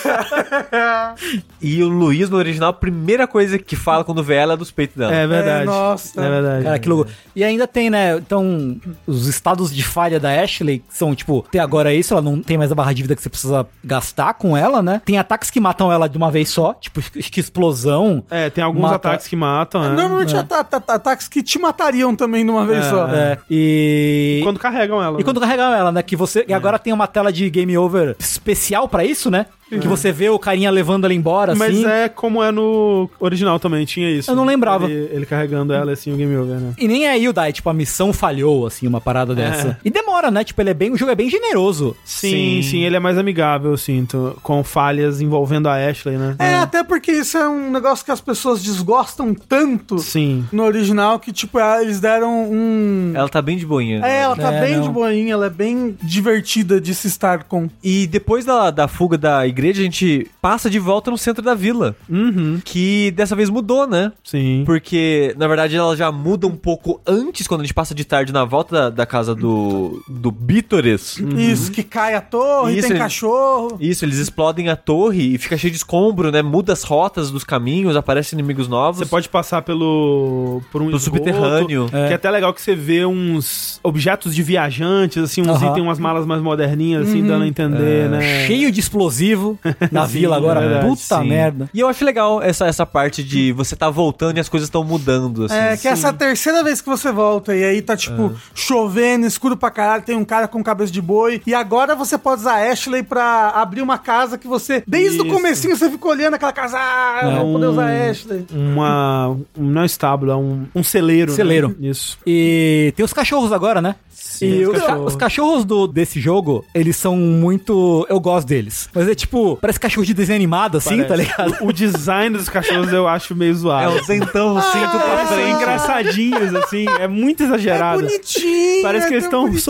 [SPEAKER 4] E o Luiz, no original, a primeira coisa que fala quando vê ela é dos peitos dela.
[SPEAKER 1] É verdade.
[SPEAKER 2] É, nossa.
[SPEAKER 1] É verdade.
[SPEAKER 3] Cara, que louco. E ainda tem, né? Então, os estados de falha da Ashley que são, tipo, tem agora isso, ela não tem mais a barra de vida que você precisa gastar com ela, né? Tem ataques que matam ela de uma vez só, tipo, acho que explosão.
[SPEAKER 1] É, tem alguns
[SPEAKER 3] Mata-
[SPEAKER 1] ataques que matam, né?
[SPEAKER 2] Normalmente ata- ata- ataques que te matariam também de uma vez só.
[SPEAKER 3] É, e.
[SPEAKER 1] Quando É. carregam ela.
[SPEAKER 3] E quando carregar ela, né? Que você. E agora tem uma tela de game over especial pra isso, né? Que você vê o carinha levando ela embora,
[SPEAKER 1] É. Mas
[SPEAKER 3] assim.
[SPEAKER 1] é como é no original também, tinha isso.
[SPEAKER 3] Eu não lembrava.
[SPEAKER 1] Ele, ele carregando ela assim, o Game Over, né?
[SPEAKER 3] E nem aí o Dai, tipo, a missão falhou, assim, uma
[SPEAKER 1] É.
[SPEAKER 3] parada dessa. E demora, né? Tipo, ele é bem. O jogo é bem generoso.
[SPEAKER 1] Sim, sim, ele é mais amigável, eu sinto, com falhas envolvendo a Ashley, né?
[SPEAKER 2] É, até porque isso é um negócio que as pessoas desgostam tanto
[SPEAKER 1] Sim.
[SPEAKER 2] no original que, tipo, ah, eles deram um.
[SPEAKER 4] Ela tá bem de boinha.
[SPEAKER 2] É, ela tá
[SPEAKER 3] É,
[SPEAKER 2] bem
[SPEAKER 3] não.
[SPEAKER 2] de boinha, ela é bem divertida de se estar com.
[SPEAKER 4] E depois da, da fuga da igreja, a gente passa de volta no centro da vila.
[SPEAKER 1] Uhum.
[SPEAKER 4] Que dessa vez mudou, né?
[SPEAKER 1] Sim.
[SPEAKER 4] Porque, na verdade, ela já muda um pouco antes, quando a gente passa de tarde na volta da, da casa do, do Bítores.
[SPEAKER 2] Isso, que cai a torre,
[SPEAKER 4] Uhum. Isso,
[SPEAKER 2] tem
[SPEAKER 4] ele-
[SPEAKER 2] cachorro.
[SPEAKER 4] Isso, eles explodem a torre e fica cheio de escombro, né? Muda as rotas dos caminhos, aparecem inimigos novos.
[SPEAKER 1] Você pode passar pelo por um
[SPEAKER 4] Pelo
[SPEAKER 1] esgoto,
[SPEAKER 4] subterrâneo.
[SPEAKER 1] Que é até legal que você vê uns objetos de viajantes, assim, uns
[SPEAKER 3] Aham. É.
[SPEAKER 1] itens, umas malas mais moderninhas, assim, dando a entender, né? é
[SPEAKER 3] Cheio de explosivo na vila agora. né?
[SPEAKER 1] verdade,
[SPEAKER 3] Puta
[SPEAKER 4] Sim.
[SPEAKER 3] merda.
[SPEAKER 4] É, E eu acho legal essa, essa parte de você tá voltando e as coisas estão mudando, assim.
[SPEAKER 2] É, que essa é a terceira vez que você volta. E aí tá, tipo,
[SPEAKER 1] É.
[SPEAKER 2] chovendo, escuro pra caralho, tem um cara com cabeça de boi. E agora você pode usar a Ashley pra abrir uma casa que você. Desde o
[SPEAKER 1] Isso. É um
[SPEAKER 2] comecinho você fica olhando aquela casa. Ah, eu vou poder usar a Ashley.
[SPEAKER 1] Uma. um- não é um estábulo, é um, um celeiro. né?
[SPEAKER 3] Celeiro.
[SPEAKER 1] Isso.
[SPEAKER 3] E tem os cachorros agora, né? Sim, e
[SPEAKER 1] os
[SPEAKER 3] os, ca-
[SPEAKER 1] cachorros.
[SPEAKER 3] os cachorros do, desse jogo, eles são muito. Eu gosto deles. Mas é tipo, parece cachorro de desenho animado, assim, tá
[SPEAKER 1] Parece.
[SPEAKER 3] ligado?
[SPEAKER 1] O, o design dos cachorros eu acho meio
[SPEAKER 4] É
[SPEAKER 1] zoado.
[SPEAKER 4] um zentão, assim, do pra
[SPEAKER 1] Eles são
[SPEAKER 4] frente.
[SPEAKER 1] engraçadinhos, assim, é muito
[SPEAKER 2] É
[SPEAKER 1] exagerado.
[SPEAKER 2] bonitinho.
[SPEAKER 1] Parece
[SPEAKER 2] é
[SPEAKER 1] que eles estão
[SPEAKER 2] tão bonitinho.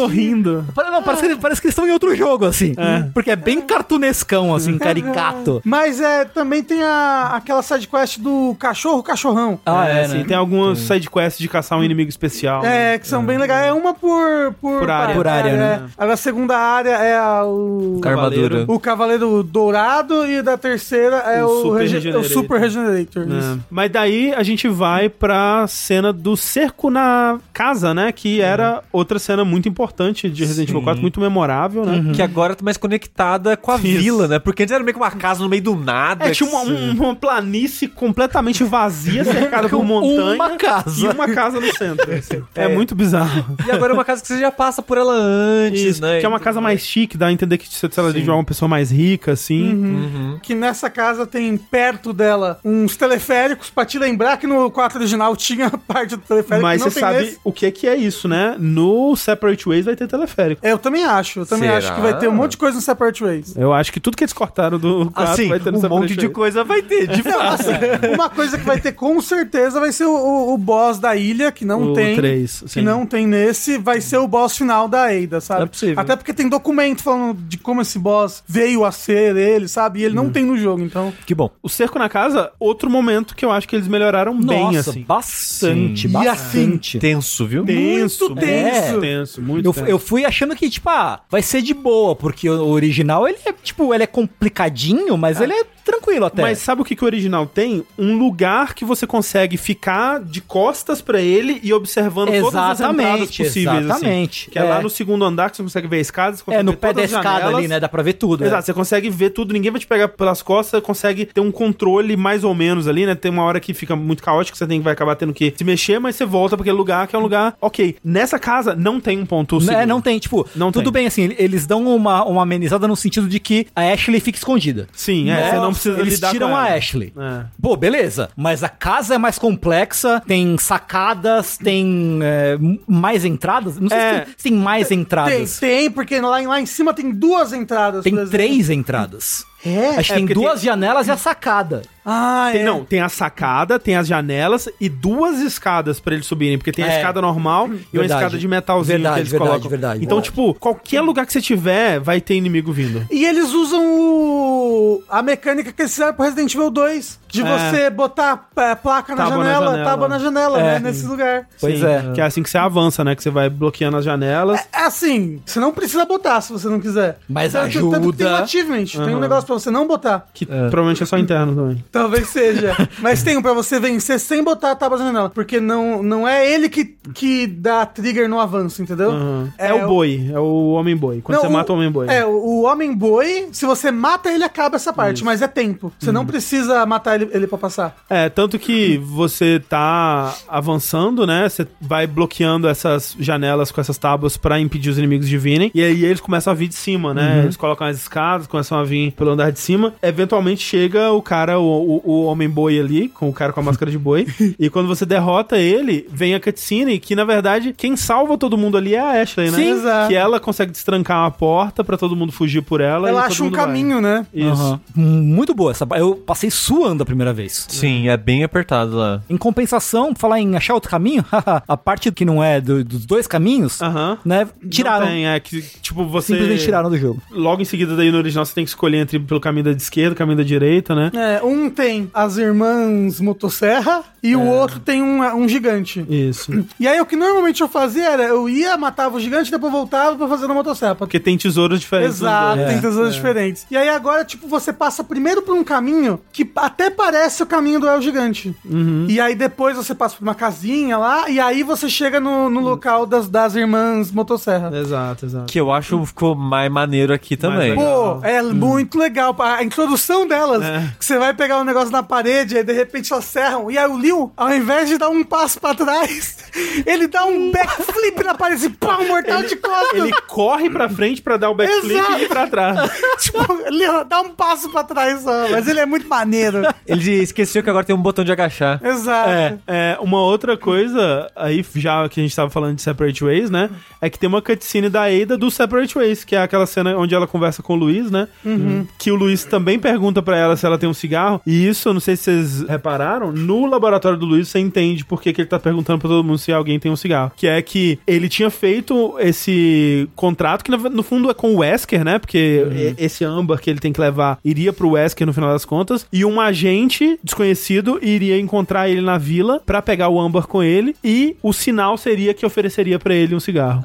[SPEAKER 1] sorrindo.
[SPEAKER 3] Pare- Não, parece que, ele- parece que eles estão em outro jogo, assim. Porque é bem cartunescão, assim, caricato.
[SPEAKER 2] Mas é, também tem a, aquela sidequest do cachorro cachorrão.
[SPEAKER 3] Ah,
[SPEAKER 1] É, assim, Tem algumas sidequests de caçar um inimigo especial. né?
[SPEAKER 2] É, que são bem legais. É uma por... Por,
[SPEAKER 1] Por área.
[SPEAKER 3] Por área,
[SPEAKER 2] é.
[SPEAKER 3] né?
[SPEAKER 2] Agora a segunda área é a- o...
[SPEAKER 4] Armadura.
[SPEAKER 2] O Cavaleiro Dourado e da terceira é
[SPEAKER 1] O
[SPEAKER 2] o,
[SPEAKER 1] Super
[SPEAKER 2] rege-
[SPEAKER 1] Regenerator.
[SPEAKER 2] o Super Regenerator.
[SPEAKER 1] É.
[SPEAKER 2] isso.
[SPEAKER 1] Mas daí a gente vai pra cena do cerco na casa, né? Que era outra cena muito importante de Resident Evil 4, muito memorável, né?
[SPEAKER 4] Que agora tá mais conectada com a
[SPEAKER 1] Isso.
[SPEAKER 4] vila, né? Porque antes era meio que uma casa no meio do nada.
[SPEAKER 1] É, tinha uma, um- uma planície completamente vazia, cercada por
[SPEAKER 3] Com
[SPEAKER 1] um- montanha.
[SPEAKER 3] uma casa.
[SPEAKER 1] E uma casa no centro. assim. É, muito bizarro.
[SPEAKER 4] E agora é uma casa que você já passa por ela antes,
[SPEAKER 1] Isso,
[SPEAKER 4] né?
[SPEAKER 1] que é uma casa mais chique, dá a entender que você sei lá, de uma pessoa mais rica, assim.
[SPEAKER 2] Que nessa casa tem perto dela uns teleféricos pra te lembrar que no 4 original tinha a parte do teleférico.
[SPEAKER 1] Mas
[SPEAKER 2] não
[SPEAKER 1] você
[SPEAKER 2] tem
[SPEAKER 1] sabe
[SPEAKER 2] nesse.
[SPEAKER 1] o que é que é isso, né? No Separate Ways vai ter teleférico.
[SPEAKER 2] É, eu também acho. Eu também
[SPEAKER 4] Será?
[SPEAKER 2] acho que vai ter um monte de coisa no Separate Ways.
[SPEAKER 1] Eu acho que tudo que eles cortaram do 4
[SPEAKER 4] Assim,
[SPEAKER 1] vai ter no
[SPEAKER 4] um
[SPEAKER 1] Separate
[SPEAKER 4] monte de
[SPEAKER 1] Ways.
[SPEAKER 4] coisa vai ter, de
[SPEAKER 2] Não,
[SPEAKER 4] fato.
[SPEAKER 2] assim, uma coisa que vai ter com certeza vai ser o, o- o boss da ilha, que não
[SPEAKER 1] O
[SPEAKER 2] tem.
[SPEAKER 1] três,
[SPEAKER 2] que
[SPEAKER 1] sim.
[SPEAKER 2] não tem nesse, vai ser o boss final da Ada, sabe?
[SPEAKER 1] É possível.
[SPEAKER 2] Até porque tem documento falando de como esse boss veio a ser ele, sabe? E ele
[SPEAKER 1] Hum.
[SPEAKER 2] não tem no jogo, então.
[SPEAKER 4] Que bom.
[SPEAKER 1] O cerco na casa, outro momento que eu acho que eles melhoraram bem,
[SPEAKER 3] Nossa,
[SPEAKER 1] assim.
[SPEAKER 3] bastante,
[SPEAKER 4] Sim.
[SPEAKER 2] E assim,
[SPEAKER 3] bastante.
[SPEAKER 4] Tenso, viu?
[SPEAKER 1] Tenso,
[SPEAKER 2] muito
[SPEAKER 1] tenso,
[SPEAKER 3] tenso. É.
[SPEAKER 1] tenso, muito
[SPEAKER 3] Eu,
[SPEAKER 1] tenso.
[SPEAKER 3] eu fui achando que, tipo, ah, vai ser de boa, porque o original, ele é, tipo, ele é complicadinho, mas ele é tranquilo até.
[SPEAKER 1] Mas sabe o que, que o original tem? Um lugar que você consegue ficar de costas pra ele e observando todas as entradas
[SPEAKER 3] Exatamente,
[SPEAKER 1] possíveis. assim.
[SPEAKER 3] exatamente.
[SPEAKER 1] que é,
[SPEAKER 3] É.
[SPEAKER 1] lá no segundo andar que você consegue consegue ver a escada, você consegue
[SPEAKER 3] É, no
[SPEAKER 1] ver
[SPEAKER 3] pé da
[SPEAKER 1] todas as
[SPEAKER 3] escada
[SPEAKER 1] janelas.
[SPEAKER 3] ali, né? Dá pra ver tudo. é.
[SPEAKER 1] Exato, você consegue ver tudo, ninguém vai te pegar pelas costas, você consegue ter um controle mais ou menos ali, né? Tem uma hora que fica muito caótico, você tem que vai acabar tendo que se mexer, mas você volta pra aquele lugar que é um lugar, ok. Nessa casa não tem um ponto
[SPEAKER 3] Não,
[SPEAKER 1] seguro.
[SPEAKER 3] É, não tem, tipo,
[SPEAKER 1] Não
[SPEAKER 3] tudo
[SPEAKER 1] tem.
[SPEAKER 3] bem assim, ele- eles dão uma, uma amenizada no sentido de que a Ashley fica escondida.
[SPEAKER 1] Sim, é, você não precisa
[SPEAKER 3] Eles
[SPEAKER 1] lidar
[SPEAKER 3] tiram
[SPEAKER 1] com
[SPEAKER 3] a
[SPEAKER 1] ela.
[SPEAKER 3] Ashley.
[SPEAKER 1] É.
[SPEAKER 3] Pô, beleza. Mas a casa é mais complexa, tem sacadas, tem é, m- mais entradas. Não sei
[SPEAKER 1] É.
[SPEAKER 3] se, tem, se tem mais
[SPEAKER 2] Tem,
[SPEAKER 3] entradas. Tem,
[SPEAKER 2] tem, porque lá, em- lá em cima tem duas entradas. por exemplo.
[SPEAKER 3] três entradas.
[SPEAKER 2] É?
[SPEAKER 3] Acho que
[SPEAKER 1] É,
[SPEAKER 3] tem
[SPEAKER 1] porque
[SPEAKER 3] duas janelas e a sacada.
[SPEAKER 2] Ah,
[SPEAKER 1] Tem-
[SPEAKER 2] é.
[SPEAKER 1] Não, tem a sacada, tem as janelas e duas escadas pra eles subirem, porque tem a
[SPEAKER 3] É.
[SPEAKER 1] escada normal e uma
[SPEAKER 3] Verdade.
[SPEAKER 1] escada de metalzinho
[SPEAKER 3] Verdade,
[SPEAKER 1] que eles
[SPEAKER 3] verdade,
[SPEAKER 1] colocam.
[SPEAKER 3] verdade.
[SPEAKER 1] Então,
[SPEAKER 3] Boa.
[SPEAKER 1] tipo, qualquer lugar que você tiver, vai ter inimigo vindo.
[SPEAKER 2] E eles usam o- a mecânica que eles fizeram pro Resident Evil 2. De
[SPEAKER 1] É.
[SPEAKER 2] você botar é, placa na
[SPEAKER 1] Tábua na
[SPEAKER 2] janela,
[SPEAKER 1] janela.
[SPEAKER 2] tábua na janela,
[SPEAKER 3] É.
[SPEAKER 2] né? Nesse lugar.
[SPEAKER 3] Pois
[SPEAKER 1] Sim,
[SPEAKER 3] é.
[SPEAKER 1] Que é assim que você avança, né? Que você vai bloqueando as janelas.
[SPEAKER 2] É assim, você não precisa botar se você não quiser.
[SPEAKER 3] Mas
[SPEAKER 2] que- que tem um
[SPEAKER 3] ajuda.
[SPEAKER 2] achievement, tem um negócio pra você não botar.
[SPEAKER 1] Que provavelmente é só interno também.
[SPEAKER 2] Talvez seja. Mas tem um pra você vencer sem botar a tábua na janela. Porque não, não é ele que, que dá trigger no avanço, entendeu?
[SPEAKER 1] É, o boi, é o homem boi. Quando
[SPEAKER 2] não,
[SPEAKER 1] você mata o homem boi.
[SPEAKER 2] É, o, o homem boi, se você mata ele, acaba essa parte, mas é tempo. Você
[SPEAKER 1] Uhum.
[SPEAKER 2] não precisa matar ele, ele pra passar.
[SPEAKER 1] É, tanto que você tá avançando, né? Você vai bloqueando essas janelas com essas tábuas pra impedir os inimigos de virem. E aí eles começam a vir de cima,
[SPEAKER 2] Uhum.
[SPEAKER 1] né? Eles colocam as escadas, começam a vir pelo andar de cima. Eventualmente chega o cara, o, o, o homem boi ali, com o cara com a máscara de boi. e quando você derrota ele, vem a cutscene que, na verdade, quem salva todo mundo ali é a Ashley, né?
[SPEAKER 2] Sim, exato.
[SPEAKER 1] Que ela consegue destrancar a porta pra todo mundo fugir por ela. e
[SPEAKER 2] Ela
[SPEAKER 1] todo
[SPEAKER 2] acha um
[SPEAKER 1] mundo vai.
[SPEAKER 2] caminho, né?
[SPEAKER 1] Isso.
[SPEAKER 3] Aham. é Muito boa essa. ba- Eu passei suando a primeira vez.
[SPEAKER 1] Uhum.
[SPEAKER 4] Sim, é bem apertado lá.
[SPEAKER 3] Em compensação, falar em achar outro caminho, a parte que não é do- dos dois caminhos,
[SPEAKER 1] Aham.
[SPEAKER 3] né?
[SPEAKER 1] Ah, Não
[SPEAKER 3] Tiraram.
[SPEAKER 1] tem, é que, tipo, você.
[SPEAKER 3] Simplesmente tiraram do jogo.
[SPEAKER 1] Logo em seguida, daí no original, você tem que escolher entre pelo caminho da esquerda, caminho da direita, né?
[SPEAKER 2] É, um tem as irmãs motosserra e o
[SPEAKER 1] É.
[SPEAKER 2] outro tem um, um gigante.
[SPEAKER 1] Isso.
[SPEAKER 2] E aí o que normalmente eu fazia era, eu ia, matava o gigante, depois voltava pra fazer na motosserra.
[SPEAKER 1] Porque tem tesouros diferentes. nos
[SPEAKER 2] Exato,
[SPEAKER 1] dois.
[SPEAKER 2] tem tesouros diferentes. E aí agora, tipo, você passa primeiro por um caminho que até parece o caminho do El Gigante.
[SPEAKER 1] Uhum.
[SPEAKER 2] E aí depois você passa por uma casinha lá, e aí você chega no, no local das, das irmãs Motosserra.
[SPEAKER 1] Exato, exato.
[SPEAKER 4] Que eu acho que ficou mais maneiro aqui também.
[SPEAKER 1] legal. Hum.
[SPEAKER 2] Pô, é muito legal. A introdução delas,
[SPEAKER 1] É.
[SPEAKER 2] que você vai pegar um negócio na parede, aí de repente elas serram. E aí o Liu, ao invés de dar um passo pra trás, ele dá um backflip na parede, e pá, um mortal de costas.
[SPEAKER 1] Ele corre pra frente pra dar o backflip
[SPEAKER 2] Exato.
[SPEAKER 1] e ir pra trás.
[SPEAKER 2] tipo, Liu, dá um passo pra trás só. Mas ele é muito maneiro.
[SPEAKER 4] Ele esqueceu que agora tem um botão de agachar.
[SPEAKER 2] Exato.
[SPEAKER 1] É, uma outra coisa, aí já que a gente tava falando de Separate Ways, né? É que tem uma cutscene da Ada do Separate Ways, que é aquela cena onde ela conversa com o Luiz, né?
[SPEAKER 2] Uhum.
[SPEAKER 1] Que o Luiz também pergunta pra ela se ela tem um cigarro. E isso, eu não sei se vocês repararam, no laboratório do Luiz você entende por que, que ele tá perguntando pra todo mundo se alguém tem um cigarro. Que é que ele tinha feito esse contrato, que na- no fundo é com o Wesker, né? Porque e- esse âmbar que ele tem que levar iria pro Wesker no final das contas. E um agente desconhecido iria encontrar ele na vila pra pegar o âmbar com ele. E o sinal seria que ofereceria pra ele um cigarro.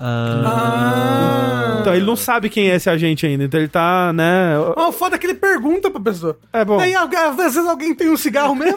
[SPEAKER 2] Ah.
[SPEAKER 1] Então ele não sabe quem é esse agente ainda. Então ele tá, né?
[SPEAKER 2] Mas o foda é que ele pergunta pra pessoa.
[SPEAKER 1] É bom.
[SPEAKER 2] Aí alguém- às vezes alguém tem um cigarro mesmo.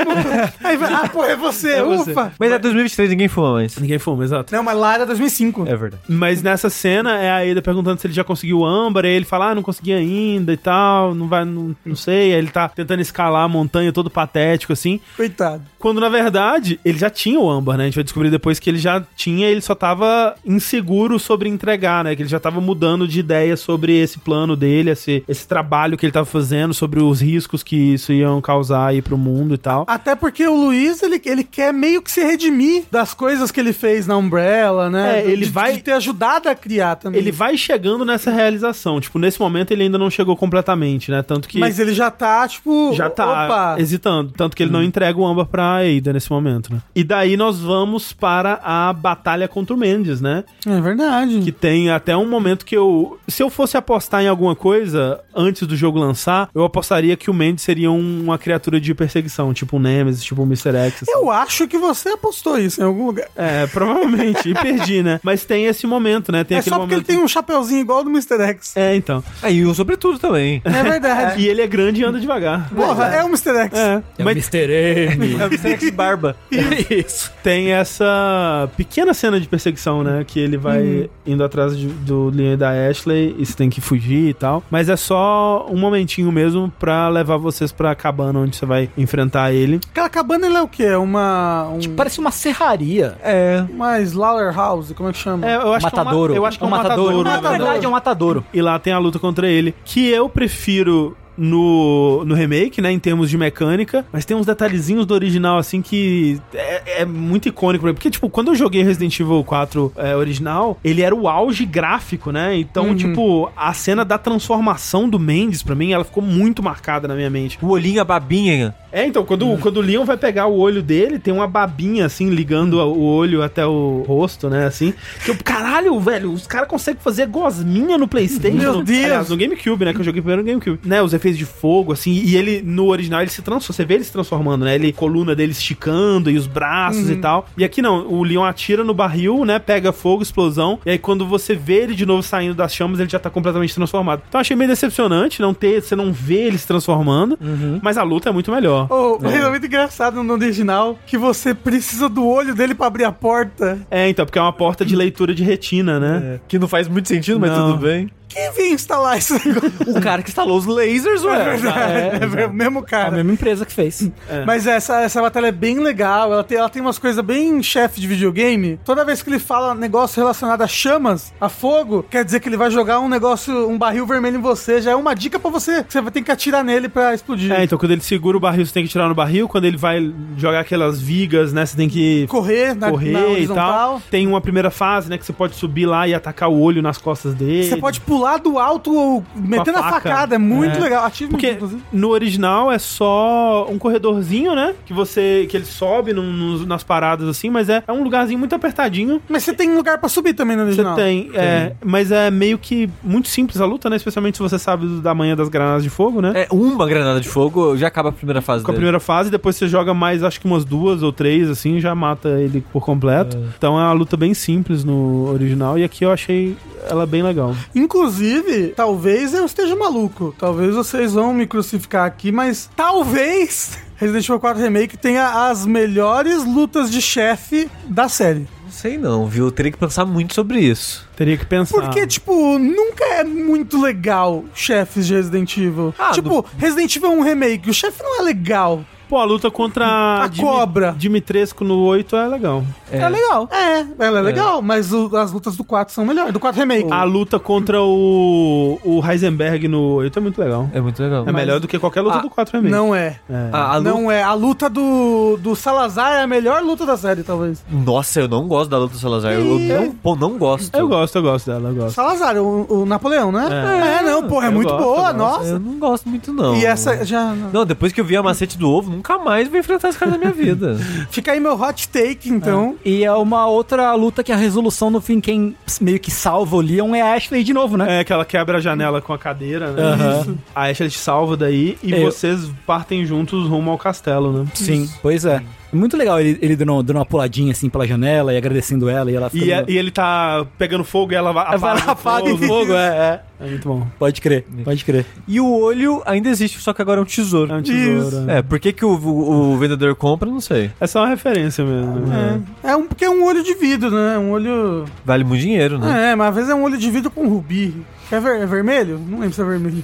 [SPEAKER 2] aí vai, ah, pô, é você,
[SPEAKER 1] você.
[SPEAKER 2] ufa.
[SPEAKER 4] Mas é 2023, ninguém fuma mais.
[SPEAKER 1] Ninguém fuma, exato.
[SPEAKER 2] Não, mas lá era 2005.
[SPEAKER 4] É verdade.
[SPEAKER 1] Mas nessa cena é a Ada perguntando se ele já conseguiu o âmbar, aí ele fala, ah, não consegui ainda e tal, não vai, não, não sei. Aí ele tá tentando escalar a montanha todo patético, assim.
[SPEAKER 2] Coitado.
[SPEAKER 1] Quando na verdade ele já tinha o âmbar, né? A gente vai descobrir depois que ele já tinha, ele só tava inseguro sobre entregar, né? Que ele já tava mudando de ideia sobre esse plano dele, esse, esse trabalho que ele tava fazendo, sobre os riscos que isso iam causar aí pro mundo e tal.
[SPEAKER 2] Até porque o Luiz, ele, ele quer meio que se redimir das coisas que ele fez na Umbrella, né?
[SPEAKER 1] É, ele
[SPEAKER 2] de,
[SPEAKER 1] vai-
[SPEAKER 2] De ter ajudado a criar também.
[SPEAKER 1] Ele vai chegando nessa realização. Tipo, nesse momento ele ainda não chegou completamente, né? Tanto que.
[SPEAKER 2] Mas ele já tá, tipo...
[SPEAKER 1] já tá
[SPEAKER 2] Opa.
[SPEAKER 1] hesitando. Tanto que ele não entrega o Amba pra Ada nesse momento, né? E daí nós vamos para a batalha contra o Mendes, né?
[SPEAKER 2] É verdade.
[SPEAKER 1] Que tem até um momento que eu. Se eu fosse apostar em alguma coisa antes do jogo lançar, eu apostaria que o Mendes seria um- uma criatura de perseguição, tipo um Nemesis, tipo um Mr. X. assim.
[SPEAKER 2] Eu acho que você apostou isso em algum lugar.
[SPEAKER 1] É, provavelmente. E perdi, né? Mas tem esse momento, né? Tem
[SPEAKER 2] é
[SPEAKER 1] aquele
[SPEAKER 2] só porque
[SPEAKER 1] momento.
[SPEAKER 2] ele tem um chapeuzinho igual ao do Mr. X.
[SPEAKER 1] É, então.
[SPEAKER 4] Aí, e um sobretudo também.
[SPEAKER 2] É verdade.
[SPEAKER 1] E ele é grande e anda devagar.
[SPEAKER 2] Porra, é o Mr. X.
[SPEAKER 1] É,
[SPEAKER 3] É
[SPEAKER 1] mas-
[SPEAKER 3] o Mr. M.
[SPEAKER 4] É o Mr. X Barba.
[SPEAKER 3] Isso.
[SPEAKER 1] Tem essa pequena cena de perseguição, né? Que ele vai
[SPEAKER 3] Uhum.
[SPEAKER 1] indo atrás de- do linha da Ashley e você tem que fugir e tal. Mas é só um momentinho mesmo pra levar vocês pra cabana onde você vai enfrentar ele.
[SPEAKER 2] Cara, a cabana ele é o quê? É Uma. Um,
[SPEAKER 1] Tipo-
[SPEAKER 3] Parece uma serraria.
[SPEAKER 4] É.
[SPEAKER 2] uma Slaughter House, como é que chama?
[SPEAKER 1] É, eu acho
[SPEAKER 3] matadouro.
[SPEAKER 1] que é uma, eu acho que é um matadouro.
[SPEAKER 3] matadouro. Na
[SPEAKER 1] na verdade.
[SPEAKER 3] verdade, é um matadouro.
[SPEAKER 1] E lá tem a luta contra ele, que eu prefiro no, no remake, né, em termos de mecânica, mas tem uns detalhezinhos do original, assim, que é, é muito icônico pra mim. Porque, tipo, quando eu joguei Resident Evil 4 é, original, ele era o auge gráfico, né? Então,
[SPEAKER 2] Uhum.
[SPEAKER 1] tipo, a cena da transformação do Mendes, pra mim, ela ficou muito marcada na minha mente.
[SPEAKER 4] O olhinho, a babinha.
[SPEAKER 1] É, então, quando,
[SPEAKER 2] Uhum.
[SPEAKER 1] quando o Leon vai pegar o olho dele, tem uma babinha, assim, ligando
[SPEAKER 2] Uhum.
[SPEAKER 1] a- o olho até o rosto, né, assim. Que eu, caralho, velho, os caras conseguem fazer gosminha no Playstation.
[SPEAKER 2] Meu
[SPEAKER 1] No-
[SPEAKER 2] Deus!
[SPEAKER 1] Aliás, no GameCube, né, que eu joguei primeiro no GameCube. Né, os efeitos de fogo, assim, e ele, no original, ele se transforma, você vê ele se transformando, né, ele, coluna dele esticando e os braços e tal. E aqui não, o Leon atira no barril, né, pega fogo, explosão, e aí quando você vê ele de novo saindo das chamas, ele já tá completamente transformado. Então achei meio decepcionante não ter, você não vê ele se transformando, mas a luta é muito melhor.
[SPEAKER 2] Oh, mas é muito engraçado no original que você precisa do olho dele pra abrir a porta.
[SPEAKER 1] É, então, porque é uma porta de leitura de retina, né?
[SPEAKER 4] Que não faz muito sentido, mas
[SPEAKER 1] Não.
[SPEAKER 4] tudo bem.
[SPEAKER 2] Quem veio instalar isso negócio?
[SPEAKER 4] O cara que instalou os lasers, ué.
[SPEAKER 2] É, o mesmo
[SPEAKER 3] É a
[SPEAKER 2] cara.
[SPEAKER 3] mesma empresa que fez.
[SPEAKER 2] Mas essa, essa batalha é bem legal. Ela tem, ela tem umas coisas bem chefe de videogame. Toda vez que ele fala negócio relacionado a chamas, a fogo, quer dizer que ele vai jogar um negócio, um barril vermelho em você. Já é uma dica pra você. que Você vai ter que atirar nele pra explodir.
[SPEAKER 1] É, então quando ele segura o barril, você tem que tirar no barril. Quando ele vai jogar aquelas vigas, né? Você tem que
[SPEAKER 2] Correr Tá na,
[SPEAKER 1] correr
[SPEAKER 2] na
[SPEAKER 1] e
[SPEAKER 2] horizontal.
[SPEAKER 1] tal. Tem uma primeira fase, né? Que você pode subir lá e atacar o olho nas costas dele.
[SPEAKER 2] Você pode pular do alto ou metendo a,
[SPEAKER 1] faca.
[SPEAKER 2] facada. É muito
[SPEAKER 1] É.
[SPEAKER 2] legal. Ative
[SPEAKER 1] Porque
[SPEAKER 2] inclusive.
[SPEAKER 1] no original é só um corredorzinho, né? Que você. que ele sobe num- num- nas paradas assim, mas é, é um lugarzinho muito apertadinho.
[SPEAKER 2] Mas você tem lugar pra subir também no
[SPEAKER 1] Você
[SPEAKER 2] original.
[SPEAKER 1] tem, é, mas é meio que muito simples a luta, né? Especialmente se você sabe do- da manhã das granadas de fogo, né?
[SPEAKER 4] É, uma granada de fogo já acaba a primeira fase
[SPEAKER 1] com a
[SPEAKER 4] dele.
[SPEAKER 1] primeira fase, depois você joga mais, acho que umas duas ou três, assim, já mata ele por completo. Então é uma luta bem simples no original, e aqui eu achei ela bem legal.
[SPEAKER 2] Inclusive, talvez eu esteja maluco. Talvez vocês vão me crucificar aqui, mas talvez Resident Evil 4 Remake tenha as melhores lutas de chefe da série.
[SPEAKER 4] Não sei não, viu? Eu teria que pensar muito sobre isso.
[SPEAKER 1] Teria que pensar.
[SPEAKER 2] Porque, tipo, nunca é muito legal chefes de Resident Evil.
[SPEAKER 4] Ah,
[SPEAKER 2] tipo, Resident Evil 1 Remake, o chefe não é legal.
[SPEAKER 1] Pô, a luta contra
[SPEAKER 2] A cobra.
[SPEAKER 1] Dimitrescu no 8 é legal.
[SPEAKER 2] É, legal. É, ela é, legal, mas o- as lutas do 4 são melhores. Do 4 Remake.
[SPEAKER 1] A luta contra o, o Heisenberg no 8 é muito legal.
[SPEAKER 4] É muito legal.
[SPEAKER 1] É melhor do que qualquer luta
[SPEAKER 4] Ah,
[SPEAKER 1] do 4 remake.
[SPEAKER 2] não é.
[SPEAKER 4] A- a lu-
[SPEAKER 2] Não é. A luta do, do Salazar é a melhor luta da série, talvez.
[SPEAKER 4] Nossa, eu não gosto da luta do Salazar. Eu, eu não, pô, não gosto.
[SPEAKER 1] Eu gosto, eu gosto dela, eu gosto.
[SPEAKER 2] Salazar, o, o Napoleão, né? É, não, porra, é
[SPEAKER 1] Eu
[SPEAKER 2] muito
[SPEAKER 1] gosto,
[SPEAKER 2] boa,
[SPEAKER 1] eu gosto.
[SPEAKER 2] nossa.
[SPEAKER 4] Eu não gosto muito, não.
[SPEAKER 2] E essa já.
[SPEAKER 4] Não, depois que eu vi a macete do ovo, nunca mais vou enfrentar esse cara na minha vida.
[SPEAKER 2] Fica aí meu hot take, então.
[SPEAKER 3] E é uma outra luta que a resolução, no fim, quem meio que salva o Leon é a Ashley de novo, né?
[SPEAKER 1] É, que ela quebra a janela com a cadeira, né? Isso. A Ashley te salva daí e
[SPEAKER 3] Eu-
[SPEAKER 1] vocês partem juntos rumo ao castelo, né?
[SPEAKER 3] Sim, pois é. Muito legal ele, ele dando, dando uma puladinha assim pela janela e agradecendo ela e ela
[SPEAKER 1] E,
[SPEAKER 3] ficando-
[SPEAKER 1] e ele tá pegando fogo e ela va-
[SPEAKER 3] Vai
[SPEAKER 1] apaga,
[SPEAKER 3] lá, apaga o fogo, é, é.
[SPEAKER 1] É muito bom.
[SPEAKER 3] Pode crer, pode crer.
[SPEAKER 4] E o olho ainda existe, só que agora é um tesouro.
[SPEAKER 1] É um tesouro,
[SPEAKER 4] É, por que, que o, o- o vendedor compra, não sei.
[SPEAKER 1] É só uma referência mesmo. né?
[SPEAKER 2] É um, porque é um olho de vidro, né? Um olho.
[SPEAKER 4] Vale muito dinheiro, né?
[SPEAKER 2] É, mas às vezes é um olho de vidro com rubi. É, ver- é vermelho? Não lembro se é vermelho.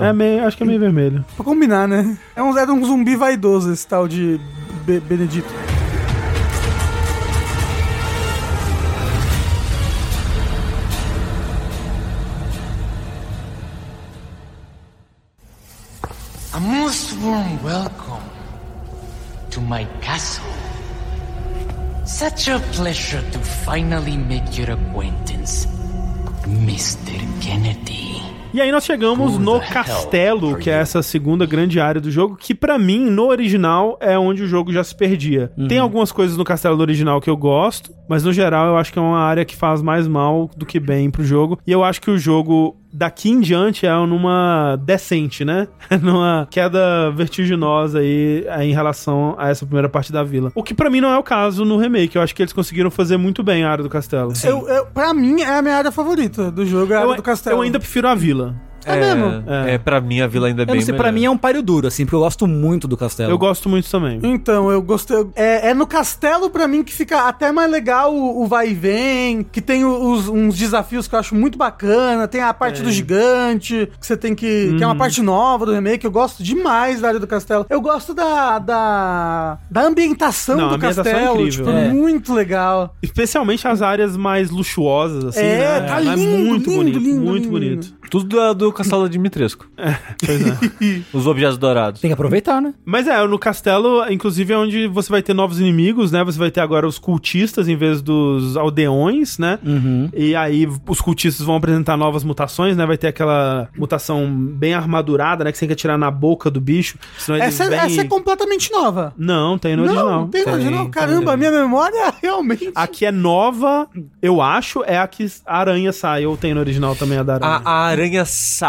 [SPEAKER 1] É. meio, acho que é meio vermelho.
[SPEAKER 2] Pra combinar, né? É um, é um zumbi vaidoso esse tal de Be- Benedito.
[SPEAKER 8] A most warm welcome to my castle. Such a pleasure to finally make your acquaintance, Mr. Kennedy.
[SPEAKER 1] E aí nós chegamos no castelo, que é essa segunda grande área do jogo, que pra mim, no original, é onde o jogo já se perdia. Tem algumas coisas no castelo do original que eu gosto, mas no geral eu acho que é uma área que faz mais mal do que bem pro jogo. E eu acho que o jogo daqui em diante é numa descente, né? numa queda vertiginosa aí, aí em relação a essa primeira parte da vila. O que pra mim não é o caso no remake. Eu acho que eles conseguiram fazer muito bem a área do castelo.
[SPEAKER 2] Eu, eu, pra mim é a minha área favorita do jogo, é a área
[SPEAKER 1] Eu,
[SPEAKER 2] do castelo.
[SPEAKER 1] eu ainda prefiro a vila.
[SPEAKER 2] É mesmo?
[SPEAKER 4] É, pra mim a vila ainda é
[SPEAKER 3] Eu
[SPEAKER 4] bem
[SPEAKER 3] não sei, pra
[SPEAKER 4] melhor.
[SPEAKER 3] mim é um páreo duro, assim, porque eu gosto muito do castelo.
[SPEAKER 1] Eu gosto muito também.
[SPEAKER 2] Então, eu gostei. É, é no castelo, pra mim, que fica até mais legal o, o vai e vem, que tem os- uns desafios que eu acho muito bacana. Tem a parte
[SPEAKER 1] É.
[SPEAKER 2] do gigante, que você tem que. Que é
[SPEAKER 1] Uhum.
[SPEAKER 2] uma parte nova do remake. Eu gosto demais da área do castelo. Eu gosto da. da, da ambientação
[SPEAKER 1] Não,
[SPEAKER 2] do
[SPEAKER 1] a ambientação é
[SPEAKER 2] castelo.
[SPEAKER 1] incrível.
[SPEAKER 2] tipo,
[SPEAKER 3] É.
[SPEAKER 2] muito legal.
[SPEAKER 1] Especialmente as áreas mais luxuosas, assim, né?
[SPEAKER 2] É, tá
[SPEAKER 1] Mas
[SPEAKER 2] lindo,
[SPEAKER 1] muito
[SPEAKER 2] lindo,
[SPEAKER 1] bonito,
[SPEAKER 2] lindo,
[SPEAKER 1] muito
[SPEAKER 2] lindo.
[SPEAKER 1] bonito.
[SPEAKER 3] um-
[SPEAKER 4] Tudo da- do, castelo de Dimitrescu.
[SPEAKER 1] Pois é.
[SPEAKER 4] Os objetos dourados.
[SPEAKER 3] Tem que aproveitar, né?
[SPEAKER 1] Mas é, no castelo, inclusive, é onde você vai ter novos inimigos, né? Você vai ter agora os cultistas em vez dos aldeões, né?
[SPEAKER 2] Uhum.
[SPEAKER 1] E aí os cultistas vão apresentar novas mutações, né? Vai ter aquela mutação bem armadurada, né? Que você tem que atirar na boca do bicho. Senão ele
[SPEAKER 2] Essa,
[SPEAKER 1] vem...
[SPEAKER 2] essa é completamente nova.
[SPEAKER 1] Não, tem no
[SPEAKER 2] Não,
[SPEAKER 1] original.
[SPEAKER 2] não tem, original. Caramba, a minha memória realmente.
[SPEAKER 1] A que é nova, eu acho, é a que a aranha sai. Ou tem no original também a da aranha.
[SPEAKER 4] A, a aranha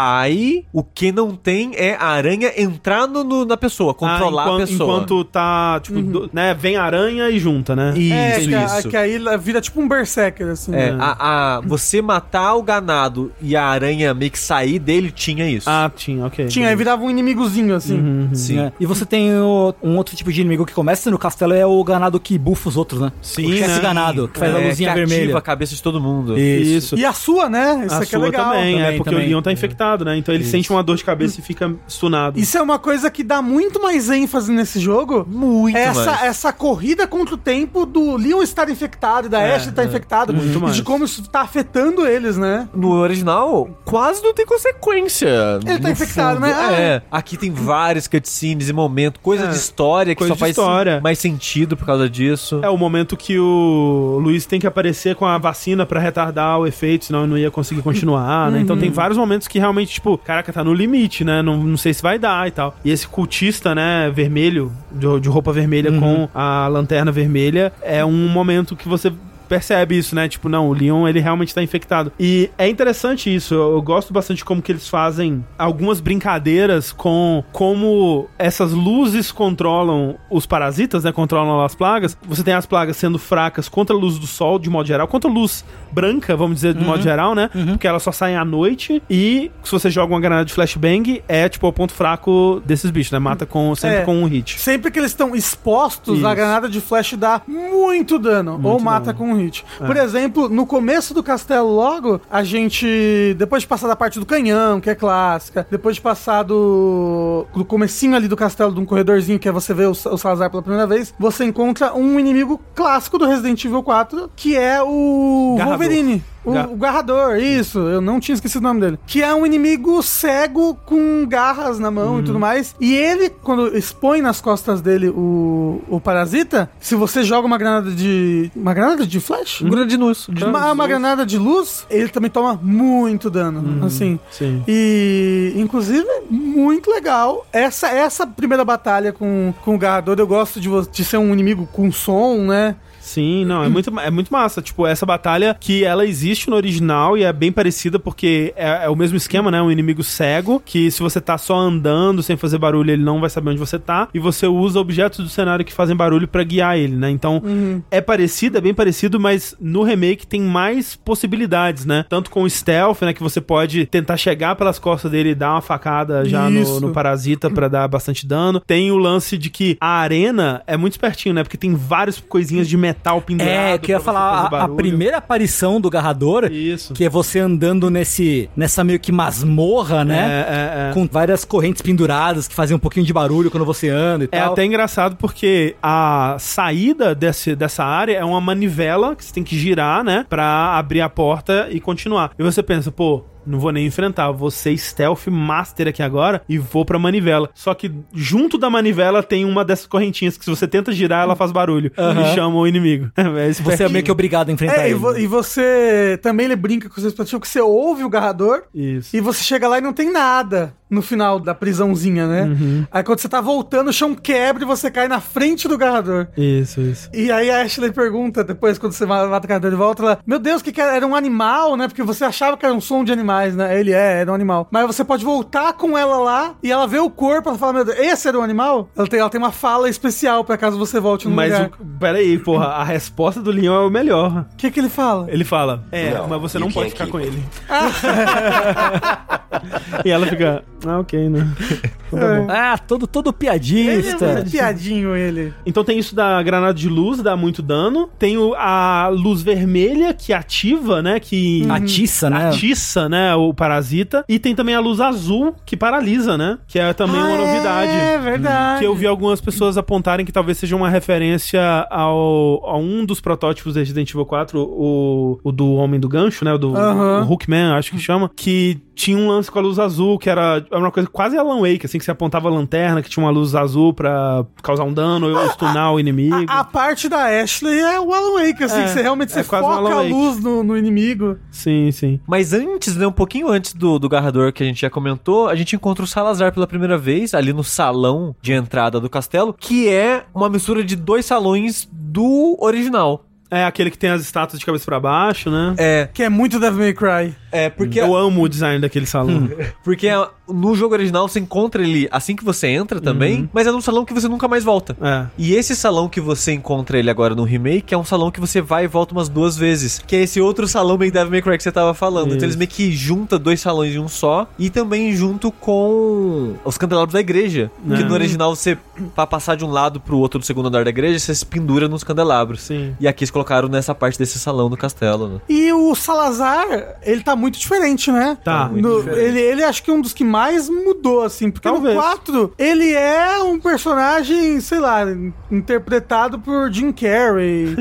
[SPEAKER 4] sai, o que não tem é a aranha entrando no- na pessoa, controlar
[SPEAKER 1] Ah, enquanto,
[SPEAKER 4] a pessoa.
[SPEAKER 1] Enquanto tá, tipo, do- né? Vem a aranha e junta, né?
[SPEAKER 4] Isso,
[SPEAKER 2] é, que, a-
[SPEAKER 4] isso.
[SPEAKER 2] que aí ela vira tipo um berserker, assim.
[SPEAKER 4] É,
[SPEAKER 3] Hum.
[SPEAKER 2] né?
[SPEAKER 4] a, a- você matar o ganado e a aranha meio que sair dele, tinha isso.
[SPEAKER 1] Ah, tinha, ok.
[SPEAKER 2] Tinha, aí virava um inimigozinho, assim.
[SPEAKER 1] Uhum.
[SPEAKER 4] sim.
[SPEAKER 3] É. E você tem o- um outro tipo de inimigo que começa no castelo, é o ganado que bufa os outros, né?
[SPEAKER 1] Sim,
[SPEAKER 3] o chefe
[SPEAKER 1] né?
[SPEAKER 3] ganado, que faz a
[SPEAKER 4] É,
[SPEAKER 3] luzinha
[SPEAKER 4] que ativa
[SPEAKER 3] vermelha.
[SPEAKER 4] a cabeça de todo mundo.
[SPEAKER 1] Isso.
[SPEAKER 2] E a sua, né? Isso
[SPEAKER 1] a
[SPEAKER 2] aqui
[SPEAKER 1] sua
[SPEAKER 2] é legal.
[SPEAKER 1] também, é
[SPEAKER 3] também,
[SPEAKER 1] porque
[SPEAKER 3] também.
[SPEAKER 1] o Leon tá infectado, né? Então ele sente uma dor de cabeça e fica stunado.
[SPEAKER 2] Isso é uma coisa que dá muito mais ênfase nesse jogo. É
[SPEAKER 4] Muito
[SPEAKER 2] essa,
[SPEAKER 4] mais.
[SPEAKER 2] essa corrida contra o tempo do Leon estar infectado e da Ashley estar infectada.
[SPEAKER 1] É, muito
[SPEAKER 2] e
[SPEAKER 1] mais.
[SPEAKER 2] de como isso tá afetando eles, né?
[SPEAKER 4] No original, quase não tem consequência.
[SPEAKER 2] Ele tá
[SPEAKER 4] no
[SPEAKER 2] infectado,
[SPEAKER 4] fundo.
[SPEAKER 2] né? Ah,
[SPEAKER 4] É. Aqui tem várias cutscenes e momentos, coisa
[SPEAKER 1] É.
[SPEAKER 4] de história que
[SPEAKER 1] Coisa
[SPEAKER 4] só
[SPEAKER 1] de
[SPEAKER 4] faz
[SPEAKER 1] história.
[SPEAKER 4] mais sentido por causa disso.
[SPEAKER 1] É o momento que o Luiz tem que aparecer com a vacina pra retardar o efeito, senão ele não ia conseguir continuar, né? Então tem vários momentos que realmente, tipo, caraca, tá no limite, né? Não, não sei se vai dar e tal. E esse cultista, né, vermelho, de, de roupa vermelha com a lanterna vermelha, é um momento que você percebe isso, né? Tipo, não, o Leon, ele realmente tá infectado. E é interessante isso. Eu, eu gosto bastante como que eles fazem algumas brincadeiras com como essas luzes controlam os parasitas, né? Controlam as plagas. Você tem as plagas sendo fracas contra a luz do sol, de modo geral, contra a luz branca, vamos dizer, de modo geral, né? Porque elas só saem à noite e se você joga uma granada de flashbang, é, tipo, o ponto fraco desses bichos, né? Mata com, sempre
[SPEAKER 2] É.
[SPEAKER 1] com um hit.
[SPEAKER 2] Sempre que eles estão expostos,
[SPEAKER 1] Isso.
[SPEAKER 2] a granada de flash dá muito dano. ou mata com um hit. Por exemplo, no começo do castelo, logo, a gente. Depois de passar da parte do canhão, que é clássica. Depois de passar do. do comecinho ali do castelo, de um corredorzinho, que é você vê o, Sa- o Salazar pela primeira vez, você encontra um inimigo clássico do Resident Evil 4, que é o
[SPEAKER 1] Garrador.
[SPEAKER 2] Wolverine. O,
[SPEAKER 1] Ga-
[SPEAKER 2] o Garrador, isso. Eu não tinha esquecido o nome dele. Que é um inimigo cego com garras na mão e tudo mais. E ele, quando expõe nas costas dele o, o parasita, se você joga uma granada de. Uma granada de flash?
[SPEAKER 1] Uhum.
[SPEAKER 4] Grande de luz. de
[SPEAKER 2] Uma,
[SPEAKER 4] luz.
[SPEAKER 2] uma granada de luz, ele também toma muito dano. assim.
[SPEAKER 1] Sim.
[SPEAKER 2] E, inclusive, muito legal. Essa essa primeira batalha com, com o Garrador, eu gosto de, vo- de ser um inimigo com som, né?
[SPEAKER 1] Sim, não, é muito, é muito massa. Tipo, essa batalha que ela existe no original e é bem parecida porque é, é o mesmo esquema, né? Um inimigo cego que se você tá só andando sem fazer barulho, ele não vai saber onde você tá. E você usa objetos do cenário que fazem barulho pra guiar ele, né? Então é parecido, é bem parecido, mas no remake tem mais possibilidades, né? Tanto com o stealth, né? Que você pode tentar chegar pelas costas dele e dar uma facada já no,
[SPEAKER 2] Isso.
[SPEAKER 1] no parasita pra dar bastante dano. Tem o lance de que a arena é muito espertinho, né? Porque tem várias coisinhas de metal pendurado.
[SPEAKER 3] É, que eu ia
[SPEAKER 1] pra você
[SPEAKER 3] falar
[SPEAKER 1] fazer
[SPEAKER 3] a- a,
[SPEAKER 1] barulho.
[SPEAKER 3] primeira aparição do garrador,
[SPEAKER 1] Isso.
[SPEAKER 3] que é você andando nesse nessa meio que masmorra, né?
[SPEAKER 1] É, é, é.
[SPEAKER 3] Com várias correntes penduradas que fazem um pouquinho de barulho quando você anda e
[SPEAKER 1] É
[SPEAKER 3] tal.
[SPEAKER 1] até engraçado porque a saída desse, dessa área é uma manivela que você tem que girar, né? Pra abrir a porta e continuar. E você pensa, pô. Não vou nem enfrentar, vou ser stealth master aqui agora e vou pra manivela. Só que junto da manivela tem uma dessas correntinhas que, se você tenta girar, ela faz barulho e
[SPEAKER 3] Aham.
[SPEAKER 1] chama o inimigo. É
[SPEAKER 3] Você é
[SPEAKER 1] espertinho.
[SPEAKER 3] meio que obrigado a enfrentar
[SPEAKER 2] É, e,
[SPEAKER 3] ele.
[SPEAKER 1] né?
[SPEAKER 2] vo- e você também ele brinca com o seu expectativa que você ouve o garrador
[SPEAKER 1] Isso.
[SPEAKER 2] e você chega lá e não tem nada no final da prisãozinha, né?
[SPEAKER 1] Uhum.
[SPEAKER 2] Aí quando você tá voltando, o chão quebra e você cai na frente do garrador.
[SPEAKER 1] Isso, isso.
[SPEAKER 2] E aí a Ashley pergunta, depois, quando você mata o garrador de volta, ela, meu Deus, o que, que era? Era um animal, né? Porque você achava que era um som de animais, né? Aí Ele é, era um animal. Mas você pode voltar com ela lá e ela vê o corpo, ela fala, meu Deus, esse era um animal? Ela tem, ela tem uma fala especial pra caso você volte no
[SPEAKER 1] Mas
[SPEAKER 2] lugar.
[SPEAKER 1] o, peraí, porra, a resposta do Leon é o melhor.
[SPEAKER 2] O que que ele fala?
[SPEAKER 1] Ele fala: É,
[SPEAKER 5] Não,
[SPEAKER 1] mas você
[SPEAKER 5] you
[SPEAKER 1] não pode
[SPEAKER 5] can't
[SPEAKER 1] ficar
[SPEAKER 5] keep
[SPEAKER 1] com
[SPEAKER 5] it."
[SPEAKER 1] ele. E ela fica, ah, ok, né? Então tá bom.
[SPEAKER 3] Ah, todo, todo
[SPEAKER 2] Ele é
[SPEAKER 3] piadista.
[SPEAKER 2] um piadinho, ele.
[SPEAKER 1] Então tem isso da granada de luz, dá muito dano. Tem o- a luz vermelha que ativa, né? Que
[SPEAKER 2] Uhum.
[SPEAKER 3] Atiça, né?
[SPEAKER 1] atiça, né? O parasita. E tem também a luz azul que paralisa, né? Que é também uma
[SPEAKER 2] Ah,
[SPEAKER 1] novidade. Uhum.
[SPEAKER 2] É verdade.
[SPEAKER 1] Que eu vi algumas pessoas apontarem que talvez seja uma referência ao, a um dos protótipos de Resident Evil 4, o, o do Homem do Gancho, né? O do
[SPEAKER 2] Aham.
[SPEAKER 1] o Hookman, acho que chama. Que tinha um lance com a luz azul, que era era uma coisa quase Alan Wake, assim, que você apontava a lanterna, que tinha uma luz azul pra causar um dano ou stunar o inimigo.
[SPEAKER 2] A, a parte da Ashley é o Alan Wake, assim,
[SPEAKER 1] É,
[SPEAKER 2] que você realmente
[SPEAKER 1] é
[SPEAKER 2] você
[SPEAKER 1] quase um
[SPEAKER 2] foca
[SPEAKER 1] Alan
[SPEAKER 2] a
[SPEAKER 1] Wake.
[SPEAKER 2] luz no, no inimigo.
[SPEAKER 1] Sim, sim.
[SPEAKER 4] Mas antes, né, um pouquinho antes do, do Garrador que a gente já comentou, a gente encontra o Salazar pela primeira vez ali no salão de entrada do castelo, que é uma mistura de dois salões do original.
[SPEAKER 1] É aquele que tem as estátuas de cabeça pra baixo, né?
[SPEAKER 4] É,
[SPEAKER 2] Que é muito Devil May Cry.
[SPEAKER 4] é porque,
[SPEAKER 1] Eu amo o design daquele salão.
[SPEAKER 4] porque a- no jogo original você encontra ele assim que você entra também, mas é num salão que você nunca mais volta.
[SPEAKER 1] é.
[SPEAKER 4] E esse salão que você encontra ele agora no remake é um salão que você vai e volta umas duas vezes. Que é esse outro salão meio Devil May Cry que você tava falando. Então eles meio que juntam dois salões em um só. E também junto com os candelabros da igreja. Que no original você, pra passar de um lado pro outro do segundo andar da igreja, você se pendura nos candelabros.
[SPEAKER 1] Sim.
[SPEAKER 4] E aqui eles colocaram nessa parte desse salão do castelo, né?
[SPEAKER 2] E o Salazar, ele tá muito diferente, né?
[SPEAKER 1] Tá.
[SPEAKER 2] No- Ele, ele acho que é um dos que mais mudou, assim. Porque
[SPEAKER 1] Talvez.
[SPEAKER 2] no 4, ele é um personagem, sei lá, in- interpretado por Jim Carrey.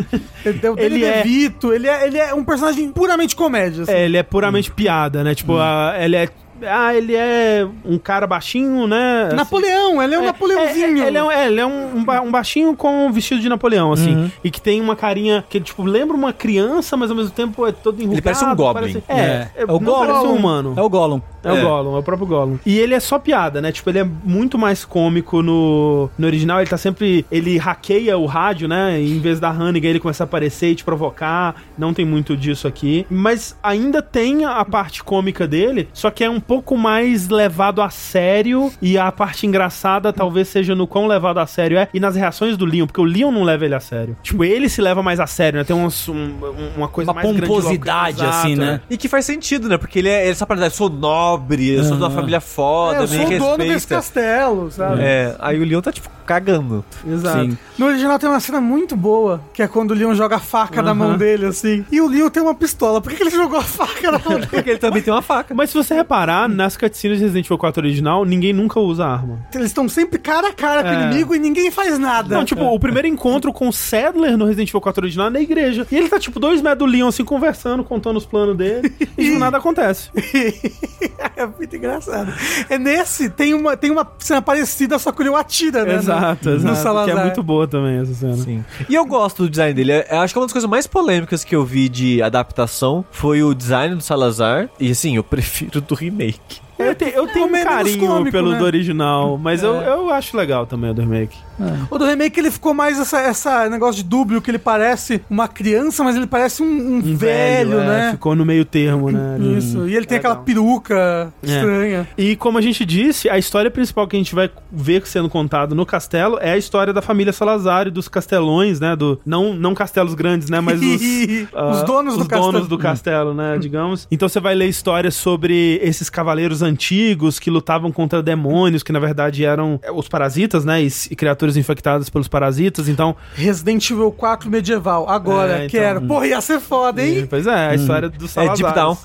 [SPEAKER 2] ele é o Danny
[SPEAKER 1] Ele é.
[SPEAKER 2] DeVito. Ele é, ele é um personagem puramente comédia, assim.
[SPEAKER 1] É, ele é puramente piada, né? Tipo, a- ele é. Ah, ele é um cara baixinho, né? Assim,
[SPEAKER 2] Napoleão, ele é um Napoleãozinho.
[SPEAKER 1] É, é, ele é, um- é, ele é um, um ba- um baixinho com um vestido de Napoleão, assim. E que tem uma carinha que, tipo, lembra uma criança, mas ao mesmo tempo é todo enrugado.
[SPEAKER 4] parece um goblin.
[SPEAKER 1] é, é,
[SPEAKER 3] É o
[SPEAKER 1] não
[SPEAKER 3] Gollum.
[SPEAKER 1] parece um humano.
[SPEAKER 3] É o Gollum.
[SPEAKER 1] É o
[SPEAKER 4] É.
[SPEAKER 1] Gollum, é o próprio Gollum. E ele é só piada, né? Tipo, ele é muito mais cômico no, no original. Ele tá sempre. Ele hackeia o rádio, né? E em vez da Hannigan, ele começa a aparecer e te provocar. Não tem muito disso aqui. Mas ainda tem a parte cômica dele, só que é um pouco mais levado a sério. E a parte engraçada talvez seja no quão levado a sério é e nas reações do Leon, porque o Leon não leva ele a sério. Tipo, ele se leva mais a sério, né? Tem uns- um- um- uma coisa
[SPEAKER 3] Uma
[SPEAKER 1] mais grandiloquente.
[SPEAKER 3] pomposidade, assim,
[SPEAKER 1] Exato,
[SPEAKER 3] né?
[SPEAKER 4] E que faz sentido, né? Porque ele é, ele é essa parada, eu sou nobre, eu sou de uma família foda,
[SPEAKER 2] É, eu
[SPEAKER 4] me
[SPEAKER 2] sou o dono desse
[SPEAKER 4] respeita.
[SPEAKER 2] castelo, sabe?
[SPEAKER 4] É, aí o Leon tá tipo cagando.
[SPEAKER 2] Exato.
[SPEAKER 3] Sim.
[SPEAKER 2] No original tem uma cena muito boa, que é quando o Leon joga a faca na mão dele, assim. E o Leon tem uma pistola. Por que que ele jogou a faca na mão dele?
[SPEAKER 4] Porque ele também tem uma faca.
[SPEAKER 1] Mas se você reparar, nas cutscenes de Resident Evil 4 original, ninguém nunca usa arma.
[SPEAKER 2] Eles estão sempre cara a cara com o
[SPEAKER 1] É.
[SPEAKER 2] inimigo e ninguém faz nada.
[SPEAKER 1] Não, tipo, o primeiro encontro com o Sadler no Resident Evil 4 original é na igreja. E ele tá, tipo, dois metros do Leon, assim, conversando, contando os planos dele. e tipo, nada acontece.
[SPEAKER 2] é muito engraçado. É nesse, tem uma, tem uma cena parecida, só que o Leon atira, né?
[SPEAKER 1] exato,
[SPEAKER 2] no,
[SPEAKER 1] exato.
[SPEAKER 2] No Salazar.
[SPEAKER 1] Que é muito boa também essa cena.
[SPEAKER 4] Sim. E eu gosto do design dele. Eu acho que é uma das coisas mais polêmicas que eu vi de adaptação foi o design do Salazar. E assim, eu prefiro do remake.
[SPEAKER 1] Eu, te- eu tenho
[SPEAKER 2] o
[SPEAKER 1] um
[SPEAKER 2] menos
[SPEAKER 1] carinho
[SPEAKER 2] cômico,
[SPEAKER 1] pelo
[SPEAKER 2] né? É.
[SPEAKER 1] do original, mas eu, eu acho legal também o do remake.
[SPEAKER 2] O do remake ele ficou mais essa, essa negócio de dúbio que ele parece uma criança, mas ele parece um, um velho,
[SPEAKER 1] é,
[SPEAKER 2] né? Uhum.
[SPEAKER 1] Ficou no meio termo, né? ali.
[SPEAKER 2] Isso. E ele tem aquela
[SPEAKER 1] Legal.
[SPEAKER 2] peruca estranha.
[SPEAKER 1] E como a gente disse, a história principal que a gente vai ver sendo contado no castelo é a história da família Salazar e dos castelões, né? Do, não, não castelos grandes, né? Mas os, ah,
[SPEAKER 2] Os donos do Hum.
[SPEAKER 1] os donos
[SPEAKER 2] castelo.
[SPEAKER 1] do castelo, né? Digamos. Então você vai ler histórias sobre esses cavaleiros antigos que lutavam contra demônios, que na verdade eram é, os parasitas, né? E, s- e criaturas infectadas pelos parasitas. Então,
[SPEAKER 2] Resident Evil 4 medieval, agora,
[SPEAKER 1] É, então.
[SPEAKER 2] quero. Porra, ia ser foda, hein?
[SPEAKER 1] pois é, a história dos
[SPEAKER 4] É
[SPEAKER 1] Salazar.
[SPEAKER 4] Deep Down.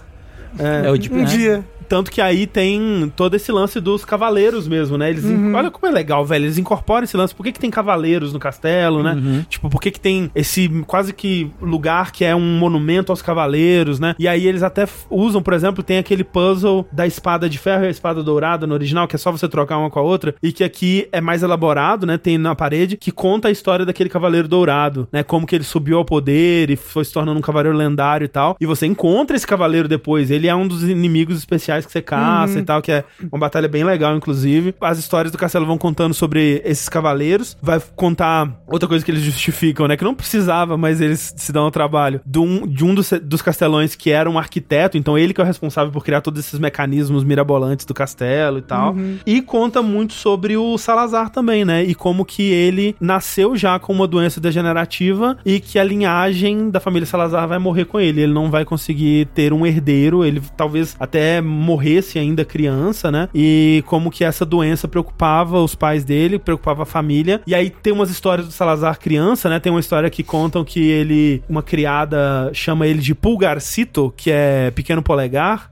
[SPEAKER 3] É, o Deep
[SPEAKER 2] Um dia.
[SPEAKER 1] Tanto que aí tem todo esse lance dos cavaleiros mesmo, né? Eles in- Olha como é legal, velho. Eles incorporam esse lance. Por que, que tem cavaleiros no castelo, né? Tipo, por que, que tem esse quase que lugar que é um monumento aos cavaleiros, né? E aí eles até f- usam, por exemplo, tem aquele puzzle da espada de ferro e a espada dourada no original, que é só você trocar uma com a outra, e que aqui é mais elaborado, né? Tem na parede, que conta a história daquele cavaleiro dourado, né? Como que ele subiu ao poder e foi se tornando um cavaleiro lendário e tal. E você encontra esse cavaleiro depois. Ele é um dos inimigos especiais que você caça e tal, que é uma batalha bem legal, inclusive. As histórias do castelo vão contando sobre esses cavaleiros. Vai contar outra coisa que eles justificam, né? Que não precisava, mas eles se dão ao trabalho. De um, de um dos, dos castelões que era um arquiteto, então ele que é o responsável por criar todos esses mecanismos mirabolantes do castelo e tal. E conta muito sobre o Salazar também, né? E como que ele nasceu já com uma doença degenerativa e que a linhagem da família Salazar vai morrer com ele. Ele não vai conseguir ter um herdeiro, ele talvez até morresse ainda criança, né? E como que essa doença preocupava os pais dele, preocupava a família. E aí tem umas histórias do Salazar criança, né? Tem uma história que contam que ele, uma criada chama ele de Pulgarcito, que é pequeno polegar,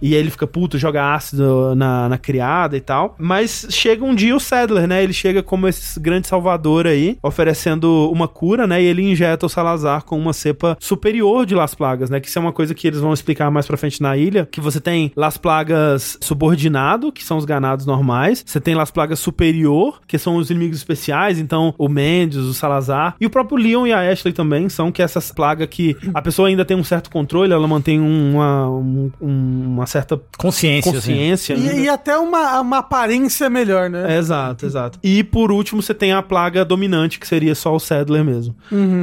[SPEAKER 1] e ele fica puto, joga ácido na, na criada e tal. Mas chega um dia o Sadler, né? Ele chega como esse grande salvador aí, oferecendo uma cura, né? E ele injeta o Salazar com uma cepa superior de Las Plagas, né? Que isso é uma coisa que eles vão explicar mais pra frente na ilha, que você tem Las Plagas subordinado, que são os ganados normais, você tem Las Plagas superior, que são os inimigos especiais, então o Mendes, o Salazar, e o próprio Leon e a Ashley também são que essas plagas que a pessoa ainda tem um certo controle, ela mantém uma, um- uma certa
[SPEAKER 3] Consciência, assim.
[SPEAKER 1] consciência. né? ainda.
[SPEAKER 2] E, e até uma, uma aparência melhor,
[SPEAKER 1] É,
[SPEAKER 2] né?
[SPEAKER 1] Exato, exato. E por último, você tem a plaga dominante, que seria só o Sadler mesmo.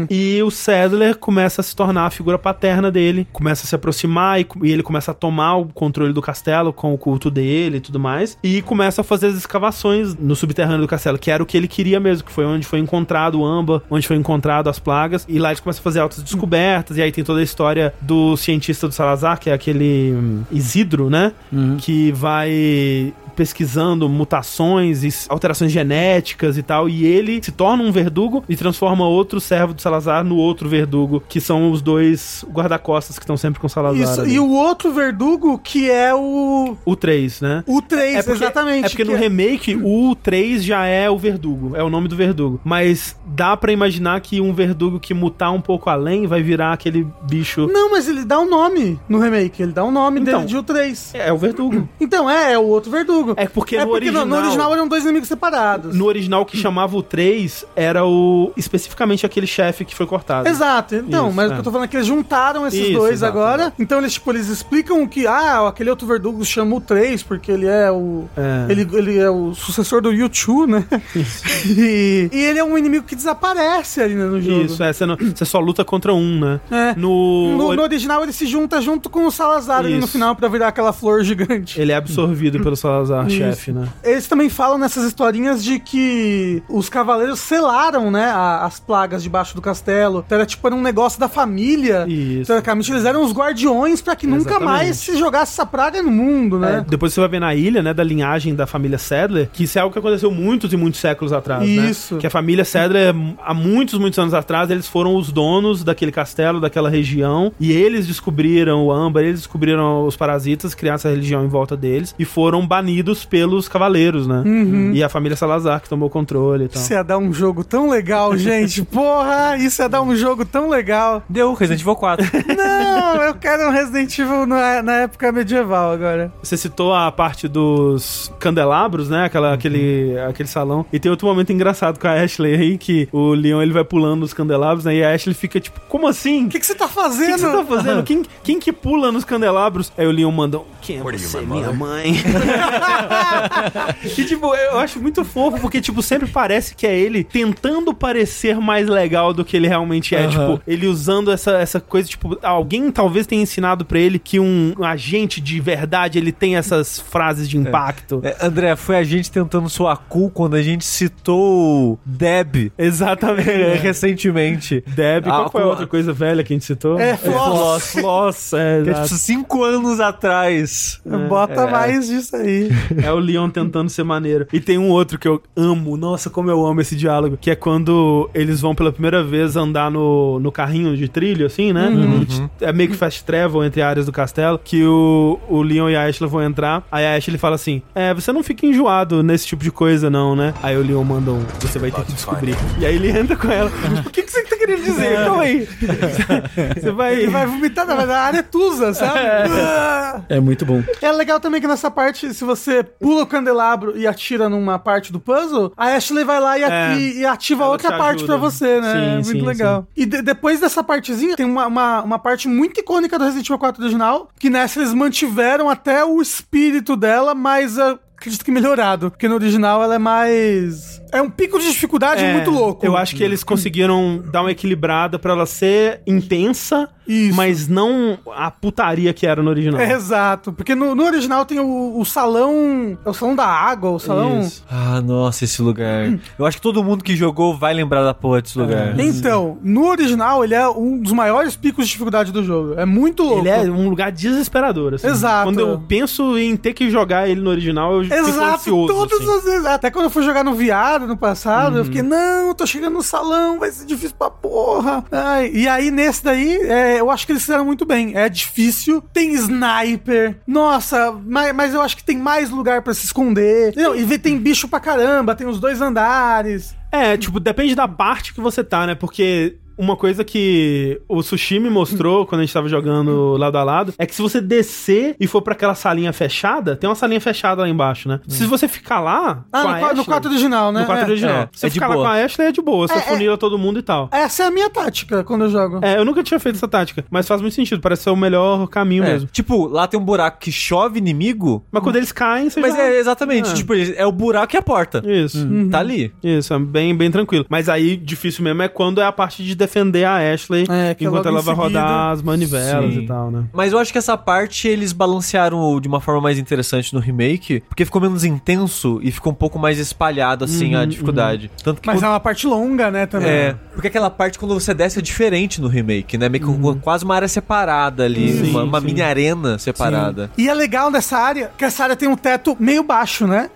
[SPEAKER 1] E o Sadler começa a se tornar a figura paterna dele, começa a se aproximar e, co- e ele começa a tomar o controle do castelo com o culto dele e tudo mais. E começa a fazer as escavações no subterrâneo do castelo, que era o que ele queria mesmo, que foi onde foi encontrado o Amba, onde foi encontrado as plagas. E lá eles começam a fazer altas descobertas. E aí tem toda a história do cientista do Salazar, que é aquele hum, Isidro, né? Que vai pesquisando mutações e alterações genéticas e tal, e ele se torna um verdugo e transforma outro servo do Salazar no outro verdugo, que são os dois guarda-costas que estão sempre com o Salazar.
[SPEAKER 2] Isso,
[SPEAKER 1] ali.
[SPEAKER 2] e o outro verdugo que é o.
[SPEAKER 1] o 3, né?
[SPEAKER 2] O 3, exatamente.
[SPEAKER 1] É porque
[SPEAKER 2] que
[SPEAKER 1] no remake o 3 já é o verdugo, é o nome do verdugo. Mas dá pra imaginar que um verdugo que mutar um pouco além vai virar aquele bicho.
[SPEAKER 2] Não, mas ele dá um nome no remake. Ele dá um nome
[SPEAKER 1] Então.
[SPEAKER 2] dele de o 3.
[SPEAKER 1] É, é o verdugo.
[SPEAKER 2] Então, é, é o outro verdugo.
[SPEAKER 1] É porque no
[SPEAKER 2] no- no
[SPEAKER 1] original-
[SPEAKER 2] original eram dois inimigos separados.
[SPEAKER 1] No original que chamava o 3 era o especificamente aquele chefe que foi cortado.
[SPEAKER 2] Exato, então,
[SPEAKER 1] Isso, é.
[SPEAKER 2] mas o que eu tô falando é que eles juntaram esses
[SPEAKER 1] Isso,
[SPEAKER 2] dois
[SPEAKER 1] exato,
[SPEAKER 2] agora. Então eles, tipo, eles explicam que, ah, aquele outro verdugo chama o 3, porque ele é o.
[SPEAKER 1] É.
[SPEAKER 2] Ele, ele é o sucessor do Yu-Chu, né? E, e ele é um inimigo que desaparece ali né, no jogo.
[SPEAKER 1] Isso, é, você, não- você só luta contra um, né?
[SPEAKER 2] É.
[SPEAKER 1] No,
[SPEAKER 2] No, no original ele se junta junto com o Salazar ali no
[SPEAKER 1] Isso.
[SPEAKER 2] final pra virar aquela flor gigante.
[SPEAKER 1] Ele é absorvido pelo Salazar, chefe, né?
[SPEAKER 2] Eles também falam nessas historinhas de que os cavaleiros selaram, né, a- as plagas debaixo do castelo. Então era tipo era um negócio da família.
[SPEAKER 1] Isso.
[SPEAKER 2] Teoricamente eles eram os guardiões pra que nunca
[SPEAKER 1] Exatamente.
[SPEAKER 2] mais se jogasse essa praga no mundo,
[SPEAKER 1] É,
[SPEAKER 2] né?
[SPEAKER 1] depois você vai ver na ilha, né, da linhagem da família Sadler, que isso é algo que aconteceu muitos e muitos séculos atrás, né?
[SPEAKER 2] Isso.
[SPEAKER 1] Que a família Sadler, há muitos, muitos anos atrás, eles foram os donos daquele castelo, daquela região, e eles descobriram o âmbar, eles descobriram os parasitas, criaram essa religião em volta deles, e foram banidos pelos cavaleiros, né?
[SPEAKER 2] Uhum.
[SPEAKER 1] E a família Salazar que tomou controle e tal.
[SPEAKER 2] Isso ia dar um jogo tão legal, gente. Porra, isso ia dar um jogo tão legal.
[SPEAKER 4] Deu, Resident Evil 4.
[SPEAKER 2] Não, eu quero um Resident Evil na, na época medieval agora.
[SPEAKER 1] Você citou a parte dos candelabros, né? Aquela, aquele, aquele salão. E tem outro momento engraçado com a Ashley aí, que o Leon ele vai pulando os candelabros, né? E a Ashley fica tipo, como assim? O
[SPEAKER 2] O
[SPEAKER 1] que,
[SPEAKER 2] que, que você tá
[SPEAKER 1] que
[SPEAKER 2] fazendo?
[SPEAKER 1] você tá fazendo? Quem, quem que pula nos candelabros? Aí o Leon manda, quem é você, minha mãe? e tipo, eu acho muito fofo, porque tipo, sempre parece que é ele tentando parecer mais legal do que ele realmente é. Tipo, ele usando essa, essa coisa, tipo, alguém talvez tenha ensinado pra ele que um agente de verdade, ele tem essas frases de impacto.
[SPEAKER 4] É, André, foi a gente tentando soar cool quando a gente citou o Deb
[SPEAKER 1] Exatamente.
[SPEAKER 4] recentemente.
[SPEAKER 1] É. Deb,
[SPEAKER 4] Ah,
[SPEAKER 1] qual foi a
[SPEAKER 4] com-
[SPEAKER 1] outra coisa velha que a gente citou?
[SPEAKER 2] É, floss.
[SPEAKER 1] Floss, floss, é,
[SPEAKER 4] Que é,
[SPEAKER 1] exato.
[SPEAKER 4] tipo, cinco anos atrás.
[SPEAKER 1] né?
[SPEAKER 2] Bota mais disso aí.
[SPEAKER 1] É o Leon tentando ser maneiro. E tem um outro que eu amo. Nossa, como eu amo esse diálogo. Que é quando eles vão pela primeira vez andar no, no carrinho de trilho, assim, né? É meio que fast travel entre áreas do castelo. Que o, o Leon e a Ashley vão entrar. Aí a Ashley fala assim: É, você não fica enjoado nesse tipo de coisa, não, né? Aí o Leon manda um: Você vai ter que descobrir. E aí ele entra com ela. O que, que você tá querendo dizer? Calma aí. Você vai.
[SPEAKER 2] Ele vai vomitar, na verdade, a área é tusa, sabe? Ah!
[SPEAKER 9] É muito bom.
[SPEAKER 2] É legal também que nessa parte, se você pula o candelabro e atira numa parte do puzzle, a Ashley vai lá e, a-
[SPEAKER 1] É.
[SPEAKER 2] e- e ativa
[SPEAKER 1] Ela
[SPEAKER 2] outra
[SPEAKER 1] te
[SPEAKER 2] parte
[SPEAKER 1] ajuda.
[SPEAKER 2] pra você, né?
[SPEAKER 1] Sim,
[SPEAKER 2] é muito
[SPEAKER 1] sim,
[SPEAKER 2] legal. E de- depois dessa partezinha, tem uma, uma, uma parte muito icônica do Resident Evil 4 original, que nessa eles mantiveram até o espírito dela, mas ah, acredito que melhorado. Porque no original ela é mais É um pico de dificuldade
[SPEAKER 1] É,
[SPEAKER 2] muito louco.
[SPEAKER 1] Eu acho que eles conseguiram dar uma equilibrada pra ela ser intensa,
[SPEAKER 2] Isso.
[SPEAKER 1] mas não a putaria que era no original.
[SPEAKER 2] É, exato, porque no, no original tem o, o salão. É o salão da água, o salão.
[SPEAKER 1] Isso.
[SPEAKER 4] Ah, nossa, esse lugar. Eu acho que todo mundo que jogou vai lembrar da porra
[SPEAKER 1] É.
[SPEAKER 4] desse lugar.
[SPEAKER 2] Então, no original ele é um dos maiores picos de dificuldade do jogo. É muito louco.
[SPEAKER 1] Ele é um lugar desesperador, assim.
[SPEAKER 2] Exato.
[SPEAKER 1] Quando eu penso em ter que jogar ele no original, eu fico
[SPEAKER 2] Exato,
[SPEAKER 1] ansioso.
[SPEAKER 2] todas
[SPEAKER 1] assim. Uhum.
[SPEAKER 2] as vezes. Até quando eu fui jogar no VR no passado, eu fiquei, não, eu tô chegando no salão, vai ser difícil pra porra. Ai, e aí, nesse daí, é, eu acho que eles fizeram muito bem. É difícil, tem sniper. Nossa, mas, mas eu acho que tem mais lugar pra se esconder. Não, e vê- tem bicho pra caramba, tem os dois andares.
[SPEAKER 1] É, tipo, depende da parte que você tá, né? Porque uma coisa que o Sushi me mostrou quando a gente tava jogando lado a lado é que se você descer e for pra aquela salinha fechada, tem uma salinha fechada lá embaixo, né? Se você ficar lá.
[SPEAKER 2] Hum. Ah,
[SPEAKER 1] com a
[SPEAKER 2] no, qua- no
[SPEAKER 1] Ashley-
[SPEAKER 2] 4 original, né?
[SPEAKER 1] é, No quarto
[SPEAKER 2] É.
[SPEAKER 1] original.
[SPEAKER 4] É,
[SPEAKER 1] Se você
[SPEAKER 4] é de
[SPEAKER 1] ficar lá
[SPEAKER 4] boa.
[SPEAKER 1] com a Ashley é de boa, você
[SPEAKER 2] É, é.
[SPEAKER 1] funila todo mundo e tal.
[SPEAKER 2] Essa é a minha tática quando eu jogo.
[SPEAKER 1] É, eu nunca tinha feito essa tática, mas faz muito sentido, parece ser o melhor caminho
[SPEAKER 4] É.
[SPEAKER 1] mesmo.
[SPEAKER 4] Tipo, lá tem um buraco que chove inimigo.
[SPEAKER 1] Mas quando eles caem, você
[SPEAKER 4] Mas
[SPEAKER 1] já... Uhum.
[SPEAKER 4] é exatamente,
[SPEAKER 1] É.
[SPEAKER 4] tipo, é o buraco e a porta.
[SPEAKER 1] Isso.
[SPEAKER 4] Tá ali.
[SPEAKER 1] Isso, é bem, bem tranquilo. Mas aí, difícil mesmo é quando é a parte de defender a Ashley
[SPEAKER 2] É, que é
[SPEAKER 1] enquanto
[SPEAKER 2] logo
[SPEAKER 1] ela
[SPEAKER 2] em
[SPEAKER 1] vai
[SPEAKER 2] seguida.
[SPEAKER 1] rodar as manivelas
[SPEAKER 4] Sim.
[SPEAKER 1] e tal, né?
[SPEAKER 4] Mas eu acho que essa parte eles balancearam de uma forma mais interessante no remake, porque ficou menos intenso e ficou um pouco mais espalhado, assim, a dificuldade. Tanto que
[SPEAKER 2] Mas é uma parte longa, né, também.
[SPEAKER 4] É, porque aquela parte quando você desce é diferente no remake, né? Meio que uma- quase uma área separada ali,
[SPEAKER 1] Sim,
[SPEAKER 4] uma, uma
[SPEAKER 1] sim.
[SPEAKER 4] mini arena separada.
[SPEAKER 2] E é legal nessa área, que essa área tem um teto meio baixo, né?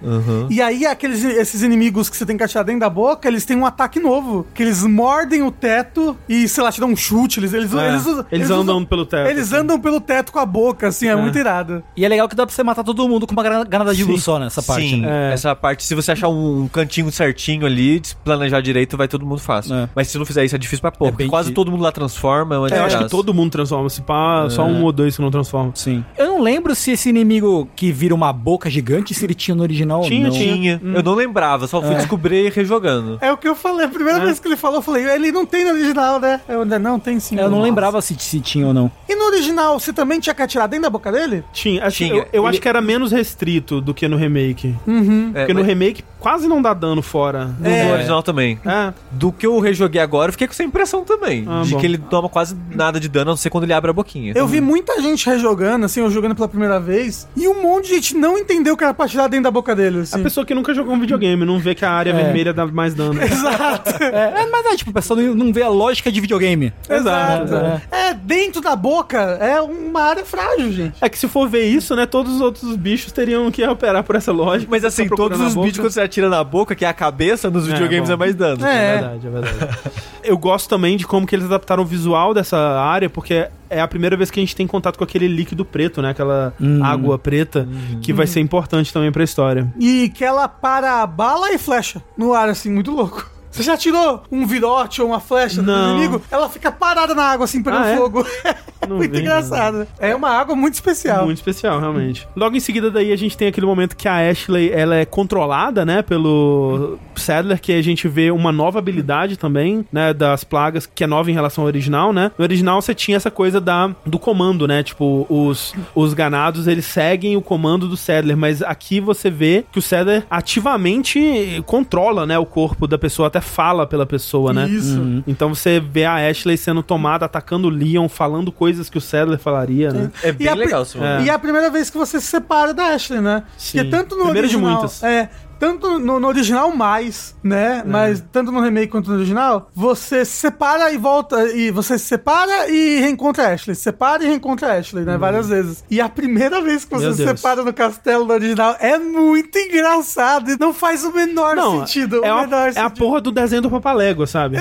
[SPEAKER 2] E aí aqueles esses inimigos que você tem que atirar dentro da boca, eles têm um ataque novo. Que eles mordem o teto e, sei lá, te dão um chute. Eles, eles,
[SPEAKER 1] É,
[SPEAKER 2] eles,
[SPEAKER 1] eles andam pelo teto,
[SPEAKER 2] Eles
[SPEAKER 1] assim.
[SPEAKER 2] andam pelo teto com a boca, assim, é, muito irado.
[SPEAKER 3] E é legal que dá pra você matar todo mundo com uma gra- granada de luz só nessa parte.
[SPEAKER 4] Sim,
[SPEAKER 3] né?
[SPEAKER 1] É.
[SPEAKER 4] essa parte, se você achar um, um cantinho certinho ali, se planejar direito, vai todo mundo fácil.
[SPEAKER 3] É.
[SPEAKER 4] Mas se não fizer isso, é difícil pra pouco.
[SPEAKER 3] É bem
[SPEAKER 4] quase
[SPEAKER 3] que-
[SPEAKER 4] todo mundo lá transforma. É, uma
[SPEAKER 1] É, eu acho
[SPEAKER 4] desgraça.
[SPEAKER 1] que todo mundo transforma. Se pá, só um ou dois que não transforma.
[SPEAKER 3] Sim. Eu não lembro se esse inimigo que vira uma boca gigante, se ele tinha no original
[SPEAKER 1] Tinha,
[SPEAKER 3] ou não.
[SPEAKER 4] Tinha. Eu não lembrava, só fui descobrir rejogando.
[SPEAKER 2] É o que eu falei, a primeira vez que ele falou, eu falei, ele não tem no original, né? Eu, não, tem sim.
[SPEAKER 3] Eu não
[SPEAKER 2] Nossa.
[SPEAKER 3] lembrava se, se tinha ou não.
[SPEAKER 2] E no original, você também tinha que atirar dentro da boca dele?
[SPEAKER 1] Tinha. acho-
[SPEAKER 4] Tinha.
[SPEAKER 1] Eu, eu
[SPEAKER 4] Ele-
[SPEAKER 1] acho que era menos restrito do que no remake.
[SPEAKER 4] É,
[SPEAKER 1] Porque no
[SPEAKER 4] mas-
[SPEAKER 1] remake quase não dá dano fora.
[SPEAKER 4] no original também.
[SPEAKER 1] É.
[SPEAKER 4] Do que eu rejoguei agora, eu fiquei com essa impressão também.
[SPEAKER 1] Ah,
[SPEAKER 4] de
[SPEAKER 1] bom.
[SPEAKER 4] que ele toma quase nada de dano, a não ser quando ele abre a boquinha.
[SPEAKER 2] Eu vi
[SPEAKER 1] Uhum.
[SPEAKER 2] muita gente rejogando, assim, eu jogando pela primeira vez, e um monte de gente não entendeu que era pra tirar dentro da boca dele,
[SPEAKER 1] A
[SPEAKER 2] assim.
[SPEAKER 1] pessoa que nunca jogou um videogame não vê que a área vermelha dá mais dano.
[SPEAKER 2] Exato.
[SPEAKER 3] É, é, mas é, tipo, o pessoal não, não vê a lógica de videogame.
[SPEAKER 2] Exato.
[SPEAKER 1] exato.
[SPEAKER 2] É, dentro da boca é uma área frágil, gente.
[SPEAKER 1] É que se for ver isso, né, todos os outros bichos teriam que operar por essa lógica.
[SPEAKER 4] Mas assim,
[SPEAKER 1] Tá procurando
[SPEAKER 4] todos
[SPEAKER 1] na
[SPEAKER 4] os
[SPEAKER 1] boca.
[SPEAKER 4] bichos quando você atira na boca, que é a cabeça, nos videogames
[SPEAKER 1] bom.
[SPEAKER 4] é, mais dano.
[SPEAKER 1] É verdade, é verdade. Eu gosto também de como que eles adaptaram o visual dessa área, porque é a primeira vez que a gente tem contato com aquele líquido preto, né? Aquela água preta, que vai ser importante também pra história.
[SPEAKER 2] E que ela para a bala e flecha no ar, assim, muito louco. Você já tirou um virote ou uma flecha do
[SPEAKER 1] Não.
[SPEAKER 2] inimigo? Ela fica parada na água, assim, pegando
[SPEAKER 1] Ah, é?
[SPEAKER 2] fogo.
[SPEAKER 1] Não
[SPEAKER 2] muito
[SPEAKER 1] vi,
[SPEAKER 2] engraçado. É uma água muito especial.
[SPEAKER 1] Muito especial, realmente. Logo em seguida daí a gente tem aquele momento que a Ashley, ela é controlada, né, pelo Sadler, que a gente vê uma nova habilidade também, né, das plagas, que é nova em relação ao original, né? No original você tinha essa coisa da, do comando, né? Tipo, os, os ganados, eles seguem o comando do Sadler, mas aqui você vê que o Sadler ativamente controla, né, o corpo da pessoa, até fala pela pessoa, né?
[SPEAKER 2] Isso.
[SPEAKER 1] Então você vê a Ashley sendo tomada, atacando o Leon, falando coisas que o Sadler falaria, né?
[SPEAKER 4] É
[SPEAKER 2] E a pri-
[SPEAKER 4] esse
[SPEAKER 1] É.
[SPEAKER 2] E é a primeira vez que você se separa da Ashley, né?
[SPEAKER 1] Sim.
[SPEAKER 2] Porque tanto no
[SPEAKER 1] Primeira de
[SPEAKER 2] original,
[SPEAKER 1] muitas. É.
[SPEAKER 2] É, tanto no, no original mais, né? Mas tanto no remake quanto no original, você se separa e volta e você se separa e reencontra a Ashley, se separa e reencontra a Ashley, né? Várias vezes. E a primeira vez que você
[SPEAKER 1] Uhum. Meu
[SPEAKER 2] se
[SPEAKER 1] Deus.
[SPEAKER 2] separa no castelo do original é muito engraçado e não faz o menor sentido.
[SPEAKER 1] É,
[SPEAKER 2] o
[SPEAKER 1] uma-
[SPEAKER 2] menor
[SPEAKER 1] é a
[SPEAKER 2] sentido.
[SPEAKER 1] porra do desenho do Papalégua, sabe?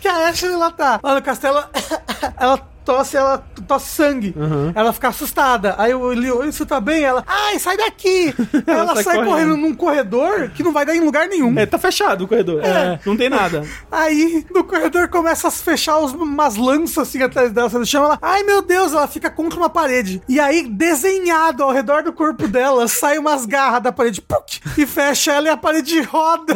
[SPEAKER 2] Que a Ashley lá tá. Lá no castelo, ela tosse, ela tosse sangue.
[SPEAKER 1] Uhum.
[SPEAKER 2] Ela fica assustada. Aí o Leon, isso tá bem? Ela, ai, sai daqui! ela, sai, correndo. num corredor que não vai dar em lugar nenhum.
[SPEAKER 1] é, tá fechado o corredor. É. Não tem nada.
[SPEAKER 2] Aí no corredor começa a fechar os- umas lanças assim atrás dela. Você chama ela, ai meu Deus, ela fica contra uma parede. E aí, desenhado ao redor do corpo dela, sai umas garras da parede puc, e fecha ela e a parede roda.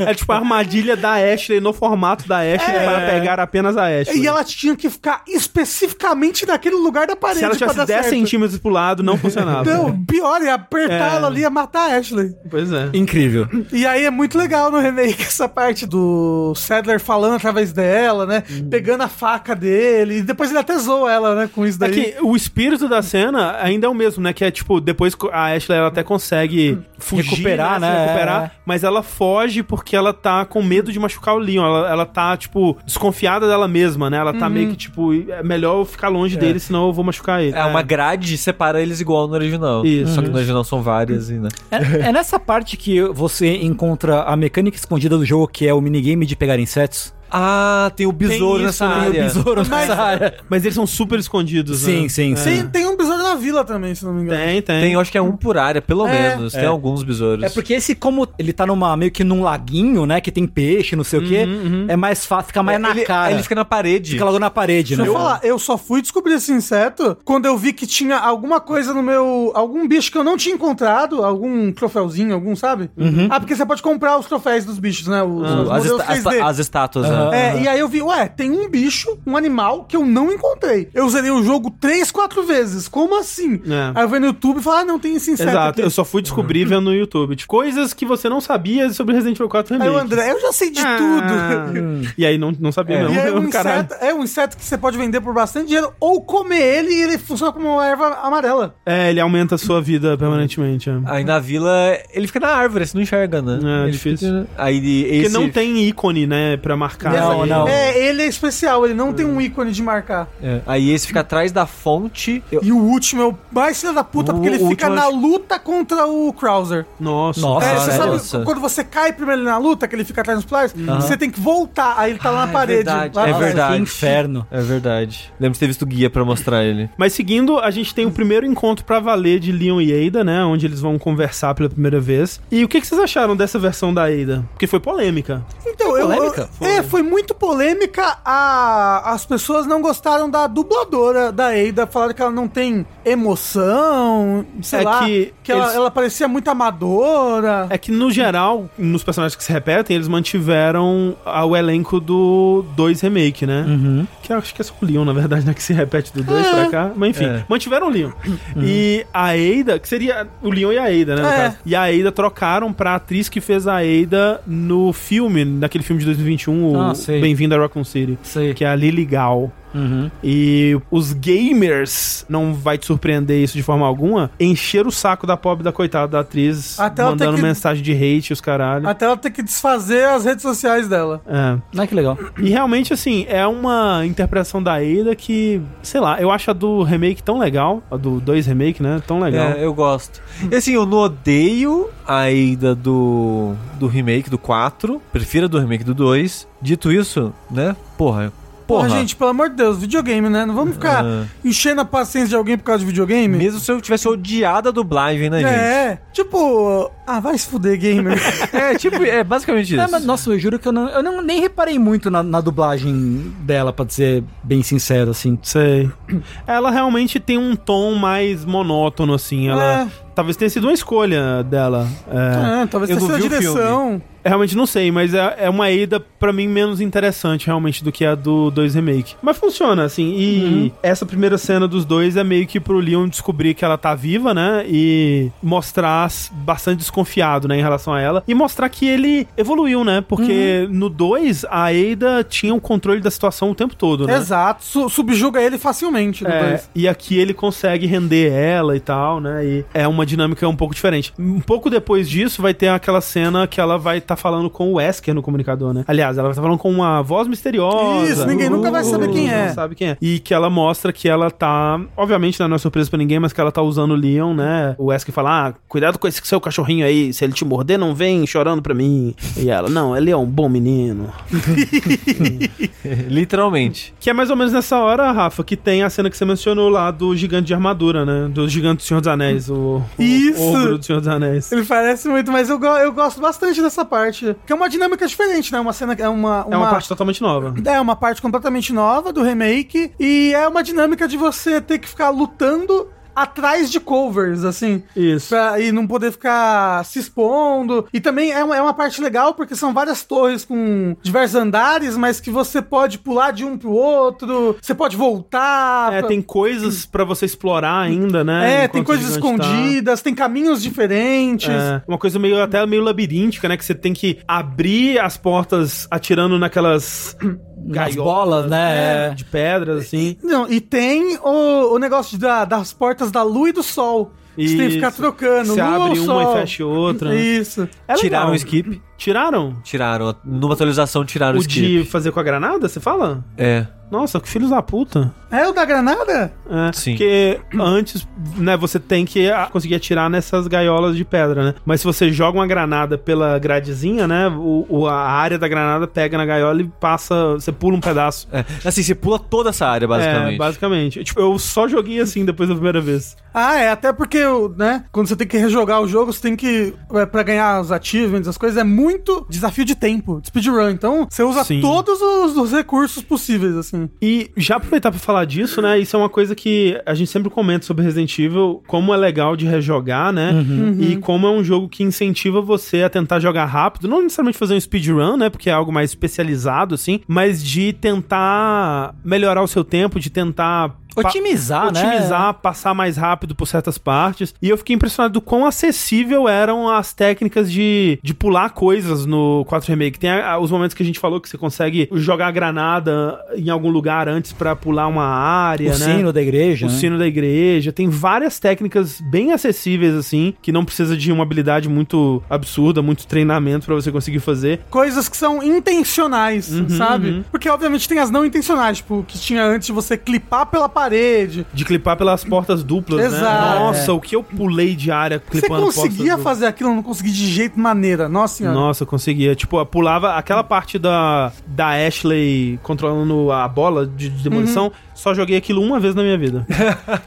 [SPEAKER 1] É tipo a armadilha da Ashley no formato da Ashley para pegar apenas a Ashley.
[SPEAKER 2] E ela tinha que ficar especificamente tirar aquele lugar da parede
[SPEAKER 1] Se ela tivesse 10 centímetros pro lado, não funcionava.
[SPEAKER 2] Não, pior, ia apertar
[SPEAKER 1] É.
[SPEAKER 2] ela ali, ia matar a Ashley.
[SPEAKER 1] Pois é.
[SPEAKER 3] Incrível.
[SPEAKER 2] E aí é muito legal no remake essa parte do Sadler falando através dela, né?
[SPEAKER 4] Hum.
[SPEAKER 2] Pegando a faca dele. E depois ele até zoa ela, né? Com isso
[SPEAKER 1] É
[SPEAKER 2] daí.
[SPEAKER 1] que o espírito da cena ainda é o mesmo, né? Que é tipo, depois co- a Ashley ela até consegue fugir,
[SPEAKER 3] Recuperar,
[SPEAKER 1] se
[SPEAKER 3] né?
[SPEAKER 1] recuperar,
[SPEAKER 3] É.
[SPEAKER 1] mas ela foge porque ela tá com medo de machucar o Leon. Ela, ela tá, tipo, desconfiada dela mesma, né? Ela tá meio que, tipo, é melhor eu ficar longe dele, senão eu vou machucar ele.
[SPEAKER 4] É uma grade separa eles igual no original.
[SPEAKER 1] Isso.
[SPEAKER 4] Só que no original são várias e, né?
[SPEAKER 3] É, é nessa parte que você encontra a mecânica escondida do jogo, que é o minigame de pegar insetos.
[SPEAKER 4] Ah, tem o besouro
[SPEAKER 1] isso,
[SPEAKER 4] nessa
[SPEAKER 1] né?
[SPEAKER 3] Tem
[SPEAKER 4] área.
[SPEAKER 3] o besouro nessa área.
[SPEAKER 1] Mas eles são super escondidos, né?
[SPEAKER 3] Sim, sim,
[SPEAKER 2] Tem,
[SPEAKER 4] é.
[SPEAKER 3] sim.
[SPEAKER 2] tem um besouro na vila também, se não me engano.
[SPEAKER 1] Tem, tem.
[SPEAKER 4] Tem, eu acho que é um por área, pelo
[SPEAKER 2] É.
[SPEAKER 4] menos. Tem alguns besouros.
[SPEAKER 3] É porque esse, como ele tá numa, meio que num laguinho, né, que tem peixe, não sei o quê, é mais fácil, fica mais na
[SPEAKER 4] ele,
[SPEAKER 3] cara.
[SPEAKER 4] Ele fica na parede.
[SPEAKER 3] Fica logo na parede,
[SPEAKER 2] Deixa
[SPEAKER 3] né?
[SPEAKER 2] eu falar, eu só fui descobrir esse inseto quando eu vi que tinha alguma coisa no meu. algum bicho que eu não tinha encontrado, algum troféuzinho, algum, sabe? Ah, porque você pode comprar os troféus dos bichos, né? Os, os
[SPEAKER 4] Uhum. Ah, as,
[SPEAKER 2] modelos
[SPEAKER 4] esta- as,
[SPEAKER 2] 3D.
[SPEAKER 4] as estátuas, né?
[SPEAKER 2] É, e aí eu vi, ué, tem um bicho, um animal que eu não encontrei. Eu zerei o jogo três, quatro vezes. Como assim?
[SPEAKER 1] É.
[SPEAKER 2] Aí eu vi no YouTube e falei, ah, não, tem esse inseto
[SPEAKER 1] Exato,
[SPEAKER 2] aqui. Uhum.
[SPEAKER 1] eu só fui descobrir vendo no YouTube. Tipo, coisas que você não sabia sobre Resident Evil 4
[SPEAKER 2] Aí
[SPEAKER 1] Remake.
[SPEAKER 2] o André, eu já sei de
[SPEAKER 1] Ah.
[SPEAKER 2] tudo.
[SPEAKER 1] E aí não, não sabia mesmo.
[SPEAKER 2] E é um,
[SPEAKER 1] Caralho.
[SPEAKER 2] inseto, é um inseto que você pode vender por bastante dinheiro ou comer ele e ele funciona como uma erva amarela.
[SPEAKER 1] É, ele aumenta a sua vida permanentemente. É.
[SPEAKER 2] Ah,
[SPEAKER 4] Aí na vila, ele fica na árvore, você não enxerga, né?
[SPEAKER 1] É,
[SPEAKER 4] Ele
[SPEAKER 1] difícil.
[SPEAKER 4] fica- aí de-
[SPEAKER 1] Porque
[SPEAKER 4] esse...
[SPEAKER 1] não tem ícone, né, pra marcar.
[SPEAKER 3] Não,
[SPEAKER 1] ele.
[SPEAKER 3] não.
[SPEAKER 2] É, ele é especial, ele não tem um ícone de marcar.
[SPEAKER 4] é, Aí esse fica atrás da fonte. Eu-
[SPEAKER 2] E o último é o mais filho da puta,
[SPEAKER 4] O-
[SPEAKER 2] porque ele
[SPEAKER 4] o
[SPEAKER 2] fica
[SPEAKER 4] último
[SPEAKER 2] na
[SPEAKER 4] eu acho-
[SPEAKER 2] luta contra o Krauser.
[SPEAKER 1] Nossa.
[SPEAKER 3] Nossa.
[SPEAKER 2] É,
[SPEAKER 4] Ah,
[SPEAKER 2] você sabe
[SPEAKER 4] nossa.
[SPEAKER 2] quando você cai primeiro na luta, que ele fica atrás dos players, você tem que voltar, aí ele tá lá
[SPEAKER 4] Ah,
[SPEAKER 2] na
[SPEAKER 4] é
[SPEAKER 2] parede.
[SPEAKER 4] verdade,
[SPEAKER 2] lá
[SPEAKER 4] é
[SPEAKER 2] na-
[SPEAKER 4] verdade.
[SPEAKER 3] Que inferno.
[SPEAKER 4] É verdade. Lembro de ter visto o guia pra mostrar ele.
[SPEAKER 1] Mas seguindo, a gente tem o primeiro encontro pra valer de Leon e Ada, né? Onde eles vão conversar pela primeira vez. E o que, que vocês acharam dessa versão da Ada? Porque foi polêmica.
[SPEAKER 2] Então, eu,
[SPEAKER 3] polêmica?
[SPEAKER 2] eu- é, foi muito polêmica. A, as pessoas não gostaram da dubladora da Ada, falaram que ela não tem emoção, sei
[SPEAKER 1] É
[SPEAKER 2] lá,
[SPEAKER 1] que
[SPEAKER 2] que, ela,
[SPEAKER 1] eles-
[SPEAKER 2] ela parecia muito amadora.
[SPEAKER 1] É que, no geral, nos personagens que se repetem, eles mantiveram a- o elenco do 2 Remake, né?
[SPEAKER 3] Uhum.
[SPEAKER 1] Que eu acho que é só o Leon, na verdade, né? Que se repete do 2 pra cá. Mas enfim,
[SPEAKER 4] É.
[SPEAKER 1] mantiveram o Leon.
[SPEAKER 3] Uhum.
[SPEAKER 1] E a Ada, que seria o Leon e a Ada, né? no
[SPEAKER 2] É.
[SPEAKER 1] caso. E a Ada trocaram pra atriz que fez a Ada no filme, naquele filme de 2021,
[SPEAKER 3] Ah,
[SPEAKER 1] o
[SPEAKER 3] sei.
[SPEAKER 1] Bem-vindo a Raccoon City.
[SPEAKER 3] Sei. Uhum.
[SPEAKER 1] Que é a Lily Gal. E os gamers, não vai te surpreender isso de forma alguma, encher o saco da pobre da coitada da atriz,
[SPEAKER 2] Até ela ter
[SPEAKER 1] mandando
[SPEAKER 2] que-
[SPEAKER 1] mensagem de hate e os caralho.
[SPEAKER 2] Até ela ter que desfazer as redes sociais dela.
[SPEAKER 1] É.
[SPEAKER 3] Ah, que legal.
[SPEAKER 1] E realmente, assim, é uma interpretação da Ada que, sei lá, eu acho a do remake tão legal, a do 2 remake, né? Tão legal.
[SPEAKER 4] É, eu gosto. E assim, eu não odeio a ida do, do remake do 4. Prefiro a do remake do 2. Dito isso, né? Porra. Porra,
[SPEAKER 2] Porra, gente, pelo amor de Deus, videogame, né? Não vamos ficar
[SPEAKER 4] Ah.
[SPEAKER 2] enchendo a paciência de alguém por causa de videogame.
[SPEAKER 4] Mesmo se eu tivesse odiado a dublagem, né, gente?
[SPEAKER 2] É, tipo, ah, vai se fuder, gamer.
[SPEAKER 4] É, tipo, é basicamente isso.
[SPEAKER 3] É, mas, nossa, eu juro que eu, não, eu não, nem reparei muito na, na dublagem dela, pra ser bem sincero, assim.
[SPEAKER 1] Sei. Ela realmente tem um tom mais monótono, assim. Ela.
[SPEAKER 2] É.
[SPEAKER 1] Talvez tenha sido uma escolha dela. É.
[SPEAKER 2] Ah, talvez
[SPEAKER 4] Eu
[SPEAKER 2] tenha sido
[SPEAKER 4] não
[SPEAKER 2] a
[SPEAKER 4] vi o
[SPEAKER 2] direção.
[SPEAKER 1] Realmente não sei, mas é, é uma ida pra mim menos interessante realmente do que a do 2 remake. Mas funciona assim. E essa primeira cena dos dois é meio que pro Leon descobrir que ela tá viva, né? E mostrar s- bastante desconfiado, né, em relação a ela e mostrar que ele evoluiu, né? Porque no 2 a Ada tinha o controle da situação o tempo todo, né?
[SPEAKER 2] Exato, su- subjuga ele facilmente. no
[SPEAKER 1] É,
[SPEAKER 2] dois.
[SPEAKER 1] e aqui ele consegue render ela e tal, né? E é uma dinâmica um pouco diferente. Um pouco depois disso, vai ter aquela cena que ela vai estar falando com o Wesker no comunicador, né? Aliás, ela vai estar falando com uma voz misteriosa.
[SPEAKER 2] Isso, ninguém nunca vai saber quem é.
[SPEAKER 1] Não sabe quem é. E que ela mostra que ela tá. Obviamente, né, não é surpresa pra ninguém, mas que ela tá usando o Leon, né? O Wesker fala: ah, cuidado com esse seu cachorrinho aí. Se ele te morder, não vem chorando pra mim. E ela: não, ele é um bom menino.
[SPEAKER 4] Literalmente.
[SPEAKER 1] Que é mais ou menos nessa hora, Rafa, que tem a cena que você mencionou lá do gigante de armadura, né? Do gigante do Senhor dos Anéis, o, o
[SPEAKER 2] Isso!
[SPEAKER 1] ogro do Senhor dos Anéis.
[SPEAKER 2] Ele parece muito, mas eu, go- eu gosto bastante dessa parte. Que é uma dinâmica diferente, né? Uma cena que é uma.
[SPEAKER 1] É uma parte totalmente nova.
[SPEAKER 2] É uma parte completamente nova do remake e é uma dinâmica de você ter que ficar lutando atrás de covers, assim.
[SPEAKER 1] Isso.
[SPEAKER 2] Pra, e não poder ficar se expondo. E também é uma, é uma parte legal porque são várias torres com diversos andares, mas que você pode pular de um pro outro, você pode voltar.
[SPEAKER 1] É,
[SPEAKER 2] pra-
[SPEAKER 1] tem coisas pra você explorar ainda, né?
[SPEAKER 2] É, tem
[SPEAKER 1] enquanto o
[SPEAKER 2] coisas
[SPEAKER 1] gigante tá.
[SPEAKER 2] escondidas, tem caminhos diferentes.
[SPEAKER 1] É, uma coisa meio até meio labiríntica, né? Que você tem que abrir as portas atirando naquelas
[SPEAKER 3] As
[SPEAKER 1] gaiolas,
[SPEAKER 3] bolas, né? É.
[SPEAKER 1] de pedras, assim.
[SPEAKER 2] Não, e tem o, o negócio da- das portas da lua e do sol. Você tem que ficar
[SPEAKER 1] Isso.
[SPEAKER 2] trocando.
[SPEAKER 1] Você
[SPEAKER 2] lua ou
[SPEAKER 1] abre uma
[SPEAKER 2] sol.
[SPEAKER 1] e fecha outra. né?
[SPEAKER 2] Isso.
[SPEAKER 1] É legal.
[SPEAKER 4] Tiraram o skip?
[SPEAKER 1] Tiraram?
[SPEAKER 4] Tiraram. Numa atualização tiraram o
[SPEAKER 1] O
[SPEAKER 4] skip.
[SPEAKER 1] de fazer com a granada, você fala?
[SPEAKER 4] É,
[SPEAKER 1] Nossa, que filhos da puta.
[SPEAKER 2] É o da granada?
[SPEAKER 1] É,
[SPEAKER 4] Sim.
[SPEAKER 1] Porque antes, né, você tem que a- conseguir atirar nessas gaiolas de pedra, né? Mas se você joga uma granada pela gradezinha, né? O, o- a área da granada pega na gaiola e passa. Você pula um pedaço.
[SPEAKER 4] é. Assim, você pula toda essa área, basicamente.
[SPEAKER 1] É, basicamente. Tipo, eu só joguei assim depois da primeira vez.
[SPEAKER 2] Ah, é, até porque, né, quando você tem que rejogar o jogo, você tem que, é, pra ganhar os achievements, as coisas, é muito desafio de tempo, de speedrun. Então, você usa
[SPEAKER 1] Sim.
[SPEAKER 2] todos os, os recursos possíveis, assim.
[SPEAKER 1] E já aproveitar pra falar disso, né? Isso é uma coisa que a gente sempre comenta sobre Resident Evil, como é legal de rejogar, né? E como é um jogo que incentiva você a tentar jogar rápido, não necessariamente fazer um speedrun, né? Porque é algo mais especializado, assim, mas de tentar melhorar o seu tempo, de tentar. pa-
[SPEAKER 3] Otimizar, né?
[SPEAKER 1] Otimizar, passar mais rápido por certas partes. E eu fiquei impressionado do quão acessível eram as técnicas de, de pular coisas no 4 Remake. Tem a- a- os momentos que a gente falou que você consegue jogar a granada em algum lugar antes pra pular uma
[SPEAKER 3] O
[SPEAKER 1] área, né?
[SPEAKER 3] sino da igreja.
[SPEAKER 1] O
[SPEAKER 3] né?
[SPEAKER 1] sino da igreja. Tem várias técnicas bem acessíveis, assim, que não precisa de uma habilidade muito absurda, muito treinamento pra você conseguir fazer.
[SPEAKER 2] Coisas que são intencionais,
[SPEAKER 1] Uhum,
[SPEAKER 2] sabe? Porque, obviamente, tem as não intencionais, tipo, que tinha antes de você clipar pela parede.
[SPEAKER 1] De clipar pelas portas duplas, né?
[SPEAKER 2] Exato.
[SPEAKER 1] Nossa, o que eu pulei de área
[SPEAKER 2] Você
[SPEAKER 1] clipando portas
[SPEAKER 2] conseguia
[SPEAKER 1] duplas.
[SPEAKER 2] fazer aquilo, eu não consegui de jeito maneira. Nossa senhora.
[SPEAKER 1] Nossa, eu conseguia. Tipo, eu pulava aquela parte da, da Ashley controlando a bola de, de demolição.
[SPEAKER 2] Uhum.
[SPEAKER 1] Só joguei aquilo uma vez na minha vida.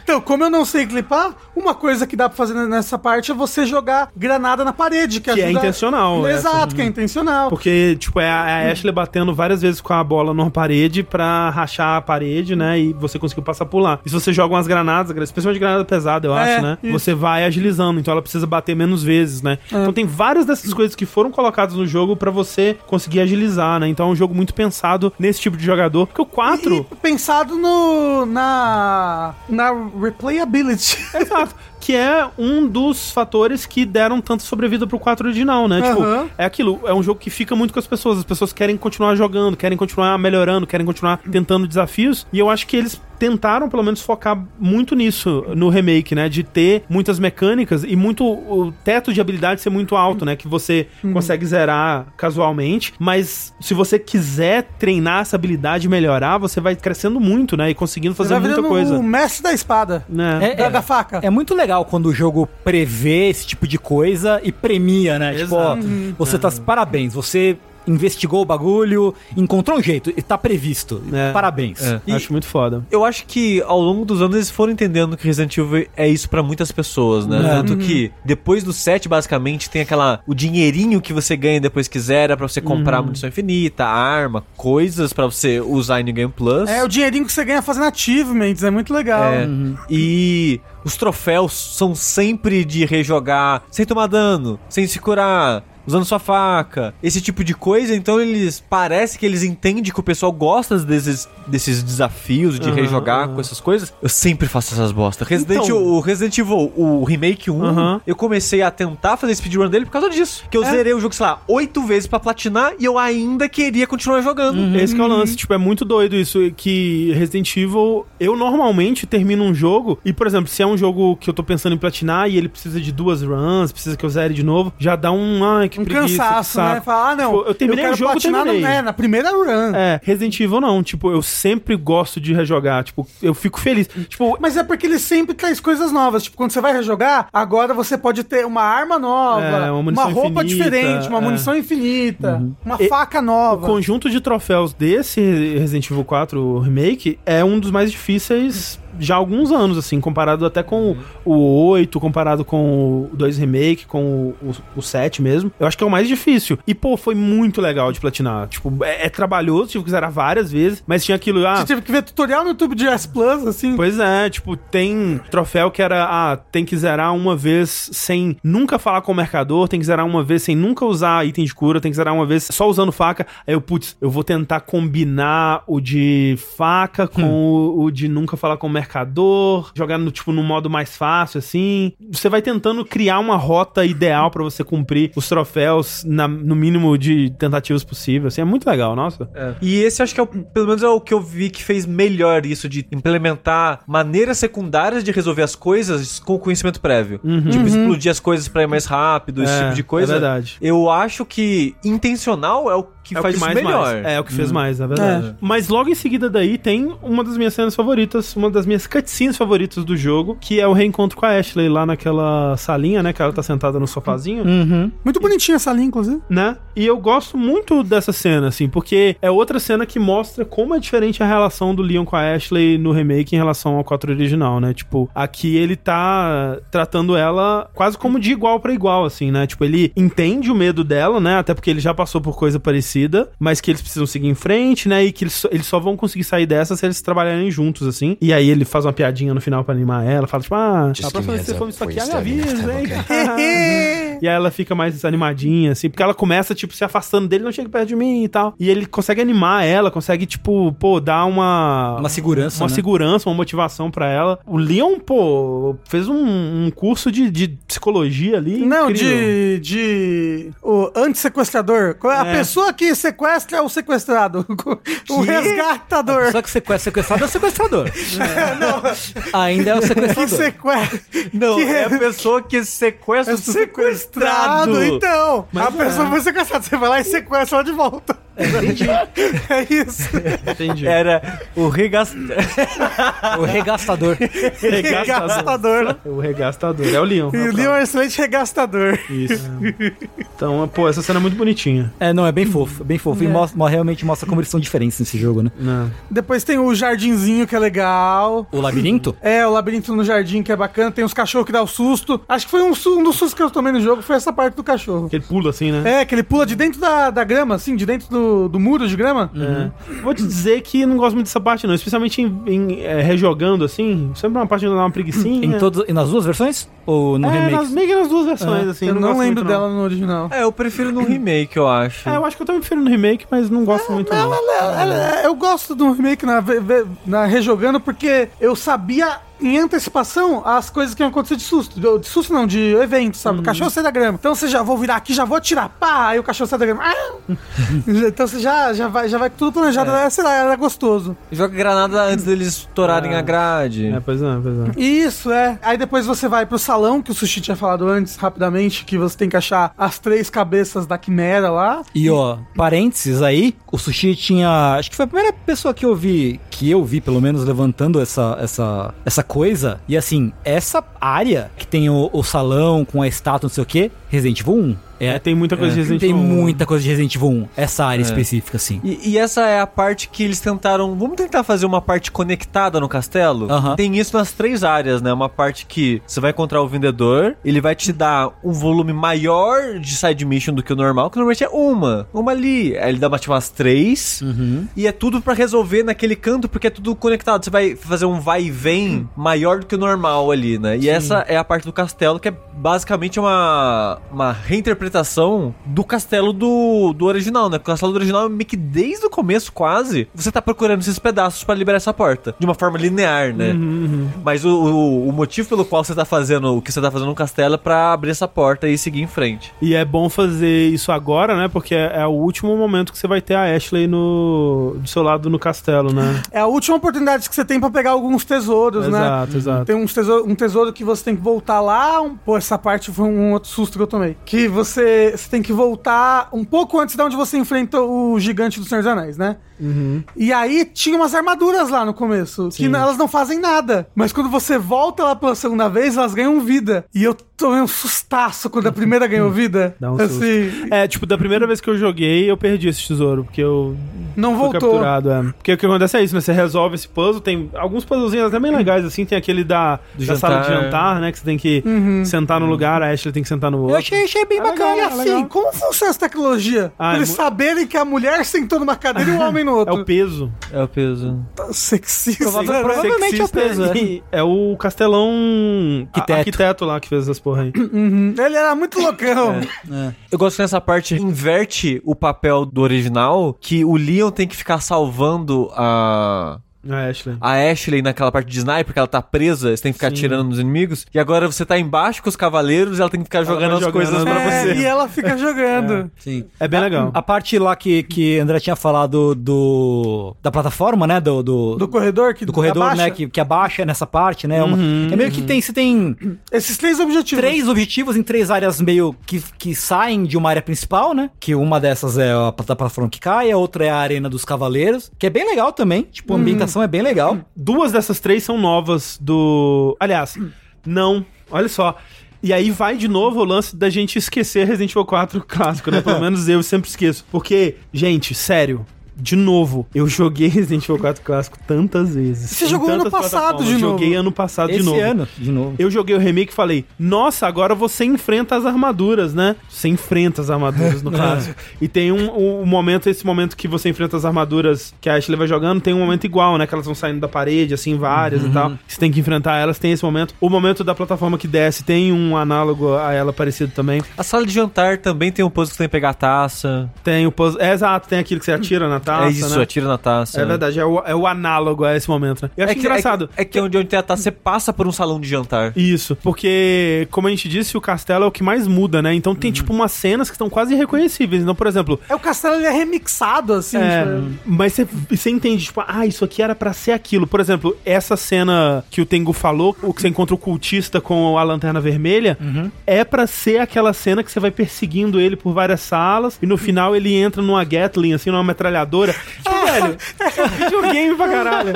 [SPEAKER 2] Então, como eu não sei clipar, uma coisa que dá pra fazer nessa parte é você jogar granada na parede, que,
[SPEAKER 1] Que é
[SPEAKER 2] ajuda-
[SPEAKER 1] intencional, Uhum. essa.
[SPEAKER 2] Exato, Uhum. que é intencional.
[SPEAKER 1] Porque, tipo, é a, é a Ashley batendo várias vezes com a bola numa parede pra rachar a parede, né? E você conseguiu passar por lá. E se você joga umas granadas, especialmente granada pesada, eu acho,
[SPEAKER 2] É,
[SPEAKER 1] né?
[SPEAKER 2] isso. É.
[SPEAKER 1] Você vai agilizando, então ela precisa bater menos vezes, né? Então tem várias dessas coisas que foram colocadas no jogo pra você conseguir agilizar, né? Então é um jogo muito pensado nesse tipo de jogador. Porque o 4.
[SPEAKER 2] E pensado no na na replayability.
[SPEAKER 1] Exato. Que é um dos fatores que deram tanto sobrevida pro 4 original, né?
[SPEAKER 2] Aham.
[SPEAKER 1] Tipo, é aquilo, é um jogo que fica muito com as pessoas. As pessoas querem continuar jogando, querem continuar melhorando, querem continuar tentando desafios. E eu acho que eles tentaram, pelo menos, focar muito nisso no remake, né? De ter muitas mecânicas e muito o teto de habilidade ser muito alto, né? Que você consegue zerar casualmente, mas se você quiser treinar essa habilidade e melhorar, você vai crescendo muito, né? E conseguindo fazer
[SPEAKER 2] Tá
[SPEAKER 1] muita
[SPEAKER 2] virando
[SPEAKER 1] coisa.
[SPEAKER 2] o mestre da espada.
[SPEAKER 1] Né?
[SPEAKER 3] É,
[SPEAKER 2] Da,
[SPEAKER 3] é,
[SPEAKER 2] da faca.
[SPEAKER 3] É muito legal quando o jogo prevê esse tipo de coisa e premia, né? Tipo, ó, você tá. Parabéns, você investigou o bagulho, encontrou um jeito, e tá previsto.
[SPEAKER 1] É.
[SPEAKER 3] Parabéns.
[SPEAKER 4] É.
[SPEAKER 3] E-
[SPEAKER 1] Acho muito foda.
[SPEAKER 4] Eu acho que ao longo dos anos eles foram entendendo que Resident Evil é isso pra muitas pessoas, né? Tanto que depois do 7, basicamente, tem aquela. o dinheirinho que você ganha depois que zera pra você comprar munição infinita, arma, coisas pra você usar em New Game Plus.
[SPEAKER 2] É o dinheirinho que você ganha fazendo achievements, é muito legal.
[SPEAKER 4] É, E os troféus são sempre de rejogar sem tomar dano, sem se curar. Usando sua faca, esse tipo de coisa, então eles. Parece que eles entendem que o pessoal gosta desses, desses desafios de
[SPEAKER 1] Aham,
[SPEAKER 4] rejogar
[SPEAKER 1] aham.
[SPEAKER 4] com essas coisas. Eu sempre faço essas bostas. Resident,
[SPEAKER 1] Então-
[SPEAKER 4] Evil, o Resident Evil, o Remake 1,
[SPEAKER 1] Aham.
[SPEAKER 4] eu comecei a tentar fazer speedrun dele por causa disso. Que eu zerei o jogo, sei lá, oito vezes pra platinar e eu ainda queria continuar jogando.
[SPEAKER 1] Esse que
[SPEAKER 2] Uhum.
[SPEAKER 1] é o lance, tipo, é muito doido isso, que Resident Evil, eu normalmente termino um jogo, e por exemplo, se é um jogo que eu tô pensando em platinar e ele precisa de duas runs, precisa que eu zere de novo, já dá um, ai, que
[SPEAKER 2] Um
[SPEAKER 1] preguiça, que
[SPEAKER 2] cansaço, né?
[SPEAKER 1] saco.
[SPEAKER 2] Falar, ah, não.
[SPEAKER 1] Tipo, eu terminei o jogo, eu
[SPEAKER 2] platinar no-
[SPEAKER 1] terminei.
[SPEAKER 2] né, na primeira run.
[SPEAKER 1] É, Resident Evil não, tipo, eu sempre gosto de rejogar, tipo, eu fico feliz. Tipo,
[SPEAKER 2] Mas é porque ele sempre traz coisas novas. Tipo, quando você vai rejogar, agora você pode ter uma arma nova,
[SPEAKER 1] É, uma
[SPEAKER 2] uma,
[SPEAKER 1] munição
[SPEAKER 2] roupa
[SPEAKER 1] infinita,
[SPEAKER 2] diferente, uma
[SPEAKER 1] é. Uhum.
[SPEAKER 2] munição infinita, uma
[SPEAKER 1] E-
[SPEAKER 2] faca
[SPEAKER 1] O
[SPEAKER 2] nova.
[SPEAKER 1] conjunto de troféus desse Resident Evil 4 Remake é um dos mais difíceis já há alguns anos, assim, comparado até com o, o 8, comparado com o 2 Remake, com o, o, o 7 mesmo. Eu acho que é o mais difícil. E, pô, foi muito legal de platinar. Tipo, é, é trabalhoso, tive que zerar várias vezes, mas tinha aquilo, ah,
[SPEAKER 2] Você teve que ver tutorial no YouTube de S Plus, assim.
[SPEAKER 1] Pois é, tipo, tem troféu que era, ah, tem que zerar uma vez sem nunca falar com o mercador, tem que zerar uma vez sem nunca usar item de cura, tem que zerar uma vez só usando faca. Aí eu, putz, eu vou tentar combinar o de faca
[SPEAKER 4] Hum.
[SPEAKER 1] com o, o de nunca falar com o mercador, jogar no, tipo, no modo mais fácil, assim. Você vai tentando criar uma rota ideal pra você cumprir os troféus na- no mínimo de tentativas possível, assim. É muito legal, nossa.
[SPEAKER 4] E esse acho que é o, pelo menos é o que eu vi que fez melhor isso de implementar maneiras secundárias de resolver as coisas com conhecimento prévio. Tipo, explodir as coisas pra ir mais rápido, esse
[SPEAKER 1] Uhum. É,
[SPEAKER 4] tipo de coisa.
[SPEAKER 1] é verdade.
[SPEAKER 4] Eu acho que intencional é o que
[SPEAKER 1] É o
[SPEAKER 4] faz
[SPEAKER 1] que
[SPEAKER 4] isso
[SPEAKER 1] mais
[SPEAKER 4] melhor.
[SPEAKER 1] mais. É, é o que fez mais, na verdade. Mas logo em seguida daí tem uma das minhas cenas favoritas, uma das minhas cutscenes favoritas do jogo, que é o reencontro com a Ashley lá naquela salinha, né? Que ela tá sentada no sofazinho,
[SPEAKER 2] Muito bonitinha essa linha, inclusive.
[SPEAKER 1] né? E eu gosto muito dessa cena, assim, porque é outra cena que mostra como é diferente a relação do Leon com a Ashley no remake em relação ao 4 original, né? Tipo, aqui ele tá tratando ela quase como de igual pra igual, assim, né? Tipo, ele entende o medo dela, né? Até porque ele já passou por coisa parecida, mas que eles precisam seguir em frente, né? E que eles só, eles só vão conseguir sair dessa se eles trabalharem juntos, assim. E aí ele faz uma piadinha no final pra animar ela, fala tipo, ah, a
[SPEAKER 5] give me
[SPEAKER 1] próxima
[SPEAKER 5] a
[SPEAKER 1] vez que
[SPEAKER 5] heads
[SPEAKER 1] você for
[SPEAKER 5] up
[SPEAKER 1] isso aqui,
[SPEAKER 5] before
[SPEAKER 1] me
[SPEAKER 5] you stab me
[SPEAKER 1] avisa,
[SPEAKER 5] next time,
[SPEAKER 1] hein? e aí ela fica mais desanimadinha, assim, porque ela começa, tipo, se afastando dele, não chega perto de mim e tal. E ele consegue animar ela, consegue, tipo, pô, dar uma...
[SPEAKER 3] Uma segurança,
[SPEAKER 1] Uma
[SPEAKER 3] né?
[SPEAKER 1] segurança, uma motivação pra ela. O Leon, pô, fez um, um curso de, de psicologia ali
[SPEAKER 2] Não,
[SPEAKER 1] incrível.
[SPEAKER 2] de. de. O antissequestrador. Qual é A
[SPEAKER 1] É.
[SPEAKER 2] pessoa que sequestra é o sequestrado. O
[SPEAKER 3] Que?
[SPEAKER 2] resgatador.
[SPEAKER 3] Só que sequestra, sequestrado é o sequestrador. Ainda é o
[SPEAKER 2] Que
[SPEAKER 3] sequestrador.
[SPEAKER 2] sequestra.
[SPEAKER 4] Não,
[SPEAKER 2] que
[SPEAKER 4] é a pessoa que
[SPEAKER 2] É
[SPEAKER 1] É
[SPEAKER 4] sequestra o sequestrado.
[SPEAKER 2] Então, a pessoa foi sequestrada. Você vai lá e sequestra ela de volta. Entendi. É isso.
[SPEAKER 1] Entendi.
[SPEAKER 4] Era o regas...
[SPEAKER 3] O regastador.
[SPEAKER 2] Regastador.
[SPEAKER 1] O regastador. É o Leon.
[SPEAKER 2] E o Leon é um excelente regastador.
[SPEAKER 1] Isso. Então, pô, essa cena é muito bonitinha.
[SPEAKER 3] É, não, é bem fofo, é bem fofo. E mostra, mo- realmente mostra como eles são diferentes nesse jogo, né?
[SPEAKER 1] Né?
[SPEAKER 2] Depois tem o jardinzinho, que é legal.
[SPEAKER 3] O labirinto?
[SPEAKER 2] É, o labirinto no jardim, que é bacana. Tem os cachorros que dá o susto. Acho que foi um, su- um dos sustos que eu tomei no jogo, foi essa parte do cachorro.
[SPEAKER 1] Que ele pula assim, né?
[SPEAKER 2] É, que ele pula de dentro da, da grama, assim, de dentro do, do muro de grama.
[SPEAKER 1] É. Vou te dizer que não gosto muito dessa parte, não. Especialmente em, em, é, rejogando, assim. Sempre uma parte que dá uma preguiçinha.
[SPEAKER 3] Em todos, e nas duas versões? Ou no
[SPEAKER 1] é,
[SPEAKER 3] remake?
[SPEAKER 1] nas, meio que nas duas versões, assim.
[SPEAKER 2] É, Eu não,
[SPEAKER 1] gosto
[SPEAKER 2] lembro
[SPEAKER 1] muito,
[SPEAKER 2] dela no original.
[SPEAKER 4] É, eu prefiro no remake, eu acho.
[SPEAKER 1] É, eu acho que eu também prefiro no remake, mas não gosto
[SPEAKER 2] É,
[SPEAKER 1] muito, não.
[SPEAKER 2] Ela- ela- eu gosto do remake na, ve- ve- na rejogando porque eu sabia em antecipação as coisas que iam acontecer de susto. De, de susto não, de evento, sabe? O cachorro sai da grama. Então você já vou virar aqui, já vou atirar. Pá! Aí o cachorro sai da grama. Ah! então você já, já, vai, já vai com tudo planejado. Era, sei lá, era gostoso.
[SPEAKER 4] Joga granada antes deles estourarem a grade.
[SPEAKER 1] É, pois é, pois é.
[SPEAKER 2] Isso, é. Aí depois você vai pro salão, que o Sushi tinha falado antes, rapidamente, que você tem que achar as três cabeças da quimera lá.
[SPEAKER 3] E ó, parênteses aí, o Sushi tinha. Acho que foi a primeira pessoa que eu vi, que eu vi pelo menos, levantando essa, essa, essa coisa. E assim, essa área que tem o, o salão com a estátua, não sei o quê, Resident Evil 1. É,
[SPEAKER 1] É, tem muita coisa de Resident
[SPEAKER 3] tem
[SPEAKER 1] Evil, né? É.
[SPEAKER 3] muita coisa de Resident Evil 1. Essa área específica, assim.
[SPEAKER 4] E, e essa é a parte que eles tentaram. Vamos tentar fazer uma parte conectada no castelo?
[SPEAKER 3] Aham.
[SPEAKER 4] Tem isso nas três áreas, né? Uma parte que você vai encontrar o vendedor, ele vai te dar um volume maior de side mission do que o normal, que normalmente é uma. Uma ali. Aí ele dá tipo umas três. E é tudo pra resolver naquele canto, porque é tudo conectado. Você vai fazer um vai e vem maior do que o normal ali, né? E essa é a parte do castelo, que é basicamente uma, uma reinterpretação do castelo do, do original, né? Porque o castelo do original é meio que desde o começo, quase, você tá procurando esses pedaços pra liberar essa porta. De uma forma linear, né? Mas o, o, o motivo pelo qual você tá fazendo o que você tá fazendo no castelo é pra abrir essa porta e seguir em frente.
[SPEAKER 1] E é bom fazer isso agora, né? Porque é, é o último momento que você vai ter a Ashley no, do seu lado no castelo, né?
[SPEAKER 2] É a última oportunidade que você tem pra pegar alguns tesouros, né?
[SPEAKER 1] Exato, exato.
[SPEAKER 2] Tem uns tesouro, um tesouro que você tem que voltar lá. um- Pô, essa parte foi um outro susto que eu tomei. Que você, você tem que voltar um pouco antes de onde você enfrenta o gigante do Senhor dos Anéis, né?
[SPEAKER 1] Uhum.
[SPEAKER 2] E aí tinha umas armaduras lá no começo, que n- elas não fazem nada. Mas quando você volta lá pela segunda vez, elas ganham vida. E eu tomei um sustaço quando a primeira ganhou vida.
[SPEAKER 1] Dá um
[SPEAKER 2] Assim,
[SPEAKER 1] É, tipo, da primeira vez que eu joguei, eu perdi esse tesouro, porque eu
[SPEAKER 2] Não
[SPEAKER 1] Foi
[SPEAKER 2] voltou.
[SPEAKER 1] capturado, é. Porque o que acontece é isso, né? Você resolve esse puzzle, tem alguns puzzlezinhos até bem legais, assim. Tem aquele da,
[SPEAKER 4] Do
[SPEAKER 1] da sala de
[SPEAKER 4] jantar.
[SPEAKER 1] jantar, né? Que você tem que
[SPEAKER 2] Uhum.
[SPEAKER 1] sentar num lugar, a Ashley tem que sentar no outro.
[SPEAKER 3] Eu achei, achei bem
[SPEAKER 1] É
[SPEAKER 3] bacana.
[SPEAKER 1] legal,
[SPEAKER 2] E
[SPEAKER 1] é
[SPEAKER 2] assim,
[SPEAKER 1] legal.
[SPEAKER 2] como funciona essa tecnologia?
[SPEAKER 1] Ah,
[SPEAKER 2] pra
[SPEAKER 1] é
[SPEAKER 2] eles
[SPEAKER 1] mu-
[SPEAKER 2] saberem que a mulher sentou numa cadeira e o homem no
[SPEAKER 1] É
[SPEAKER 2] outro.
[SPEAKER 1] o peso.
[SPEAKER 4] É o peso.
[SPEAKER 2] Sexista.
[SPEAKER 3] Prova-
[SPEAKER 2] né?
[SPEAKER 3] prova- Provavelmente é o peso, é.
[SPEAKER 1] e É o castelão a-
[SPEAKER 3] Arquiteto.
[SPEAKER 1] arquiteto lá que fez essas porra aí.
[SPEAKER 2] Ele era muito loucão.
[SPEAKER 4] Eu gosto que nessa parte inverte o papel do original, que o Leon tem que ficar salvando a.
[SPEAKER 1] A É, Ashley.
[SPEAKER 4] A Ashley naquela parte de sniper, que ela tá presa, você tem que ficar atirando nos inimigos. E agora você tá embaixo com os cavaleiros e ela tem que ficar
[SPEAKER 1] vai
[SPEAKER 4] jogando
[SPEAKER 1] tá
[SPEAKER 4] as
[SPEAKER 1] jogando
[SPEAKER 4] coisas pra
[SPEAKER 2] É,
[SPEAKER 4] você.
[SPEAKER 2] e ela fica jogando.
[SPEAKER 3] Sim.
[SPEAKER 1] É bem legal.
[SPEAKER 3] A parte lá que, que André tinha falado do. da plataforma, né? Do. Do,
[SPEAKER 2] Do corredor que
[SPEAKER 3] do corredor,
[SPEAKER 2] abaixa.
[SPEAKER 3] né? Que, que abaixa nessa parte, né? Uma- é meio que tem. Você tem
[SPEAKER 2] Esses três objetivos.
[SPEAKER 3] três objetivos em três áreas meio que, que saem de uma área principal, né? Que uma dessas é a pla- plataforma que cai, a outra é a Arena dos Cavaleiros, que é bem legal também. Tipo, a ambientação é bem legal.
[SPEAKER 1] Duas dessas três são novas do. Aliás, não. Olha só. E aí vai de novo o lance da gente esquecer Resident Evil 4 clássico, né? Pelo menos eu sempre esqueço. Porque, gente, sério. De novo, eu joguei Resident Evil 4 clássico tantas vezes.
[SPEAKER 2] Você
[SPEAKER 1] Em
[SPEAKER 2] jogou ano
[SPEAKER 1] tantas
[SPEAKER 2] passado
[SPEAKER 1] plataformas.
[SPEAKER 2] de novo.
[SPEAKER 1] Joguei ano passado
[SPEAKER 3] Esse
[SPEAKER 1] de novo.
[SPEAKER 3] ano, de novo.
[SPEAKER 1] Eu joguei o remake e falei, nossa, agora você enfrenta as armaduras, né? Você enfrenta as armaduras, no caso. e tem um, um- um momento, esse momento que você enfrenta as armaduras que a Ashley vai jogando, tem um momento igual, né? Que elas vão saindo da parede, assim, várias
[SPEAKER 4] Uhum.
[SPEAKER 1] e tal. Você tem que enfrentar elas, tem esse momento. O momento da plataforma que desce tem um análogo a ela parecido também.
[SPEAKER 4] A sala de jantar também tem um puzzle que você tem que pegar a taça.
[SPEAKER 1] Tem o puzzle... É, exato, tem aquilo que você atira na taça,
[SPEAKER 4] é isso,
[SPEAKER 1] né?
[SPEAKER 4] atira na taça.
[SPEAKER 1] É verdade, é o, é o análogo a esse momento, né? Eu acho
[SPEAKER 4] que-
[SPEAKER 1] engraçado.
[SPEAKER 4] É que, é que onde, onde tem a taça, você passa por um salão de jantar.
[SPEAKER 1] Isso, porque, como a gente disse, o castelo é o que mais muda, né? Então tem, tipo, umas cenas que estão quase irreconhecíveis. Então, por exemplo,
[SPEAKER 2] É o castelo ele é remixado, assim.
[SPEAKER 1] é,
[SPEAKER 2] tipo,
[SPEAKER 1] mas você- você entende, tipo, ah, isso aqui era pra ser aquilo. Por exemplo, essa cena que o Tengu falou, o que você encontra o cultista com a lanterna vermelha, é pra ser aquela cena que você vai perseguindo ele por várias salas e no final ele entra numa Gatling, assim, numa metralhadora. Tipo, velho, é um videogame pra caralho.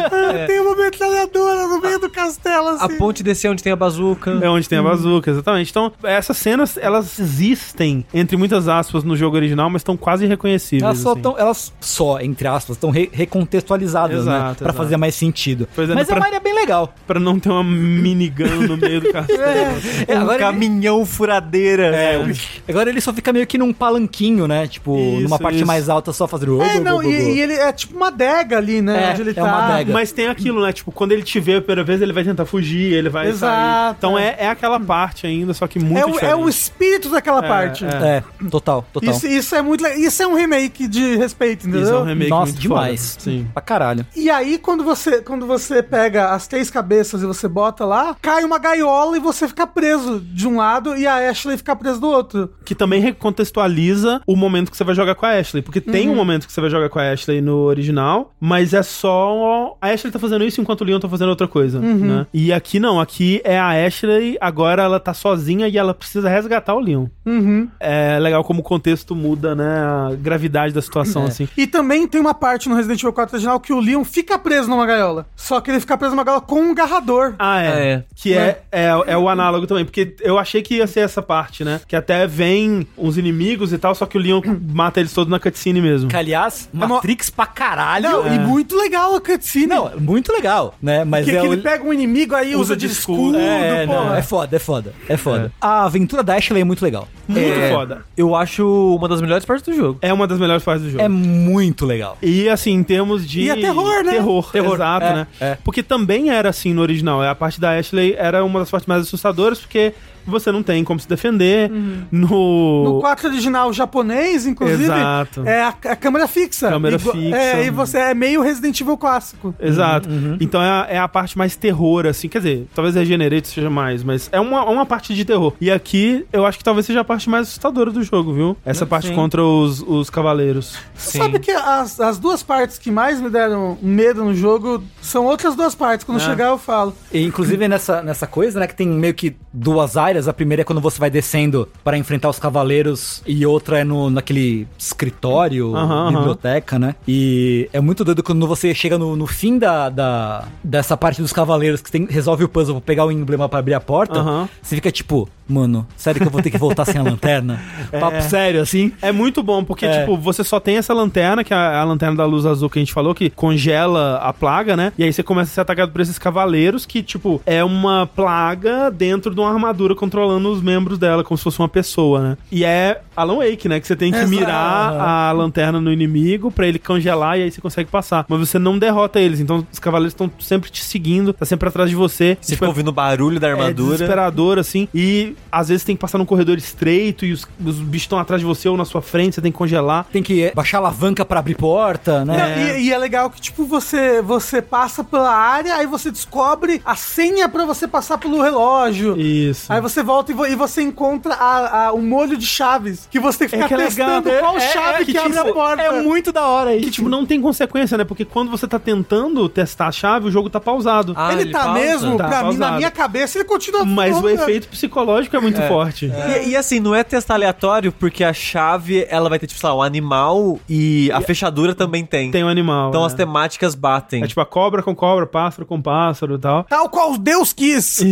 [SPEAKER 2] Tem uma metralhadora no meio do castelo,
[SPEAKER 4] A
[SPEAKER 2] assim.
[SPEAKER 4] ponte descer onde tem a bazuca.
[SPEAKER 1] É onde tem a bazuca, exatamente. Então, essas cenas, elas existem, entre muitas aspas, no jogo original, mas estão quase irreconhecíveis.
[SPEAKER 3] Elas só
[SPEAKER 1] assim.
[SPEAKER 3] estão, elas só, entre aspas, estão re- recontextualizadas, né?
[SPEAKER 1] Exato,
[SPEAKER 3] Pra
[SPEAKER 1] exato.
[SPEAKER 3] fazer mais sentido.
[SPEAKER 1] Pois é,
[SPEAKER 3] Mas é
[SPEAKER 1] pra-
[SPEAKER 3] uma área bem legal.
[SPEAKER 1] Pra não ter uma minigun no meio do castelo.
[SPEAKER 3] É, agora, ele,
[SPEAKER 4] Um caminhão furadeira.
[SPEAKER 3] é, o- agora ele só fica meio que num palanquinho, né? Tipo,
[SPEAKER 1] Isso,
[SPEAKER 3] numa parte
[SPEAKER 1] isso.
[SPEAKER 3] mais alta, só fazendo...
[SPEAKER 2] É, não, e, e ele é tipo uma adega ali, né?
[SPEAKER 3] É,
[SPEAKER 2] onde ele
[SPEAKER 3] é
[SPEAKER 2] tá.
[SPEAKER 3] uma adega.
[SPEAKER 1] Mas tem aquilo, né? Tipo, quando ele te vê a primeira vez, ele vai tentar fugir, ele vai sair.
[SPEAKER 2] Exato.
[SPEAKER 1] Então é, é aquela parte ainda, só que muito
[SPEAKER 2] É o, é o
[SPEAKER 1] diferente.
[SPEAKER 2] espírito daquela parte.
[SPEAKER 3] É, total, total.
[SPEAKER 2] Isso, isso é muito le- Isso é um remake de respeito, entendeu?
[SPEAKER 1] Isso é um remake
[SPEAKER 3] Nossa,
[SPEAKER 1] muito
[SPEAKER 3] demais.
[SPEAKER 1] foda. Sim.
[SPEAKER 3] Pra caralho.
[SPEAKER 2] E aí, quando você, quando você pega as três cabeças e você bota lá, cai uma gaiola e você fica preso de um lado e a Ashley fica presa do outro.
[SPEAKER 1] Que também recontextualiza o momento que você vai jogar com a Ashley. Porque tem um momento que você vai jogar com a Ashley no original, mas é só. A Ashley tá fazendo isso enquanto o Leon tá fazendo outra coisa. Né? E aqui não, aqui é a Ashley, agora ela tá sozinha e ela precisa resgatar o Leon. É legal como o contexto muda, né? A gravidade da situação, assim.
[SPEAKER 2] E também tem uma parte no Resident Evil 4 original que o Leon fica preso numa gaiola. Só que ele fica preso numa gaiola com um garrador.
[SPEAKER 1] Ah, é.
[SPEAKER 4] É.
[SPEAKER 1] Que é, é, é o análogo também. Porque eu achei que ia ser essa parte, né? Que até vem uns inimigos e tal, só que o Leon mata eles todos na cutscene mesmo.
[SPEAKER 3] Que, aliás,
[SPEAKER 2] uma-
[SPEAKER 3] Matrix pra caralho.
[SPEAKER 2] Não,
[SPEAKER 1] é.
[SPEAKER 4] é.
[SPEAKER 2] E muito legal a cutscene.
[SPEAKER 3] Não, é muito legal, né? Mas
[SPEAKER 2] Porque
[SPEAKER 3] é
[SPEAKER 2] que
[SPEAKER 3] o-
[SPEAKER 2] ele pega um inimigo aí usa, de escudo,
[SPEAKER 3] é,
[SPEAKER 2] porra.
[SPEAKER 3] não, é foda, é foda, é foda. A aventura da Ashley é muito legal. É,
[SPEAKER 1] Muito foda.
[SPEAKER 4] Eu acho uma das melhores partes do jogo.
[SPEAKER 1] É uma das melhores partes do jogo.
[SPEAKER 3] É muito legal.
[SPEAKER 1] E assim, em termos de.
[SPEAKER 2] E é terror, né?
[SPEAKER 1] Terror,
[SPEAKER 3] Terror,
[SPEAKER 1] exato,
[SPEAKER 3] é,
[SPEAKER 1] né?
[SPEAKER 3] é.
[SPEAKER 1] Porque também era assim no original. A parte da Ashley era uma das partes mais assustadoras, porque você não tem como se defender. No.
[SPEAKER 2] Uhum. No 4 original japonês, inclusive,
[SPEAKER 1] Exato.
[SPEAKER 2] é a, a câmera fixa.
[SPEAKER 1] Câmera
[SPEAKER 2] Igu-
[SPEAKER 1] fixa. É,
[SPEAKER 2] É, e você é meio Resident Evil clássico.
[SPEAKER 1] Exato. Então é a, é a parte mais terror, assim. Quer dizer, talvez Regenerate seja mais, mas é uma, uma parte de terror. E aqui, eu acho que talvez seja a parte mais assustadora do jogo, viu? Essa
[SPEAKER 2] Né?
[SPEAKER 1] parte contra os, os cavaleiros.
[SPEAKER 2] Você Sabe que as, as duas partes que mais me deram medo no jogo são outras duas partes.
[SPEAKER 1] Ah.
[SPEAKER 2] Quando chegar, eu falo.
[SPEAKER 3] E, inclusive nessa, nessa coisa, né, que tem meio que duas áreas. A primeira é quando você vai descendo para enfrentar os cavaleiros e outra é no, naquele escritório,
[SPEAKER 1] Aham, aham.
[SPEAKER 3] biblioteca, né? E é muito doido quando você chega no, no fim da, da- dessa parte dos cavaleiros que tem- resolve o puzzle pra pegar o emblema pra abrir a porta.
[SPEAKER 1] Aham.
[SPEAKER 3] Você fica tipo, mano, sério que eu vou ter que voltar sem a lanterna? Papo sério, assim?
[SPEAKER 1] É muito bom, porque,
[SPEAKER 3] É.
[SPEAKER 1] tipo, você só tem essa lanterna, que é a, a lanterna da luz azul que a gente falou, que congela a plaga, né? E aí você começa a ser atacado por esses cavaleiros, que, tipo, é uma plaga dentro de uma armadura controlando os membros dela, como se fosse uma pessoa, né? E é Alan Wake, né? Que você tem que
[SPEAKER 2] Exato.
[SPEAKER 1] mirar a lanterna no inimigo pra ele congelar e aí você consegue passar. Mas você não derrota eles, então os cavaleiros estão sempre te seguindo, tá sempre atrás de você. Tipo,
[SPEAKER 4] Você fica ouvindo o barulho da
[SPEAKER 1] É
[SPEAKER 4] armadura.
[SPEAKER 1] desesperador, assim. E às vezes tem que passar num corredor estreito e os, os bichos estão atrás de você ou na sua frente, você tem que congelar.
[SPEAKER 3] Tem que baixar a alavanca pra abrir porta, né?
[SPEAKER 2] Não, e, e é legal que, tipo, você, você passa pela área, aí você descobre a senha pra você passar pelo relógio.
[SPEAKER 1] Isso.
[SPEAKER 2] Aí você volta e, vo- e você encontra a- a- o molho de chaves, que você tem que
[SPEAKER 1] É
[SPEAKER 2] ficar
[SPEAKER 1] que é legal.
[SPEAKER 2] testando qual
[SPEAKER 1] É- é-
[SPEAKER 2] chave
[SPEAKER 1] é
[SPEAKER 2] que,
[SPEAKER 1] que,
[SPEAKER 2] abre
[SPEAKER 1] tipo,
[SPEAKER 2] a porta.
[SPEAKER 3] É muito da hora isso.
[SPEAKER 1] Que, tipo, não tem consequência, né? Porque quando você tá tentando testar a chave, o jogo tá pausado.
[SPEAKER 4] Ah,
[SPEAKER 2] ele, tá
[SPEAKER 4] pausa?
[SPEAKER 2] mesmo,
[SPEAKER 1] Tá
[SPEAKER 2] pra mim, na
[SPEAKER 1] pausado.
[SPEAKER 2] minha cabeça, ele continua...
[SPEAKER 1] Mas o
[SPEAKER 2] voltando.
[SPEAKER 1] efeito psicológico é muito forte.
[SPEAKER 4] E, e assim, não é testar aleatório, porque a chave, ela vai ter, tipo, sei lá, um animal e a fechadura também tem.
[SPEAKER 1] Tem o animal.
[SPEAKER 4] então
[SPEAKER 1] né?
[SPEAKER 4] as temáticas batem.
[SPEAKER 1] É tipo a cobra com cobra, pássaro com pássaro e tal.
[SPEAKER 2] Tal qual Deus quis.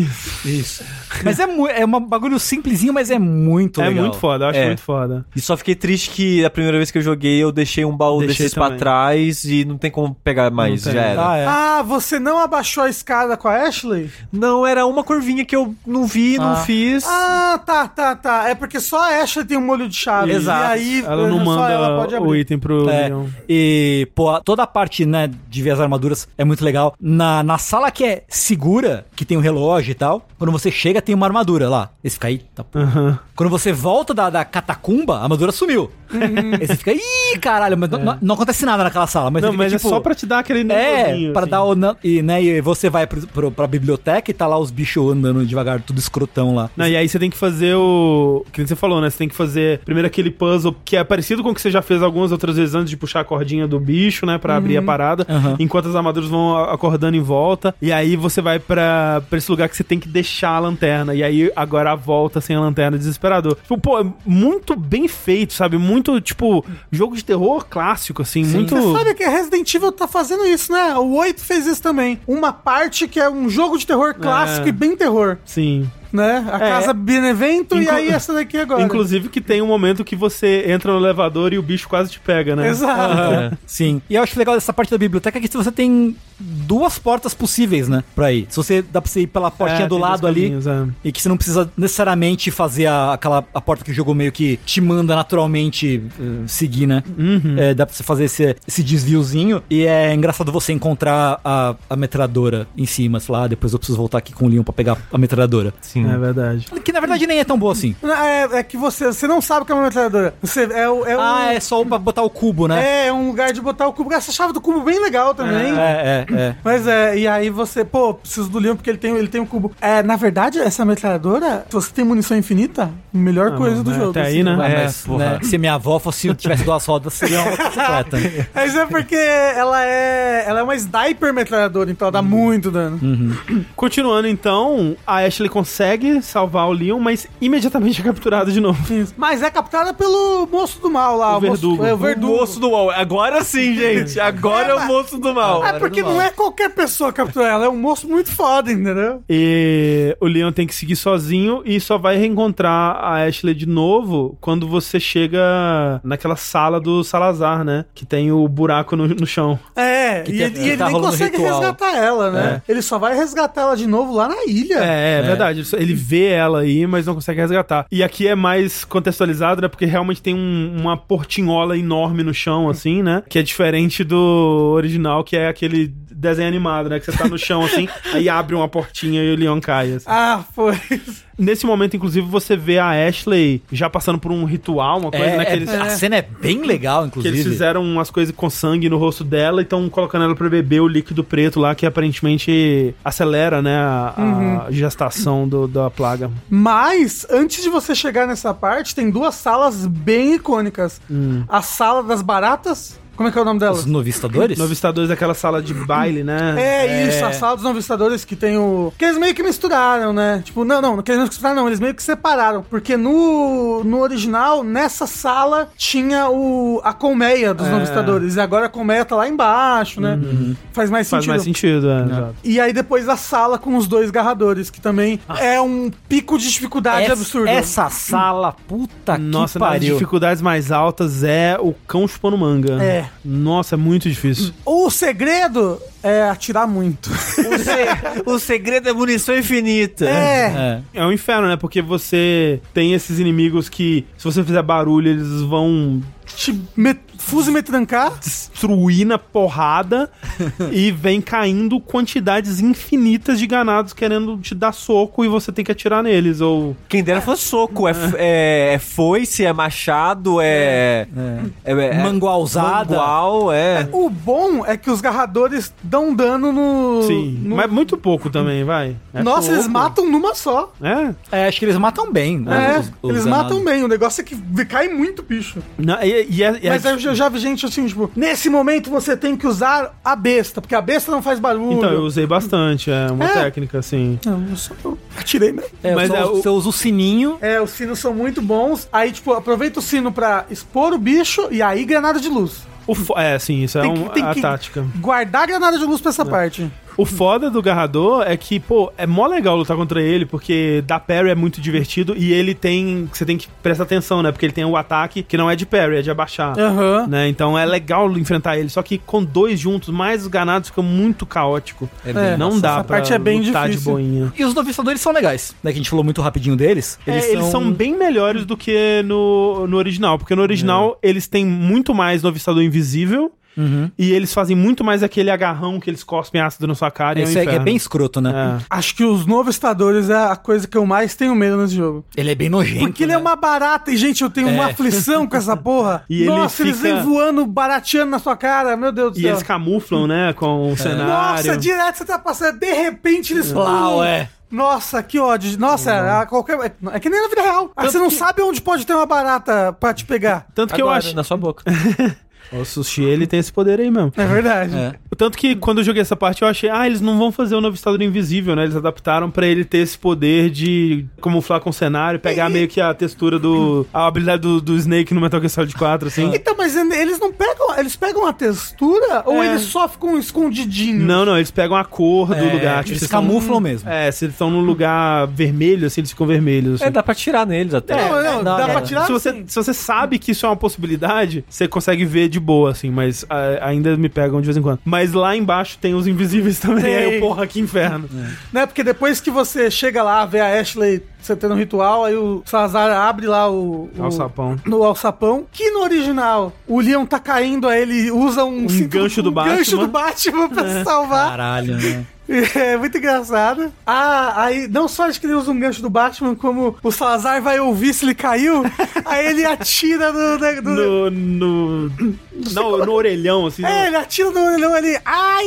[SPEAKER 3] Mas é, mu- é um bagulho simplesinho, mas é muito
[SPEAKER 1] é
[SPEAKER 3] legal.
[SPEAKER 1] muito foda, eu acho
[SPEAKER 4] É.
[SPEAKER 1] muito foda.
[SPEAKER 4] E só fiquei triste que a primeira vez que eu joguei, eu deixei um baú
[SPEAKER 1] Deixei
[SPEAKER 4] desses pra
[SPEAKER 1] também.
[SPEAKER 4] trás e não tem como pegar mais,
[SPEAKER 1] tem.
[SPEAKER 4] já era.
[SPEAKER 3] Ah, é.
[SPEAKER 2] Ah, você não abaixou a escada com a Ashley?
[SPEAKER 4] Não, era uma curvinha que eu não vi, não fiz.
[SPEAKER 2] Ah, tá, tá, tá. É porque só a Ashley tem um molho de chave.
[SPEAKER 4] Exato.
[SPEAKER 2] E aí,
[SPEAKER 1] Ela não
[SPEAKER 2] só
[SPEAKER 1] manda
[SPEAKER 2] ela pode abrir.
[SPEAKER 1] o item pro
[SPEAKER 3] É,
[SPEAKER 1] Leon.
[SPEAKER 3] e, pô, a- toda a parte, né, de ver as armaduras é muito legal. Na, na sala que é segura, que tem o relógio e tal, quando você chega, tem uma armadura lá. Esse fica aí, tá porra.
[SPEAKER 1] Aham.
[SPEAKER 3] Quando você volta da, da catacumba, a armadura sumiu. Aí você fica, ih, caralho, mas não, não acontece nada naquela sala. Mas
[SPEAKER 1] Uhum. É. Não,
[SPEAKER 3] você fica,
[SPEAKER 1] mas
[SPEAKER 3] tipo,
[SPEAKER 1] é só pra te dar aquele
[SPEAKER 3] É,
[SPEAKER 1] nervosinho,
[SPEAKER 3] pra
[SPEAKER 1] assim.
[SPEAKER 3] dar o. na- E, né, e você vai pro, pro, pra biblioteca e tá lá os bichos andando devagar, tudo escrotão lá.
[SPEAKER 1] Não, e aí você tem que fazer o. Que nem você falou, né? Você tem que fazer primeiro aquele puzzle que é parecido com o que você já fez algumas outras vezes antes de puxar a cordinha do bicho, né? Pra abrir a parada.
[SPEAKER 3] Uhum. Aham.
[SPEAKER 1] Enquanto as armaduras vão a- acordando em volta. E aí você vai pra, pra esse lugar que você tem que deixar a lanterna. E aí agora a volta sem a lanterna é desesperador. Tipo, pô, é muito bem feito, sabe? Muito, tipo, jogo de terror clássico, assim. Muito.
[SPEAKER 2] Você sabe que a Resident Evil tá fazendo isso, né? O 8 fez isso também. Uma parte que é um jogo de terror clássico
[SPEAKER 1] É.
[SPEAKER 2] e bem terror,
[SPEAKER 1] Sim.
[SPEAKER 2] né? A
[SPEAKER 1] É.
[SPEAKER 2] Casa Benevento e
[SPEAKER 1] Inclu-
[SPEAKER 2] aí essa daqui agora.
[SPEAKER 1] Inclusive que tem um momento que você entra no elevador e o bicho quase te pega, né?
[SPEAKER 2] Exato.
[SPEAKER 3] Sim. E eu acho legal dessa parte da biblioteca que se você tem duas portas possíveis, né? Pra ir. Se você dá pra você ir pela portinha
[SPEAKER 1] É,
[SPEAKER 3] do
[SPEAKER 1] tem dois
[SPEAKER 3] lado ali.
[SPEAKER 1] caminhos, é.
[SPEAKER 3] E que você não precisa necessariamente fazer a, aquela a porta que o jogo meio que te manda naturalmente eh, seguir, né?
[SPEAKER 1] Uhum.
[SPEAKER 3] É, dá pra você fazer esse, esse desviozinho. E é engraçado você encontrar a, a metralhadora em cima, sei lá, depois eu preciso voltar aqui com o Leon pra pegar a metralhadora.
[SPEAKER 4] Sim.
[SPEAKER 1] É verdade.
[SPEAKER 3] Que na verdade nem é tão boa assim.
[SPEAKER 2] É, é que você, você não sabe o que é uma metralhadora. Você, é, o- é
[SPEAKER 3] Ah,
[SPEAKER 2] um,
[SPEAKER 3] é só pra botar o cubo, né?
[SPEAKER 2] é, um lugar de botar o cubo. Essa chave do cubo é bem legal também.
[SPEAKER 3] é, é. é.
[SPEAKER 2] Mas é, e aí você, pô, preciso do Leon porque ele tem, ele tem um cubo. É, na verdade, essa metralhadora, se você tem munição infinita, melhor coisa do
[SPEAKER 1] né?
[SPEAKER 2] jogo.
[SPEAKER 1] Até aí,
[SPEAKER 2] assim.
[SPEAKER 1] né?
[SPEAKER 3] Ah,
[SPEAKER 4] É,
[SPEAKER 3] mas,
[SPEAKER 4] porra.
[SPEAKER 3] né, se minha avó fosse tivesse duas rodas, seria um uma bicicleta.
[SPEAKER 2] Mas é porque ela é, ela é uma sniper metralhadora, então ela dá muito dano.
[SPEAKER 1] Continuando então, a Ashley consegue salvar o Leon, mas imediatamente é capturada de novo.
[SPEAKER 2] Mas é captada pelo moço do mal lá.
[SPEAKER 1] O
[SPEAKER 2] moço-
[SPEAKER 1] verdugo.
[SPEAKER 2] é, o verdugo.
[SPEAKER 4] Moço do mal. Agora sim, gente. Agora é o moço do mal.
[SPEAKER 2] É porque não é qualquer pessoa capturar ela, é um moço muito foda, entendeu?
[SPEAKER 1] E o Leon tem que seguir sozinho e só vai reencontrar a Ashley de novo quando você chega naquela sala do Salazar, né? Que tem o buraco no, no chão.
[SPEAKER 2] É, e,
[SPEAKER 3] tem-
[SPEAKER 2] ele-
[SPEAKER 3] que
[SPEAKER 2] e ele
[SPEAKER 3] tá
[SPEAKER 2] nem
[SPEAKER 3] rolando
[SPEAKER 2] consegue
[SPEAKER 3] ritual.
[SPEAKER 2] resgatar ela, né? Ele só vai resgatar ela de novo lá na ilha.
[SPEAKER 1] É, é, verdade. Ele- Ele vê ela aí, mas não consegue resgatar. E aqui é mais contextualizado, né? Porque realmente tem um- uma portinhola enorme no chão, assim, né? Que é diferente do original, que é aquele desenho animado, né? Que você tá no chão, assim, aí abre uma portinha e o leão cai, assim.
[SPEAKER 2] Ah, foi.
[SPEAKER 1] Nesse momento, inclusive, você vê a Ashley já passando por um ritual, uma coisa,
[SPEAKER 3] É,
[SPEAKER 1] né? Que
[SPEAKER 3] é-
[SPEAKER 1] eles,
[SPEAKER 3] A cena é bem legal,
[SPEAKER 1] que
[SPEAKER 3] inclusive.
[SPEAKER 1] eles fizeram umas coisas com sangue no rosto dela e estão colocando ela pra beber o líquido preto lá, que aparentemente acelera, né? A, a
[SPEAKER 3] Uhum.
[SPEAKER 1] gestação do- da plaga.
[SPEAKER 2] Mas, antes de você chegar nessa parte, tem duas salas bem icônicas: a sala das baratas Como é que é o nome dela?
[SPEAKER 3] Os novistadores?
[SPEAKER 1] Novistadores é daquela sala de baile, né?
[SPEAKER 2] É, isso, a sala dos novistadores que tem o. Que eles meio que misturaram, né? Tipo, não, não, que eles não misturaram, não, eles meio que separaram. Porque no, no original, nessa sala, tinha o, a colmeia dos novistadores. E agora a colmeia tá lá embaixo, né? Faz mais
[SPEAKER 1] Faz
[SPEAKER 2] sentido.
[SPEAKER 1] mais sentido,
[SPEAKER 3] Tá
[SPEAKER 1] é. exato.
[SPEAKER 2] E aí depois a sala com os dois garradores, que também é um pico de dificuldade absurdo.
[SPEAKER 3] Essa sala, puta
[SPEAKER 1] Nossa,
[SPEAKER 3] que
[SPEAKER 1] nas
[SPEAKER 3] pariu.
[SPEAKER 1] dificuldades mais altas é o cão chupando manga.
[SPEAKER 2] É.
[SPEAKER 1] Nossa, é muito difícil.
[SPEAKER 2] O segredo é atirar muito.
[SPEAKER 4] O, se- o segredo é munição infinita.
[SPEAKER 2] É.
[SPEAKER 3] É.
[SPEAKER 1] É um inferno, né? Porque você tem esses inimigos que, se você fizer barulho, eles vão
[SPEAKER 2] Te me, fuso e me trancar.
[SPEAKER 1] destruir na porrada e vem caindo quantidades infinitas de ganados querendo te dar soco e você tem que atirar neles. Ou
[SPEAKER 4] Quem dera fosse soco. É, f- é, é foice, é machado, é. É, é, é
[SPEAKER 3] Mangualzada.
[SPEAKER 4] mangual, é.
[SPEAKER 2] O bom é que os garradores dão dano no.
[SPEAKER 1] sim,
[SPEAKER 2] no-
[SPEAKER 1] mas muito pouco também, vai. É
[SPEAKER 2] Nossa, eles
[SPEAKER 1] pouco.
[SPEAKER 2] matam numa só.
[SPEAKER 1] É.
[SPEAKER 3] É, acho que eles matam bem. né,
[SPEAKER 2] É,
[SPEAKER 3] os- os
[SPEAKER 2] eles
[SPEAKER 3] ganados.
[SPEAKER 2] matam bem. O negócio é que cai muito bicho.
[SPEAKER 1] Na- e- e é- e é-
[SPEAKER 2] Mas eu já- já vi gente assim, tipo, nesse momento você tem que usar a besta, porque a besta não faz barulho.
[SPEAKER 1] Então, eu usei bastante, é uma
[SPEAKER 2] É.
[SPEAKER 1] técnica, assim.
[SPEAKER 2] Não, eu só eu atirei mesmo.
[SPEAKER 3] É,
[SPEAKER 1] Mas
[SPEAKER 3] você,
[SPEAKER 1] é, o-
[SPEAKER 3] você usa o sininho.
[SPEAKER 2] É, os sinos são muito bons. Aí, tipo, aproveita o sino pra expor o bicho e aí granada de luz.
[SPEAKER 1] O fo- é, sim, isso é
[SPEAKER 2] Tem que-
[SPEAKER 1] um-
[SPEAKER 2] tem
[SPEAKER 1] a
[SPEAKER 2] que-
[SPEAKER 1] tática.
[SPEAKER 2] Guardar a granada de luz pra essa
[SPEAKER 1] É.
[SPEAKER 2] parte.
[SPEAKER 1] O foda do Garrador é que, pô, é mó legal lutar contra ele, porque dar parry é muito divertido e ele tem. Você tem que prestar atenção, né? Porque ele tem o ataque que não é de parry, é de abaixar.
[SPEAKER 2] Aham.
[SPEAKER 1] Né? Então é legal enfrentar ele, só que com dois juntos, mais os ganados fica muito caótico.
[SPEAKER 2] bem-
[SPEAKER 1] não
[SPEAKER 2] nossa,
[SPEAKER 1] dá
[SPEAKER 2] essa
[SPEAKER 1] pra
[SPEAKER 2] parte é bem
[SPEAKER 1] lutar de
[SPEAKER 2] difícil.
[SPEAKER 1] boinha.
[SPEAKER 3] E os novistadores são legais, né? Que a gente falou muito rapidinho deles.
[SPEAKER 1] É, Eles, são... bem melhores do que no, no original, porque no original eles têm muito mais novistador invisível e eles fazem muito mais aquele agarrão que eles cospem ácido na sua cara. e é, um
[SPEAKER 3] Esse é, é
[SPEAKER 1] inferno.
[SPEAKER 3] bem escroto, né?
[SPEAKER 1] É.
[SPEAKER 2] Acho que os novistadores é a coisa que eu mais tenho medo nesse jogo.
[SPEAKER 3] Ele é bem nojento.
[SPEAKER 2] Porque ele é uma barata e, gente, eu tenho uma aflição com essa
[SPEAKER 1] Né? É.
[SPEAKER 2] porra.
[SPEAKER 1] E ele
[SPEAKER 2] Nossa, eles
[SPEAKER 1] fica-
[SPEAKER 2] vêm voando, barateando na sua cara, meu Deus do
[SPEAKER 1] E
[SPEAKER 2] céu.
[SPEAKER 1] eles camuflam, né, com o cenário.
[SPEAKER 2] Nossa, direto você tá passando, de repente eles
[SPEAKER 3] Plau, é.
[SPEAKER 2] Nossa, que ódio. Nossa, a qualquer. é- É que nem na vida real. Aí você não sabe onde pode ter uma barata pra te pegar.
[SPEAKER 1] Tanto que
[SPEAKER 4] Agora,
[SPEAKER 1] eu acho.
[SPEAKER 4] Na sua boca.
[SPEAKER 1] O sushi, ele tem esse poder aí mesmo.
[SPEAKER 2] É verdade.
[SPEAKER 3] É.
[SPEAKER 1] Tanto que quando eu joguei essa parte, eu achei, ah, eles não vão fazer o Novistador Invisível, né? Eles adaptaram pra ele ter esse poder de camuflar com o cenário, pegar meio que a textura do. a habilidade do, do Snake no Metal Gear Solid 4, assim.
[SPEAKER 2] Então, mas eles não pegam. Eles pegam a textura ou
[SPEAKER 1] É.
[SPEAKER 2] eles só ficam escondidinhos?
[SPEAKER 1] Não, não, eles pegam a cor do
[SPEAKER 3] É,
[SPEAKER 1] lugar. tipo,
[SPEAKER 3] eles
[SPEAKER 1] se estão-
[SPEAKER 3] camuflam mesmo.
[SPEAKER 1] É, se eles estão num lugar vermelho, assim, eles ficam vermelhos.
[SPEAKER 4] É,
[SPEAKER 1] assim.
[SPEAKER 4] dá pra tirar neles até.
[SPEAKER 3] É,
[SPEAKER 2] Não, não, dá
[SPEAKER 3] dá,
[SPEAKER 2] pra
[SPEAKER 3] dá.
[SPEAKER 2] tirar
[SPEAKER 1] se, você,
[SPEAKER 2] assim.
[SPEAKER 1] se você sabe que isso é uma possibilidade, você consegue ver de boa, assim, mas ah, ainda me pegam de vez em quando. Mas lá embaixo tem os invisíveis também.
[SPEAKER 2] Tem.
[SPEAKER 1] Aí eu, porra, que inferno.
[SPEAKER 2] Né? Porque depois que você chega lá, vê a Ashley você tendo um ritual, aí o Salazar abre lá o.
[SPEAKER 1] um
[SPEAKER 2] o
[SPEAKER 1] Alçapão.
[SPEAKER 2] No alçapão. Que no original o Leon tá caindo, aí ele usa um, cinto-
[SPEAKER 1] gancho do
[SPEAKER 2] um gancho
[SPEAKER 1] Batman. É,
[SPEAKER 2] do Batman pra se salvar.
[SPEAKER 3] Caralho, né?
[SPEAKER 2] É muito engraçado. Ah, aí não só acho que ele usa um gancho do Batman, como o Salazar vai ouvir se ele caiu, aí ele atira no. no- no-
[SPEAKER 1] No. no, não, no orelhão, assim.
[SPEAKER 2] É, ele atira no orelhão ali. Ai!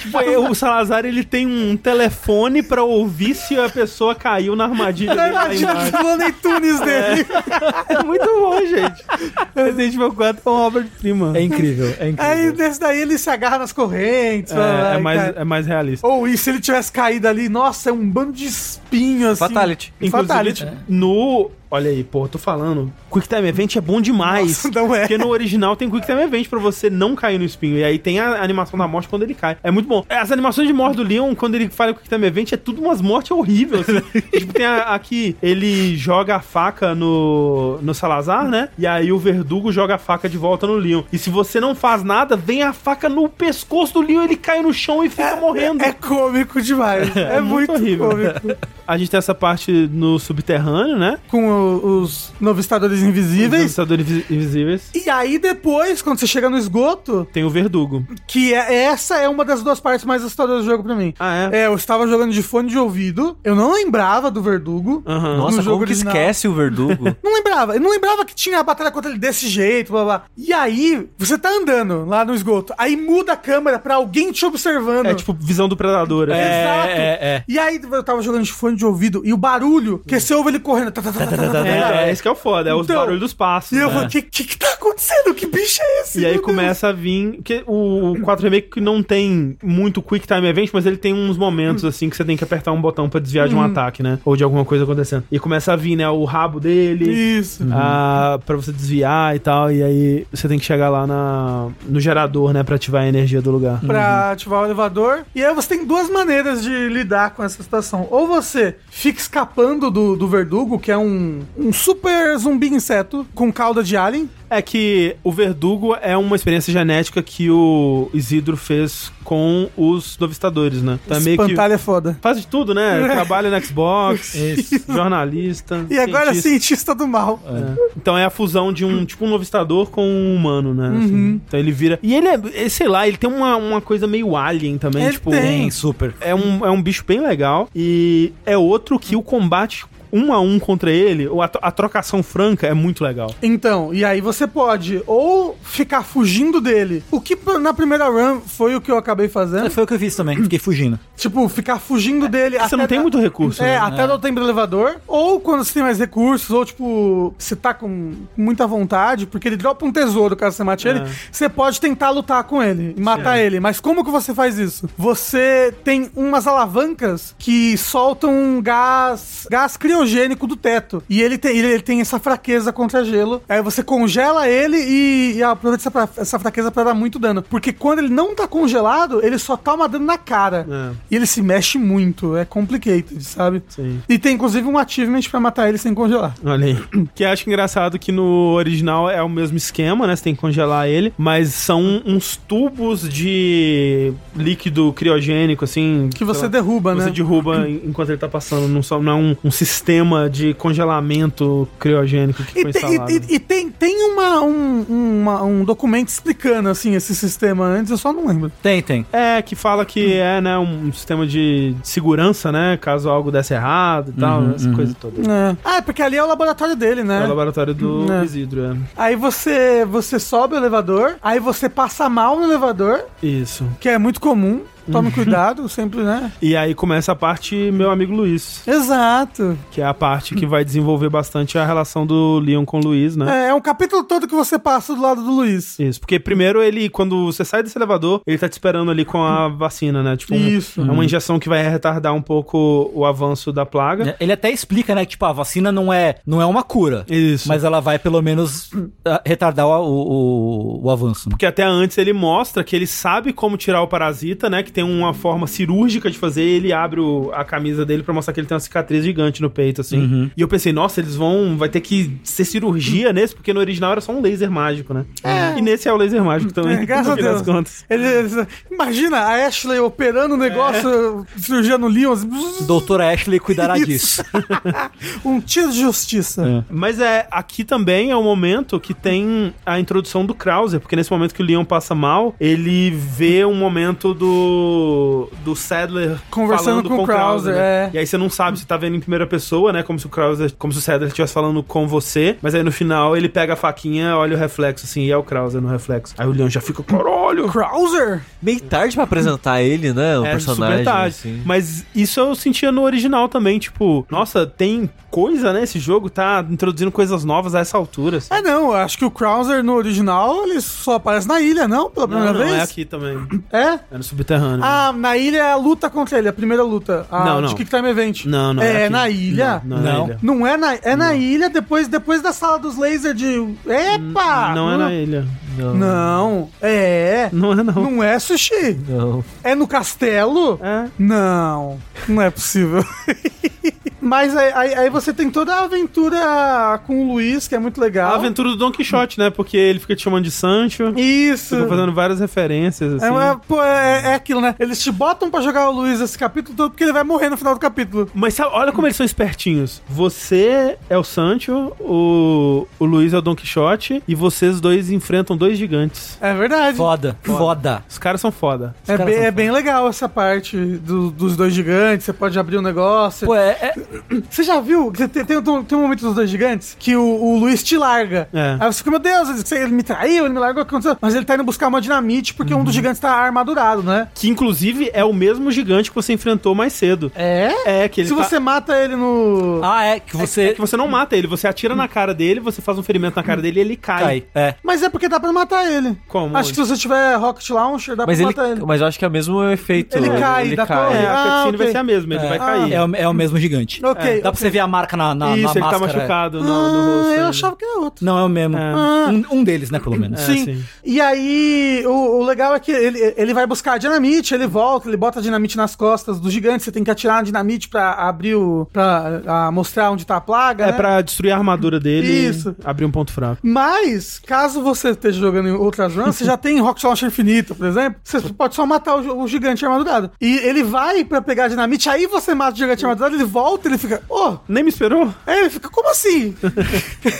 [SPEAKER 1] Tipo, é, o Salazar ele tem um telefone pra ouvir se a pessoa caiu na armadilha
[SPEAKER 2] Aí
[SPEAKER 1] dele.
[SPEAKER 2] ele
[SPEAKER 1] lá
[SPEAKER 2] atira
[SPEAKER 1] embaixo.
[SPEAKER 2] no Looney Tunes dele.
[SPEAKER 1] É muito bom, gente. Resident Evil 4 é uma obra de prima.
[SPEAKER 3] É incrível, é incrível.
[SPEAKER 2] Aí desse daí ele se agarra nas correntes.
[SPEAKER 1] É,
[SPEAKER 2] vai lá
[SPEAKER 1] é
[SPEAKER 2] e
[SPEAKER 1] mais,
[SPEAKER 2] cai.
[SPEAKER 1] é mais realista.
[SPEAKER 2] Ou e se ele tivesse caído ali, nossa, é um bando de espinho assim.
[SPEAKER 4] Fatality.
[SPEAKER 1] Inclusive,
[SPEAKER 2] Fatality.
[SPEAKER 1] no. Olha aí, pô, tô falando. Quick Time Event é bom demais.
[SPEAKER 2] Não é.
[SPEAKER 1] Porque no original tem Quick Time Event pra você não cair no espinho. E aí tem a animação da morte quando ele cai. É muito bom. As animações de morte do Leon, quando ele fala Quick Time Event, é tudo umas mortes horríveis. Assim. tipo, tem a, a que ele joga a faca no, no Salazar, né? E aí o verdugo joga a faca de volta no Leon. E se você não faz nada, vem a faca no pescoço do Leon, ele cai no chão e fica morrendo.
[SPEAKER 2] É cômico demais. É,
[SPEAKER 1] É muito
[SPEAKER 2] muito,
[SPEAKER 1] horrível.
[SPEAKER 2] cômico.
[SPEAKER 1] A gente tem essa parte no subterrâneo, né?
[SPEAKER 2] Com o- os novistadores
[SPEAKER 1] Os
[SPEAKER 2] invisíveis.
[SPEAKER 1] Lançadores invis- invisíveis.
[SPEAKER 2] E aí depois, quando você chega no esgoto,
[SPEAKER 1] Tem o verdugo.
[SPEAKER 2] que é, essa é uma das duas partes mais assustadoras do jogo pra mim.
[SPEAKER 1] Ah,
[SPEAKER 2] É, eu estava jogando de fone de ouvido, eu não lembrava do verdugo.
[SPEAKER 1] Aham.
[SPEAKER 4] Nossa,
[SPEAKER 2] No
[SPEAKER 4] como
[SPEAKER 2] jogo
[SPEAKER 4] que
[SPEAKER 2] original.
[SPEAKER 4] esquece o verdugo?
[SPEAKER 2] Não lembrava, eu não lembrava que tinha a batalha contra ele desse jeito, blá blá. blá. E aí, você tá andando lá no esgoto, aí muda a câmera pra alguém te observando.
[SPEAKER 1] É tipo visão do tipo predador. assim.
[SPEAKER 2] É,
[SPEAKER 3] É, é, é.
[SPEAKER 2] E aí eu tava jogando de fone fone de ouvido e o barulho, que você ouve ele correndo. tá, tá, tá, tá, tá, tá, tá.
[SPEAKER 1] É, é, esse que é o foda, é os
[SPEAKER 2] Então,
[SPEAKER 1] barulhos dos passos.
[SPEAKER 2] E eu
[SPEAKER 1] né?
[SPEAKER 2] falei, o que, que que tá acontecendo? Que bicho é esse?
[SPEAKER 1] E aí
[SPEAKER 2] Meu Deus.
[SPEAKER 1] começa a vir. Porque o 4 Remake que não tem muito Quick Time Event, mas ele tem uns momentos assim que você tem que apertar um botão pra desviar
[SPEAKER 2] Uhum.
[SPEAKER 1] de um ataque, né? Ou de alguma coisa acontecendo. E começa a vir, né? O rabo dele.
[SPEAKER 2] Isso.
[SPEAKER 1] ah, pra você desviar e tal, e aí você tem que chegar lá na, no gerador, né? Pra ativar a energia do lugar.
[SPEAKER 2] Pra ativar o elevador. E aí você tem duas maneiras de lidar com essa situação. Ou você fica escapando do, do verdugo, que é um, um super zumbi inseto com cauda de alien.
[SPEAKER 1] É que o verdugo é uma experiência genética que o Isidro fez com os novistadores, né? Então é meio que.
[SPEAKER 2] Espantalho é foda.
[SPEAKER 1] Faz de tudo, né? Trabalha no Xbox, jornalista.
[SPEAKER 2] E agora é
[SPEAKER 1] cientista.
[SPEAKER 2] cientista do mal.
[SPEAKER 1] Então é a fusão de um, tipo, um novistador com um humano, né? assim.
[SPEAKER 2] Uhum.
[SPEAKER 1] Então ele vira. E ele é, é, sei lá, ele tem uma, uma coisa meio alien também,
[SPEAKER 2] Ele
[SPEAKER 1] tipo.
[SPEAKER 2] tem.
[SPEAKER 3] Tem, super.
[SPEAKER 1] É um, é um bicho bem legal. E é outro que o combate um a um contra ele, ou a, tro- a trocação franca é muito legal.
[SPEAKER 2] Então, e aí você pode ou ficar fugindo dele, o que pra- na primeira run foi o que eu acabei
[SPEAKER 3] É,
[SPEAKER 2] fazendo.
[SPEAKER 3] Foi o que eu fiz também, fiquei fugindo.
[SPEAKER 2] Tipo, ficar fugindo dele.
[SPEAKER 1] Você não tem
[SPEAKER 2] da-
[SPEAKER 1] muito recurso,
[SPEAKER 2] É,
[SPEAKER 1] né?
[SPEAKER 2] até dar o tempo do elevador. Ou quando você tem mais recursos, ou tipo, você tá com muita vontade, porque ele dropa um tesouro caso você mate ele, você pode tentar lutar com ele, e matar ele. Mas como que você faz isso? Você tem umas alavancas que soltam um gás, gás criogênico do teto. E ele tem, ele tem essa fraqueza contra gelo. Aí você congela ele e, e aproveita essa, fra- essa fraqueza pra dar muito dano. Porque quando ele não tá congelado, ele só toma dano na cara.
[SPEAKER 1] É.
[SPEAKER 2] E ele se mexe muito, é complicated, sabe?
[SPEAKER 1] Sim.
[SPEAKER 2] E tem inclusive um achievement pra matar ele sem congelar.
[SPEAKER 1] Olha aí. Que eu acho engraçado que no original é o mesmo esquema, né? Você tem que congelar ele, mas são uns tubos de líquido criogênico, assim.
[SPEAKER 2] Que
[SPEAKER 1] sei
[SPEAKER 2] você
[SPEAKER 1] lá.
[SPEAKER 2] derruba, né?
[SPEAKER 1] Você derruba en- enquanto ele tá passando, não, só, não é um, um sistema de congelamento criogênico que
[SPEAKER 2] E,
[SPEAKER 1] foi
[SPEAKER 2] te- e-
[SPEAKER 1] instalado.
[SPEAKER 2] e- e tem, tem uma, um, uma- um documento explicando assim esse sistema antes, eu só não lembro.
[SPEAKER 3] Tem, tem.
[SPEAKER 1] É, que fala
[SPEAKER 2] Hum.
[SPEAKER 1] que é, né, um sistema de de segurança, né, caso algo desse errado e tal, essa coisa toda.
[SPEAKER 2] Uhum, É. Ah, é porque ali é o laboratório dele,
[SPEAKER 1] É
[SPEAKER 2] né?
[SPEAKER 1] o laboratório do
[SPEAKER 2] É.
[SPEAKER 1] Isidro, é.
[SPEAKER 2] Aí você, você sobe o elevador, aí você passa mal no elevador,
[SPEAKER 1] Isso.
[SPEAKER 2] que é muito comum. Tome
[SPEAKER 1] Uhum.
[SPEAKER 2] cuidado, sempre, né?
[SPEAKER 1] E aí começa a parte, meu amigo Luiz,
[SPEAKER 2] Exato.
[SPEAKER 1] que é a parte que vai desenvolver bastante a relação do Leon com o Luiz, né?
[SPEAKER 2] É, é um capítulo todo que você passa do lado do Luiz.
[SPEAKER 1] Isso, porque primeiro ele, quando você sai desse elevador, ele tá te esperando ali com a vacina, né? Tipo, um-
[SPEAKER 2] Isso.
[SPEAKER 1] é uma injeção que vai retardar um pouco o avanço da plaga.
[SPEAKER 3] É, Ele até explica, né, que tipo, a vacina não é, não é uma cura.
[SPEAKER 1] Isso.
[SPEAKER 3] Mas ela vai, pelo menos, ah, retardar o, o, o- o avanço. né?
[SPEAKER 1] Porque até antes ele mostra que ele sabe como tirar o parasita, né? Que tem uma forma cirúrgica de fazer. Ele abre o- a camisa dele pra mostrar que ele tem uma cicatriz gigante no peito, assim.
[SPEAKER 3] Uhum.
[SPEAKER 1] E eu pensei, nossa, eles vão. Vai ter que ser cirurgia nesse, porque no original era só um laser mágico, né? E nesse é o laser mágico também.
[SPEAKER 2] É, graças
[SPEAKER 1] no
[SPEAKER 2] a
[SPEAKER 1] fim das
[SPEAKER 2] Deus.
[SPEAKER 1] contas.
[SPEAKER 2] Ele- ele- imagina a Ashley operando o negócio,
[SPEAKER 1] É.
[SPEAKER 2] cirurgia no Leon, assim,
[SPEAKER 3] Doutora Ashley cuidará
[SPEAKER 2] Isso.
[SPEAKER 3] disso.
[SPEAKER 2] um tiro de justiça.
[SPEAKER 1] Mas é, aqui também é o momento que tem a introdução do Krauser, porque nesse momento que o Leon passa mal, ele vê um momento do do Sadler
[SPEAKER 2] Conversando
[SPEAKER 1] falando
[SPEAKER 2] com o Krauser,
[SPEAKER 1] né?
[SPEAKER 2] é.
[SPEAKER 1] E aí você não sabe se tá vendo em primeira pessoa, né, como se o Krauser, como se o Sadler estivesse falando com você, mas aí no final ele pega a faquinha, olha o reflexo assim, e é o Krauser no reflexo. Aí o Leon já fica, caralho,
[SPEAKER 2] Krauser?
[SPEAKER 4] Meio tarde pra apresentar ele, né? O
[SPEAKER 1] é,
[SPEAKER 4] personagem.
[SPEAKER 1] super tarde.
[SPEAKER 4] assim.
[SPEAKER 1] Mas isso eu sentia no original também, tipo, nossa, tem coisa, né? Esse jogo tá introduzindo coisas novas a essa altura. assim.
[SPEAKER 2] É, não, eu acho que o Krauser no original ele só aparece na ilha, não? Pela
[SPEAKER 1] Não,
[SPEAKER 2] primeira
[SPEAKER 1] não, é
[SPEAKER 2] vez?
[SPEAKER 1] aqui também.
[SPEAKER 2] É,
[SPEAKER 1] É no subterrâneo.
[SPEAKER 2] Ah, na ilha é a luta contra ele, a primeira luta. A
[SPEAKER 1] Não, não.
[SPEAKER 2] De Kick Time Event.
[SPEAKER 1] Não, não, é
[SPEAKER 2] É,
[SPEAKER 1] aqui.
[SPEAKER 2] na ilha?
[SPEAKER 1] Não, não é na ilha.
[SPEAKER 2] Não é na, é na ilha, depois, depois da sala dos lasers de. Epa!
[SPEAKER 1] não é na ilha.
[SPEAKER 4] Não, não.
[SPEAKER 2] Ah, Não, é.
[SPEAKER 1] Não é não.
[SPEAKER 2] Não é sushi. É no castelo?
[SPEAKER 1] É.
[SPEAKER 2] Não, não é possível. Mas aí, aí- aí você tem toda a aventura com o Luiz, que é muito
[SPEAKER 1] A
[SPEAKER 2] legal.
[SPEAKER 1] aventura do Don Quixote, né? Porque ele fica te chamando de Sancho.
[SPEAKER 2] Isso.
[SPEAKER 1] Fica fazendo várias referências, assim.
[SPEAKER 2] É, uma- pô, é- é aquilo, né? Eles te botam pra jogar o Luiz esse capítulo todo porque ele vai morrer no final do capítulo.
[SPEAKER 1] Mas sabe, olha como eles são espertinhos. Você é o Sancho, o, o Luiz é o Don Quixote, e vocês dois enfrentam dois gigantes.
[SPEAKER 2] É verdade.
[SPEAKER 3] Foda, foda.
[SPEAKER 1] Os caras são foda.
[SPEAKER 2] É
[SPEAKER 3] caras
[SPEAKER 2] bem,
[SPEAKER 3] são
[SPEAKER 2] é bem legal essa parte do- dos dois gigantes. Você pode abrir um negócio.
[SPEAKER 3] Pô, é, é-
[SPEAKER 2] Você já viu? que Você tem, tem, um- tem um momento dos dois gigantes que o, o Luiz te larga.
[SPEAKER 1] É.
[SPEAKER 2] Aí você fica, meu Deus, ele ele me traiu, ele me largou, o que aconteceu? Mas ele tá indo buscar uma dinamite porque
[SPEAKER 1] Uhum.
[SPEAKER 2] um dos gigantes tá armadurado, né?
[SPEAKER 1] Que inclusive é o mesmo gigante que você enfrentou mais cedo.
[SPEAKER 2] É?
[SPEAKER 1] É, que ele
[SPEAKER 2] Se
[SPEAKER 1] tá-
[SPEAKER 2] você mata ele no.
[SPEAKER 3] Ah, é, que você.
[SPEAKER 1] é que você não mata ele, você atira na cara dele, você faz um ferimento na cara dele e ele cai.
[SPEAKER 3] Cai. É.
[SPEAKER 2] Mas é porque dá pra matar ele.
[SPEAKER 1] Como?
[SPEAKER 2] Acho que se você tiver Rocket Launcher, dá
[SPEAKER 4] Mas
[SPEAKER 2] pra
[SPEAKER 4] ele,
[SPEAKER 2] matar ele.
[SPEAKER 4] mas eu acho que é o mesmo efeito.
[SPEAKER 2] Ele cai da
[SPEAKER 1] É,
[SPEAKER 2] torre.
[SPEAKER 1] a
[SPEAKER 2] Ah,
[SPEAKER 1] cutscene vai
[SPEAKER 2] ok.
[SPEAKER 1] ser a mesma, ele vai cair.
[SPEAKER 3] É, o, é o mesmo gigante.
[SPEAKER 2] Ok,
[SPEAKER 3] É. Dá pra você ver a marca na, na,
[SPEAKER 1] Isso,
[SPEAKER 3] na
[SPEAKER 1] ele
[SPEAKER 3] máscara.
[SPEAKER 1] tá machucado no, no
[SPEAKER 2] Ah,
[SPEAKER 1] rosto.
[SPEAKER 2] eu
[SPEAKER 1] ainda.
[SPEAKER 2] achava que era outro.
[SPEAKER 3] Não, é o mesmo. Um, um deles, né, pelo menos.
[SPEAKER 1] É,
[SPEAKER 2] Sim.
[SPEAKER 1] sim.
[SPEAKER 2] E aí, o, o legal é que ele, ele vai buscar a dinamite, ele volta, ele bota a dinamite nas costas do gigante, você tem que atirar a dinamite pra abrir o. pra ah, mostrar onde tá a plaga.
[SPEAKER 1] É
[SPEAKER 2] né?
[SPEAKER 1] pra destruir a armadura dele
[SPEAKER 2] Isso.
[SPEAKER 1] e abrir um ponto fraco.
[SPEAKER 2] Mas, caso você esteja jogando em outras runs, você já tem Rock Launcher infinito, por exemplo, você pode só matar o, gi- o gigante armadurado. E ele vai pra pegar a dinamite, aí você mata o gigante armadurado, ele volta, ele fica, ô,
[SPEAKER 1] Nem me esperou?
[SPEAKER 2] Aí É, ele fica, como assim?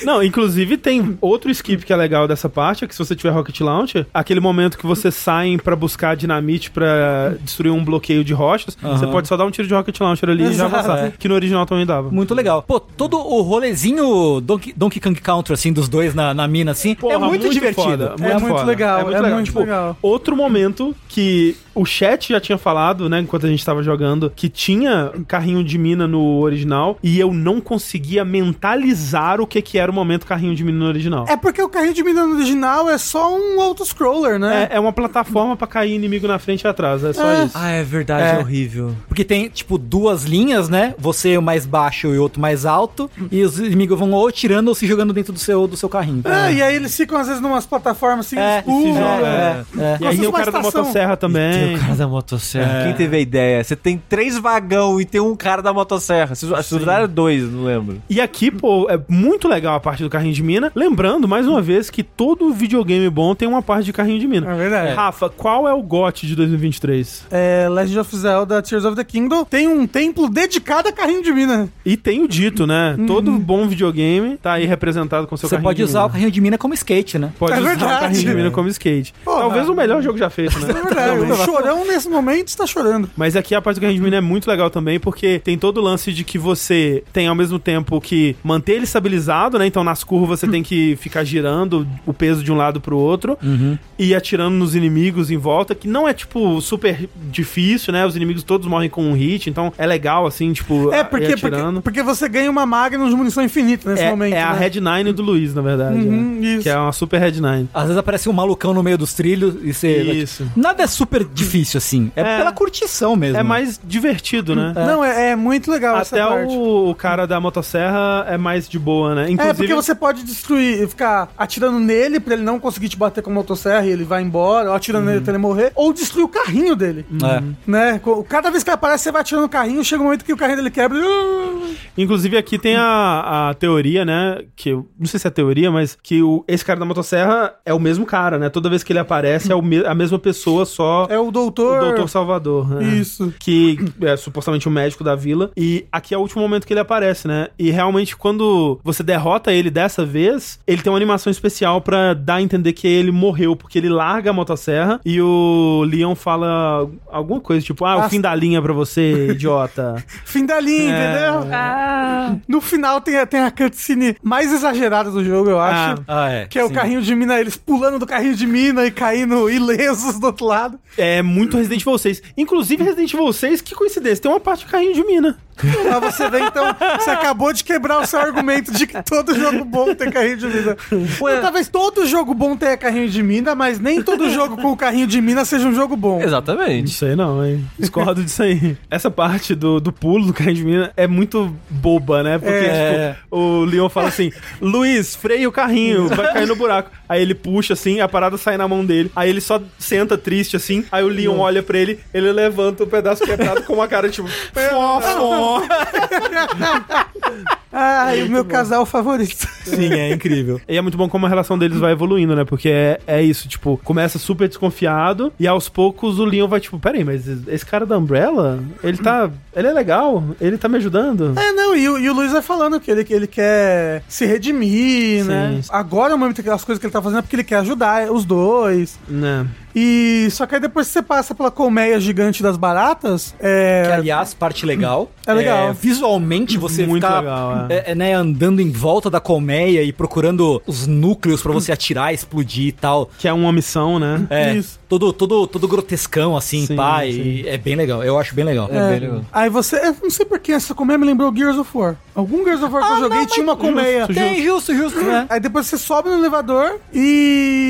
[SPEAKER 1] Não, inclusive tem outro skip que é legal dessa parte, é que se você tiver Rocket Launcher, aquele momento que vocês saem pra buscar a dinamite pra destruir um bloqueio de rochas, você pode só dar um tiro de Rocket Launcher ali e já
[SPEAKER 2] Exato.
[SPEAKER 3] É.
[SPEAKER 1] avançar. Que no original também dava.
[SPEAKER 3] Muito legal. Pô, todo o rolezinho Donkey, Donkey Kong Country, assim, dos dois na, na mina, assim,
[SPEAKER 1] Porra,
[SPEAKER 3] é muito, divertido.
[SPEAKER 1] foda,
[SPEAKER 2] É muito
[SPEAKER 1] foda.
[SPEAKER 2] legal, é muito
[SPEAKER 1] Tipo,
[SPEAKER 2] legal.
[SPEAKER 1] Outro momento que o chat já tinha falado, né, enquanto a gente tava jogando, que tinha um carrinho de mina no original e eu não conseguia mentalizar o que que era o momento carrinho de mina no original.
[SPEAKER 2] É porque o carrinho de mina no original é só um auto-scroller, né?
[SPEAKER 1] É, é uma plataforma pra cair inimigo na frente e atrás, é só
[SPEAKER 2] É.
[SPEAKER 1] isso.
[SPEAKER 4] Ah, é verdade, é, horrível.
[SPEAKER 3] Porque tem, tipo, duas linhas, né? Você o mais baixo e o outro mais alto. E os inimigos vão ou tirando ou se jogando dentro do seu, do seu carrinho.
[SPEAKER 1] É
[SPEAKER 2] Ah, e aí eles ficam às vezes numas plataformas assim,
[SPEAKER 3] É,
[SPEAKER 2] escuras.
[SPEAKER 1] joga,
[SPEAKER 3] é, é.
[SPEAKER 1] E aí tem o
[SPEAKER 2] uma
[SPEAKER 1] cara da
[SPEAKER 2] estação.
[SPEAKER 1] motosserra também.
[SPEAKER 4] Tem o cara da motosserra. É. Quem teve a ideia? Você tem três vagão e tem um cara da motosserra. Vocês acho que usaram dois, não lembro.
[SPEAKER 1] E aqui, pô, é muito legal a parte do carrinho de mina. Lembrando, mais uma vez, que todo videogame bom tem uma parte de carrinho de mina.
[SPEAKER 2] É verdade.
[SPEAKER 1] Rafa, qual é o GOT de 2023?
[SPEAKER 2] É, Legend of Zelda Tears of the Kingdom tem um templo dedicado a carrinho de mina.
[SPEAKER 1] E tem o dito, né?
[SPEAKER 2] Uhum.
[SPEAKER 1] Todo bom videogame tá aí representado com seu
[SPEAKER 3] Você
[SPEAKER 1] carrinho
[SPEAKER 3] pode
[SPEAKER 1] de
[SPEAKER 3] usar o
[SPEAKER 1] mina.
[SPEAKER 3] carrinho de mina como skate, né?
[SPEAKER 1] Pode
[SPEAKER 2] É
[SPEAKER 1] usar o
[SPEAKER 2] verdade.
[SPEAKER 1] carrinho de mina como skate.
[SPEAKER 2] Porra.
[SPEAKER 1] Talvez o melhor jogo já feito, né?
[SPEAKER 2] É verdade, o chorão nesse momento está chorando.
[SPEAKER 1] Mas aqui a parte do carrinho de mina é muito legal também, porque tem todo o lance de que você tem ao mesmo tempo que manter ele estabilizado, né? Então nas curvas você tem que ficar girando o peso de um lado pro outro
[SPEAKER 2] Uhum.
[SPEAKER 1] e atirando nos inimigos em volta, que não é tipo super difícil, né? Os inimigos todos morrem com um hit, então é legal assim, tipo,
[SPEAKER 2] É,
[SPEAKER 1] ir
[SPEAKER 2] porque, porque,
[SPEAKER 1] atirando.
[SPEAKER 2] porque você ganha uma Magnum de munição infinita nesse
[SPEAKER 1] é,
[SPEAKER 2] momento.
[SPEAKER 1] é a
[SPEAKER 2] né?
[SPEAKER 1] Red Nine do Luiz, na verdade.
[SPEAKER 2] Uhum,
[SPEAKER 1] né?
[SPEAKER 2] isso.
[SPEAKER 1] Que é uma super Red Nine.
[SPEAKER 3] Às vezes aparece um malucão no meio dos trilhos e você.
[SPEAKER 1] Isso.
[SPEAKER 3] Nada é super difícil, assim. É,
[SPEAKER 1] É.
[SPEAKER 3] pela curtição mesmo.
[SPEAKER 1] É mais divertido, né?
[SPEAKER 2] Não, é, é muito legal essa
[SPEAKER 1] Até
[SPEAKER 2] parte.
[SPEAKER 1] o, o cara da motosserra é mais de boa, né? Inclusive,
[SPEAKER 2] É, porque você pode destruir, ficar atirando nele pra ele não conseguir te bater com a motosserra e ele vai embora, ou atirando
[SPEAKER 1] Uhum.
[SPEAKER 2] nele até ele morrer, ou destruir o carrinho dele,
[SPEAKER 3] É.
[SPEAKER 2] né? Co- Cada vez que ele aparece, você vai atirando no carrinho, chega um momento que o carrinho dele quebra e... "Ah".
[SPEAKER 1] Inclusive, aqui tem a, a teoria, né? Que eu não sei se é teoria, mas que o, esse cara da motosserra é o mesmo cara, né? Toda vez que ele aparece é o me- a mesma pessoa, só
[SPEAKER 2] É o
[SPEAKER 1] o
[SPEAKER 2] doutor...
[SPEAKER 1] Doutor Salvador. Né?
[SPEAKER 2] Isso.
[SPEAKER 1] Que é supostamente o médico da vila. E aqui é o último momento que ele aparece, né? E realmente, quando você derrota ele dessa vez, ele tem uma animação especial pra dar a entender que ele morreu, porque ele larga a motosserra e o Leon fala alguma coisa, tipo, ah, o
[SPEAKER 2] Ah,
[SPEAKER 1] fim da linha pra você, idiota.
[SPEAKER 2] Fim da linha,
[SPEAKER 1] É.
[SPEAKER 2] entendeu? No final tem, a- tem a cutscene mais exagerada do jogo, eu acho.
[SPEAKER 3] Ah, é.
[SPEAKER 2] Que é o carrinho de mina, eles pulando do carrinho de mina e caindo ilesos do outro lado.
[SPEAKER 1] É muito Resident Evil 6. Inclusive, Resident Evil 6, que coincidência, tem uma parte de carrinho de mina.
[SPEAKER 2] Mas você vê, então, você acabou de quebrar o seu argumento de que todo jogo bom tem carrinho de mina. Então,
[SPEAKER 4] Ué.
[SPEAKER 2] Talvez todo jogo bom tenha carrinho de mina, mas nem todo jogo com carrinho de mina seja um jogo bom.
[SPEAKER 4] Exatamente.
[SPEAKER 1] Isso aí não, hein? Discordo disso aí. Essa parte do, do pulo do carrinho de mina é muito boba, né? Porque,
[SPEAKER 3] É.
[SPEAKER 1] tipo, o Leon fala assim: Luiz, freia o carrinho, vai cair no buraco. Aí ele puxa assim, a parada sai na mão dele. Aí ele só senta triste assim. Aí o Leon olha pra ele, ele levanta o pedaço quebrado com uma cara tipo. "Fó, fó."
[SPEAKER 2] Ai, Ah, o meu casal favorito.
[SPEAKER 1] Sim, é incrível. E é muito bom como a relação deles vai evoluindo, né? Porque é, é isso, tipo, começa super desconfiado e aos poucos o Leon vai tipo, peraí, mas esse cara da Umbrella, ele tá, ele é legal, ele tá me ajudando.
[SPEAKER 2] É, não, e, o- e o Luiz vai falando que ele, que ele quer se redimir, né?
[SPEAKER 1] Sim.
[SPEAKER 2] Agora, o momento que as coisas que ele tá fazendo é porque ele quer ajudar os dois.
[SPEAKER 1] Né?
[SPEAKER 2] E só que aí depois que você passa pela colmeia gigante das baratas, é.
[SPEAKER 3] Que, aliás, parte legal.
[SPEAKER 2] É legal.
[SPEAKER 3] visualmente, você
[SPEAKER 1] Muito
[SPEAKER 3] ficar
[SPEAKER 1] legal, é.
[SPEAKER 3] é, é, né, andando em volta da colmeia e procurando os núcleos pra você atirar, explodir e tal.
[SPEAKER 1] Que é uma missão, né?
[SPEAKER 3] É,
[SPEAKER 2] Isso.
[SPEAKER 3] Todo, todo, todo grotescão, assim,
[SPEAKER 1] Sim,
[SPEAKER 3] pá.
[SPEAKER 1] sim.
[SPEAKER 3] e é bem legal. Eu acho bem legal.
[SPEAKER 4] É bem legal.
[SPEAKER 2] Aí você. Eu não sei porquê, essa colmeia me lembrou Gears of War. Algum Gears of War que
[SPEAKER 1] Ah,
[SPEAKER 2] eu joguei tinha uma colmeia.
[SPEAKER 3] Tem, justo, justo,
[SPEAKER 1] É.
[SPEAKER 3] né?
[SPEAKER 2] Aí depois você sobe no elevador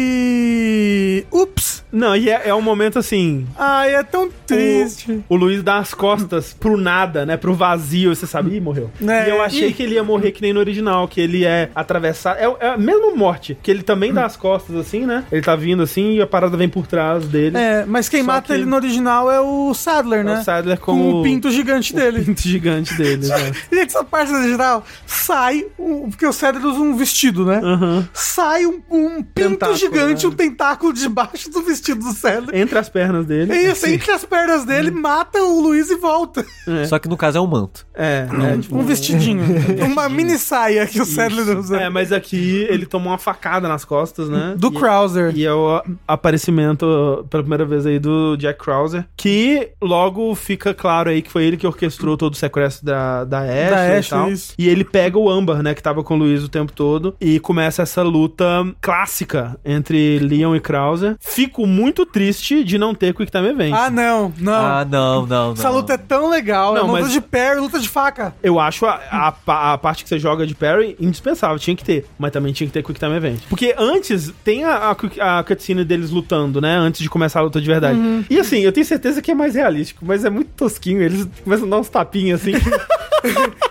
[SPEAKER 2] e. Ups!
[SPEAKER 1] Não, e é, é um momento assim.
[SPEAKER 2] Ai, é tão triste.
[SPEAKER 1] O Luiz dá as costas pro nada, né? Pro vazio, e você sabe, ih, morreu.
[SPEAKER 2] É,
[SPEAKER 1] e eu achei
[SPEAKER 2] ih.
[SPEAKER 1] que ele ia morrer que nem no original, que ele é atravessado. É, é a mesma morte, que ele também dá as costas assim, né? Ele tá vindo assim e a parada vem por trás dele.
[SPEAKER 2] É, mas quem
[SPEAKER 1] Só
[SPEAKER 2] mata
[SPEAKER 1] que-
[SPEAKER 2] ele no original é o Sadler,
[SPEAKER 1] É
[SPEAKER 2] né?
[SPEAKER 1] O Sadler
[SPEAKER 2] Com
[SPEAKER 1] como
[SPEAKER 2] o pinto gigante dele.
[SPEAKER 1] pinto gigante dele, né?
[SPEAKER 2] Gente, essa parte do original sai. um- porque o Sadler usa um vestido, né?
[SPEAKER 1] Aham.
[SPEAKER 2] Sai um, um pinto
[SPEAKER 1] Tentáculo,
[SPEAKER 2] gigante,
[SPEAKER 1] né?
[SPEAKER 2] um tentáculo debaixo do vestido do Sadler.
[SPEAKER 1] Entre as pernas dele.
[SPEAKER 2] É isso, entre as pernas dele, mata o Luiz e volta.
[SPEAKER 4] Só que no caso é um manto.
[SPEAKER 1] É, é, tipo,
[SPEAKER 2] Um vestidinho. Uma mini saia que o Sadler usa.
[SPEAKER 1] é, mas aqui ele tomou uma facada nas costas, né?
[SPEAKER 2] Do
[SPEAKER 1] E-
[SPEAKER 2] Krauser.
[SPEAKER 1] E é o aparecimento pela primeira vez aí do Jack Krauser, que logo fica claro aí que foi ele que orquestrou todo o sequestro da, da Ashley
[SPEAKER 2] Da
[SPEAKER 1] e
[SPEAKER 2] Ashley,
[SPEAKER 1] tal.
[SPEAKER 2] isso.
[SPEAKER 1] E ele pega o Amber, né, que tava com o Luiz o tempo todo, e começa essa luta clássica entre Leon e Krauser. Fico muito triste de não ter Quick Time Event.
[SPEAKER 2] Ah, não, não.
[SPEAKER 4] Ah, não, não, não.
[SPEAKER 2] Essa luta é tão legal. é
[SPEAKER 1] Não,
[SPEAKER 2] uma
[SPEAKER 1] mas-
[SPEAKER 2] luta de pé, luta de faca.
[SPEAKER 1] Eu acho a, a pa- a parte que você joga de parry indispensável, tinha que ter. Mas também tinha que ter Quick Time Event. Porque antes tem a, a, quick- a cutscene deles lutando, né? Antes de começar a luta de verdade. E assim, eu tenho certeza que é mais realístico, mas é muito tosquinho. Eles começam a dar uns tapinhos assim.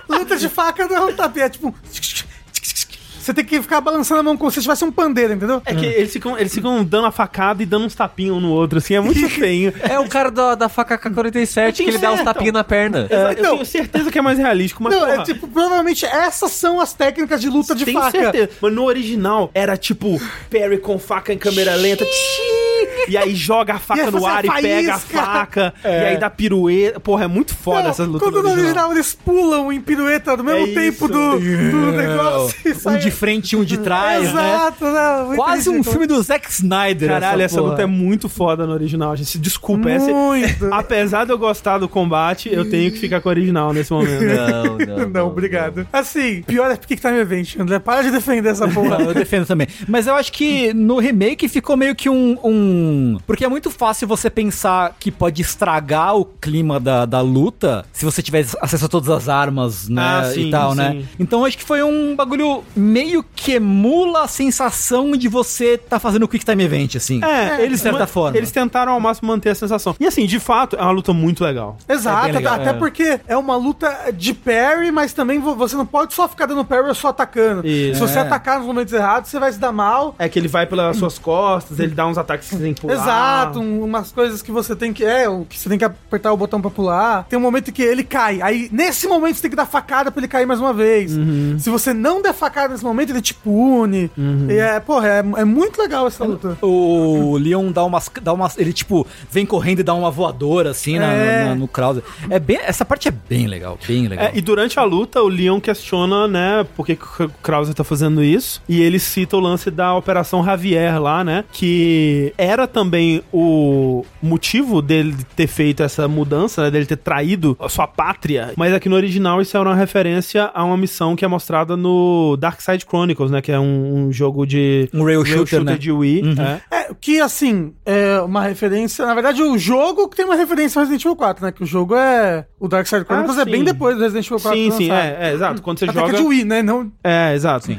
[SPEAKER 2] Luta de faca não é um tapete, é tipo. Você tem que ficar balançando a mão como se tivesse um pandeiro, entendeu?
[SPEAKER 1] é que eles ficam, eles ficam dando a facada e dando uns tapinhos um no outro, assim. É muito feio.
[SPEAKER 4] É o cara da, da faca K-47 que ele dá uns tapinhas na perna.
[SPEAKER 1] É,
[SPEAKER 2] Então-
[SPEAKER 1] eu tenho certeza que é mais realístico, mas
[SPEAKER 2] não,
[SPEAKER 1] porra,
[SPEAKER 2] é tipo, provavelmente essas são as técnicas de luta de
[SPEAKER 1] tem
[SPEAKER 2] faca.
[SPEAKER 1] certeza. Mas no original era tipo parry com faca em câmera é lenta. tchim, e aí joga a
[SPEAKER 2] E
[SPEAKER 1] faca
[SPEAKER 2] aí
[SPEAKER 1] no
[SPEAKER 2] fazia
[SPEAKER 1] ar
[SPEAKER 2] a
[SPEAKER 1] e pega a
[SPEAKER 2] faísca.
[SPEAKER 1] faca. E aí dá pirueta. Porra, é muito foda
[SPEAKER 2] Não,
[SPEAKER 1] essas lutas
[SPEAKER 2] quando
[SPEAKER 1] do
[SPEAKER 2] no original eles pulam em pirueta no mesmo
[SPEAKER 1] É isso.
[SPEAKER 2] tempo
[SPEAKER 1] É.
[SPEAKER 2] do, do negócio.
[SPEAKER 1] assim,
[SPEAKER 2] e
[SPEAKER 3] Um
[SPEAKER 2] sai-
[SPEAKER 3] de frente e um de trás, né?
[SPEAKER 2] Exato, né? Muito
[SPEAKER 3] Quase um
[SPEAKER 2] ridículo.
[SPEAKER 3] filme do Zack Snyder.
[SPEAKER 1] Caralho, essa, luta é
[SPEAKER 3] porra.
[SPEAKER 1] muito foda no original, gente. Desculpa, essa... é-
[SPEAKER 2] Muito.
[SPEAKER 1] apesar de eu gostar do combate, eu tenho que ficar com o original nesse momento.
[SPEAKER 4] Não, não.
[SPEAKER 2] Não, obrigado. Assim, pior é porque que tá me evento, André. Para de defender essa porra.
[SPEAKER 3] Não, eu defendo também. Mas eu acho que no remake ficou meio que um, um- Porque é muito fácil você pensar que pode estragar o clima da, da luta se você tiver acesso a todas as armas, né?
[SPEAKER 1] Ah, sim,
[SPEAKER 3] e tal,
[SPEAKER 1] sim.
[SPEAKER 3] né? Então acho que foi um bagulho meio que emula a sensação de você tá fazendo Quick Time Event, assim.
[SPEAKER 1] É, eles,
[SPEAKER 3] de certa
[SPEAKER 1] man-
[SPEAKER 3] forma.
[SPEAKER 1] eles tentaram ao máximo manter a sensação. E assim, de fato, é uma luta muito legal.
[SPEAKER 2] Exato,
[SPEAKER 3] É bem legal,
[SPEAKER 2] até
[SPEAKER 3] é.
[SPEAKER 2] porque é uma luta de parry, mas também vo- você não pode só ficar dando parry ou só atacando.
[SPEAKER 1] Isso.
[SPEAKER 2] Se você
[SPEAKER 3] É.
[SPEAKER 2] atacar nos momentos errados, você vai se dar mal.
[SPEAKER 1] É que ele vai pelas suas costas, ele dá uns ataques sem pular.
[SPEAKER 2] Exato, um- umas coisas que você tem que. É, o que você tem que apertar o botão pra pular. Tem um momento em que ele cai. Aí, nesse momento, você tem que dar facada pra ele cair mais uma vez. Se você não der facada nesse momento, ele te pune. E é, porra, é, é muito legal essa luta.
[SPEAKER 3] O Leon dá umas, dá umas. Ele, tipo, vem correndo e dá uma voadora, assim, na-
[SPEAKER 2] É.
[SPEAKER 3] na- no Krauser. É bem, essa parte é bem legal, bem legal.
[SPEAKER 1] É, e durante a luta, o Leon questiona, né, por que, que o Krauser tá fazendo isso. E ele cita o lance da Operação Javier lá, né? Que era também o motivo dele ter feito essa mudança, né? Dele ter traído a sua pátria. Mas aqui no original isso era uma referência a uma missão que é mostrada no Dark Side Chronicles, né? Que é um, um jogo de.
[SPEAKER 3] Um rail shooter, né?
[SPEAKER 1] de Wii. é.
[SPEAKER 2] É, que assim, é uma referência. Na verdade, o jogo que tem uma referência ao Resident Evil 4, né? Que o jogo é. O Dark Side Chronicles
[SPEAKER 1] Ah,
[SPEAKER 2] é
[SPEAKER 1] sim.
[SPEAKER 2] bem depois do Resident Evil 4.
[SPEAKER 1] Sim, sim,
[SPEAKER 2] lançado.
[SPEAKER 1] é, é, exato. Quando você
[SPEAKER 2] Até
[SPEAKER 1] joga.
[SPEAKER 2] que é de Wii, né? Não...
[SPEAKER 1] É, exato.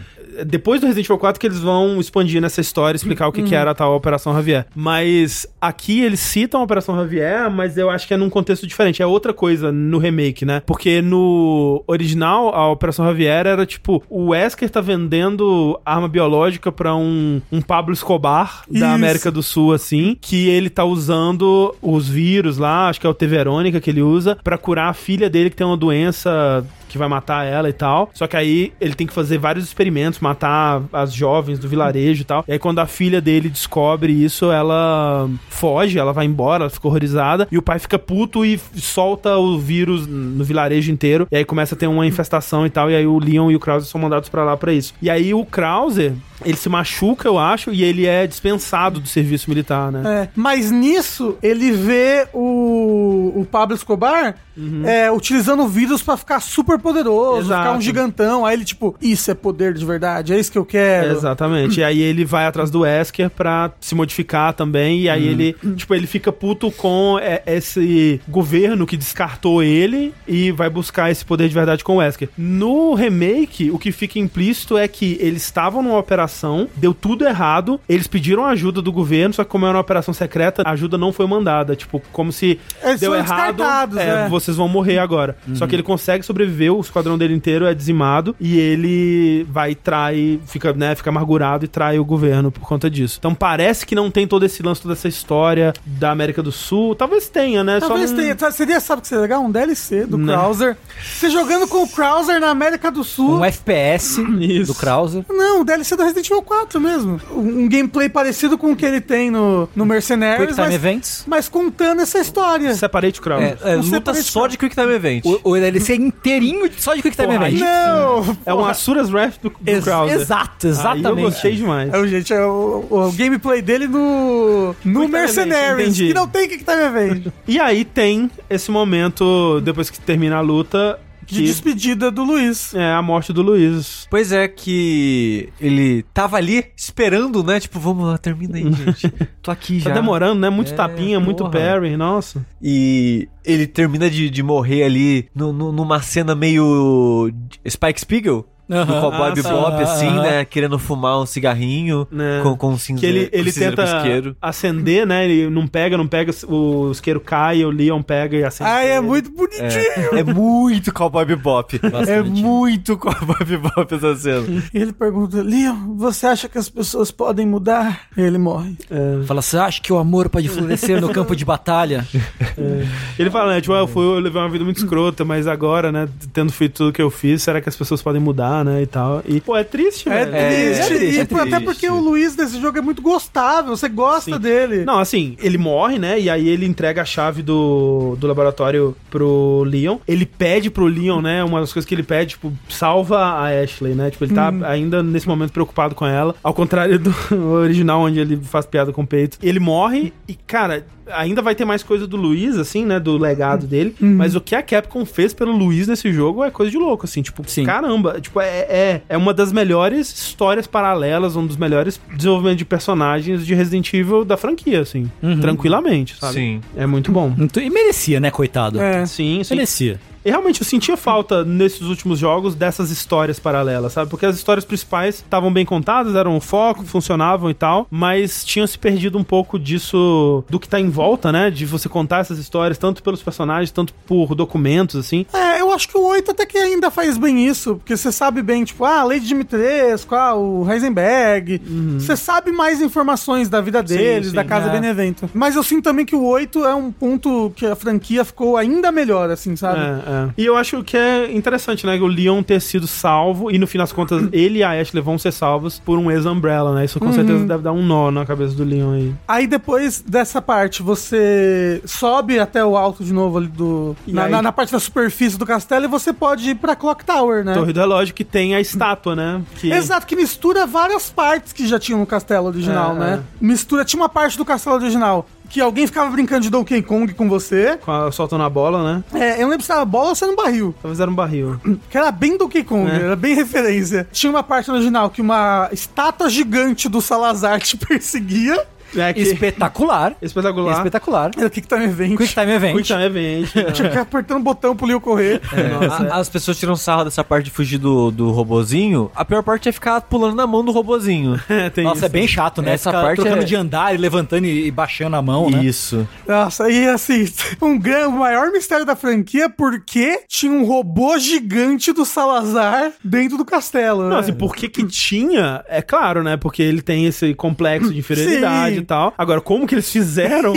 [SPEAKER 1] Depois do Resident Evil 4 que eles vão expandir nessa história, explicar o que, que era a tal Operação Javier. Mas aqui eles citam a Operação Javier, mas eu acho que é num contexto diferente. É outra coisa no remake, né? Porque no original, a Operação Javier era tipo: o Wesker tá vendendo arma biológica pra um, um Pablo Escobar
[SPEAKER 2] Isso.
[SPEAKER 1] da América do Sul, assim, que ele tá usando os vírus lá, acho que é o T. Verônica que ele usa, pra curar a filha dele que tem uma doença que vai matar ela e tal. Só que aí ele tem que fazer vários experimentos, matar as jovens do vilarejo e tal. E aí quando a filha dele descobre isso, ela foge, ela vai embora, ela fica horrorizada. E o pai fica puto e f- solta o vírus no vilarejo inteiro. E aí começa a ter uma infestação e tal. E aí o Leon e o Krauser são mandados pra lá pra isso. E aí o Krauser, ele se machuca, eu acho, e ele é dispensado do serviço militar, né?
[SPEAKER 2] É, mas nisso ele vê o, o Pablo Escobar é, utilizando o vírus pra ficar super poderoso,
[SPEAKER 1] Uhum. Exato.
[SPEAKER 2] ficar um gigantão. Aí ele, tipo, isso é poder de verdade, é isso que eu quero.
[SPEAKER 1] Exatamente. E aí ele vai atrás do Wesker pra se modificar também. E
[SPEAKER 2] Uhum.
[SPEAKER 1] aí ele, tipo, ele fica puto com é, esse governo que descartou ele e vai buscar esse poder de verdade com o Wesker. No remake, o que fica implícito é que eles estavam numa operação, deu tudo errado, eles pediram ajuda do governo, só que como era uma operação secreta, a ajuda não foi mandada. Tipo, como se
[SPEAKER 2] Eles
[SPEAKER 1] deu
[SPEAKER 2] foram
[SPEAKER 1] errado,
[SPEAKER 2] descartados,
[SPEAKER 1] é,
[SPEAKER 2] é.
[SPEAKER 1] vocês vão morrer agora. Só
[SPEAKER 2] Uhum.
[SPEAKER 1] que ele consegue sobreviver, o esquadrão dele inteiro é dizimado e ele vai e trai, fica, né, fica amargurado e trai o governo por conta disso. Então parece que não tem todo esse lance, toda essa história da América do Sul. Talvez tenha, né? Só
[SPEAKER 2] Talvez
[SPEAKER 1] não-
[SPEAKER 2] tenha. sabe- Seria, sabe o que seria legal? Um DLC do
[SPEAKER 1] Não.
[SPEAKER 2] Krauser. Você jogando com o Krauser na América do Sul.
[SPEAKER 3] Um FPS do Krauser.
[SPEAKER 2] Não, o DLC do Resident Evil 4 mesmo. Um um gameplay parecido com o que ele tem no, no Mercenaries,
[SPEAKER 3] Quick Time
[SPEAKER 2] mas,
[SPEAKER 3] Events.
[SPEAKER 2] mas contando essa história.
[SPEAKER 1] Separate o Krauser.
[SPEAKER 4] É,
[SPEAKER 2] Você
[SPEAKER 4] luta
[SPEAKER 2] parece-
[SPEAKER 4] só de Quick Time Event.
[SPEAKER 3] O, o DLC inteirinho de- só de Quick Time
[SPEAKER 1] Porra, aí-
[SPEAKER 3] Event.
[SPEAKER 2] Não!
[SPEAKER 1] É, um Asuras Wrath do, do
[SPEAKER 3] Ex-
[SPEAKER 1] Krauser.
[SPEAKER 3] Exato,
[SPEAKER 1] Aí
[SPEAKER 3] exatamente.
[SPEAKER 1] eu gostei demais.
[SPEAKER 2] É, o- gente, é o, o- o gameplay dele no, no
[SPEAKER 1] Quick Time Event,
[SPEAKER 2] Mercenaries,
[SPEAKER 1] entendi.
[SPEAKER 2] que não tem que tá me vendo.
[SPEAKER 1] E aí tem esse momento, depois que termina a luta,
[SPEAKER 2] De
[SPEAKER 1] que
[SPEAKER 2] despedida do Luiz.
[SPEAKER 1] é a morte do Luiz.
[SPEAKER 4] Pois é que ele tava ali esperando, né? Tipo, vamos lá, termina aí, gente. Tô aqui
[SPEAKER 1] Tá
[SPEAKER 4] já.
[SPEAKER 1] demorando, né? Muito
[SPEAKER 4] É,
[SPEAKER 1] tapinha, muito
[SPEAKER 4] porra.
[SPEAKER 1] parry, nossa.
[SPEAKER 4] E ele termina de, de morrer ali no- no- numa cena meio Spike Spiegel.
[SPEAKER 3] Aham.
[SPEAKER 4] No Cowboy
[SPEAKER 1] Ah, sim.
[SPEAKER 4] Bebop, assim,
[SPEAKER 3] Aham.
[SPEAKER 4] né? Querendo fumar um cigarrinho
[SPEAKER 1] Né.
[SPEAKER 4] com, com um cinze-
[SPEAKER 1] Que ele, ele
[SPEAKER 4] cinzeiro
[SPEAKER 1] tenta
[SPEAKER 4] pisqueiro.
[SPEAKER 1] acender, né? Ele não pega, não pega, o isqueiro cai, o Leon pega e acende.
[SPEAKER 2] Ai, é
[SPEAKER 1] ele.
[SPEAKER 2] muito bonitinho.
[SPEAKER 4] É, é muito Cowboy Bebop. É muito Cowboy Bebop essa cena.
[SPEAKER 2] E ele pergunta, Leon, você acha que as pessoas podem mudar? E ele morre.
[SPEAKER 3] Fala, você acha que o amor pode florescer no campo de batalha?
[SPEAKER 1] Ele fala, né? Tipo, ah, eu, fui, eu levei uma vida muito escrota, mas agora, né? Tendo feito tudo que eu fiz, será que as pessoas podem mudar, né? E tal. E, pô, é triste,
[SPEAKER 2] É,
[SPEAKER 1] velho.
[SPEAKER 2] triste.
[SPEAKER 4] é triste,
[SPEAKER 2] e
[SPEAKER 4] é
[SPEAKER 2] por- até
[SPEAKER 4] triste.
[SPEAKER 2] porque o Luiz desse jogo é muito gostável, você gosta
[SPEAKER 1] Sim.
[SPEAKER 2] dele.
[SPEAKER 1] Não, assim, ele morre, né? E aí ele entrega a chave do, do laboratório pro Leon. Ele pede pro Leon, né? Uma das coisas que ele pede, tipo, salva a Ashley, né? Tipo, ele tá ainda nesse momento preocupado com ela. Ao contrário do original, onde ele faz piada com o peito. Ele morre e, cara, ainda vai ter mais coisa do Luiz, assim, né? Do legado dele. Mas o que a Capcom fez pelo Luiz nesse jogo é coisa de louco, assim. Tipo,
[SPEAKER 3] Sim.
[SPEAKER 1] caramba. Tipo, é, é, é uma das melhores histórias paralelas, um dos melhores desenvolvimentos de personagens de Resident Evil da franquia, assim. Tranquilamente, sabe?
[SPEAKER 4] Sim.
[SPEAKER 1] É muito bom.
[SPEAKER 3] Então, E merecia, né, coitado?
[SPEAKER 2] É.
[SPEAKER 1] Sim, sim.
[SPEAKER 3] Merecia.
[SPEAKER 1] E realmente eu sentia falta nesses últimos jogos dessas histórias paralelas, sabe? Porque as histórias principais estavam bem contadas, eram o foco, funcionavam e tal, mas tinham se perdido um pouco disso, do que tá em volta, né? De você contar essas histórias, tanto pelos personagens, tanto por documentos, assim.
[SPEAKER 2] É, eu acho que o 8 até que ainda faz bem isso, porque você sabe bem, tipo, ah, Lady Dimitrescu, ah, o Heisenberg. Você sabe mais informações da vida deles,
[SPEAKER 1] Uhum. sim,
[SPEAKER 2] da casa
[SPEAKER 3] é.
[SPEAKER 2] Benevento. Mas eu sinto também que o 8 é um ponto que a franquia ficou ainda melhor, assim, sabe?
[SPEAKER 1] É, é. E eu acho que é interessante, né? O Leon ter sido salvo e no fim das contas ele e a Ashley vão ser salvos por um ex-umbrella, né? Isso com certeza deve dar um nó na cabeça do Leon aí.
[SPEAKER 2] Aí depois dessa parte, você sobe até o alto de novo ali do.
[SPEAKER 1] E
[SPEAKER 2] Na,
[SPEAKER 1] aí-
[SPEAKER 2] na- na parte da superfície do castelo e você pode ir pra Clock Tower, né?
[SPEAKER 1] Torre do relógio que tem a estátua, né? Que...
[SPEAKER 2] Exato, que mistura várias partes que já tinham no castelo original,
[SPEAKER 1] É,
[SPEAKER 2] né? Mistura, tinha uma parte do castelo original que alguém ficava brincando de Donkey Kong com você.
[SPEAKER 1] Com a- Soltando a bola, né?
[SPEAKER 2] É, eu não lembro se era bola ou se era um barril.
[SPEAKER 1] Talvez era um barril.
[SPEAKER 2] Que era bem Donkey Kong,
[SPEAKER 1] É.
[SPEAKER 2] era bem referência. Tinha uma parte no original que uma estátua gigante do Salazar te perseguia.
[SPEAKER 1] É que...
[SPEAKER 3] Espetacular.
[SPEAKER 1] Espetacular.
[SPEAKER 3] Espetacular.
[SPEAKER 2] Era o que que tá me vendo?
[SPEAKER 3] Quick Time Event.
[SPEAKER 1] Quick Time Event.
[SPEAKER 2] Tinha que ficar apertando o botão pro Leo correr.
[SPEAKER 1] Nossa,
[SPEAKER 4] É. A- As pessoas tiram sarro dessa parte de fugir do, do robozinho. A pior parte é ficar pulando na mão do robozinho.
[SPEAKER 1] é, tem
[SPEAKER 3] Nossa,
[SPEAKER 1] isso.
[SPEAKER 3] é bem chato, né?
[SPEAKER 4] Essa
[SPEAKER 3] Ficar
[SPEAKER 4] parte
[SPEAKER 3] trocando
[SPEAKER 4] é-
[SPEAKER 3] de andar e levantando e e baixando a mão, né?
[SPEAKER 4] Isso.
[SPEAKER 2] Nossa, e assim, um gran... o maior mistério da franquia é porque tinha um robô gigante do Salazar dentro do castelo.
[SPEAKER 1] Não,
[SPEAKER 2] né?
[SPEAKER 1] assim, por que que tinha? É claro, né? Porque ele tem esse complexo de inferioridade
[SPEAKER 2] Sim.
[SPEAKER 1] e tal. Agora, como que eles fizeram?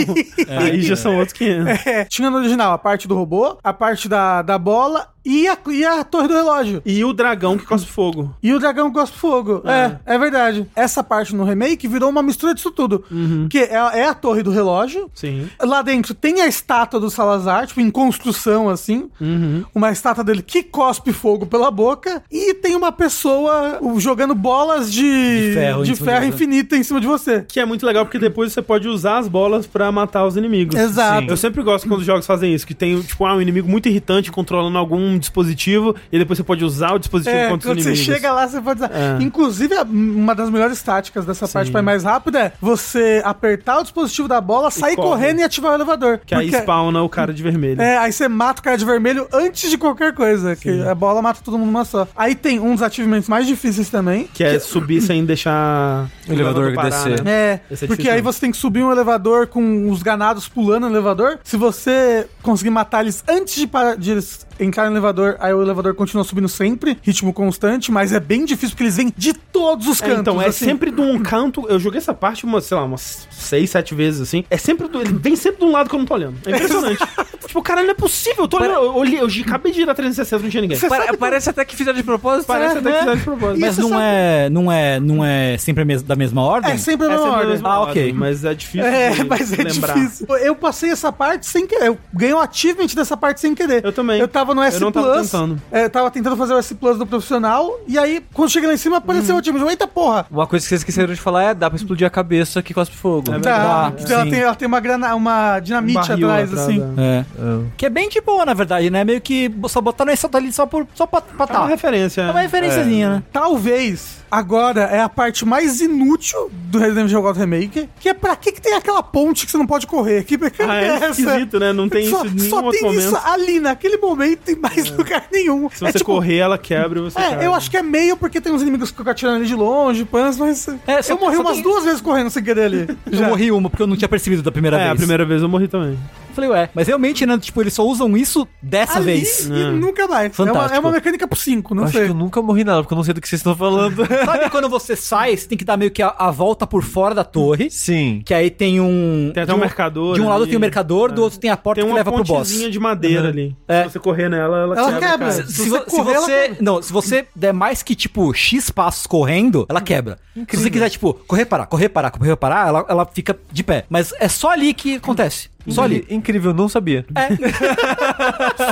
[SPEAKER 1] aí já são outros 500.
[SPEAKER 2] É, tinha no original a parte do robô, a parte da, da bola e a, e a torre do relógio.
[SPEAKER 1] E o dragão que cospe fogo.
[SPEAKER 2] E o dragão gosta fogo. É. é, verdade. Essa parte no remake virou uma mistura disso tudo.
[SPEAKER 3] Uhum.
[SPEAKER 2] Que é, é a torre do relógio.
[SPEAKER 1] Sim.
[SPEAKER 2] Lá dentro tem a estátua do Salazar, tipo, em construção, assim.
[SPEAKER 3] Uhum.
[SPEAKER 2] Uma estátua dele que cospe fogo pela boca. E tem uma pessoa uh, jogando bolas de,
[SPEAKER 3] De ferro em
[SPEAKER 2] de
[SPEAKER 3] cima de
[SPEAKER 2] ferro
[SPEAKER 3] você.
[SPEAKER 2] infinita em cima de você.
[SPEAKER 1] Que é muito legal porque depois você pode usar as bolas pra matar os inimigos.
[SPEAKER 2] Exato.
[SPEAKER 1] Eu sempre gosto quando os jogos fazem isso, que tem, tipo, ah, um inimigo muito irritante controlando algum dispositivo, e depois você pode usar o dispositivo
[SPEAKER 2] É, quando
[SPEAKER 1] contra os
[SPEAKER 2] você
[SPEAKER 1] um inimigos.
[SPEAKER 2] chega lá, você pode usar.
[SPEAKER 1] É.
[SPEAKER 2] Inclusive, a- uma das melhores táticas dessa parte pra ir mais rápido é você apertar o dispositivo da bola, sair
[SPEAKER 1] corre.
[SPEAKER 2] correndo e ativar o elevador.
[SPEAKER 1] Que aí spawna o cara de vermelho.
[SPEAKER 2] É, aí você mata o cara de vermelho antes de qualquer coisa, que a bola mata todo mundo numa só. Aí tem um dos ativamentos mais difíceis também.
[SPEAKER 1] Que é subir sem deixar
[SPEAKER 4] O elevador descer.
[SPEAKER 1] né?
[SPEAKER 2] É,
[SPEAKER 1] Esse é
[SPEAKER 2] porque
[SPEAKER 1] difícil
[SPEAKER 2] aí
[SPEAKER 1] mesmo.
[SPEAKER 2] você tem que subir um elevador com os ganados pulando no elevador. Se você conseguir matar eles antes de, parar, de eles entrarem no elevador, aí o elevador continua subindo sempre, ritmo constante, mas é bem difícil porque eles vêm de todos os
[SPEAKER 1] É,
[SPEAKER 2] cantos.
[SPEAKER 1] então, é
[SPEAKER 2] assim.
[SPEAKER 1] sempre de um canto. Eu joguei essa parte, uma, sei lá, umas seis, sete vezes assim. É sempre do, ele vem sempre de um lado que eu não tô olhando. É impressionante. tipo, caralho, não é possível. Eu tô olhando. Eu, olhei- eu acabei de ir a 360, não tinha ninguém.
[SPEAKER 2] Você
[SPEAKER 4] Pare-
[SPEAKER 2] sabe que-
[SPEAKER 4] Parece até que fizeram de propósito.
[SPEAKER 1] Parece
[SPEAKER 4] né?
[SPEAKER 1] até que fizeram de propósito.
[SPEAKER 3] é, Mas
[SPEAKER 2] você
[SPEAKER 3] não
[SPEAKER 2] sabe-
[SPEAKER 3] é, não é, não é sempre a mes- da mesma ordem?
[SPEAKER 2] É sempre a
[SPEAKER 1] É
[SPEAKER 2] mesma
[SPEAKER 1] sempre a
[SPEAKER 2] ordem.
[SPEAKER 1] mesma
[SPEAKER 3] Ah,
[SPEAKER 1] ordem,
[SPEAKER 3] ok.
[SPEAKER 1] Mas é difícil. de
[SPEAKER 2] É, mas é
[SPEAKER 1] lembrar.
[SPEAKER 2] difícil. Eu passei essa parte sem querer. Eu ganhei o achievement dessa parte sem querer.
[SPEAKER 1] Eu também.
[SPEAKER 2] Eu tava no
[SPEAKER 1] Eu
[SPEAKER 2] S
[SPEAKER 1] não tava
[SPEAKER 2] Plus.
[SPEAKER 1] tentando.
[SPEAKER 2] é, eu tava tentando fazer o S Plus do profissional. E aí, quando cheguei lá em cima, apareceu
[SPEAKER 1] Uhum.
[SPEAKER 2] o achievement. Eu, Eita porra!
[SPEAKER 4] Uma coisa que vocês esqueceram de falar é dá pra explodir a cabeça que cospe fogo.
[SPEAKER 1] É
[SPEAKER 2] Tá,
[SPEAKER 3] verdade,
[SPEAKER 2] então ela,
[SPEAKER 3] sim.
[SPEAKER 2] tem, ela tem uma, grana, uma dinamite
[SPEAKER 1] barril
[SPEAKER 2] atrás, assim.
[SPEAKER 1] é.
[SPEAKER 3] É. Que é bem de boa, na verdade, né? Meio que só botaram essa ali só, por, só pra, pra
[SPEAKER 1] É uma
[SPEAKER 3] tá.
[SPEAKER 1] referência.
[SPEAKER 3] É uma referenciazinha, né?
[SPEAKER 2] Talvez agora é a parte mais inútil do Resident Evil 4 Remake, que é pra que, que tem aquela ponte que você não pode correr? Que brincadeira
[SPEAKER 1] Ah,
[SPEAKER 2] é
[SPEAKER 1] é
[SPEAKER 2] essa?
[SPEAKER 1] esquisito, né? Não tem
[SPEAKER 2] só,
[SPEAKER 1] isso em nenhum
[SPEAKER 2] só
[SPEAKER 1] outro
[SPEAKER 2] tem
[SPEAKER 1] momento. É.
[SPEAKER 2] isso ali, naquele momento, em mais lugar nenhum. tipo,
[SPEAKER 1] Se você correr, ela quebra e você.
[SPEAKER 2] É,
[SPEAKER 1] cai. né?
[SPEAKER 2] eu acho que é meio porque tem uns inimigos que ficam atirando ali de longe, pans, mas.
[SPEAKER 3] É, só-
[SPEAKER 2] eu morri
[SPEAKER 3] só
[SPEAKER 2] umas
[SPEAKER 3] tem-
[SPEAKER 2] duas vezes correndo sem querer ali.
[SPEAKER 3] Eu morri uma, porque eu não tinha percebido da primeira
[SPEAKER 1] É,
[SPEAKER 3] vez.
[SPEAKER 1] a primeira vez eu morri também.
[SPEAKER 3] Falei, ué, mas realmente, né? Tipo, eles só usam isso dessa
[SPEAKER 2] ali
[SPEAKER 3] vez.
[SPEAKER 2] E nunca mais. É,
[SPEAKER 3] Fantástico.
[SPEAKER 2] uma, é uma mecânica pro 5,
[SPEAKER 4] Eu
[SPEAKER 2] não
[SPEAKER 4] acho
[SPEAKER 2] sei.
[SPEAKER 4] que eu nunca morri nada, porque eu não sei do que vocês estão falando.
[SPEAKER 3] Sabe quando você sai, você tem que dar meio que a, a volta por fora da torre?
[SPEAKER 4] Sim.
[SPEAKER 3] Que aí tem um.
[SPEAKER 1] Tem até
[SPEAKER 3] de
[SPEAKER 1] um mercador
[SPEAKER 3] De um lado
[SPEAKER 1] ali. É.
[SPEAKER 3] tem o mercador, do outro tem a porta
[SPEAKER 1] Tem
[SPEAKER 3] que
[SPEAKER 1] uma
[SPEAKER 3] leva pro boss.
[SPEAKER 1] pontezinha de madeira ali.
[SPEAKER 3] É.
[SPEAKER 1] Se você correr nela, ela,
[SPEAKER 2] Ela
[SPEAKER 1] quebra.
[SPEAKER 2] quebra.
[SPEAKER 1] cara.
[SPEAKER 3] Se, vo- se você. Não, se você der mais que, tipo, X passos correndo, ela quebra. Se você quiser, tipo, correr, parar, correr, parar, correr, parar, ela, ela fica de pé. Mas é só ali que acontece. Só ali. É,
[SPEAKER 4] Incrível, não sabia.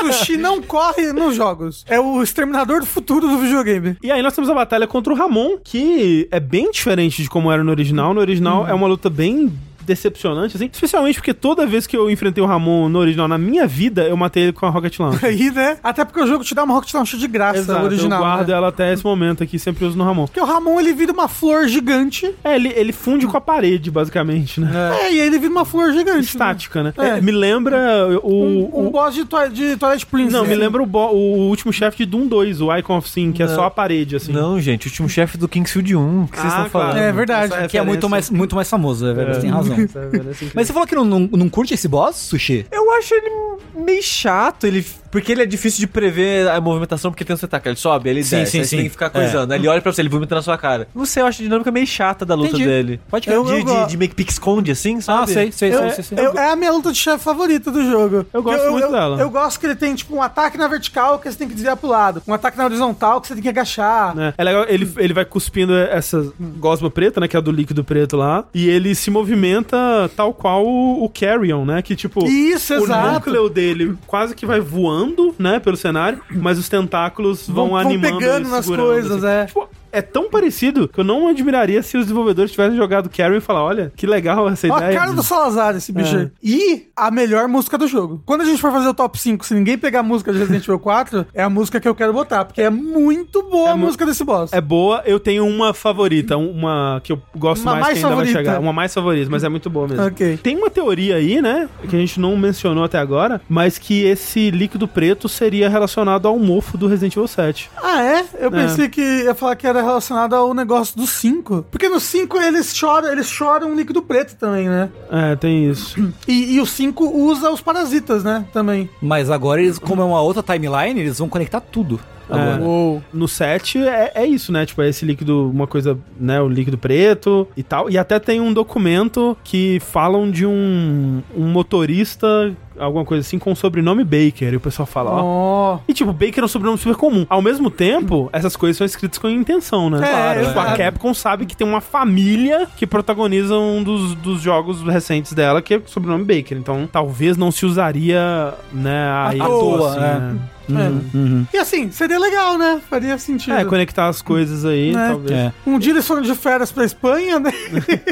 [SPEAKER 2] Sushi não corre nos jogos. É o exterminador do futuro do videogame.
[SPEAKER 1] E aí nós temos a batalha contra o Ramon, que é bem diferente de como era no original. No original
[SPEAKER 2] Uhum.
[SPEAKER 1] é uma luta bem decepcionante, assim. Especialmente porque toda vez que eu enfrentei o Ramon no original na minha vida, eu matei ele com a Rocket Launcher.
[SPEAKER 2] Aí, né? Até porque o jogo te dá uma Rocket Launcher de graça
[SPEAKER 1] Exato,
[SPEAKER 2] é original.
[SPEAKER 1] eu guardo
[SPEAKER 2] né?
[SPEAKER 1] ela até esse momento aqui, sempre uso no Ramon.
[SPEAKER 2] Porque o Ramon ele vira uma flor gigante.
[SPEAKER 1] É, ele, ele funde com a parede, basicamente, né?
[SPEAKER 2] É, e aí ele vira uma flor gigante.
[SPEAKER 1] Estática, né?
[SPEAKER 2] É.
[SPEAKER 1] É, me lembra o...
[SPEAKER 2] né? Um, um
[SPEAKER 1] o-
[SPEAKER 2] boss de, Twi- de Twilight Princess.
[SPEAKER 1] não, me lembra o, bo- o último chefe de Doom 2, o Icon of Sin, que é só a parede, assim.
[SPEAKER 4] Não, gente, o último chefe do Kingsfield 1, o que vocês
[SPEAKER 1] Ah,
[SPEAKER 4] estão falando?
[SPEAKER 1] claro.
[SPEAKER 2] É verdade.
[SPEAKER 1] Essa
[SPEAKER 3] Que é muito
[SPEAKER 1] referência.
[SPEAKER 3] mais, muito mais famoso, é verdade. Você tem razão.
[SPEAKER 1] Essa referência é
[SPEAKER 3] Mas você falou que não, não, não curte esse boss, Sushi?
[SPEAKER 4] Eu acho ele meio chato, ele, porque ele é difícil de prever a movimentação, porque tem um tentáculo, ele sobe, ele
[SPEAKER 3] Sim,
[SPEAKER 4] desce,
[SPEAKER 3] sim,
[SPEAKER 4] aí você
[SPEAKER 3] sim. É.
[SPEAKER 4] tem que ficar coisando, aí ele olha pra você, ele vomita na sua cara. Não sei, eu acho a dinâmica meio chata da luta
[SPEAKER 3] Entendi.
[SPEAKER 4] dele. É
[SPEAKER 3] Pode
[SPEAKER 4] De,
[SPEAKER 3] crer.
[SPEAKER 4] de,
[SPEAKER 2] go-
[SPEAKER 4] de meio que esconde assim,
[SPEAKER 3] Ah,
[SPEAKER 4] sabe?
[SPEAKER 3] sei, sei,
[SPEAKER 2] Eu-
[SPEAKER 3] sei, sei, sei.
[SPEAKER 2] eu- é a minha luta de chefe favorita do jogo.
[SPEAKER 1] Eu gosto muito
[SPEAKER 2] eu,
[SPEAKER 1] dela.
[SPEAKER 2] Eu gosto que ele tem, tipo, um ataque na vertical que você tem que desviar pro lado. Um ataque na horizontal que você tem que agachar.
[SPEAKER 1] né? É legal, ele, ele vai cuspindo essa gosma preta, né? Que é a do líquido preto lá. E ele se movimenta tal qual o, o Carrion, né? Que tipo.
[SPEAKER 2] Isso,
[SPEAKER 1] o
[SPEAKER 2] exato.
[SPEAKER 1] núcleo dele quase que vai voando, né, pelo cenário, mas os tentáculos vão,
[SPEAKER 2] Vão- vão
[SPEAKER 1] animando.
[SPEAKER 2] pegando
[SPEAKER 1] e
[SPEAKER 2] nas
[SPEAKER 1] segurando,
[SPEAKER 2] coisas, é.
[SPEAKER 1] Tipo, é tão parecido que eu não admiraria se os desenvolvedores tivessem jogado Carrion e falar: olha, que legal essa
[SPEAKER 2] Ó, a
[SPEAKER 1] ideia.
[SPEAKER 2] cara do Salazar, esse bicho
[SPEAKER 1] Né, É.
[SPEAKER 2] aí. E a melhor música do jogo. Quando a gente for fazer o top 5, se ninguém pegar a música de Resident Evil 4, é a música que eu quero botar, porque é muito boa
[SPEAKER 1] É
[SPEAKER 2] a
[SPEAKER 1] mu-
[SPEAKER 2] música desse boss.
[SPEAKER 1] É boa, eu tenho uma favorita, um, uma que eu gosto
[SPEAKER 2] Uma
[SPEAKER 1] mais,
[SPEAKER 2] mais
[SPEAKER 1] que ainda
[SPEAKER 2] favorita.
[SPEAKER 1] vai chegar. Uma mais favorita, mas é muito boa mesmo.
[SPEAKER 2] Ok.
[SPEAKER 1] Tem uma teoria aí, né, que a gente não mencionou até agora, mas que esse líquido preto seria relacionado ao mofo do Resident Evil 7.
[SPEAKER 2] Ah, é? Eu pensei que ia falar que era relacionado ao negócio do 5. Porque no 5 eles choram, eles choram um líquido preto também, né?
[SPEAKER 1] É, tem isso.
[SPEAKER 2] E, e o 5 usa os parasitas, né? Também.
[SPEAKER 3] Mas agora, eles, como é uma outra timeline, eles vão conectar tudo.
[SPEAKER 4] É.
[SPEAKER 1] É.
[SPEAKER 3] Agora.
[SPEAKER 2] Uou.
[SPEAKER 1] No 7 é, é isso, né? Tipo, é esse líquido, uma coisa, né? O líquido preto e tal. E até tem um documento que falam de um, um motorista alguma coisa assim, com o sobrenome Baker. E o pessoal fala, ó.
[SPEAKER 2] Ó.
[SPEAKER 1] E tipo, Baker é um sobrenome super comum. Ao mesmo tempo, essas coisas são escritas com intenção, né?
[SPEAKER 2] É,
[SPEAKER 1] Tipo, a
[SPEAKER 2] exato.
[SPEAKER 1] Capcom sabe que tem uma família que protagoniza um dos, dos jogos recentes dela, que é o sobrenome Baker. Então, talvez não se usaria, né, aí,
[SPEAKER 3] toa, é.
[SPEAKER 1] né?
[SPEAKER 2] É. E assim, seria legal, né? Faria sentido.
[SPEAKER 1] É, conectar as coisas aí,
[SPEAKER 2] Né?
[SPEAKER 1] talvez.
[SPEAKER 3] É.
[SPEAKER 2] Um dia eles foram de férias pra Espanha, né?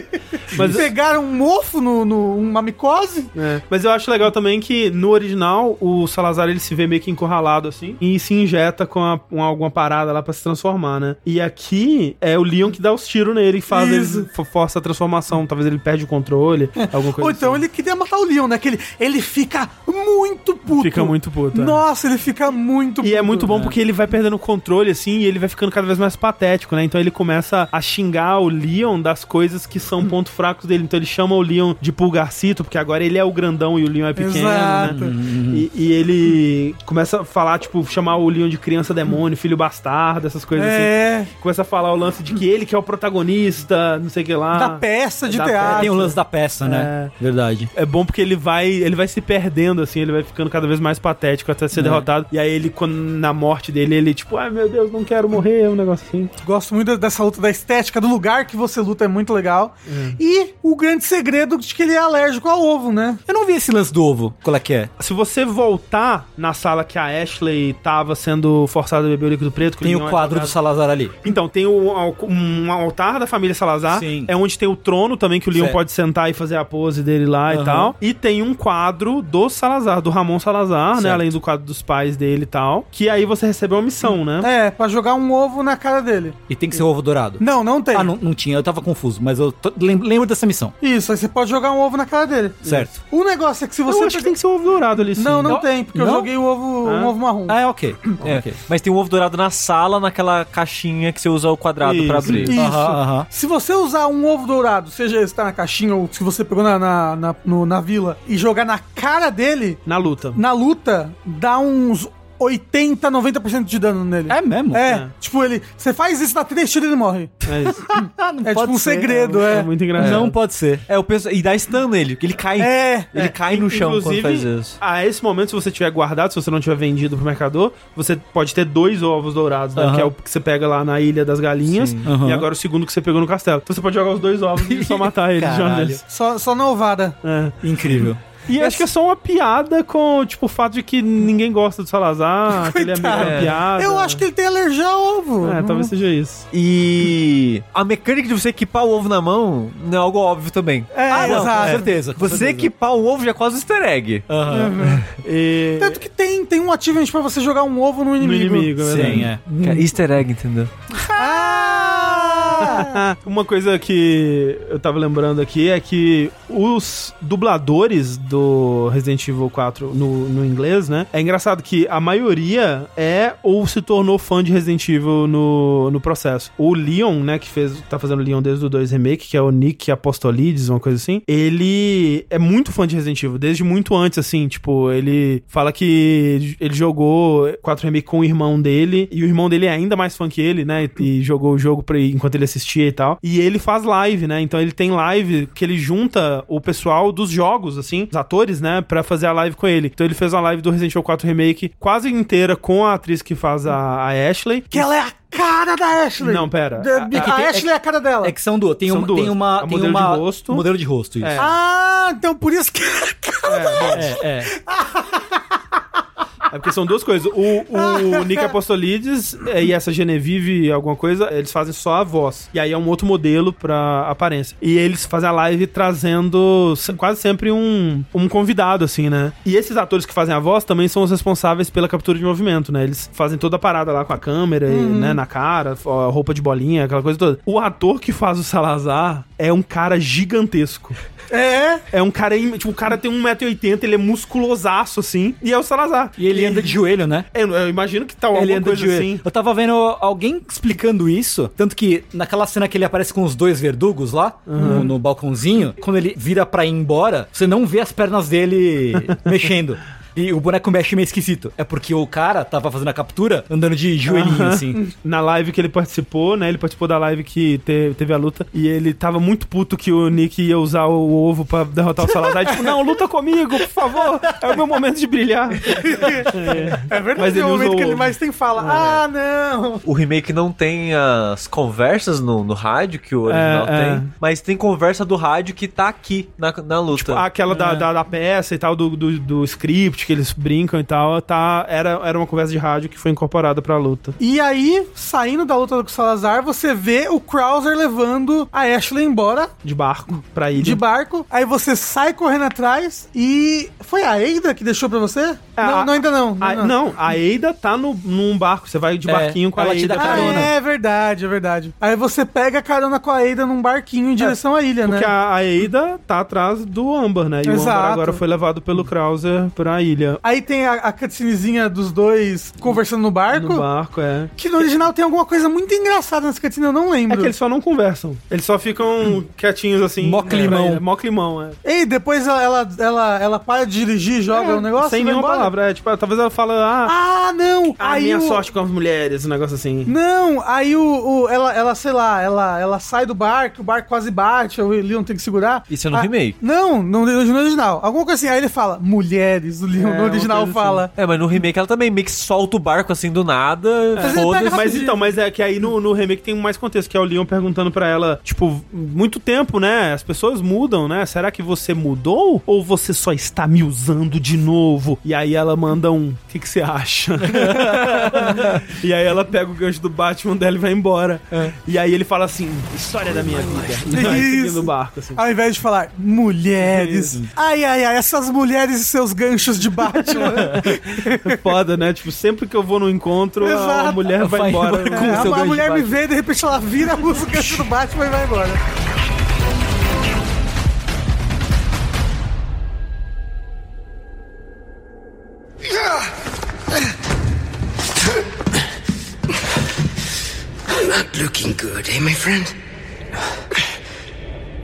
[SPEAKER 1] Mas-
[SPEAKER 2] Pegaram um mofo, no, no- um uma micose.
[SPEAKER 1] É. Mas eu acho legal também que no original o Salazar ele se vê meio que encurralado assim e se injeta com, a- com alguma parada lá pra se transformar, né? E aqui é o Leon que dá os tiros nele que faz
[SPEAKER 2] Isso.
[SPEAKER 1] ele fo- força a transformação. Talvez ele perde o controle, alguma coisa assim.
[SPEAKER 2] Ou então ele queria matar o Leon, né? Que ele, ele fica muito puto.
[SPEAKER 1] Fica muito puto, é.
[SPEAKER 2] Nossa, ele fica muito
[SPEAKER 1] E
[SPEAKER 2] puto.
[SPEAKER 1] é muito bom porque ele vai perdendo o controle, assim, e ele vai ficando cada vez mais patético, né? Então ele começa a xingar o Leon das coisas que
[SPEAKER 2] Uhum.
[SPEAKER 1] são pontos fracos dele. Então ele chama o Leon de pulgarcito, porque agora ele é o grandão e o Leon é pequeno, né?
[SPEAKER 2] Exato.
[SPEAKER 1] E, e ele começa a falar, tipo, chamar o Leon de criança demônio, filho bastardo, essas coisas
[SPEAKER 2] É.
[SPEAKER 1] assim. Começa a falar o lance de que ele que é o protagonista, não sei o que lá.
[SPEAKER 2] Da peça de
[SPEAKER 1] Da
[SPEAKER 2] teatro.
[SPEAKER 1] ah, peça. um
[SPEAKER 3] Tem o lance da peça, né? Verdade.
[SPEAKER 1] É bom porque ele vai, ele vai se perdendo, assim, ele vai ficando cada vez mais patético até
[SPEAKER 3] É.
[SPEAKER 1] ser derrotado. E aí ele, quando, na morte dele, ele, tipo, ai meu Deus, não quero morrer, é um negócio assim.
[SPEAKER 2] Gosto muito dessa luta, da estética, do lugar que você luta é muito legal.
[SPEAKER 1] É.
[SPEAKER 2] E o grande segredo de que ele é alérgico ao ovo, né?
[SPEAKER 3] Eu não vi esse lance do ovo. Qual é que é?
[SPEAKER 1] Se você voltar na sala que a Ashley tava sendo forçada a beber o líquido preto, que
[SPEAKER 3] Tem
[SPEAKER 1] Leon
[SPEAKER 3] o
[SPEAKER 1] é
[SPEAKER 3] quadro
[SPEAKER 1] jogado-
[SPEAKER 3] do Salazar ali.
[SPEAKER 1] Então, tem o- al- um, altar da família Salazar.
[SPEAKER 3] Sim.
[SPEAKER 1] É onde tem o trono também, que o Leon
[SPEAKER 3] Certo.
[SPEAKER 1] pode sentar e fazer a pose dele lá e
[SPEAKER 3] Aham.
[SPEAKER 1] tal. E tem um quadro do Salazar, do Ramon Salazar, né?
[SPEAKER 3] Certo.
[SPEAKER 1] Além do quadro dos pais dele e tal. Que aí você recebeu uma missão, né?
[SPEAKER 2] É, pra jogar um ovo na cara dele.
[SPEAKER 3] E tem que ser o ovo dourado.
[SPEAKER 4] É.
[SPEAKER 2] Não, não tem.
[SPEAKER 3] Ah, não, não tinha, eu tava confuso, mas eu tô- lem- lembro dessa missão,
[SPEAKER 2] Isso, aí você pode jogar um ovo na cara dele.
[SPEAKER 3] certo?
[SPEAKER 2] O negócio é que se
[SPEAKER 1] Eu
[SPEAKER 2] você.
[SPEAKER 1] acho que tem que ser o ovo dourado ali, sim.
[SPEAKER 2] Não, não
[SPEAKER 1] Eu-
[SPEAKER 2] tem, porque eu
[SPEAKER 3] Não?
[SPEAKER 2] joguei o ovo, um
[SPEAKER 1] Ah.
[SPEAKER 2] ovo marrom.
[SPEAKER 3] Ah, é ok. É,
[SPEAKER 4] É,
[SPEAKER 3] ok.
[SPEAKER 4] Mas tem um ovo dourado na sala, naquela caixinha que você usa o quadrado pra
[SPEAKER 1] Isso.
[SPEAKER 4] abrir.
[SPEAKER 2] Isso.
[SPEAKER 3] é Aham, aham.
[SPEAKER 2] Se você usar um ovo dourado, seja esse que tá na caixinha ou se você pegou na, na, na, no- na vila, e jogar na cara dele,
[SPEAKER 1] Na luta.
[SPEAKER 2] na luta, dá uns 80, 90% de dano nele.
[SPEAKER 3] É mesmo?
[SPEAKER 2] É,
[SPEAKER 1] É.
[SPEAKER 2] tipo, ele. Você faz isso, dá três tiros e ele morre.
[SPEAKER 1] É isso.
[SPEAKER 2] é tipo um segredo,
[SPEAKER 1] É,
[SPEAKER 2] é.
[SPEAKER 1] muito engraçado.
[SPEAKER 3] Não pode ser.
[SPEAKER 4] É, eu penso. E dá stun nele, que ele cai.
[SPEAKER 2] É.
[SPEAKER 4] Ele cai no chão quando
[SPEAKER 1] Inclusive,
[SPEAKER 4] faz isso.
[SPEAKER 1] a esse momento, se você tiver guardado, se você não tiver vendido pro mercador, você pode ter dois ovos dourados, né?
[SPEAKER 3] Aham.
[SPEAKER 1] Que é o que você pega lá na Ilha das Galinhas,
[SPEAKER 3] Aham.
[SPEAKER 1] e agora o segundo que você pegou no castelo. Então você pode jogar os dois ovos e só matar eles já
[SPEAKER 3] Caralho.
[SPEAKER 1] neles.
[SPEAKER 2] Só, só na ovada.
[SPEAKER 1] É.
[SPEAKER 3] Incrível.
[SPEAKER 1] E acho que é só uma piada com, tipo, o fato de que ninguém gosta do Salazar, que ele é meio
[SPEAKER 2] Coitado.
[SPEAKER 1] uma piada.
[SPEAKER 2] Eu acho que ele tem alergia ao ovo.
[SPEAKER 1] É, talvez seja isso.
[SPEAKER 4] E a mecânica de você equipar o ovo na mão não é algo óbvio também.
[SPEAKER 2] É,
[SPEAKER 3] ah, não,
[SPEAKER 2] exato.
[SPEAKER 3] com certeza. com
[SPEAKER 4] Você
[SPEAKER 3] certeza.
[SPEAKER 4] equipar o ovo já é quase um easter egg.
[SPEAKER 3] Aham.
[SPEAKER 1] E...
[SPEAKER 2] Tanto que tem, tem um achievement pra você jogar um ovo no
[SPEAKER 1] No
[SPEAKER 2] inimigo.
[SPEAKER 1] inimigo, é verdade.
[SPEAKER 3] Sim, é.
[SPEAKER 4] Cara, easter egg, entendeu?
[SPEAKER 2] Ah!
[SPEAKER 1] Ah, Uma coisa que eu tava lembrando aqui é que os dubladores do Resident Evil 4 no, no inglês, né? É engraçado que a maioria é ou se tornou fã de Resident Evil no, no processo. O Leon, né, que fez, tá fazendo o Leon desde o 2 Remake, que é o Nick Apostolides, uma coisa assim, ele é muito fã de Resident Evil, desde muito antes, assim, tipo, ele fala que ele jogou 4 Remake com o irmão dele, e o irmão dele é ainda mais fã que ele, né, e, e jogou o jogo pra, enquanto ele assistia e tal, e ele faz live, né, então ele tem live que ele junta o pessoal dos jogos, assim, os atores, né, pra fazer a live com ele. Então ele fez uma live do Resident Evil 4 Remake quase inteira com a atriz que faz a, a Ashley.
[SPEAKER 2] Que ela é a cara da Ashley.
[SPEAKER 1] Não, pera.
[SPEAKER 2] Da-
[SPEAKER 1] A-
[SPEAKER 2] a Ashley é a cara dela.
[SPEAKER 3] É que são duas. Tem,
[SPEAKER 1] São
[SPEAKER 3] uma,
[SPEAKER 1] duas.
[SPEAKER 3] tem
[SPEAKER 4] É
[SPEAKER 3] uma.
[SPEAKER 1] A
[SPEAKER 3] tem
[SPEAKER 1] modelo
[SPEAKER 3] uma-
[SPEAKER 1] de rosto.
[SPEAKER 3] Modelo de rosto, isso.
[SPEAKER 1] É.
[SPEAKER 2] Ah, então por isso que ela é a cara da Ashley.
[SPEAKER 3] É, é.
[SPEAKER 1] É porque são duas coisas. O, o Nick Apostolides eh, e essa Genevieve, alguma coisa, eles fazem só a voz. E aí é um outro modelo pra aparência. E eles fazem a live trazendo se- quase sempre um, um convidado, assim, né? E esses atores que fazem a voz também são os responsáveis pela captura de movimento, né? Eles fazem toda a parada lá com a câmera, e, né? Na cara, fo- a roupa de bolinha, aquela coisa toda. O ator que faz o Salazar é um cara gigantesco.
[SPEAKER 2] É,
[SPEAKER 1] É um cara, im- tipo, o cara tem 1,80m, ele é musculosaço, assim, e é o Salazar.
[SPEAKER 3] E ele anda de joelho, né?
[SPEAKER 1] Eu, eu imagino que tá alguma
[SPEAKER 3] Ele anda
[SPEAKER 1] coisa
[SPEAKER 3] de joelho.
[SPEAKER 1] assim.
[SPEAKER 3] Eu tava vendo alguém explicando isso. Tanto que naquela cena que ele aparece com os dois verdugos lá,
[SPEAKER 4] Uhum.
[SPEAKER 3] no, no balcãozinho, quando ele vira pra ir embora, você não vê as pernas dele mexendo. E o boneco mexe meio esquisito. É porque o cara tava fazendo a captura andando de
[SPEAKER 4] Ah.
[SPEAKER 3] joelhinho, assim.
[SPEAKER 1] Na live que ele participou, né? Ele participou da live que te- teve a luta e ele tava muito puto que o Nick ia usar o ovo pra derrotar o Salazar. tipo, não, luta comigo, por favor. É o meu momento de brilhar.
[SPEAKER 2] É verdade,
[SPEAKER 1] Mas ele
[SPEAKER 2] é o momento
[SPEAKER 1] usa
[SPEAKER 2] que
[SPEAKER 1] o- É.
[SPEAKER 2] ele mais tem fala. Ah, não!
[SPEAKER 4] O remake não tem as conversas no, no rádio que o original
[SPEAKER 1] é.
[SPEAKER 4] tem, mas tem conversa do rádio que tá aqui na, na luta.
[SPEAKER 1] Ah, Aquela
[SPEAKER 3] É.
[SPEAKER 1] da, da, da peça e tal, do, do, do script que eles brincam e tal, tá, era, era uma conversa de rádio que foi incorporada pra luta.
[SPEAKER 2] E aí, saindo da luta com o Salazar, você vê o Krauser levando a Ashley embora
[SPEAKER 1] De barco pra ilha.
[SPEAKER 2] de barco. Aí você sai correndo atrás e. Foi a Eida que deixou pra você?
[SPEAKER 1] Ah,
[SPEAKER 2] não, não, ainda não.
[SPEAKER 1] A-
[SPEAKER 2] não.
[SPEAKER 1] não, a Eida tá no, num barco. Você vai de
[SPEAKER 3] É,
[SPEAKER 1] barquinho com a
[SPEAKER 3] ela te
[SPEAKER 1] Eida.
[SPEAKER 3] dá
[SPEAKER 2] Ah,
[SPEAKER 3] carona.
[SPEAKER 2] é verdade, é verdade. Aí você pega a carona com a Eida num barquinho em direção à ilha, né?
[SPEAKER 1] É, Porque a, a Eida tá atrás do Amber, né? E o Amber
[SPEAKER 2] Exato.
[SPEAKER 1] agora foi levado pelo Krauser pra ilha.
[SPEAKER 2] Aí tem a, a cutscenezinha dos dois conversando no barco.
[SPEAKER 1] No barco, é.
[SPEAKER 2] Que no original tem alguma coisa muito engraçada nessa cutscene, eu não
[SPEAKER 1] É
[SPEAKER 2] lembro.
[SPEAKER 1] que eles só não conversam. Eles só ficam quietinhos assim.
[SPEAKER 3] Mó climão.
[SPEAKER 1] É, mó climão, é.
[SPEAKER 2] Ei, depois ela, ela, ela, ela para de dirigir, joga o negócio.
[SPEAKER 1] É, Sem
[SPEAKER 2] e vai
[SPEAKER 1] nenhuma
[SPEAKER 2] embora.
[SPEAKER 1] palavra. É, tipo, talvez ela fala, ah,
[SPEAKER 2] Ah, não!
[SPEAKER 1] a
[SPEAKER 2] aí
[SPEAKER 1] minha
[SPEAKER 2] o-
[SPEAKER 1] sorte com as mulheres, um negócio assim.
[SPEAKER 2] Não, aí o, o- ela, ela, sei lá, ela, ela sai do barco, o barco quase bate, o Leon tem que segurar.
[SPEAKER 4] Isso é no
[SPEAKER 2] Ah,
[SPEAKER 4] remake.
[SPEAKER 2] Não, no, no original. Alguma coisa assim. Aí ele fala, mulheres, o Leon
[SPEAKER 1] É,
[SPEAKER 2] no original
[SPEAKER 1] uma coisa
[SPEAKER 2] fala.
[SPEAKER 4] É, mas no remake ela também meio que solta o barco assim do nada,
[SPEAKER 2] Mas ele
[SPEAKER 4] foda-se.
[SPEAKER 2] pega
[SPEAKER 1] Mas
[SPEAKER 2] rapidinho.
[SPEAKER 1] então, mas é que aí no, no remake tem mais contexto, que é o Leon perguntando pra ela, tipo, muito tempo, né? As pessoas mudam, né? Será que você mudou? Ou você só está me usando de novo? E aí ela manda um, o que, que você acha? e aí ela pega o gancho do Batman dela e vai embora.
[SPEAKER 2] É.
[SPEAKER 1] E aí ele fala assim, história da minha vida. E vai seguindo o barco, assim.
[SPEAKER 2] Ao invés de falar mulheres. Ai, ai, ai, essas mulheres e seus ganchos de Batman.
[SPEAKER 1] Foda, né? Tipo, sempre que eu vou no encontro, a
[SPEAKER 2] Exato.
[SPEAKER 1] mulher vai,
[SPEAKER 3] Vai
[SPEAKER 1] embora.
[SPEAKER 3] embora.
[SPEAKER 2] É,
[SPEAKER 3] Com seu
[SPEAKER 2] a
[SPEAKER 3] gancho
[SPEAKER 2] mulher
[SPEAKER 3] de
[SPEAKER 2] me
[SPEAKER 3] Batman.
[SPEAKER 2] vê, de repente ela vira, usa o gancho do Batman e vai embora.
[SPEAKER 9] Not looking good, eh, my friend?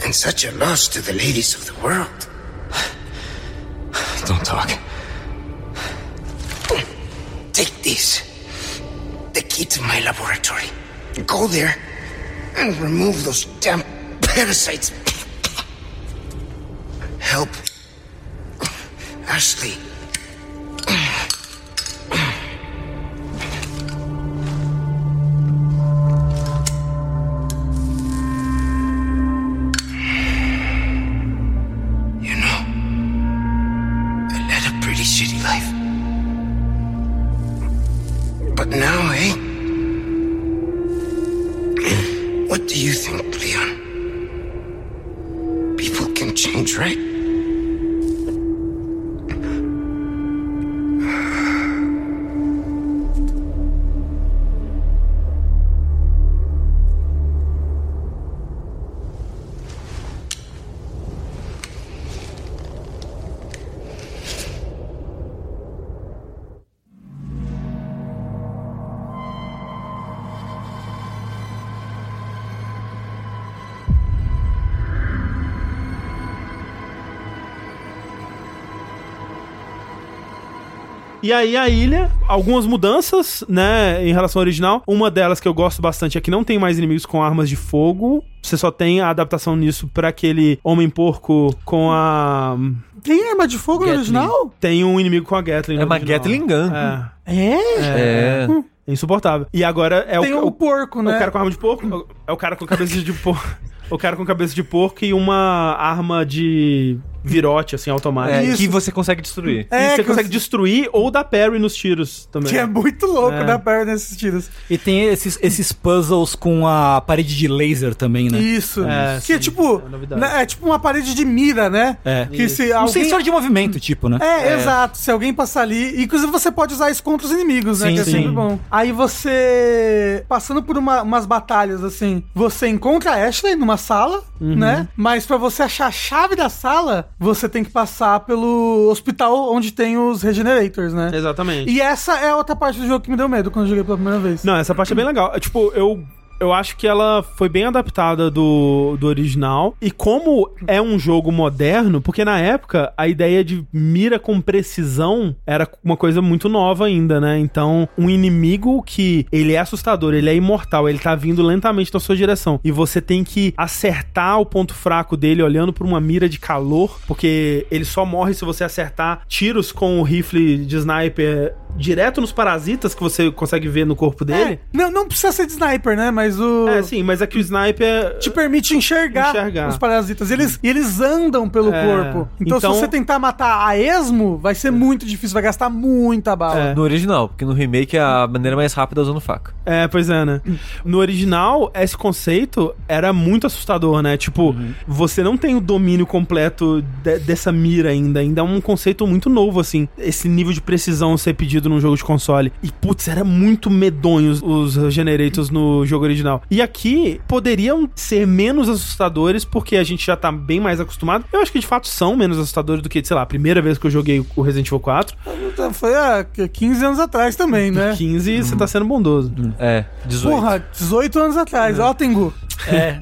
[SPEAKER 9] And such a loss to the ladies of the world. Don't talk. Take this. The key to my laboratory. Go there and remove those damn parasites. Help. Ashley. You know, I led a pretty shitty life. But now, eh? What do you think, Leon? People can change, right?
[SPEAKER 1] E aí a ilha, algumas mudanças, né, em relação ao original. Uma delas que eu gosto bastante é que não tem mais inimigos com armas de fogo. Você só tem a adaptação nisso pra aquele homem porco com a
[SPEAKER 2] Tem arma é de fogo no
[SPEAKER 3] Gatling.
[SPEAKER 2] original?
[SPEAKER 1] tem um inimigo com a Gatling. no
[SPEAKER 4] É uma
[SPEAKER 1] original.
[SPEAKER 4] Gatling Gun.
[SPEAKER 1] É,
[SPEAKER 2] É?
[SPEAKER 4] É.
[SPEAKER 1] é insuportável. E agora é
[SPEAKER 2] Tem
[SPEAKER 1] o,
[SPEAKER 2] o porco,
[SPEAKER 1] o
[SPEAKER 2] né?
[SPEAKER 1] cara com arma de porco, é o cara com cabeça de porco. O cara com cabeça de porco e uma arma de virote, assim, automática.
[SPEAKER 4] É,
[SPEAKER 1] E
[SPEAKER 2] Isso.
[SPEAKER 4] que você consegue destruir.
[SPEAKER 2] É,
[SPEAKER 1] você
[SPEAKER 2] que
[SPEAKER 1] consegue
[SPEAKER 2] os-
[SPEAKER 1] destruir ou dar parry nos tiros também.
[SPEAKER 2] Que é muito louco
[SPEAKER 1] É.
[SPEAKER 2] dar perna nesses tiros.
[SPEAKER 3] E tem esses, esses puzzles com a parede de laser também, né?
[SPEAKER 2] Isso.
[SPEAKER 1] É,
[SPEAKER 2] que é
[SPEAKER 1] sim, é
[SPEAKER 2] tipo. né, É,
[SPEAKER 1] novidade.
[SPEAKER 2] tipo uma parede de mira, né?
[SPEAKER 3] É.
[SPEAKER 2] Que se
[SPEAKER 3] Um
[SPEAKER 2] alguém...
[SPEAKER 3] sensor de movimento, tipo, né?
[SPEAKER 2] É, exato. Se alguém passar ali. Inclusive, você pode usar isso contra os inimigos, né?
[SPEAKER 3] Sim,
[SPEAKER 2] que é
[SPEAKER 3] sim.
[SPEAKER 2] sempre bom. Aí você. Passando por uma- umas batalhas, assim. Você encontra a Ashley numa sala, né? Mas pra você achar a chave da sala, você tem que passar pelo hospital onde tem os Regenerators, né?
[SPEAKER 1] Exatamente.
[SPEAKER 2] E essa é a outra parte do jogo que me deu medo quando eu joguei pela primeira vez.
[SPEAKER 1] Não, essa parte é bem legal. É, Tipo, eu Eu acho que ela foi bem adaptada do, do original. E como é um jogo moderno, porque na época a ideia de mira com precisão era uma coisa muito nova ainda, né? Então, um inimigo que ele é assustador, ele é imortal, ele tá vindo lentamente na sua direção. E você tem que acertar o ponto fraco dele olhando pra uma mira de calor, porque ele só morre se você acertar tiros com o rifle de sniper direto nos parasitas que você consegue ver no corpo dele.
[SPEAKER 2] É, não, não precisa ser de sniper, né? Mas o.
[SPEAKER 1] É, sim, mas é que o sniper.
[SPEAKER 2] Te permite enxergar,
[SPEAKER 1] Enxergar. Hum.
[SPEAKER 2] os parasitas. E eles, e eles andam pelo
[SPEAKER 1] É.
[SPEAKER 2] corpo. Então,
[SPEAKER 1] Então-
[SPEAKER 2] se você tentar matar a esmo, vai ser muito difícil, vai gastar muita bala.
[SPEAKER 4] No original, porque no remake a maneira mais rápida é usando faca.
[SPEAKER 1] É, pois é, né? No original, esse conceito era muito assustador, né? Tipo, você não tem o domínio completo de- dessa mira ainda. Ainda é um conceito muito novo, assim. Esse nível de precisão ser pedido num jogo de console. E, putz, era muito medonho os, os Generators no jogo original. E aqui, poderiam ser menos assustadores, porque a gente já tá bem mais acostumado. Eu acho que, de fato, são menos assustadores do que, sei lá, a primeira vez que eu joguei o Resident Evil 4.
[SPEAKER 2] Foi há 15 anos atrás também, né?
[SPEAKER 1] 15, você tá sendo bondoso.
[SPEAKER 4] É, 18.
[SPEAKER 2] Porra, 18 anos atrás. Ó, Tengu.
[SPEAKER 3] É.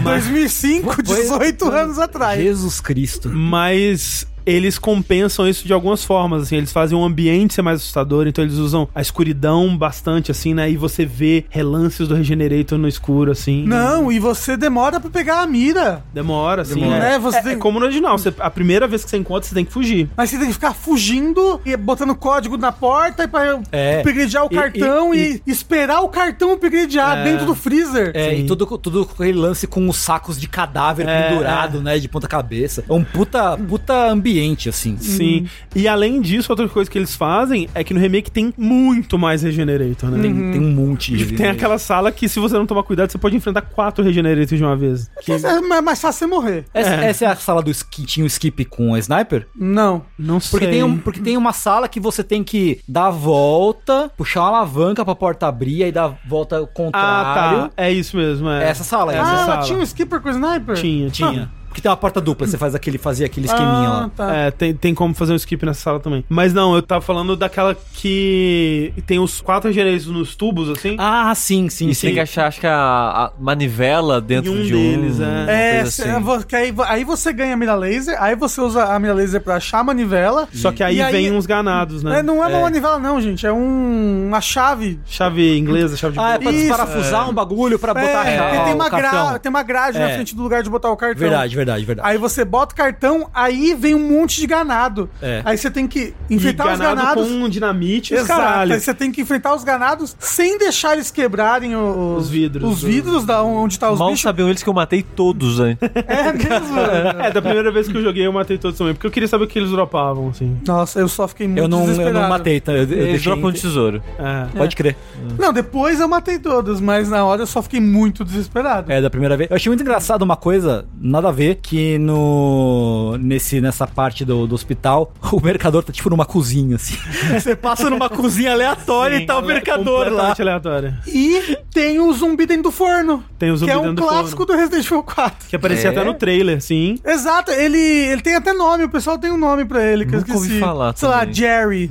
[SPEAKER 2] 2005, 18 anos atrás.
[SPEAKER 3] Jesus Cristo.
[SPEAKER 1] mas eles compensam isso de algumas formas, assim, eles fazem o ambiente ser mais assustador, então eles usam a escuridão bastante, assim, né, e você vê relances do Regenerator no escuro, assim.
[SPEAKER 2] Não, e você demora pra pegar a mira.
[SPEAKER 1] Demora, assim,
[SPEAKER 2] Demora.
[SPEAKER 1] É,
[SPEAKER 2] É, você
[SPEAKER 1] é-
[SPEAKER 2] tem-
[SPEAKER 1] é como no original, você- a primeira vez que você encontra, você tem que fugir.
[SPEAKER 2] Mas você tem que ficar fugindo e botando código na porta e pra
[SPEAKER 3] É.
[SPEAKER 2] upgradear o
[SPEAKER 1] E-
[SPEAKER 2] cartão
[SPEAKER 1] e-
[SPEAKER 2] e, esperar o cartão upgradear dentro do freezer.
[SPEAKER 3] É, e tudo, tudo com aquele lance com os sacos de cadáver pendurado, né? De ponta cabeça. É um puta, puta ambiente, assim.
[SPEAKER 1] Sim. E além disso, outra coisa que eles fazem é que no remake tem muito mais Regenerator, né?
[SPEAKER 3] Tem, tem um monte de.
[SPEAKER 1] Tem aquela sala que, se você não tomar cuidado, você pode enfrentar quatro Regenerators de uma vez. Que-
[SPEAKER 2] Mas É mais- mais fácil você morrer.
[SPEAKER 3] Essa, essa é a sala do ski, tinha o skip com a sniper?
[SPEAKER 2] Não.
[SPEAKER 1] Não
[SPEAKER 3] Porque tem, um- porque tem uma sala que você tem que dar a volta, puxar uma alavanca pra porta abrir, aí dar a volta ao contrário.
[SPEAKER 1] Ah, tá. É isso mesmo, é.
[SPEAKER 3] Essa sala,
[SPEAKER 1] É
[SPEAKER 3] essa
[SPEAKER 2] ah,
[SPEAKER 1] sala.
[SPEAKER 2] ela tinha um skipper com sniper?
[SPEAKER 1] Tinha, tinha.
[SPEAKER 3] tinha. Porque tem uma porta dupla, você faz aquele, fazia aquele esqueminha
[SPEAKER 2] Ah,
[SPEAKER 3] lá.
[SPEAKER 2] tá.
[SPEAKER 1] É, tem, tem como fazer um skip nessa sala também. Mas não, eu tava falando daquela que tem os quatro gerentes nos tubos, assim.
[SPEAKER 3] Ah, sim, sim,
[SPEAKER 4] E você tem que achar, acho que a, a manivela dentro
[SPEAKER 1] E um
[SPEAKER 4] de
[SPEAKER 1] deles,
[SPEAKER 4] um.
[SPEAKER 1] é.
[SPEAKER 4] uma
[SPEAKER 2] É,
[SPEAKER 4] coisa
[SPEAKER 2] cê-
[SPEAKER 4] assim.
[SPEAKER 2] vo- que aí, vo- aí você ganha a mira laser, aí você usa a mira laser pra achar a manivela.
[SPEAKER 1] Só que aí
[SPEAKER 2] E aí-
[SPEAKER 1] vem uns ganados, né?
[SPEAKER 2] É, não é uma manivela, não, gente. É um- uma chave.
[SPEAKER 1] Chave inglesa, chave de
[SPEAKER 3] Ah, é
[SPEAKER 1] bolo.
[SPEAKER 3] pra
[SPEAKER 2] Isso,
[SPEAKER 3] desparafusar um bagulho pra botar
[SPEAKER 2] é,
[SPEAKER 3] a
[SPEAKER 2] porque
[SPEAKER 3] chave.
[SPEAKER 2] tem,
[SPEAKER 3] o
[SPEAKER 2] uma
[SPEAKER 3] cartão.
[SPEAKER 2] gra, tem uma grade na
[SPEAKER 3] É.
[SPEAKER 2] frente do lugar de botar o cartão.
[SPEAKER 3] Verdade, verdade, verdade.
[SPEAKER 2] Aí você bota o cartão, aí vem um monte de ganado.
[SPEAKER 3] É.
[SPEAKER 2] Aí você tem que
[SPEAKER 1] E
[SPEAKER 2] enfrentar os ganados.
[SPEAKER 1] com um dinamite, os
[SPEAKER 2] Exato,
[SPEAKER 1] caralho.
[SPEAKER 2] aí você tem que enfrentar os ganados sem deixar eles quebrarem o- os,
[SPEAKER 1] Os vidros.
[SPEAKER 2] Os vidros da onde tá os
[SPEAKER 4] Mal
[SPEAKER 2] bichos.
[SPEAKER 4] sabiam eles que eu matei todos antes.
[SPEAKER 2] É mesmo.
[SPEAKER 1] É, da primeira vez que eu joguei, eu matei todos também. Porque eu queria saber o que eles dropavam, assim.
[SPEAKER 2] Nossa, eu só fiquei muito
[SPEAKER 3] Eu não, eu
[SPEAKER 2] desesperado.
[SPEAKER 3] não matei, tá? eu, eu
[SPEAKER 4] Eles
[SPEAKER 3] deixei...
[SPEAKER 4] dropam de um tesouro.
[SPEAKER 1] É.
[SPEAKER 3] Pode crer.
[SPEAKER 2] Não, depois eu matei todos, mas na hora eu só fiquei muito desesperado.
[SPEAKER 3] É, da primeira vez. Eu achei muito engraçado uma coisa, nada a ver, que no. Nesse, nessa parte do, do hospital, o mercador tá tipo numa cozinha, assim. Você passa numa cozinha aleatória e tá o mercador lá.
[SPEAKER 1] Completamente aleatório.
[SPEAKER 2] E tem o zumbi dentro do forno.
[SPEAKER 1] Tem o zumbi
[SPEAKER 2] que é um
[SPEAKER 1] dentro do
[SPEAKER 2] clássico
[SPEAKER 1] forno.
[SPEAKER 2] do Resident Evil 4.
[SPEAKER 1] Que aparecia
[SPEAKER 4] É?
[SPEAKER 1] até no trailer, sim.
[SPEAKER 2] Exato, ele, ele tem até nome, o pessoal tem um nome pra ele, que
[SPEAKER 4] Nunca
[SPEAKER 2] eu
[SPEAKER 4] ouvi
[SPEAKER 2] esqueci.
[SPEAKER 4] falar
[SPEAKER 2] Sei
[SPEAKER 4] também.
[SPEAKER 2] lá, Jerry.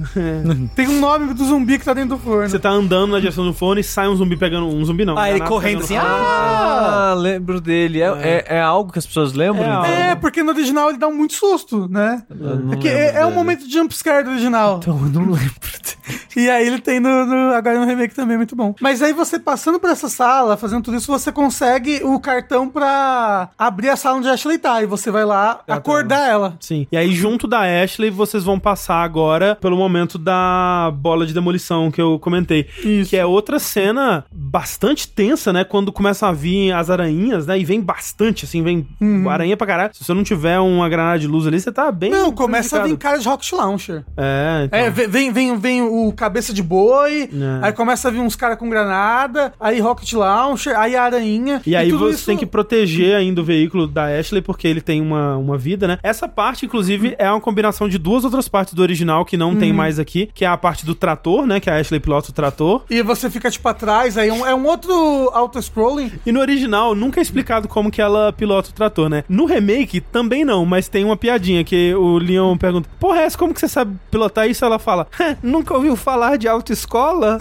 [SPEAKER 2] tem um nome do zumbi que tá dentro do forno.
[SPEAKER 1] Você tá andando na direção do fone e sai um zumbi pegando. Um zumbi não. um
[SPEAKER 3] Ah, ele
[SPEAKER 1] ganado
[SPEAKER 3] correndo
[SPEAKER 1] pegando
[SPEAKER 3] assim.
[SPEAKER 1] fogo.
[SPEAKER 3] Ah!
[SPEAKER 4] Ah, lembro dele. É, é- é algo que as pessoas lembram?
[SPEAKER 1] É algo.
[SPEAKER 2] É, porque no original ele dá um muito susto, né?
[SPEAKER 4] não
[SPEAKER 2] É, que
[SPEAKER 4] lembro
[SPEAKER 2] é, é um
[SPEAKER 4] dele.
[SPEAKER 2] momento de jumpscare do original.
[SPEAKER 4] Então, eu não lembro.
[SPEAKER 2] E aí ele tem no, no- agora no remake também, muito bom. Mas aí você passando por essa sala, fazendo tudo isso, você consegue o cartão pra abrir a sala onde a Ashley tá. E você vai lá acordar ela.
[SPEAKER 1] Sim. E aí, junto da Ashley, vocês vão passar agora pelo momento da bola de demolição que eu comentei.
[SPEAKER 2] Isso.
[SPEAKER 1] Que é outra cena bastante tensa, né? Quando começam a vir as aranhas, né? E vem bastante, assim, vem
[SPEAKER 2] Uhum.
[SPEAKER 1] aranha pra caralho. Se você não tiver uma granada de luz ali, você tá bem.
[SPEAKER 2] Não, começa a vir
[SPEAKER 1] prejudicado.
[SPEAKER 2] cara de Rocket Launcher.
[SPEAKER 1] É, então.
[SPEAKER 2] É, ve- vem, vem, vem o cabeça de boi,
[SPEAKER 1] É.
[SPEAKER 2] aí começa a vir uns caras com granada, aí Rocket Launcher, aí a aranha.
[SPEAKER 1] E aí
[SPEAKER 2] tudo
[SPEAKER 1] você
[SPEAKER 2] isso-
[SPEAKER 1] tem que proteger ainda o veículo da Ashley, porque ele tem uma, uma vida, né? Essa parte,
[SPEAKER 2] Uhum.
[SPEAKER 1] inclusive, é uma combinação de duas outras partes do original que não tem mais aqui, que é a parte do trator, né? Que a Ashley pilota o trator.
[SPEAKER 2] E você fica, tipo, atrás, aí é um, é um outro auto-scrolling.
[SPEAKER 1] E no original, nunca é explicado como que ela pilota o trator, né? No remake também não, mas tem uma piadinha que o Leon pergunta: Porra, essa, como que você sabe pilotar isso? Ela fala: "Hã, Nunca ouviu falar de autoescola?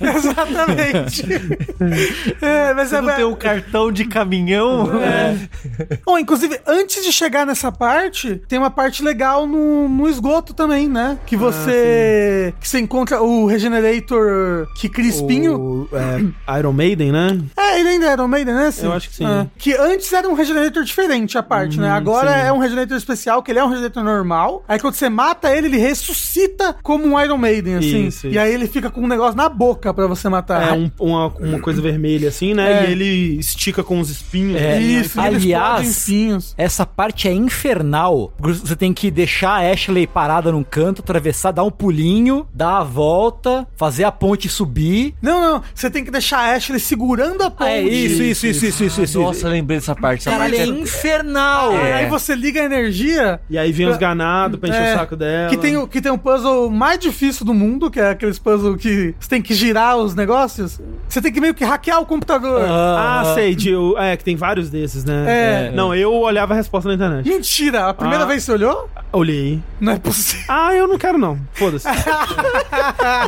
[SPEAKER 2] Exatamente. é, mas é,
[SPEAKER 4] Não tem um cartão de caminhão? É.
[SPEAKER 2] Bom, inclusive, antes de chegar nessa parte, tem uma parte legal no, no esgoto também, né?
[SPEAKER 1] Ah,
[SPEAKER 2] Que você. que você encontra o Regenerator que cria espinho.
[SPEAKER 1] O, é, Iron Maiden, né?
[SPEAKER 2] É, ele ainda era um Maiden, né? Sim.
[SPEAKER 1] Eu acho que sim. Hum,
[SPEAKER 2] Ah, que antes era um Regenerator diferente, a parte, né? Agora é um Regenerator especial, que ele é um Regenerator normal. Aí quando você mata ele, ele ressuscita como um Iron Maiden, assim.
[SPEAKER 1] Isso,
[SPEAKER 2] e
[SPEAKER 1] isso.
[SPEAKER 2] aí ele fica com um negócio na boca pra você matar.
[SPEAKER 1] É um- uma, uma coisa vermelha assim, né?
[SPEAKER 2] É.
[SPEAKER 1] E ele estica com os espinhos.
[SPEAKER 3] É.
[SPEAKER 1] assim,
[SPEAKER 2] Isso, e eles
[SPEAKER 3] Aliás-
[SPEAKER 2] explodem espinhos.
[SPEAKER 3] Essa parte é infernal. Você tem que deixar a Ashley parada num canto, atravessar, dar um pulinho, dar a volta, fazer a ponte subir.
[SPEAKER 2] Não, não, você tem que deixar a Ashley segurando a ponte.
[SPEAKER 3] É isso, isso, isso, isso, isso, isso.
[SPEAKER 4] Nossa, lembrei dessa parte. Essa
[SPEAKER 3] Caralho,
[SPEAKER 4] parte É.
[SPEAKER 3] é
[SPEAKER 4] era-
[SPEAKER 3] infernal.
[SPEAKER 2] Aí- Aí você liga a energia.
[SPEAKER 1] E aí vem os ganados pra encher
[SPEAKER 2] É,
[SPEAKER 1] o saco dela.
[SPEAKER 2] Que tem, o- que tem o puzzle mais difícil do mundo, que é aqueles puzzles que você tem que girar os negócios. Você tem que meio que hackear o computador.
[SPEAKER 1] Ah, sei, de, o- é, que tem vários desses, né?
[SPEAKER 2] É.
[SPEAKER 1] Não, eu olhava a resposta na internet.
[SPEAKER 2] Mentira! A primeira
[SPEAKER 1] Ah.
[SPEAKER 2] vez que você olhou?
[SPEAKER 1] Olhei.
[SPEAKER 2] Não é possível.
[SPEAKER 1] Ah, eu não quero não. Foda-se.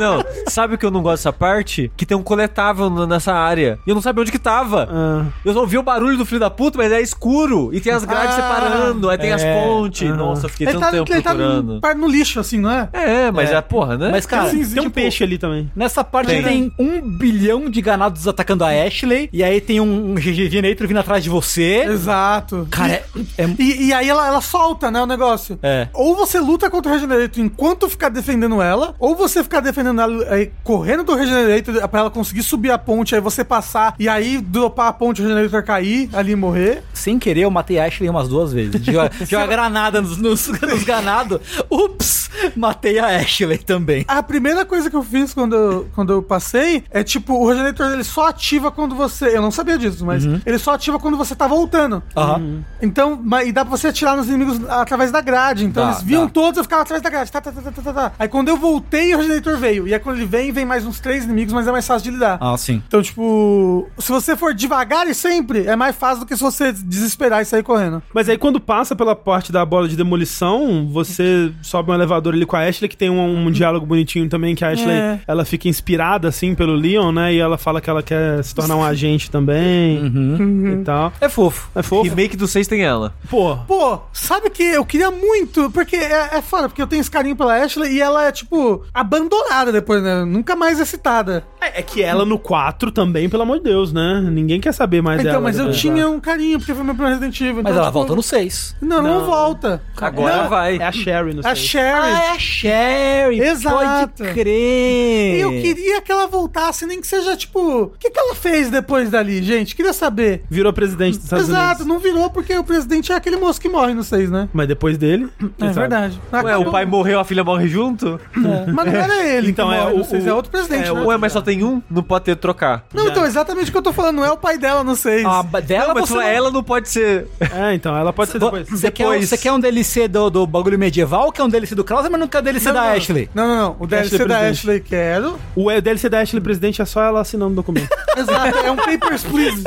[SPEAKER 4] Não, sabe o que eu não gosto dessa parte? Que tem um coletável n- nessa área. E eu não sabia onde que tava.
[SPEAKER 1] Ah.
[SPEAKER 4] Eu só ouvi o barulho do filho da puta, mas é escuro. E tem as grades
[SPEAKER 2] Ah,
[SPEAKER 4] separando, aí tem as pontes. Nossa, eu fiquei
[SPEAKER 2] Ele
[SPEAKER 4] tanto
[SPEAKER 2] tá,
[SPEAKER 4] tempo
[SPEAKER 2] ele tá
[SPEAKER 4] procurando.
[SPEAKER 2] no, par- no lixo, assim, não é?
[SPEAKER 4] É, mas é, porra, né?
[SPEAKER 3] Mas, cara,
[SPEAKER 1] tem um peixe ali também.
[SPEAKER 3] Nessa parte tem. um bilhão de ganados atacando a Ashley, e aí tem um, um GG Generator vindo atrás de você.
[SPEAKER 2] Exato.
[SPEAKER 3] Cara, é, é-
[SPEAKER 2] E, e aí ela, ela solta, né, o negócio.
[SPEAKER 3] É.
[SPEAKER 2] Ou você luta contra o Regenerator enquanto ficar defendendo ela, ou você ficar defendendo ela aí, correndo do Regenerator pra ela conseguir subir a ponte, aí você passar e aí dropar a ponte, o Regenerator cair ali e morrer.
[SPEAKER 3] sem querer eu matei a Ashley umas duas vezes. Joga, joga granada nos, nos, nos ganados. Ups, matei a Ashley também.
[SPEAKER 2] A primeira coisa que eu fiz quando eu, quando eu passei é tipo, o Regenerator ele só ativa quando você. Eu não sabia disso, mas ele só ativa quando você tá voltando.
[SPEAKER 3] Uhum. Aham.
[SPEAKER 2] Então, mas- e dá pra você atirar nos inimigos através da grade. Então
[SPEAKER 3] Dá,
[SPEAKER 2] eles viam
[SPEAKER 3] dá.
[SPEAKER 2] todos, eu ficava atrás da grade. Tá, tá, tá, tá, tá, tá. Aí quando eu voltei, o Regenerator veio. E aí quando ele vem, vem mais uns três inimigos, mas é mais fácil de lidar.
[SPEAKER 3] Ah, sim.
[SPEAKER 2] Então, tipo, se você for devagar e sempre, é mais fácil do que se você desesperar e sair correndo.
[SPEAKER 1] Mas aí quando passa pela parte da bola de demolição, você sobe um elevador ali com a Ashley, que tem um, um diálogo bonitinho também, que a Ashley,
[SPEAKER 2] É.
[SPEAKER 1] ela fica inspirada, assim, pelo Leon, né? E ela fala que ela quer se tornar um agente também
[SPEAKER 2] Uhum.
[SPEAKER 1] e tal.
[SPEAKER 4] É fofo.
[SPEAKER 1] É fofo.
[SPEAKER 4] Remake do 6 tem ela.
[SPEAKER 1] Pô,
[SPEAKER 2] Pô, sabe que eu queria muito, porque é, é foda, porque eu tenho esse carinho pela Ashley e ela é, tipo, abandonada depois, né? Nunca mais é citada.
[SPEAKER 1] é, é que ela no 4 também, pelo amor de Deus, né? Ninguém quer saber mais dela.
[SPEAKER 2] então, mas eu
[SPEAKER 1] né?
[SPEAKER 2] tinha um carinho, porque foi meu primeiro Resident Evil.
[SPEAKER 3] Mas
[SPEAKER 2] então,
[SPEAKER 3] ela
[SPEAKER 2] tipo,
[SPEAKER 3] volta no 6.
[SPEAKER 2] Não, não, volta.
[SPEAKER 4] Agora
[SPEAKER 2] Não,
[SPEAKER 4] vai.
[SPEAKER 1] É a Sherry, não sei.
[SPEAKER 2] A Sherry.
[SPEAKER 3] a Sherry.
[SPEAKER 2] Exato.
[SPEAKER 3] Pode crer.
[SPEAKER 2] Eu queria que ela voltasse, nem que seja tipo. O que, que ela fez depois dali, gente? Queria saber.
[SPEAKER 1] Virou presidente dos Estados
[SPEAKER 2] Exato,
[SPEAKER 1] Unidos.
[SPEAKER 2] não virou porque o presidente é aquele moço que morre no 6, né?
[SPEAKER 1] Mas depois dele...
[SPEAKER 2] É
[SPEAKER 1] exato.
[SPEAKER 2] verdade.
[SPEAKER 4] Ué, o
[SPEAKER 2] Acabou.
[SPEAKER 4] pai morreu, a filha morre junto?
[SPEAKER 2] É. Mas não era ele.
[SPEAKER 1] Então,
[SPEAKER 2] que
[SPEAKER 1] é
[SPEAKER 2] morre
[SPEAKER 1] o-
[SPEAKER 2] no 6, é outro presidente.
[SPEAKER 4] É,
[SPEAKER 2] né?
[SPEAKER 4] ué, mas só tem um? Não pode ter trocar.
[SPEAKER 2] Não, então, exatamente o que eu tô falando. Não é o pai dela no 6.
[SPEAKER 3] Ah, ba- dela
[SPEAKER 4] Não, mas
[SPEAKER 3] você
[SPEAKER 4] tu-
[SPEAKER 3] não-
[SPEAKER 4] ela não pode ser.
[SPEAKER 1] É, então, ela pode ser depois.
[SPEAKER 3] Você quer,
[SPEAKER 4] Depois.
[SPEAKER 3] você quer um DLC do, do bagulho medieval, quer um DLC do Krauser, mas não quer um DLC da
[SPEAKER 2] não.
[SPEAKER 3] Ashley.
[SPEAKER 2] Não, não, não. O DLC
[SPEAKER 1] Ashley
[SPEAKER 2] da
[SPEAKER 1] presidente.
[SPEAKER 2] Ashley é quero.
[SPEAKER 1] O DLC da Ashley presidente é só ela assinando o documento.
[SPEAKER 2] Exato, é um Papers, Please.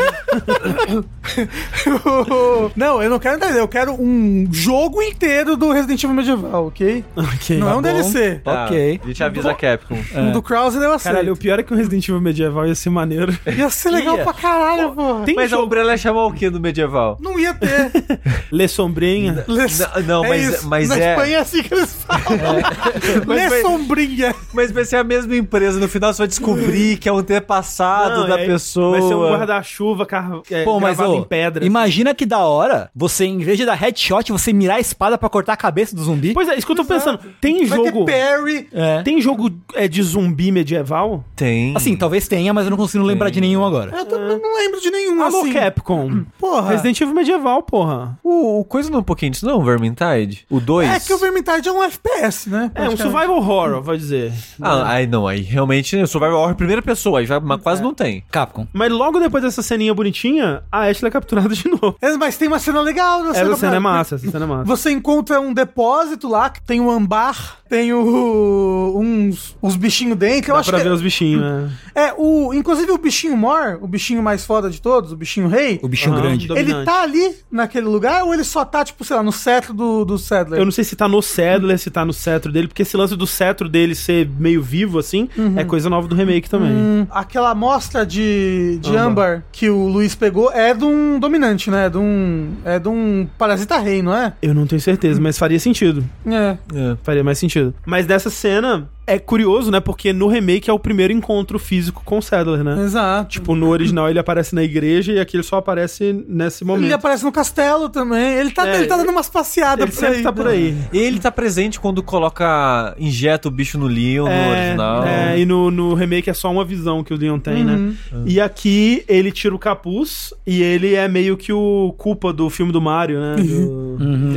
[SPEAKER 2] não, eu não quero entender. Eu quero um jogo inteiro do Resident Evil Medieval, ok?
[SPEAKER 1] ok.
[SPEAKER 2] não é um DLC.
[SPEAKER 4] Tá,
[SPEAKER 3] Ok.
[SPEAKER 4] A gente avisa a Capcom.
[SPEAKER 2] Um do Krauser eu aceito.
[SPEAKER 1] É. Caralho, o pior é que o Resident Evil medieval ia ser maneiro.
[SPEAKER 2] Ia ser legal pra caralho, pô.
[SPEAKER 1] Tem
[SPEAKER 4] Mas a
[SPEAKER 1] jogo...
[SPEAKER 4] Umbrella chamou o que no medieval?
[SPEAKER 2] Não ia ter.
[SPEAKER 1] Lê Sombrinha.
[SPEAKER 2] Les-
[SPEAKER 4] Não, não,
[SPEAKER 2] É
[SPEAKER 4] mas-
[SPEAKER 2] isso.
[SPEAKER 4] mas
[SPEAKER 2] Na
[SPEAKER 4] é-
[SPEAKER 2] Espanha é assim que eles falam.
[SPEAKER 1] É.
[SPEAKER 2] Lê
[SPEAKER 4] foi-
[SPEAKER 2] sombrinha.
[SPEAKER 4] Mas vai ser a mesma empresa. No final você vai descobrir que é um antepassado
[SPEAKER 1] Não,
[SPEAKER 4] da
[SPEAKER 1] e aí
[SPEAKER 4] pessoa.
[SPEAKER 1] Vai ser um guarda-chuva car... é,
[SPEAKER 3] Pô, mas
[SPEAKER 1] gravado
[SPEAKER 3] ô,
[SPEAKER 1] em
[SPEAKER 4] assim.
[SPEAKER 1] pedra.
[SPEAKER 3] imagina que da hora você, em vez de dar headshot, você mirar a espada pra cortar a cabeça do zumbi.
[SPEAKER 1] Pois é, isso que eu tô pensando. Tem
[SPEAKER 2] Vai
[SPEAKER 1] jogo...
[SPEAKER 2] ter Perry.
[SPEAKER 3] é.
[SPEAKER 1] Tem jogo é, de zumbi medieval?
[SPEAKER 4] Tem.
[SPEAKER 3] Assim, talvez tenha, mas eu não consigo lembrar de nenhum agora.
[SPEAKER 2] Eu também não lembro de nenhum
[SPEAKER 1] É. Alô,
[SPEAKER 2] assim.
[SPEAKER 1] Capcom.
[SPEAKER 2] Porra.
[SPEAKER 1] Resident Evil medieval, porra.
[SPEAKER 4] O, o coisa não é um pouquinho disso, não, Vermintide? O 2?
[SPEAKER 2] É que o Vermintide é um FPS, né?
[SPEAKER 1] É, um
[SPEAKER 2] praticamente.
[SPEAKER 1] survival horror, vai dizer.
[SPEAKER 4] Ah, aí não, aí realmente o Survival Horror é a primeira pessoa, aí já, mas quase não tem.
[SPEAKER 3] Capcom.
[SPEAKER 1] Mas logo depois dessa ceninha bonitinha, a Ashley é capturada de novo.
[SPEAKER 2] É, mas tem uma cena legal. né?
[SPEAKER 1] Essa
[SPEAKER 2] Cena-
[SPEAKER 1] cena é massa, essa cena é massa.
[SPEAKER 2] Você encontra um depósito lá, que tem um ambar, tem o, uns, uns bichinhos dentro. Eu
[SPEAKER 1] Dá
[SPEAKER 2] acho
[SPEAKER 1] pra
[SPEAKER 2] que
[SPEAKER 1] ver os bichinhos, né?
[SPEAKER 2] é o, inclusive o bichinho mor, o bichinho mais foda de todos, o bichinho rei,
[SPEAKER 3] O bichinho
[SPEAKER 4] Ah,
[SPEAKER 1] Aham,
[SPEAKER 3] É um grande.
[SPEAKER 1] do-
[SPEAKER 2] ele tá ali naquele lugar ou ele só tá, tipo, sei lá, no cetro do, do Sadler?
[SPEAKER 1] Eu não sei se tá no Sadler, se tá no cetro dele, porque esse lance do cetro dele ser meio vivo, assim, é coisa nova do remake também.
[SPEAKER 2] Hum, Aquela amostra de, de
[SPEAKER 1] Âmbar.
[SPEAKER 2] âmbar que o Luiz pegou é de um dominante, né? É de um, é de um parasita rei, não é?
[SPEAKER 1] Eu não tenho certeza, mas faria sentido.
[SPEAKER 2] É.
[SPEAKER 1] Faria mais sentido. Mas dessa cena é curioso, né? Porque no remake é o primeiro encontro físico com o Sadler, né?
[SPEAKER 2] Exato.
[SPEAKER 1] Tipo, no original ele aparece na igreja e aqui ele só aparece nesse momento.
[SPEAKER 2] ele aparece no castelo também. Ele tá,
[SPEAKER 1] É,
[SPEAKER 2] ele tá dando umas passeadas
[SPEAKER 1] Ele sempre tá por aí.
[SPEAKER 4] Ele tá presente quando coloca. injeta o bicho no Leon no original.
[SPEAKER 1] é, e no, no remake é só uma visão que o Leon tem, né?
[SPEAKER 4] Uhum.
[SPEAKER 1] E aqui ele tira o capuz e ele é meio que o culpa do filme do Mario, né? Do-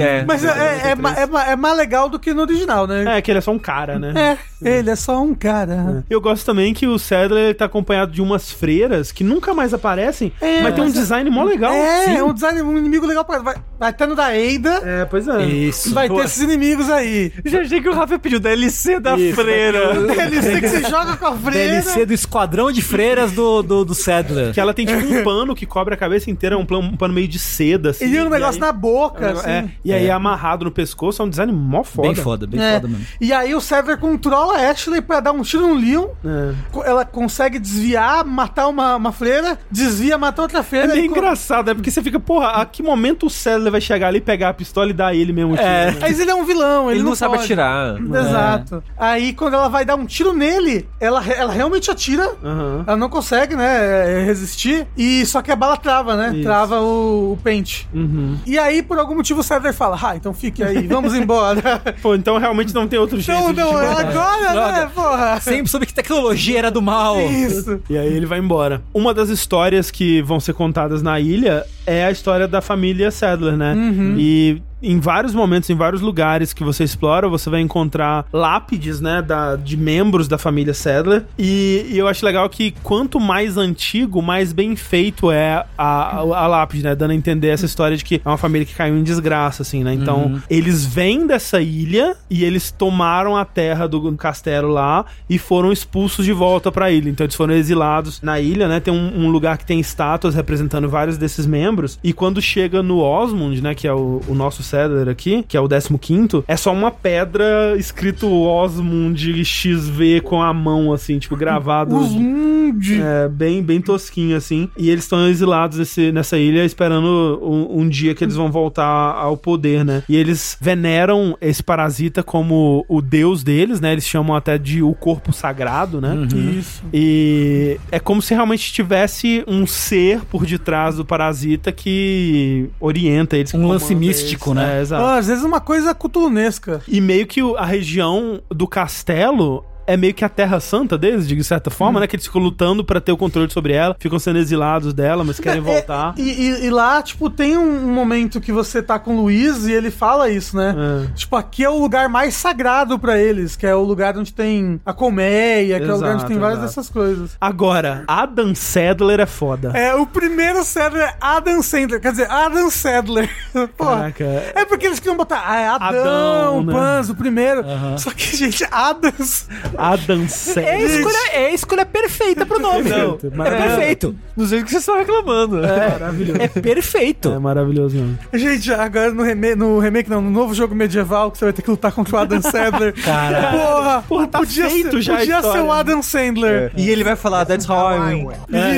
[SPEAKER 4] É.
[SPEAKER 2] Mas é, é, é, ma- é ma- é mais legal do que no original, né?
[SPEAKER 1] É, que ele tá é só um cara, né?
[SPEAKER 2] É, ele é só um cara.
[SPEAKER 1] Eu gosto também que o Sadler ele tá acompanhado de umas freiras que nunca mais aparecem,
[SPEAKER 2] É,
[SPEAKER 1] mas tem um
[SPEAKER 2] mas-
[SPEAKER 1] design mó legal.
[SPEAKER 2] É,
[SPEAKER 1] Sim.
[SPEAKER 2] é um design, um inimigo legal pra. Vai, vai ter no da Eida,
[SPEAKER 1] É, pois é.
[SPEAKER 3] Isso.
[SPEAKER 2] vai ter esses inimigos aí.
[SPEAKER 4] Já achei que o Rafa pediu DLC da
[SPEAKER 1] Isso. né?
[SPEAKER 4] freira.
[SPEAKER 2] DLC que você joga com a freira.
[SPEAKER 3] DLC do Esquadrão de Freiras do, do, do Sadler.
[SPEAKER 1] Que ela tem tipo um pano que cobre a cabeça inteira, é um, plan- um pano meio de seda, assim.
[SPEAKER 2] E um negócio
[SPEAKER 1] aí-
[SPEAKER 2] na boca, assim.
[SPEAKER 1] É, e aí é amarrado no pescoço, é um design mó foda.
[SPEAKER 3] Bem foda, bem
[SPEAKER 2] É.
[SPEAKER 3] foda mesmo.
[SPEAKER 2] E aí o Sever controla a Ashley pra dar um tiro no Leon.
[SPEAKER 1] É.
[SPEAKER 2] Co- Ela consegue desviar, matar uma, uma freira, desvia, matar outra
[SPEAKER 1] É
[SPEAKER 2] freira.
[SPEAKER 1] meio
[SPEAKER 2] e co-
[SPEAKER 1] engraçado, é porque você fica, porra, a que momento o Sadler vai chegar ali, pegar a pistola e dar ele mesmo? o tiro,
[SPEAKER 3] É.
[SPEAKER 1] né?
[SPEAKER 2] Mas ele é um vilão, ele,
[SPEAKER 4] Ele não sabe
[SPEAKER 2] pode. É.
[SPEAKER 4] atirar.
[SPEAKER 1] É.
[SPEAKER 2] Exato. Aí quando ela vai dar um tiro nele, ela, re- ela realmente atira.
[SPEAKER 1] Aham.
[SPEAKER 2] Ela não consegue, né, resistir. E só que a bala trava, né?
[SPEAKER 1] Isso.
[SPEAKER 2] Trava o, o pente.
[SPEAKER 1] Uhum.
[SPEAKER 2] E aí, por algum motivo, o Sever fala: Ah, então fique aí, vamos embora.
[SPEAKER 1] Pô, então realmente não tem outro jeito.
[SPEAKER 2] Não,
[SPEAKER 1] de
[SPEAKER 2] não,
[SPEAKER 1] te
[SPEAKER 2] é
[SPEAKER 1] matar.
[SPEAKER 2] agora, né,
[SPEAKER 3] Droga.
[SPEAKER 2] porra?
[SPEAKER 3] Sempre soube que tecnologia era do mal.
[SPEAKER 2] Isso.
[SPEAKER 1] E aí ele vai embora. Uma das histórias que vão ser contadas na ilha é a história da família Sadler, né? E em vários momentos, em vários lugares que você explora, você vai encontrar lápides, né, da, de membros da família Sadler. E, e eu acho legal que quanto mais antigo, mais bem feito é a, a, a lápide, né? Dando a entender essa história de que é uma família que caiu em desgraça, assim, né? Então, eles vêm dessa ilha e eles tomaram a terra do castelo lá e foram expulsos de volta pra ilha. Então, eles foram exilados na ilha, né? Tem um, um lugar que tem estátuas representando vários desses membros. E quando chega no Osmond, né? Que é o, o nosso Cedar aqui, que é o 15, é só uma pedra escrito Osmond XV com a mão, assim, tipo, gravado.
[SPEAKER 2] Osmund.
[SPEAKER 1] É, bem, bem tosquinho, assim. E eles estão exilados nesse- nessa ilha, esperando um, um dia que eles vão voltar ao poder, né? E eles veneram esse parasita como o deus deles, né? Eles chamam até de o corpo sagrado, né?
[SPEAKER 3] Uhum.
[SPEAKER 2] Isso.
[SPEAKER 1] E é como se realmente tivesse um ser por detrás do parasita que orienta eles. que
[SPEAKER 3] Um lance
[SPEAKER 1] comanda
[SPEAKER 3] místico,
[SPEAKER 1] eles.
[SPEAKER 3] né?
[SPEAKER 1] É, exato.
[SPEAKER 2] Ah, às vezes uma coisa cutunesca.
[SPEAKER 1] E meio que o- a região do castelo é meio que a terra santa deles, de certa forma, né? Que eles ficam lutando pra ter o controle sobre ela, ficam sendo exilados dela, mas querem voltar.
[SPEAKER 2] É, E, e- e lá, tipo, tem um momento que você tá com o Luiz e ele fala isso, né?
[SPEAKER 1] É.
[SPEAKER 2] Tipo, aqui é o lugar mais sagrado pra eles, que é o lugar onde tem a colmeia, que é o lugar onde
[SPEAKER 1] Exato,
[SPEAKER 2] tem várias
[SPEAKER 1] exato.
[SPEAKER 2] dessas coisas.
[SPEAKER 1] Agora, Adam Sadler é foda.
[SPEAKER 2] É, o primeiro Sadler é Adam Sandler, quer dizer, Adam Sadler. Porra.
[SPEAKER 1] Caraca.
[SPEAKER 2] É porque eles queriam botar ah, é Adão,
[SPEAKER 1] Adão, né?
[SPEAKER 2] Pans, o primeiro. Só que, gente, Adams.
[SPEAKER 1] Adam Sadler.
[SPEAKER 3] É a escolha, é a escolha perfeita pro nome.
[SPEAKER 1] Perfeito,
[SPEAKER 3] é
[SPEAKER 1] maravilhoso.
[SPEAKER 3] perfeito.
[SPEAKER 4] Não sei do que vocês estão reclamando.
[SPEAKER 1] maravilhoso.
[SPEAKER 3] É perfeito.
[SPEAKER 1] É maravilhoso mesmo.
[SPEAKER 2] Gente, agora no, reme- no remake, não, no novo jogo medieval que você vai ter que lutar contra o Adam Sandler.
[SPEAKER 3] Cara.
[SPEAKER 2] Porra,
[SPEAKER 1] Porra, tá
[SPEAKER 2] podia,
[SPEAKER 1] feito
[SPEAKER 2] ser,
[SPEAKER 1] já a
[SPEAKER 2] podia ser
[SPEAKER 1] história,
[SPEAKER 2] o
[SPEAKER 1] né?
[SPEAKER 2] Adam Sandler.
[SPEAKER 4] E ele vai falar, that's how I win.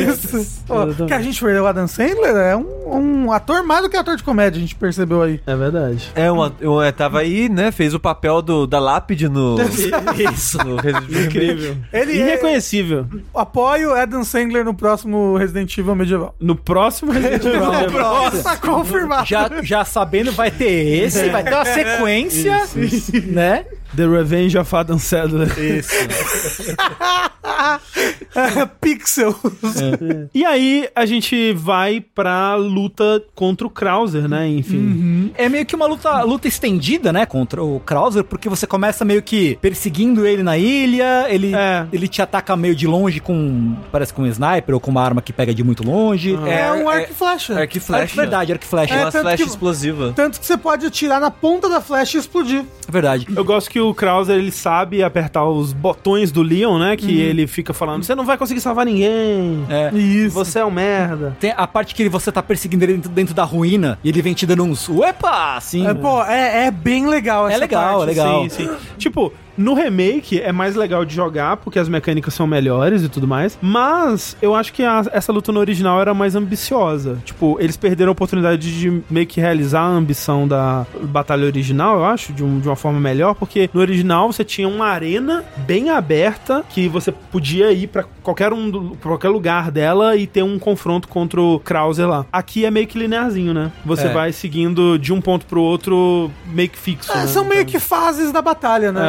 [SPEAKER 2] Isso. Ó,
[SPEAKER 1] É. Exatamente.
[SPEAKER 2] que a gente perdeu o Adam Sandler é um, um ator mais do que ator de comédia, a gente percebeu aí.
[SPEAKER 1] É verdade.
[SPEAKER 4] É, uma, eu é, tava aí, né? Fez o papel do, da lápide no. Isso. No Resident Evil.
[SPEAKER 1] Incrível.
[SPEAKER 2] Ele é-
[SPEAKER 1] Irreconhecível.
[SPEAKER 2] Apoio Adam Sandler no próximo Resident Evil medieval.
[SPEAKER 1] No próximo Resident Evil.
[SPEAKER 2] Nossa, confirmado.
[SPEAKER 3] Já, já sabendo, vai ter esse, vai ter uma sequência, né?
[SPEAKER 1] The Revenge of Adam Sadler. É,
[SPEAKER 2] Pixels.
[SPEAKER 1] E aí a gente vai pra luta contra o Krauser, né? Enfim.
[SPEAKER 3] É meio que uma luta, luta estendida, né, contra o Krauser, porque você começa meio que perseguindo ele na ilha, ele,
[SPEAKER 1] É.
[SPEAKER 3] ele te ataca meio de longe com, parece com um sniper ou com uma arma que pega de muito longe.
[SPEAKER 2] É, um arco e
[SPEAKER 4] é-
[SPEAKER 2] flecha.
[SPEAKER 4] Arco e flecha.
[SPEAKER 3] Verdade, arco e flecha.
[SPEAKER 2] É,
[SPEAKER 4] Uma
[SPEAKER 2] tanto
[SPEAKER 4] flecha
[SPEAKER 2] que-
[SPEAKER 4] explosiva.
[SPEAKER 2] Tanto que você pode atirar na ponta da flecha e explodir.
[SPEAKER 3] é Verdade.
[SPEAKER 1] Eu gosto que que o Krauser ele sabe apertar os botões do Leon, né? Que ele fica falando: você não vai conseguir salvar ninguém.
[SPEAKER 3] É.
[SPEAKER 1] Isso. Você é um merda.
[SPEAKER 3] Tem a parte que ele- você tá perseguindo ele dentro, dentro da ruína e ele vem te dando uns uepa, assim.
[SPEAKER 2] É, pô, é, é bem legal essa
[SPEAKER 3] legal,
[SPEAKER 2] parte.
[SPEAKER 3] é legal.
[SPEAKER 1] Sim, sim. Tipo, no remake é mais legal de jogar porque as mecânicas são melhores e tudo mais. Mas eu acho que a- essa luta no original era mais ambiciosa. Tipo, eles perderam a oportunidade de meio que realizar a ambição da batalha original, eu acho, de, um- de uma forma melhor. Porque no original você tinha uma arena bem aberta que você podia ir pra qualquer um do- pra qualquer lugar dela e ter um confronto contra o Krauser lá. Aqui é meio que linearzinho, né? Você
[SPEAKER 3] É.
[SPEAKER 1] vai seguindo de um ponto pro outro meio que fixo.
[SPEAKER 2] É,
[SPEAKER 1] né?
[SPEAKER 2] são meio que fases da batalha, né?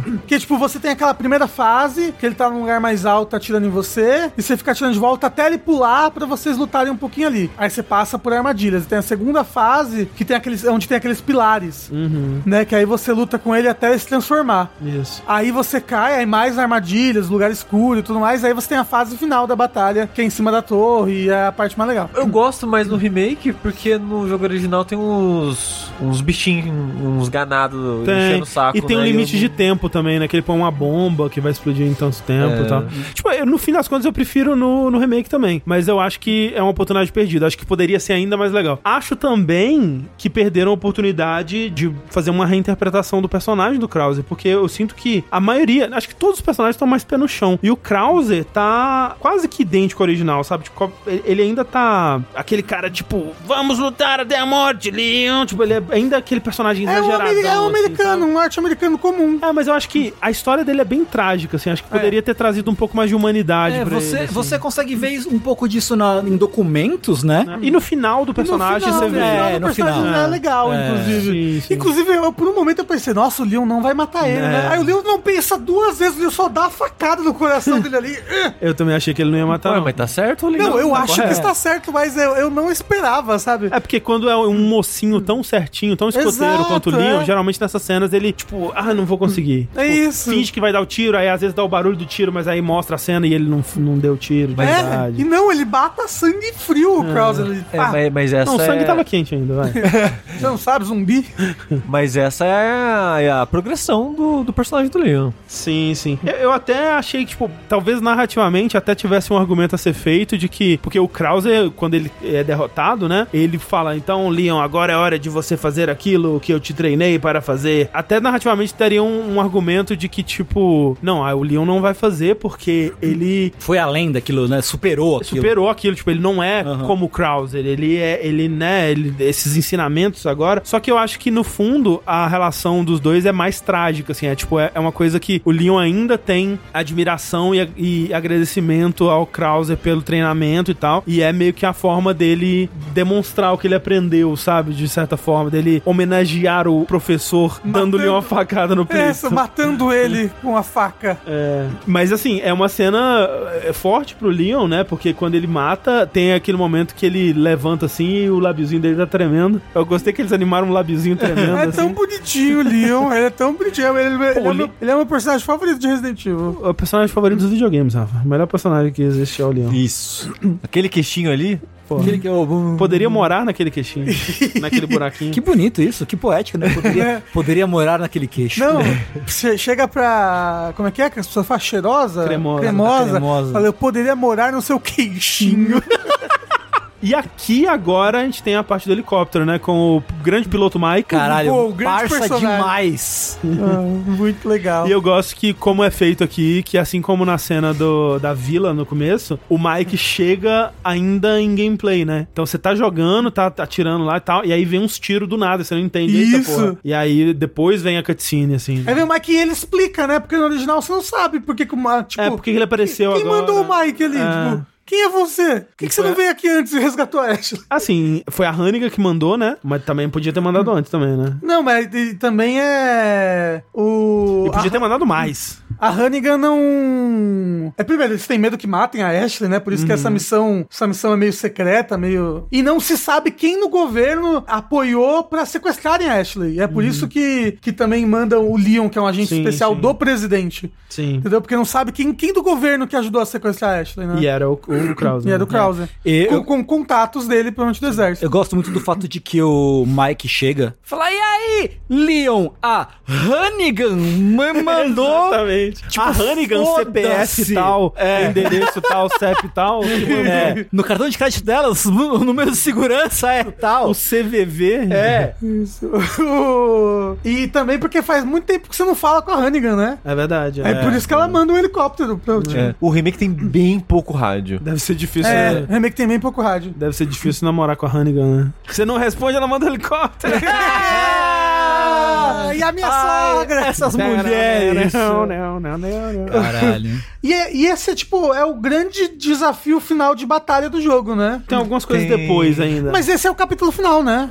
[SPEAKER 1] É, é.
[SPEAKER 2] Porque, tipo, você tem aquela primeira fase, que ele tá num lugar mais alto, tá atirando em você, e você fica atirando de volta até ele pular pra vocês lutarem um pouquinho ali. Aí você passa por armadilhas. E tem a segunda fase, que tem aqueles, onde tem aqueles pilares,
[SPEAKER 1] Uhum.
[SPEAKER 2] né? Que aí você luta com ele até ele se transformar.
[SPEAKER 1] Isso.
[SPEAKER 2] Aí você cai, aí mais armadilhas, lugar escuro e tudo mais. Aí você tem a fase final da batalha, que é em cima da torre, e é a parte mais legal.
[SPEAKER 4] Eu gosto mais no remake porque no jogo original tem uns, uns bichinhos, uns ganados
[SPEAKER 1] Tem.
[SPEAKER 4] enchendo o saco.
[SPEAKER 1] e tem um
[SPEAKER 4] né?
[SPEAKER 1] limite
[SPEAKER 4] eu-
[SPEAKER 1] de tempo também, né? Que ele põe uma bomba que vai explodir em tanto tempo e tal. Tipo, eu- no fim das contas eu prefiro no, no remake também. Mas eu acho que é uma oportunidade perdida. Acho que poderia ser ainda mais legal. Acho também que perderam a oportunidade de fazer uma reinterpretação do personagem do Krauser. Porque eu sinto que a maioria, acho que todos os personagens estão mais pé no chão. E o Krauser tá quase que idêntico ao original, sabe? Tipo, co- ele- ele ainda tá aquele cara, tipo, vamos lutar até a morte, Leon. Tipo, ele é ainda aquele personagem
[SPEAKER 2] É um,
[SPEAKER 1] exageradão.
[SPEAKER 2] ameri- é um
[SPEAKER 1] assim,
[SPEAKER 2] americano, um norte-americano comum.
[SPEAKER 1] ah, mas eu acho que a história dele é bem trágica, assim.
[SPEAKER 2] É.
[SPEAKER 1] Acho que poderia ter trazido um pouco mais de humanidade
[SPEAKER 3] É,
[SPEAKER 1] pra
[SPEAKER 3] você,
[SPEAKER 1] ele, assim.
[SPEAKER 3] você consegue ver um pouco disso na- em documentos, né?
[SPEAKER 1] E no final do personagem
[SPEAKER 2] no
[SPEAKER 1] você
[SPEAKER 2] final,
[SPEAKER 1] vê.
[SPEAKER 2] No final,
[SPEAKER 3] É,
[SPEAKER 2] do
[SPEAKER 3] no
[SPEAKER 2] personagem
[SPEAKER 3] final.
[SPEAKER 2] é legal,
[SPEAKER 3] É,
[SPEAKER 2] inclusive.
[SPEAKER 1] sim, sim.
[SPEAKER 2] Inclusive, eu, por um momento eu pensei, nossa, o Leon não vai matar ele, né? Aí o Leon não pensa duas vezes, o Leon só dá a facada no coração dele ali. Eh!
[SPEAKER 1] Eu também achei que ele não ia matar.
[SPEAKER 4] Ué,
[SPEAKER 1] não.
[SPEAKER 4] mas tá certo, Lino?
[SPEAKER 2] Não, eu
[SPEAKER 4] Tá
[SPEAKER 2] acho que
[SPEAKER 4] correto.
[SPEAKER 2] está certo, mas eu, eu não esperava, sabe?
[SPEAKER 1] É porque quando é um mocinho tão certinho, tão escoteiro
[SPEAKER 2] Exato,
[SPEAKER 1] quanto o Leon,
[SPEAKER 2] é.
[SPEAKER 1] geralmente nessas cenas ele, tipo, ah, não vou conseguir.
[SPEAKER 2] É
[SPEAKER 1] Tipo,
[SPEAKER 2] isso.
[SPEAKER 1] Finge que vai dar o tiro, aí às vezes dá o barulho do tiro, mas aí mostra a cena e ele não, não deu o tiro, de
[SPEAKER 2] É,
[SPEAKER 1] verdade.
[SPEAKER 2] e não, ele bata sangue frio, o Krauser. ali.
[SPEAKER 4] É,
[SPEAKER 2] Ah,
[SPEAKER 4] mas, mas essa
[SPEAKER 1] Não, o sangue
[SPEAKER 4] é...
[SPEAKER 1] tava quente ainda, vai.
[SPEAKER 2] Você não sabe, zumbi?
[SPEAKER 4] Mas essa é a, a progressão do, do personagem do Leon.
[SPEAKER 1] Sim, sim. Eu, eu até achei que, tipo, talvez narrativamente até tivesse um argumento a ser feito de que. Porque o Krauser, quando ele é derrotado, né? Ele fala: então, Leon, agora é hora de você fazer aquilo que eu te treinei para fazer. Até narrativamente teria um, um argumento de que, tipo, não, ah, o Leon não vai fazer porque ele
[SPEAKER 3] Foi além daquilo, né? Superou aquilo.
[SPEAKER 1] superou aquilo, tipo, ele não é como o Krauser, ele é, ele, né, ele- esses ensinamentos agora, só que eu acho que no fundo a relação dos dois é mais trágica, assim, é tipo, é, é uma coisa que o Leon ainda tem admiração e, a- e agradecimento ao Krauser pelo treinamento e tal, e é meio que a forma dele demonstrar o que ele aprendeu, sabe, de certa forma, dele homenagear o professor dando-lhe uma facada no peito.
[SPEAKER 2] Pensa, É, matando ele com a faca.
[SPEAKER 1] É, Mas assim, é uma cena é, forte pro Leon, né? Porque quando ele mata, tem aquele momento que ele levanta assim e o labiozinho dele tá tremendo. Eu gostei que eles animaram o labiozinho tremendo.
[SPEAKER 2] É
[SPEAKER 1] assim.
[SPEAKER 2] tão bonitinho o Leon, ele é tão bonitinho. Ele, ele é
[SPEAKER 1] Pô,
[SPEAKER 2] meu, ele é meu personagem favorito de Resident Evil.
[SPEAKER 1] É O personagem favorito dos videogames, Rafa. O melhor personagem que existe é o Leon.
[SPEAKER 4] Isso. Aquele queixinho ali.
[SPEAKER 1] Pô,
[SPEAKER 3] Aquele que é o-
[SPEAKER 1] Poderia morar naquele queixinho, naquele buraquinho.
[SPEAKER 3] Que bonito isso, que poético, né? Poderia, poderia morar naquele queixo.
[SPEAKER 2] Não, você chega pra. Como é que é? Que as pessoas falam cheirosa?
[SPEAKER 1] Cremosa.
[SPEAKER 2] Cremosa.
[SPEAKER 3] Cremosa.
[SPEAKER 2] Fala, eu poderia morar no seu queixinho.
[SPEAKER 1] E aqui agora a gente tem a parte do helicóptero, né? Com o grande piloto Mike.
[SPEAKER 3] Caralho,
[SPEAKER 2] Pô, o grande
[SPEAKER 3] parça
[SPEAKER 2] personagem.
[SPEAKER 3] demais.
[SPEAKER 2] Muito legal.
[SPEAKER 1] E eu gosto que, como é feito aqui, que assim como na cena do, da vila no começo, o Mike chega ainda em gameplay, né? Então você tá jogando, tá tá atirando lá e tal, e aí vem uns tiros do nada, você não entende eita,
[SPEAKER 2] Isso.
[SPEAKER 1] porra. E aí depois vem a cutscene, assim.
[SPEAKER 2] Aí vem o Mike e ele explica, né? Porque no original você não sabe porque que o Mike. Tipo,
[SPEAKER 1] É, porque ele apareceu
[SPEAKER 2] quem
[SPEAKER 1] agora.
[SPEAKER 2] mandou o Mike ali?
[SPEAKER 1] É.
[SPEAKER 2] Tipo, quem é você? Por que, que você não veio aqui antes e resgatou a Ashley?
[SPEAKER 1] Assim, foi a Hanniga que mandou, né? Mas também podia ter mandado antes também, né?
[SPEAKER 2] Não, mas e também é. O.
[SPEAKER 1] E podia ter mandado mais.
[SPEAKER 2] A, A Hannigan não. É primeiro, eles têm medo que matem a Ashley, né? Por isso que essa missão, essa missão é meio secreta, meio. E não se sabe quem no governo apoiou pra sequestrarem a Ashley. É por isso que, que também mandam o Leon, que é um agente
[SPEAKER 1] Sim,
[SPEAKER 2] especial
[SPEAKER 1] sim.
[SPEAKER 2] do presidente.
[SPEAKER 1] Sim.
[SPEAKER 2] Entendeu? Porque não sabe quem, quem do governo que ajudou a sequestrar a Ashley, né?
[SPEAKER 1] E era o, né? o Krause.
[SPEAKER 2] E é do Krause.
[SPEAKER 3] E
[SPEAKER 2] com,
[SPEAKER 3] eu-
[SPEAKER 2] com contatos dele, provavelmente do exército.
[SPEAKER 3] Eu gosto muito do fato de que o Mike chega e fala: E aí, Leon, a Hannigan me mandou.
[SPEAKER 1] Exatamente. É.
[SPEAKER 3] Tipo,
[SPEAKER 2] Ah,
[SPEAKER 1] a Hannigan,
[SPEAKER 3] foda-se.
[SPEAKER 1] CPS tal, endereço tal, CEP tal. tipo,
[SPEAKER 3] É, no cartão de crédito dela, o número de segurança é tal.
[SPEAKER 1] O CVV.
[SPEAKER 3] É.
[SPEAKER 2] O- e também porque faz muito tempo que você não fala com a Hannigan, né?
[SPEAKER 1] É verdade.
[SPEAKER 2] É, por isso que ela manda um helicóptero pro time.
[SPEAKER 4] É. O remake tem bem pouco rádio.
[SPEAKER 1] Deve ser difícil.
[SPEAKER 2] É,
[SPEAKER 1] né?
[SPEAKER 2] remake tem bem pouco rádio.
[SPEAKER 1] Deve ser difícil namorar com a Hannigan, né? Você não responde, ela manda helicóptero.
[SPEAKER 2] Ah, e a minha sogra!
[SPEAKER 3] Essas
[SPEAKER 1] é
[SPEAKER 3] mulheres.
[SPEAKER 1] Não, não, não, não, não.
[SPEAKER 3] Caralho.
[SPEAKER 2] E, é- e esse é tipo, é o grande desafio final de batalha do jogo, né?
[SPEAKER 1] Tem algumas coisas
[SPEAKER 4] Tem.
[SPEAKER 1] depois ainda.
[SPEAKER 2] Mas esse é o capítulo final, né?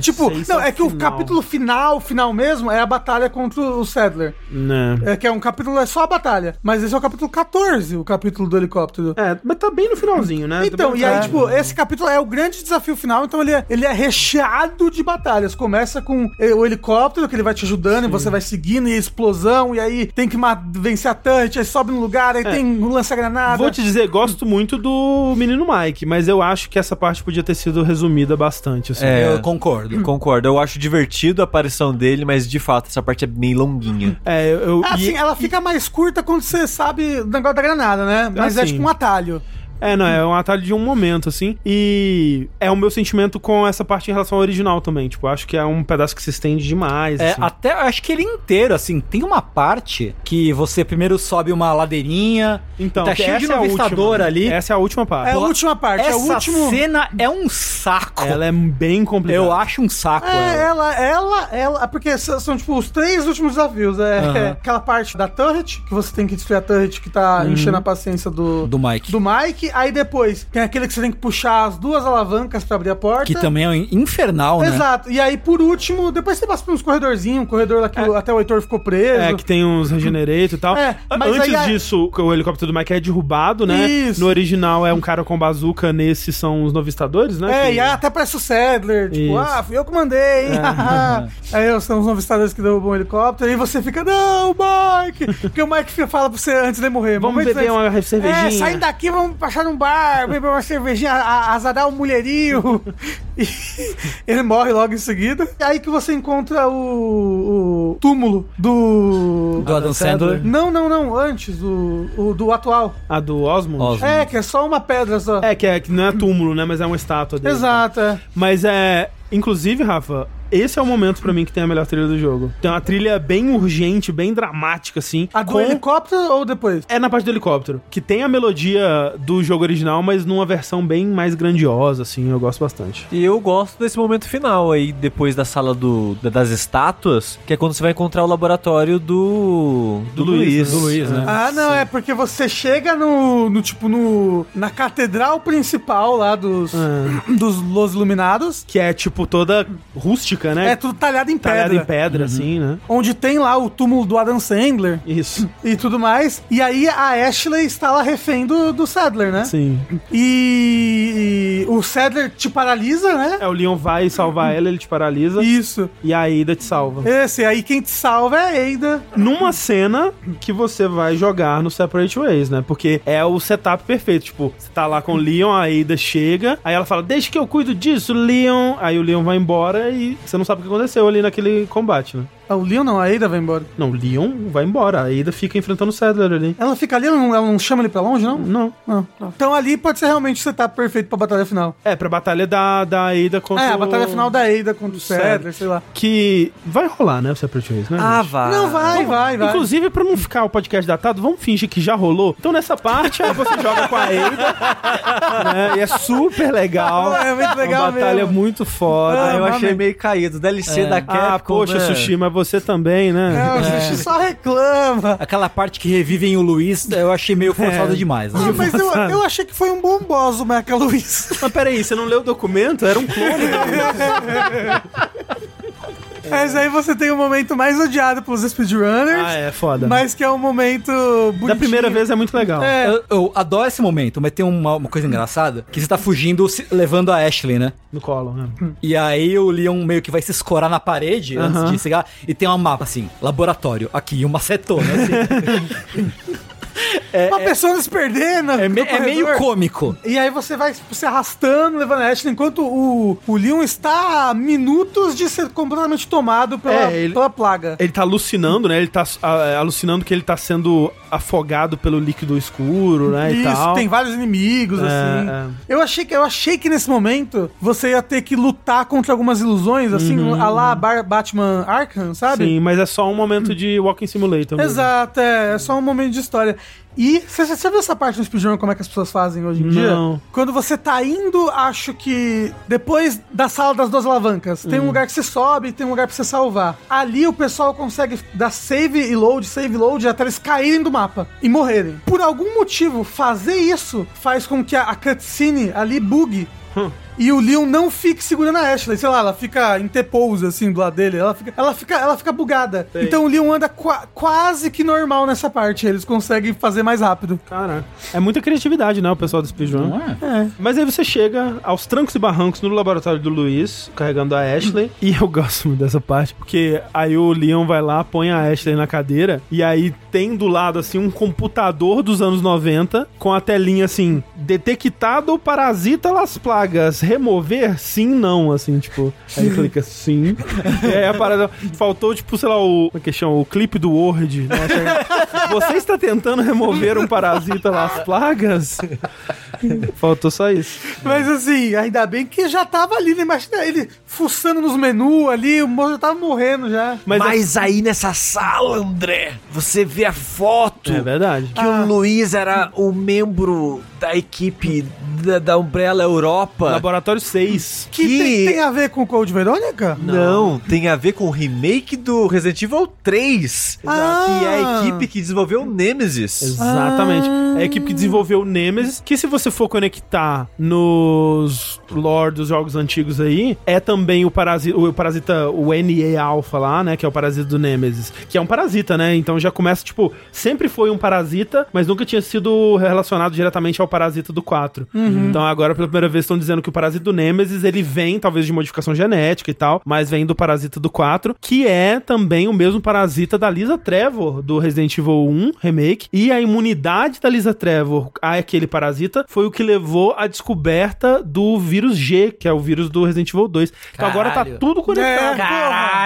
[SPEAKER 2] Tipo,
[SPEAKER 1] sei se
[SPEAKER 2] não,
[SPEAKER 1] é o
[SPEAKER 2] é que o
[SPEAKER 1] final.
[SPEAKER 2] capítulo final, final mesmo, é a batalha contra o Sadler.
[SPEAKER 1] Né.
[SPEAKER 2] É que é um capítulo, é só a batalha. Mas esse é o capítulo 14, o capítulo do helicóptero.
[SPEAKER 1] É, mas tá bem no finalzinho, né?
[SPEAKER 2] Então, e aí, tipo, esse capítulo é o grande desafio final, então ele é, ele é recheado de batalhas. Começa com eh, o helicóptero, que ele vai te ajudando, e você vai seguindo, e explosão, e aí tem que ma- vencer a Tante, aí sobe no lugar, aí tem o lança-granada.
[SPEAKER 1] É. Vou te dizer, gosto muito do menino Mike, mas eu acho que essa parte podia ter sido resumida bastante. Assim.
[SPEAKER 4] É.
[SPEAKER 3] Eu concordo.
[SPEAKER 4] Concordo, eu acho divertido a aparição dele, mas de fato essa parte é meio longuinha.
[SPEAKER 1] É, eu. eu-
[SPEAKER 2] Ah,
[SPEAKER 1] e- Ah,
[SPEAKER 2] sim, ela fica mais curta quando você sabe o negócio da granada, né? Mas é
[SPEAKER 1] sim.
[SPEAKER 2] tipo um atalho.
[SPEAKER 1] É, não, é um atalho de um momento, assim. E é o meu sentimento com essa parte em relação ao original também. Tipo, eu acho que é um pedaço que se estende demais.
[SPEAKER 3] É,
[SPEAKER 1] assim.
[SPEAKER 3] até acho que ele inteiro, assim, tem uma parte que você primeiro sobe uma ladeirinha,
[SPEAKER 1] Então,
[SPEAKER 3] e tá cheio de
[SPEAKER 1] essa é a última.
[SPEAKER 3] novistador ali.
[SPEAKER 1] Essa é a última
[SPEAKER 2] É
[SPEAKER 1] parte.
[SPEAKER 2] a
[SPEAKER 3] Pô,
[SPEAKER 2] última parte, é
[SPEAKER 3] Essa
[SPEAKER 2] o último.
[SPEAKER 3] cena é um saco.
[SPEAKER 1] Ela é bem complicada.
[SPEAKER 3] Eu acho um saco.
[SPEAKER 2] É, ela,
[SPEAKER 3] ela.
[SPEAKER 2] ela, ela. Porque s- são, tipo, os três últimos desafios. É, é aquela parte da turret, que você tem que destruir a turret que tá
[SPEAKER 1] Uhum.
[SPEAKER 2] enchendo a paciência do,
[SPEAKER 3] Do Mike.
[SPEAKER 2] é. do Mike. Aí depois tem aquele que você tem que puxar as duas alavancas pra abrir a porta.
[SPEAKER 3] Que também é infernal, né?
[SPEAKER 2] Exato. E aí, por último, depois você passa por uns corredorzinhos, um corredor lá que o- até o Heitor ficou preso.
[SPEAKER 1] É, que tem uns regenereito e tal.
[SPEAKER 2] É, mas
[SPEAKER 1] Antes
[SPEAKER 2] aí é-
[SPEAKER 1] disso, o helicóptero do Mike é derrubado, né?
[SPEAKER 2] Isso.
[SPEAKER 1] No original é um cara com bazuca, nesse são os novistadores, né?
[SPEAKER 2] É,
[SPEAKER 1] Que-
[SPEAKER 2] e aí até parece o Sadler, tipo,
[SPEAKER 1] Isso. É.
[SPEAKER 2] ah, fui eu que mandei, hein? aí eu- são os novistadores que derrubam o helicóptero, e você fica, não, Mike! Porque o Mike fica- fala pra você antes de morrer.
[SPEAKER 1] Vamos
[SPEAKER 2] momentos
[SPEAKER 1] beber
[SPEAKER 2] antes.
[SPEAKER 1] uma cervejinha.
[SPEAKER 2] É, saindo daqui, vamos passar num bar, beber uma cervejinha, a- a- azarar o mulherio. e ele morre logo em seguida. E aí que você encontra o, o túmulo do...
[SPEAKER 3] Do Adam Sandler.
[SPEAKER 2] Não, não, não, antes, o, o do atual.
[SPEAKER 1] A do Osmond.
[SPEAKER 3] Osmond.
[SPEAKER 2] É, que é só uma pedra só.
[SPEAKER 1] É, que, é, que não é túmulo, né? Mas é uma estátua dele.
[SPEAKER 2] Exato, é.
[SPEAKER 1] Mas é. Inclusive, Rafa, esse é o momento pra mim que tem a melhor trilha do jogo. Tem uma trilha bem urgente, bem dramática, assim.
[SPEAKER 2] A do
[SPEAKER 1] com-
[SPEAKER 2] helicóptero ou depois?
[SPEAKER 1] É na parte do helicóptero, que tem a melodia do jogo original, mas numa versão bem mais grandiosa, assim, eu gosto bastante.
[SPEAKER 4] E eu gosto desse momento final aí, depois da sala do, da- das estátuas, que é quando você vai encontrar o laboratório do. do, Luiz.
[SPEAKER 1] né? Do Luiz, né?
[SPEAKER 2] Ah, não, é porque você chega no, no, tipo, no, na catedral principal lá dos,
[SPEAKER 1] Ah.
[SPEAKER 2] dos Los Iluminados.
[SPEAKER 1] Que é, tipo, toda rústica, né?
[SPEAKER 2] É tudo talhado em pedra. Uhum.
[SPEAKER 1] Talhada em pedra, assim, né?
[SPEAKER 2] Onde tem lá o túmulo do Adam Sandler
[SPEAKER 1] Isso.
[SPEAKER 2] e tudo mais. E aí a Ashley está lá refém do, do Sadler, né?
[SPEAKER 1] Sim.
[SPEAKER 2] E, e o Sadler te paralisa, né?
[SPEAKER 1] É, o Leon vai salvar ela, ele te paralisa e,
[SPEAKER 2] Isso.
[SPEAKER 1] a Ada te salva.
[SPEAKER 2] Esse, aí quem te salva é a Ada.
[SPEAKER 1] numa cena que você vai jogar no Separate Ways, né? Porque é o setup perfeito. Tipo, você tá lá com o Leon, a Ada chega, aí ela fala: Deixa que eu cuido disso, Leon. Aí o Leon vai embora e você não sabe o que aconteceu ali naquele combate, né?
[SPEAKER 2] Ah, o Leon não, a Ada vai embora.
[SPEAKER 1] Não, o Leon vai embora. A Ada fica enfrentando o Sadler ali.
[SPEAKER 2] Ela fica ali, ela não, ela não chama ele pra longe, não?
[SPEAKER 1] Não.
[SPEAKER 2] Não. Então ali pode ser realmente o setup perfeito pra batalha final.
[SPEAKER 1] É, pra batalha da, da Ada contra.
[SPEAKER 2] É, a batalha
[SPEAKER 1] o-
[SPEAKER 2] final da Ada contra o
[SPEAKER 1] Sadler,
[SPEAKER 2] Cedar, sei lá.
[SPEAKER 1] Que vai rolar, né? O Separate Ways, né?
[SPEAKER 4] Ah,
[SPEAKER 1] gente?
[SPEAKER 4] vá.
[SPEAKER 2] Não, vai, vai, vai.
[SPEAKER 1] Inclusive, pra não ficar o podcast datado, vamos fingir que já rolou. Então, nessa parte, aí você joga com a Ada. né? E é super legal.
[SPEAKER 2] É muito legal
[SPEAKER 1] Uma batalha
[SPEAKER 2] mesmo.
[SPEAKER 1] muito foda.
[SPEAKER 4] Ah, eu
[SPEAKER 1] eu achei...
[SPEAKER 4] achei meio caído. DLC
[SPEAKER 3] É.
[SPEAKER 4] da Capcom.
[SPEAKER 1] Ah, poxa,
[SPEAKER 4] né?
[SPEAKER 1] Sushi, mas você também, né?
[SPEAKER 2] Não, É, o Sushi só reclama.
[SPEAKER 3] Aquela parte que revivem o Luiz, eu achei meio forçada
[SPEAKER 1] É.
[SPEAKER 3] demais. né?
[SPEAKER 2] Ah, mas eu, eu achei que foi um bom boss o Mecha Luiz.
[SPEAKER 1] Mas peraí, você não leu o documento? Era um clone.
[SPEAKER 2] Mas aí você tem o momento mais odiado pelos speedrunners.
[SPEAKER 1] Ah, é foda.
[SPEAKER 2] Mas que é um momento bonitinho.
[SPEAKER 1] da primeira vez é muito legal.
[SPEAKER 2] É.
[SPEAKER 3] Eu, eu adoro esse momento, mas tem uma, uma coisa engraçada, que você tá fugindo, se- levando a Ashley, né?
[SPEAKER 1] No colo, né?
[SPEAKER 3] E aí o Leon meio que vai se escorar na parede antes de chegar, e tem uma mapa assim, laboratório, aqui, e uma acetona, assim.
[SPEAKER 2] Uma pessoa nos perder, né?
[SPEAKER 3] é, me- é meio cômico.
[SPEAKER 2] E aí você vai se arrastando, levando a Ashley, enquanto o, o Leon está a minutos de ser completamente tomado pela,
[SPEAKER 1] É, ele-
[SPEAKER 2] pela plaga.
[SPEAKER 1] Ele tá alucinando, né? Ele tá ah, alucinando que ele tá sendo afogado pelo líquido escuro, né? e tal.
[SPEAKER 2] tem vários inimigos,
[SPEAKER 1] É,
[SPEAKER 2] assim.
[SPEAKER 1] é.
[SPEAKER 2] Eu, achei que, eu achei que nesse momento você ia ter que lutar contra algumas ilusões, assim, a lá Bar- Batman Arkham, sabe?
[SPEAKER 1] Uhum. Sim, mas é só um momento de Walking Simulator. mesmo.
[SPEAKER 2] Exato, é, é só um momento de história. E você você viu essa parte do speedrun, como é que as pessoas fazem hoje em dia?
[SPEAKER 1] Não.
[SPEAKER 2] Quando você tá indo, acho que depois da sala das duas alavancas, tem
[SPEAKER 1] Hum.
[SPEAKER 2] um lugar que você sobe e tem um lugar pra você salvar. Ali o pessoal consegue dar save e load, save e load, até eles caírem do mapa e morrerem. Por algum motivo, fazer isso faz com que a, a cutscene ali bugue.
[SPEAKER 1] Hum.
[SPEAKER 2] E o Leon não fique segurando a Ashley, sei lá, ela fica em T-pose, assim, do lado dele, ela fica, ela fica, ela fica bugada. Então o Leon anda qua- quase que normal nessa parte, eles conseguem fazer mais rápido.
[SPEAKER 1] Caraca. É muita criatividade, né? O pessoal do Speedrun. Mas aí você chega aos trancos e barrancos no laboratório do Luiz, carregando a Ashley. E eu gosto muito dessa parte, porque aí o Leon vai lá, põe a Ashley na cadeira, e aí tem do lado, assim, um computador dos anos 90, com a telinha assim, detectado parasita las plagas, remover? Sim, não, assim, tipo. Aí clica sim. e aí a parada, faltou, tipo, sei lá, o, como é que chama? O clipe do Word, né? Chega, Você está tentando remover um parasita las plagas? Faltou só isso.
[SPEAKER 2] Mas assim, ainda bem que já tava ali, né? Imagina ele fuçando nos menus ali, o moço já tava morrendo já.
[SPEAKER 1] Mas,
[SPEAKER 4] Mas é- aí nessa sala, André, você vê a foto
[SPEAKER 1] é, é verdade.
[SPEAKER 4] que o Luiz era o membro da equipe da, da Umbrella Europa.
[SPEAKER 1] Laboratório 6.
[SPEAKER 2] Que,
[SPEAKER 4] Que-
[SPEAKER 2] Tem, tem a ver com o Code Verônica?
[SPEAKER 4] Não, tem a ver com o remake do Resident Evil 3,
[SPEAKER 2] Ah.
[SPEAKER 4] que é a equipe que desenvolveu o Nemesis.
[SPEAKER 1] Exatamente. É a equipe que desenvolveu o Nemesis, que se você for conectar nos lore dos jogos antigos aí, é também o parasita, o parasita, o NA Alpha lá, né, que é o parasita do Nemesis, que é um parasita, né, então já começa, tipo, sempre foi um parasita, mas nunca tinha sido relacionado diretamente ao parasita do 4. Então agora, pela primeira vez, estão dizendo que o parasita do Nemesis, ele vem, talvez, de modificação genética e tal, mas vem do parasita do 4, que é também o mesmo parasita da Lisa Trevor, do Resident Evil 1 Remake, e a imunidade da Lisa Trevor a aquele parasita foi o que levou à descoberta do vírus G, que é o vírus do Resident Evil 2. Então agora tá
[SPEAKER 3] Caralho.
[SPEAKER 1] tudo conectado.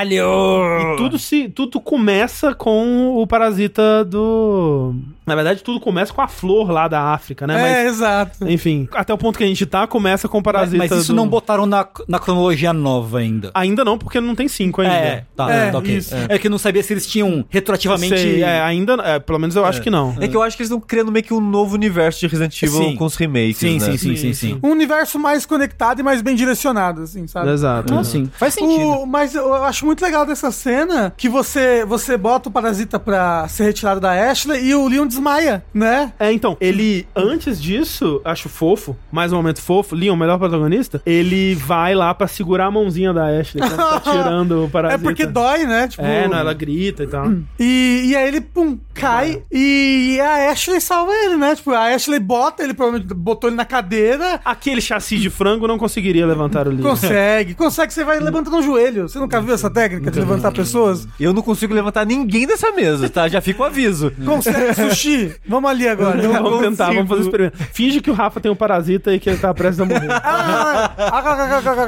[SPEAKER 1] E tudo se tudo começa com o parasita do. Na verdade, tudo começa com a flor lá da África, né?
[SPEAKER 2] É,
[SPEAKER 1] Mas,
[SPEAKER 2] exato.
[SPEAKER 1] enfim, até o ponto que a gente tá, começa com o
[SPEAKER 3] Mas,
[SPEAKER 1] parasita.
[SPEAKER 3] mas isso
[SPEAKER 1] do-
[SPEAKER 3] não botaram na, na cronologia nova ainda.
[SPEAKER 1] Ainda não, porque não tem cinco ainda.
[SPEAKER 3] É, tá,
[SPEAKER 2] É,
[SPEAKER 3] tá ok.
[SPEAKER 2] isso.
[SPEAKER 3] É. que eu não sabia se eles tinham retroativamente.
[SPEAKER 1] Sei, é, ainda, é, pelo menos eu acho que não.
[SPEAKER 4] É que eu acho que eles estão criando meio que um novo universo de Resident Evil
[SPEAKER 3] Sim.
[SPEAKER 4] com os remakes,
[SPEAKER 3] Sim,
[SPEAKER 4] né?
[SPEAKER 3] sim, sim, sim, sim.
[SPEAKER 2] Um universo mais conectado e mais bem direcionado, assim, sabe?
[SPEAKER 1] Exato.
[SPEAKER 3] Não, sim. Então, assim, Faz
[SPEAKER 2] O- mas eu acho muito legal dessa cena que você você bota o parasita pra ser retirado da Ashley e o Leon desmaia, né?
[SPEAKER 1] É, então, ele, antes disso, acho fofo, mais um momento fofo, Leon, melhor protagonista, ele vai lá pra segurar a mãozinha da Ashley, quando tá tirando o
[SPEAKER 2] É
[SPEAKER 1] parasita.
[SPEAKER 2] porque dói, né? Tipo,
[SPEAKER 1] É, não, ela grita e tal.
[SPEAKER 2] E, e aí ele, pum, cai e a Ashley salva ele, né? Tipo, a Ashley bota ele, provavelmente botou ele na cadeira.
[SPEAKER 1] Aquele chassi de frango não conseguiria levantar o Leon.
[SPEAKER 2] Consegue, consegue, você vai levantando o joelho. Você nunca viu essa técnica de levantar pessoas?
[SPEAKER 4] Eu não consigo levantar ninguém dessa mesa, tá? Já fica o aviso.
[SPEAKER 2] Consegue, sushi. Vamos ali agora.
[SPEAKER 1] Então vamos tentar, vamos fazer o experimento. Finge que o Rafa tem um parasita e que ele tá prestes a morrer.
[SPEAKER 2] Ah,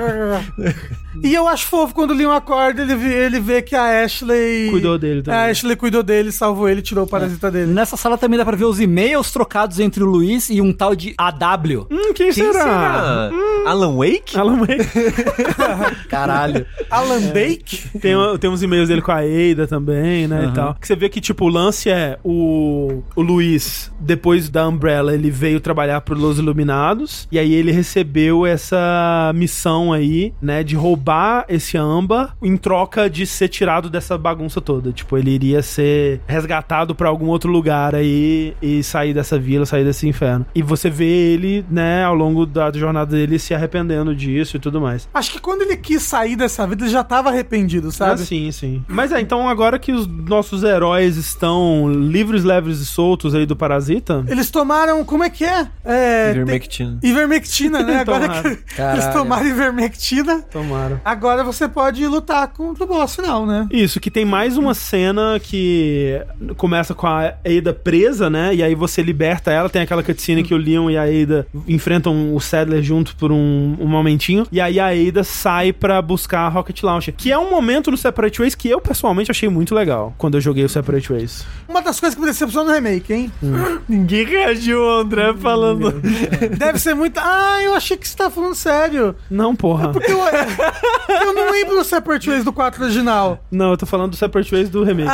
[SPEAKER 2] E eu acho fofo quando o Leon acorda, ele vê, ele vê que a Ashley.
[SPEAKER 1] Cuidou dele também. É.
[SPEAKER 2] A Ashley cuidou dele, salvou ele, tirou o parasita dele.
[SPEAKER 3] Nessa sala também dá pra ver os e-mails trocados entre o Luiz e um tal de AW.
[SPEAKER 1] Hum, quem, será?
[SPEAKER 4] Será? Alan Wake?
[SPEAKER 1] Alan Wake.
[SPEAKER 3] Caralho.
[SPEAKER 2] Alan
[SPEAKER 1] É.
[SPEAKER 2] Bake?
[SPEAKER 1] Tem, tem uns e-mails dele com a Eida também, né, e tal. Que você vê que, tipo, o lance é o, o Luiz, depois da Umbrella, ele veio trabalhar pro Los Iluminados, e aí ele recebeu essa missão aí, né, de roubar roubar esse âmbar em troca de ser tirado dessa bagunça toda. Tipo, ele iria ser resgatado pra algum outro lugar aí e sair dessa vila, sair desse inferno. E você vê ele, né, ao longo da jornada dele se arrependendo disso e tudo mais.
[SPEAKER 2] Acho que quando ele quis sair dessa vida, ele já tava arrependido,
[SPEAKER 1] Ah,
[SPEAKER 2] sabe?
[SPEAKER 1] sim, sim. Mas é, então agora que os nossos heróis estão livres, leves e soltos aí do parasita,
[SPEAKER 2] Eles tomaram, como é que é? é
[SPEAKER 4] Ivermectina.
[SPEAKER 2] te- Ivermectina, né? Agora que
[SPEAKER 1] Tomaram.
[SPEAKER 2] eles
[SPEAKER 3] Caralho.
[SPEAKER 2] tomaram ivermectina,
[SPEAKER 1] tomara.
[SPEAKER 2] agora você pode lutar contra o boss final, né?
[SPEAKER 1] Isso, que tem mais uma cena que começa com a Ada presa, né? E aí você liberta ela. Tem aquela cutscene que o Leon e a Ada enfrentam o Sadler junto por um, um momentinho. E aí a Ada sai pra buscar a Rocket Launcher. Que é um momento no Separate Ways que eu pessoalmente achei muito legal quando eu joguei o Separate Ways.
[SPEAKER 2] Uma das coisas que me decepcionou no remake, hein?
[SPEAKER 4] Ninguém reagiu ao André falando.
[SPEAKER 2] Deve ser muito. Ah, eu achei que você tá falando sério.
[SPEAKER 1] Não, porra.
[SPEAKER 2] Eu, é, eu não lembro do Separate Ways do 4 original.
[SPEAKER 1] Não, eu tô falando do Separate Ways do remake.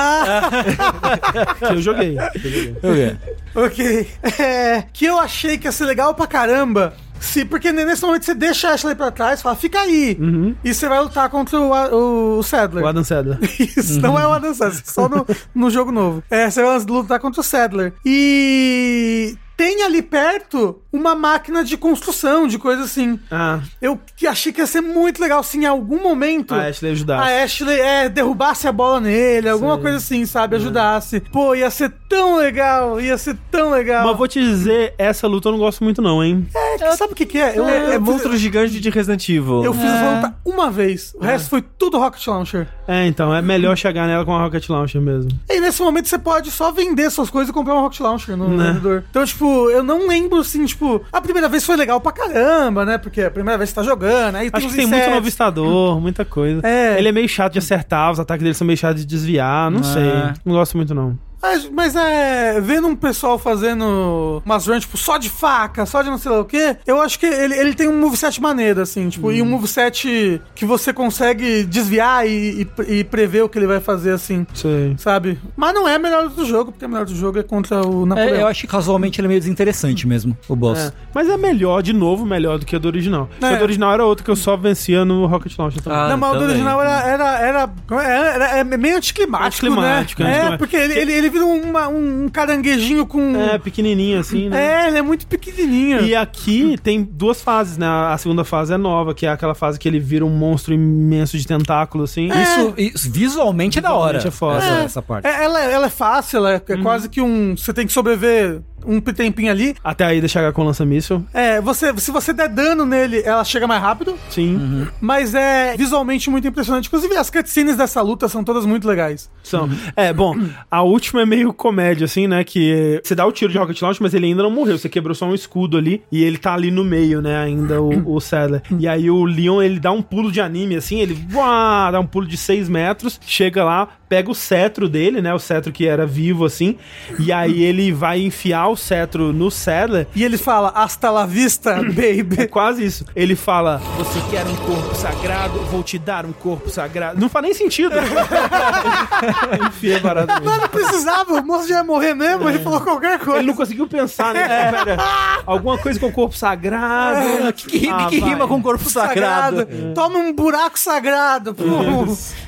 [SPEAKER 1] que eu joguei. que eu joguei.
[SPEAKER 2] Ok. É, que eu achei que ia ser legal pra caramba. Se, porque nesse momento você deixa a Ashley pra trás, fala, fica aí. E você vai lutar contra o, A- o, Sadler.
[SPEAKER 1] O Adam Sandler.
[SPEAKER 2] Isso não é o Adam Sandler, só no, no jogo novo. É, você vai lutar contra o Sadler. E tem ali perto uma máquina de construção, de coisa assim.
[SPEAKER 1] Ah,
[SPEAKER 2] Eu que- achei que ia ser muito legal se em algum momento
[SPEAKER 1] a Ah, Ashley ajudar.
[SPEAKER 2] a Ashley é, derrubasse a bola nele, alguma coisa assim, sabe? Ajudasse. Pô, ia ser tão legal, ia ser tão legal.
[SPEAKER 1] Mas vou te dizer, essa luta eu não gosto muito não, hein?
[SPEAKER 2] É, sabe o que, que é? Eu, eu
[SPEAKER 4] É, é
[SPEAKER 2] fiz-
[SPEAKER 4] monstro gigante de Resident Evil.
[SPEAKER 2] Eu fiz essa luta uma vez, o resto foi tudo Rocket Launcher.
[SPEAKER 1] É, então, é melhor chegar nela com a Rocket Launcher mesmo.
[SPEAKER 2] E nesse momento você pode só vender suas coisas e comprar um Rocket Launcher no vendedor. Então, tipo, eu não lembro assim, tipo, a primeira vez foi legal pra caramba, né? Porque é a primeira vez que você tá jogando, aí
[SPEAKER 1] Acho
[SPEAKER 2] os
[SPEAKER 1] que tem
[SPEAKER 2] insetos.
[SPEAKER 1] muito novistador, muita coisa.
[SPEAKER 2] É.
[SPEAKER 1] Ele é meio chato de acertar, os ataques dele são meio chatos de desviar, não sei. Não gosto muito não.
[SPEAKER 2] Mas, mas é. Vendo um pessoal fazendo umas runs, tipo, só de faca, só de não sei lá o quê, eu acho que ele, ele tem um moveset maneiro, assim, tipo, e um moveset que você consegue desviar e, e- e prever o que ele vai fazer, assim,
[SPEAKER 1] Sei.
[SPEAKER 2] sabe? Mas não é a melhor do jogo, porque a melhor do jogo é contra o
[SPEAKER 3] É,
[SPEAKER 2] Napoleão.
[SPEAKER 3] eu acho que casualmente ele é meio desinteressante mesmo, o boss.
[SPEAKER 1] É. Mas é melhor, de novo, melhor do que a do original. Porque
[SPEAKER 2] É.
[SPEAKER 1] a do original era outra que eu só vencia no Rocket Launcher também.
[SPEAKER 4] Ah,
[SPEAKER 2] não, mas o do
[SPEAKER 4] também.
[SPEAKER 2] original era, era, era, era- era- é meio anticlimático,
[SPEAKER 1] Anticlimático,
[SPEAKER 2] né? É,
[SPEAKER 1] anticlimático.
[SPEAKER 2] porque ele, ele, ele vira uma- um caranguejinho com...
[SPEAKER 1] É, pequenininho assim, né?
[SPEAKER 2] É, ele é muito pequenininho.
[SPEAKER 1] E aqui tem duas fases, né? A segunda fase é nova, que é aquela fase que ele vira um monstro imenso de tentáculo, assim.
[SPEAKER 3] Isso, isso visualmente é da hora.
[SPEAKER 1] Visualmente é foda.
[SPEAKER 3] Essa,
[SPEAKER 1] É.
[SPEAKER 3] essa parte.
[SPEAKER 2] É, ela, ela é fácil, ela é é quase que um. Você tem que sobreviver um tempinho ali.
[SPEAKER 1] Até aí deixar chegar com o lança-míssil.
[SPEAKER 2] É, você, se você der dano nele, ela chega mais rápido,
[SPEAKER 1] Sim.
[SPEAKER 2] mas é visualmente muito impressionante. Inclusive, as cutscenes dessa luta são todas muito legais.
[SPEAKER 1] São. É, bom, a última é meio comédia, assim, né? Que você dá o tiro de Rocket Launch, mas ele ainda não morreu. Você quebrou só um escudo ali e ele tá ali no meio, né? Ainda o, o Sadler. E aí o Leon, ele dá um pulo de anime, assim, ele uá, dá um pulo de 6 metros, chega lá, pega o cetro dele, né? O cetro que era vivo, assim. E aí ele vai enfiar o cetro no Sadler.
[SPEAKER 2] E ele fala, hasta la vista,
[SPEAKER 1] É
[SPEAKER 2] baby.
[SPEAKER 1] quase isso. Ele fala: Você quer um corpo sagrado? Vou te dar um corpo sagrado. Não faz nem sentido. Enfia barato mesmo.
[SPEAKER 2] Mas não precisava, o moço já ia morrer mesmo, ele falou qualquer coisa.
[SPEAKER 1] Ele não conseguiu pensar, né? Pera, alguma coisa com o corpo sagrado.
[SPEAKER 3] Que, que,
[SPEAKER 1] Ah,
[SPEAKER 3] que
[SPEAKER 1] vai.
[SPEAKER 3] rima com um corpo sagrado.
[SPEAKER 2] Toma um buraco sagrado. Pô.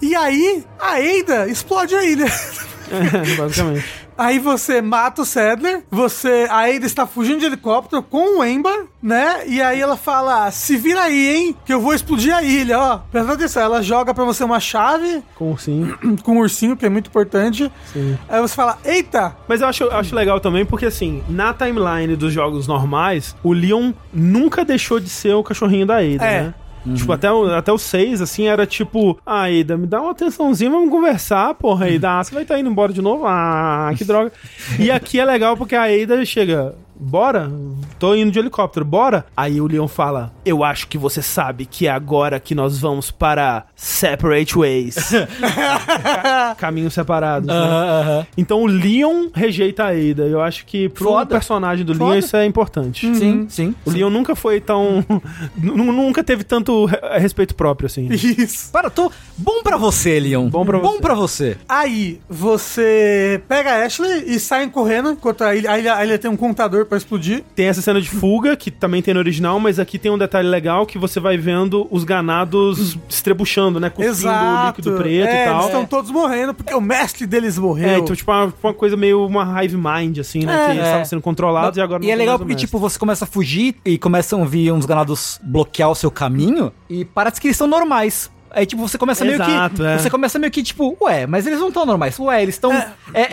[SPEAKER 2] e aí, a Eida explode a ilha.
[SPEAKER 1] É, basicamente.
[SPEAKER 2] Aí você mata o Sadler, você. A Ada está fugindo de helicóptero com o Ember, né? E aí ela fala: se vira aí, hein? Que eu vou explodir a ilha, ó. Presta atenção, ela joga pra você uma chave
[SPEAKER 1] Com sim.
[SPEAKER 2] com um ursinho, que é muito importante. Aí você fala: eita!
[SPEAKER 1] Mas eu acho, eu acho legal também, porque assim, na timeline dos jogos normais, o Leon nunca deixou de ser o cachorrinho da Ada,
[SPEAKER 2] É.
[SPEAKER 1] né? Tipo, até o, até o 6, assim, era tipo, ah, Ada, me dá uma atençãozinha, vamos conversar, porra, Ada, ah, você vai estar indo embora de novo? Ah, que droga. E aqui é legal porque a Ada chega, bora, tô indo de helicóptero, bora. Aí o Leon fala, eu acho que você sabe que é agora que nós vamos para Separate Ways. Ca- Caminhos separados, né?
[SPEAKER 3] Aham, aham.
[SPEAKER 1] Então o Leon rejeita a Ada. Eu acho que pro
[SPEAKER 3] Foda.
[SPEAKER 1] personagem do Leon
[SPEAKER 3] Foda. Hum.
[SPEAKER 1] isso é importante.
[SPEAKER 2] Uhum.
[SPEAKER 3] Sim, sim.
[SPEAKER 1] O Leon nunca foi tão. nu- nunca teve tanto re- respeito próprio assim.
[SPEAKER 2] Isso.
[SPEAKER 3] Para, tô. Bom pra você, Leon.
[SPEAKER 1] Bom pra
[SPEAKER 3] Bom
[SPEAKER 1] você.
[SPEAKER 3] pra você.
[SPEAKER 2] Aí você pega a Ashley e saem correndo enquanto a ilha, a ilha, a ilha tem um contador pra explodir.
[SPEAKER 1] Tem essa cena de fuga, que também tem no original, mas aqui tem um detalhe legal que você vai vendo os ganados estrebuchando, né? Cuspindo o
[SPEAKER 2] Exato.
[SPEAKER 1] líquido preto
[SPEAKER 2] é,
[SPEAKER 1] e tal.
[SPEAKER 2] Eles estão todos morrendo porque o mestre deles morreu.
[SPEAKER 1] É, então, tipo, uma, uma coisa meio uma hive mind, assim, né?
[SPEAKER 2] É.
[SPEAKER 1] que eles estavam sendo controlados e agora
[SPEAKER 3] E é
[SPEAKER 1] tem
[SPEAKER 3] legal
[SPEAKER 1] mais o
[SPEAKER 3] porque,
[SPEAKER 1] mestre.
[SPEAKER 3] tipo, você começa a fugir e começam a vir uns ganados bloquear o seu caminho e parece que eles são normais. Aí, tipo, você começa meio
[SPEAKER 1] Exato,
[SPEAKER 3] que.
[SPEAKER 1] é.
[SPEAKER 3] Você começa meio que, tipo, ué, mas eles não estão normais. Ué, eles estão. É.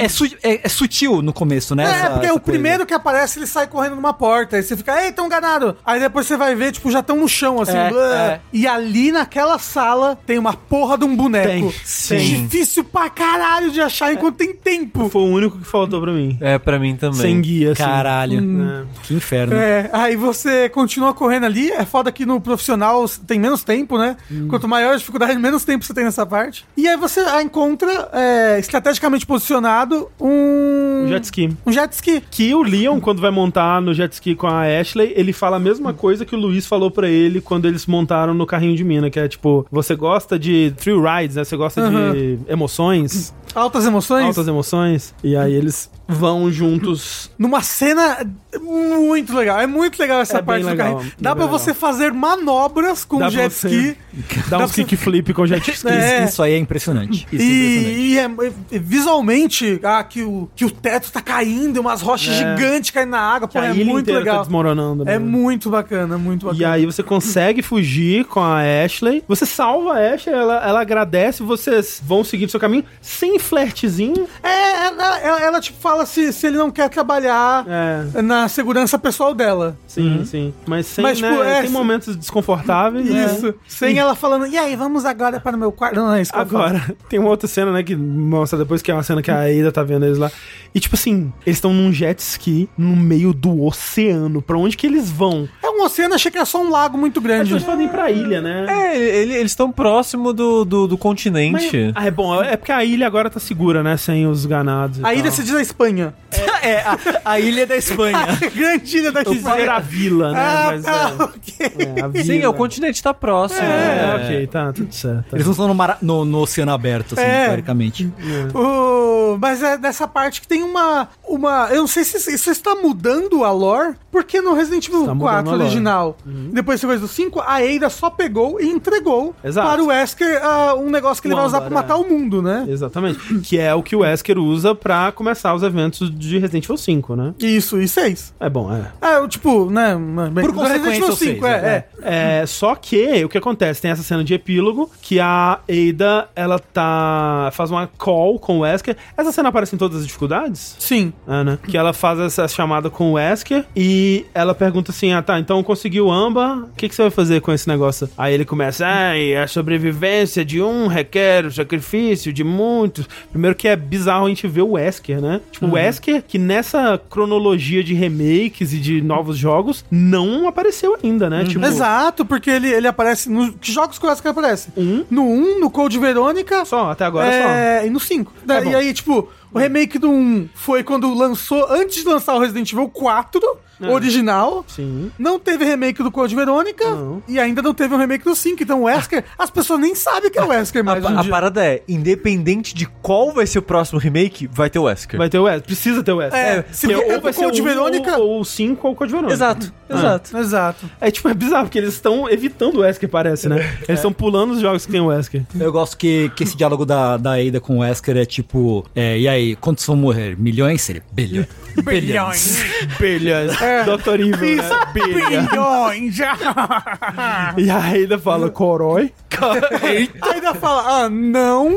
[SPEAKER 3] É, su- é- é sutil no começo, né?
[SPEAKER 2] É,
[SPEAKER 3] essa-
[SPEAKER 2] porque
[SPEAKER 3] essa
[SPEAKER 2] o
[SPEAKER 3] coisa.
[SPEAKER 2] primeiro que aparece, ele sai correndo numa porta. Aí você fica, ei, tão ganado. Aí depois você vai ver, tipo, já estão no chão, assim.
[SPEAKER 3] É,
[SPEAKER 2] "Ué".
[SPEAKER 3] é.
[SPEAKER 2] E ali naquela sala tem uma porra de um boneco.
[SPEAKER 1] Tem, sim.
[SPEAKER 2] Difícil pra caralho de achar enquanto tem tempo.
[SPEAKER 1] Foi o único que faltou pra mim.
[SPEAKER 4] É, pra mim também.
[SPEAKER 1] Sem guia, assim.
[SPEAKER 3] Caralho.
[SPEAKER 1] Hum.
[SPEAKER 3] Que inferno.
[SPEAKER 2] É, aí você continua correndo ali. É foda que no profissional tem menos tempo, né?
[SPEAKER 1] Hum.
[SPEAKER 2] Quanto maior a dificuldade, menos tempo você tem nessa parte. E aí você encontra, é, estrategicamente posicionado, um.
[SPEAKER 1] O jet ski.
[SPEAKER 2] Um jet ski.
[SPEAKER 1] Que o Leon, quando vai montar no jet ski com a Ashley, ele fala a mesma coisa que o Luiz falou pra ele quando eles montaram no carrinho de mina, que é tipo, você gosta de thrill rides, né? Você gosta de emoções,
[SPEAKER 2] Altas emoções.
[SPEAKER 1] altas emoções. E aí eles vão juntos.
[SPEAKER 2] numa cena muito legal. É muito legal essa
[SPEAKER 1] É bem
[SPEAKER 2] parte do
[SPEAKER 1] legal,
[SPEAKER 2] carrinho.
[SPEAKER 1] bem
[SPEAKER 2] Dá pra
[SPEAKER 1] legal.
[SPEAKER 2] você fazer manobras com
[SPEAKER 1] Dá
[SPEAKER 2] o
[SPEAKER 1] pra
[SPEAKER 2] jet
[SPEAKER 1] você-
[SPEAKER 2] ski.
[SPEAKER 1] Dá,
[SPEAKER 2] Dá
[SPEAKER 1] uns
[SPEAKER 2] pra-
[SPEAKER 1] um kickflip com o jet ski.
[SPEAKER 2] É.
[SPEAKER 3] Isso, isso aí é impressionante. Isso é impressionante.
[SPEAKER 2] E, e é, e visualmente, ah, que, o, que o teto tá caindo, umas rochas
[SPEAKER 1] É.
[SPEAKER 2] gigantes caindo na água,
[SPEAKER 1] Que
[SPEAKER 2] pô,
[SPEAKER 1] a
[SPEAKER 2] é
[SPEAKER 1] ilha
[SPEAKER 2] muito
[SPEAKER 1] inteira tá
[SPEAKER 2] legal.
[SPEAKER 1] desmoronando.
[SPEAKER 2] é
[SPEAKER 1] né?
[SPEAKER 2] muito bacana, muito
[SPEAKER 1] E
[SPEAKER 2] bacana.
[SPEAKER 1] aí você consegue fugir com a Ashley. Você salva a Ashley, ela, ela agradece, vocês vão seguir o seu caminho sem flertezinho.
[SPEAKER 2] É, ela, ela- ela, tipo fala se, se ele não quer trabalhar
[SPEAKER 1] É.
[SPEAKER 2] na segurança pessoal dela.
[SPEAKER 1] Sim, sim. Mas sem,
[SPEAKER 2] Uhum. Mas, tipo,
[SPEAKER 1] né,
[SPEAKER 2] é,
[SPEAKER 1] tem
[SPEAKER 2] se-
[SPEAKER 1] momentos desconfortáveis. né?
[SPEAKER 2] Isso. Sem ela falando, e aí, vamos agora para o meu quarto. Não, não é isso que ela fala.
[SPEAKER 1] Agora, tem uma outra cena, né, que mostra depois que é uma cena que a Aida tá vendo eles lá. E tipo assim, eles estão num jet ski no meio do oceano. Pra onde que eles vão?
[SPEAKER 2] É um oceano, achei que era só um lago muito
[SPEAKER 1] Eles
[SPEAKER 2] grande.
[SPEAKER 1] podem ir pra ilha, né?
[SPEAKER 4] É, ele- eles estão próximo do, do, do
[SPEAKER 1] Mas-
[SPEAKER 4] continente.
[SPEAKER 1] ah, é bom, é porque a ilha agora tá segura, né? Sem os ganados. e
[SPEAKER 2] A ilha
[SPEAKER 1] tal.
[SPEAKER 2] se diz a Espanha.
[SPEAKER 3] É, a, a ilha da Espanha.
[SPEAKER 2] A grande ilha da
[SPEAKER 1] Eu quis dizer
[SPEAKER 2] Espanha.
[SPEAKER 1] a vila, né?
[SPEAKER 2] Ah,
[SPEAKER 1] Mas
[SPEAKER 2] tá,
[SPEAKER 1] é,
[SPEAKER 2] ok.
[SPEAKER 1] é, a vila.
[SPEAKER 4] Sim, é, o continente tá
[SPEAKER 1] É,
[SPEAKER 4] próximo. É.
[SPEAKER 1] ok, tá, tudo certo.
[SPEAKER 3] Eles não estão no, mar- no- no oceano aberto, assim,
[SPEAKER 2] É.
[SPEAKER 3] teoricamente.
[SPEAKER 2] O- mas é nessa parte que tem uma. uma eu não sei se isso- isso está mudando a lore, porque no Resident Evil
[SPEAKER 1] Está mudando
[SPEAKER 2] 4
[SPEAKER 1] a lore. Uhum.
[SPEAKER 2] original, depois depois do 5, a Ada só pegou e entregou
[SPEAKER 1] Exato.
[SPEAKER 2] para o Wesker ah, um negócio que ele
[SPEAKER 1] Um
[SPEAKER 2] vai usar para
[SPEAKER 1] âmbar,
[SPEAKER 2] matar o mundo, né?
[SPEAKER 1] Exatamente. Que é o que o Wesker usa pra começar os eventos de Resident Evil 5, né?
[SPEAKER 2] Isso, e 6.
[SPEAKER 1] É bom, é.
[SPEAKER 2] É, eu, tipo, né? Bem,
[SPEAKER 3] Por
[SPEAKER 2] do Resident
[SPEAKER 3] consequência,
[SPEAKER 2] Evil
[SPEAKER 3] o seis,
[SPEAKER 2] é,
[SPEAKER 3] né?
[SPEAKER 2] é.
[SPEAKER 1] É, só que o que acontece? Tem essa cena de epílogo que a Ada ela tá. faz uma call com o Wesker. Essa cena aparece em todas as dificuldades?
[SPEAKER 2] Sim.
[SPEAKER 1] Ah, né? Que ela faz essa chamada com o Wesker e ela pergunta assim: Ah, tá, então conseguiu amba, o que, que você vai fazer com esse negócio? Aí ele começa: Ai, a sobrevivência de um requer o sacrifício de muitos. Primeiro que é bizarro a gente ver o Wesker, né? Tipo, o Wesker, que nessa cronologia de remakes e de novos jogos, não apareceu ainda, né? Tipo,
[SPEAKER 2] Exato, porque ele, ele aparece. No, que jogos que o Wesker aparece?
[SPEAKER 1] Um.
[SPEAKER 2] No 1, no Code Verônica.
[SPEAKER 1] Só, até agora só.
[SPEAKER 2] é, e no 5.
[SPEAKER 1] É bom.
[SPEAKER 2] e aí, tipo, o remake do 1 foi quando lançou, antes de lançar o Resident Evil 4, original.
[SPEAKER 1] Sim.
[SPEAKER 2] Não teve remake do Code Verônica
[SPEAKER 1] Não.
[SPEAKER 2] e ainda não teve um remake do 5. Então, o Wesker, as pessoas nem sabem que é o Wesker
[SPEAKER 4] A,
[SPEAKER 2] mais
[SPEAKER 4] pa-
[SPEAKER 2] hoje em
[SPEAKER 4] a
[SPEAKER 2] dia.
[SPEAKER 4] parada é, independente de qual vai ser o próximo remake, vai ter o Wesker.
[SPEAKER 1] Vai ter o Wesker, precisa ter o Wesker.
[SPEAKER 2] É, se
[SPEAKER 1] porque
[SPEAKER 2] ficar
[SPEAKER 1] ou vai
[SPEAKER 2] com
[SPEAKER 1] ser o
[SPEAKER 2] Code
[SPEAKER 1] um,
[SPEAKER 2] Verônica-
[SPEAKER 1] ou o 5 ou o Code Verônica.
[SPEAKER 4] Exato, exato.
[SPEAKER 2] Exato.
[SPEAKER 1] É tipo, é bizarro, porque eles estão evitando o Wesker, parece, né?
[SPEAKER 2] É.
[SPEAKER 1] Eles estão pulando os jogos que tem o Wesker.
[SPEAKER 3] Eu gosto que, que esse diálogo da, da Ada com o Wesker é tipo: é, e aí, quantos vão morrer? Milhões? Seria bilhões. Bilhões.
[SPEAKER 1] Belhas. É. Doutor Evil, né? Belha.
[SPEAKER 2] Bilhões!
[SPEAKER 1] E a Aida fala, Coroi.
[SPEAKER 2] Aí ainda fala, ah, não.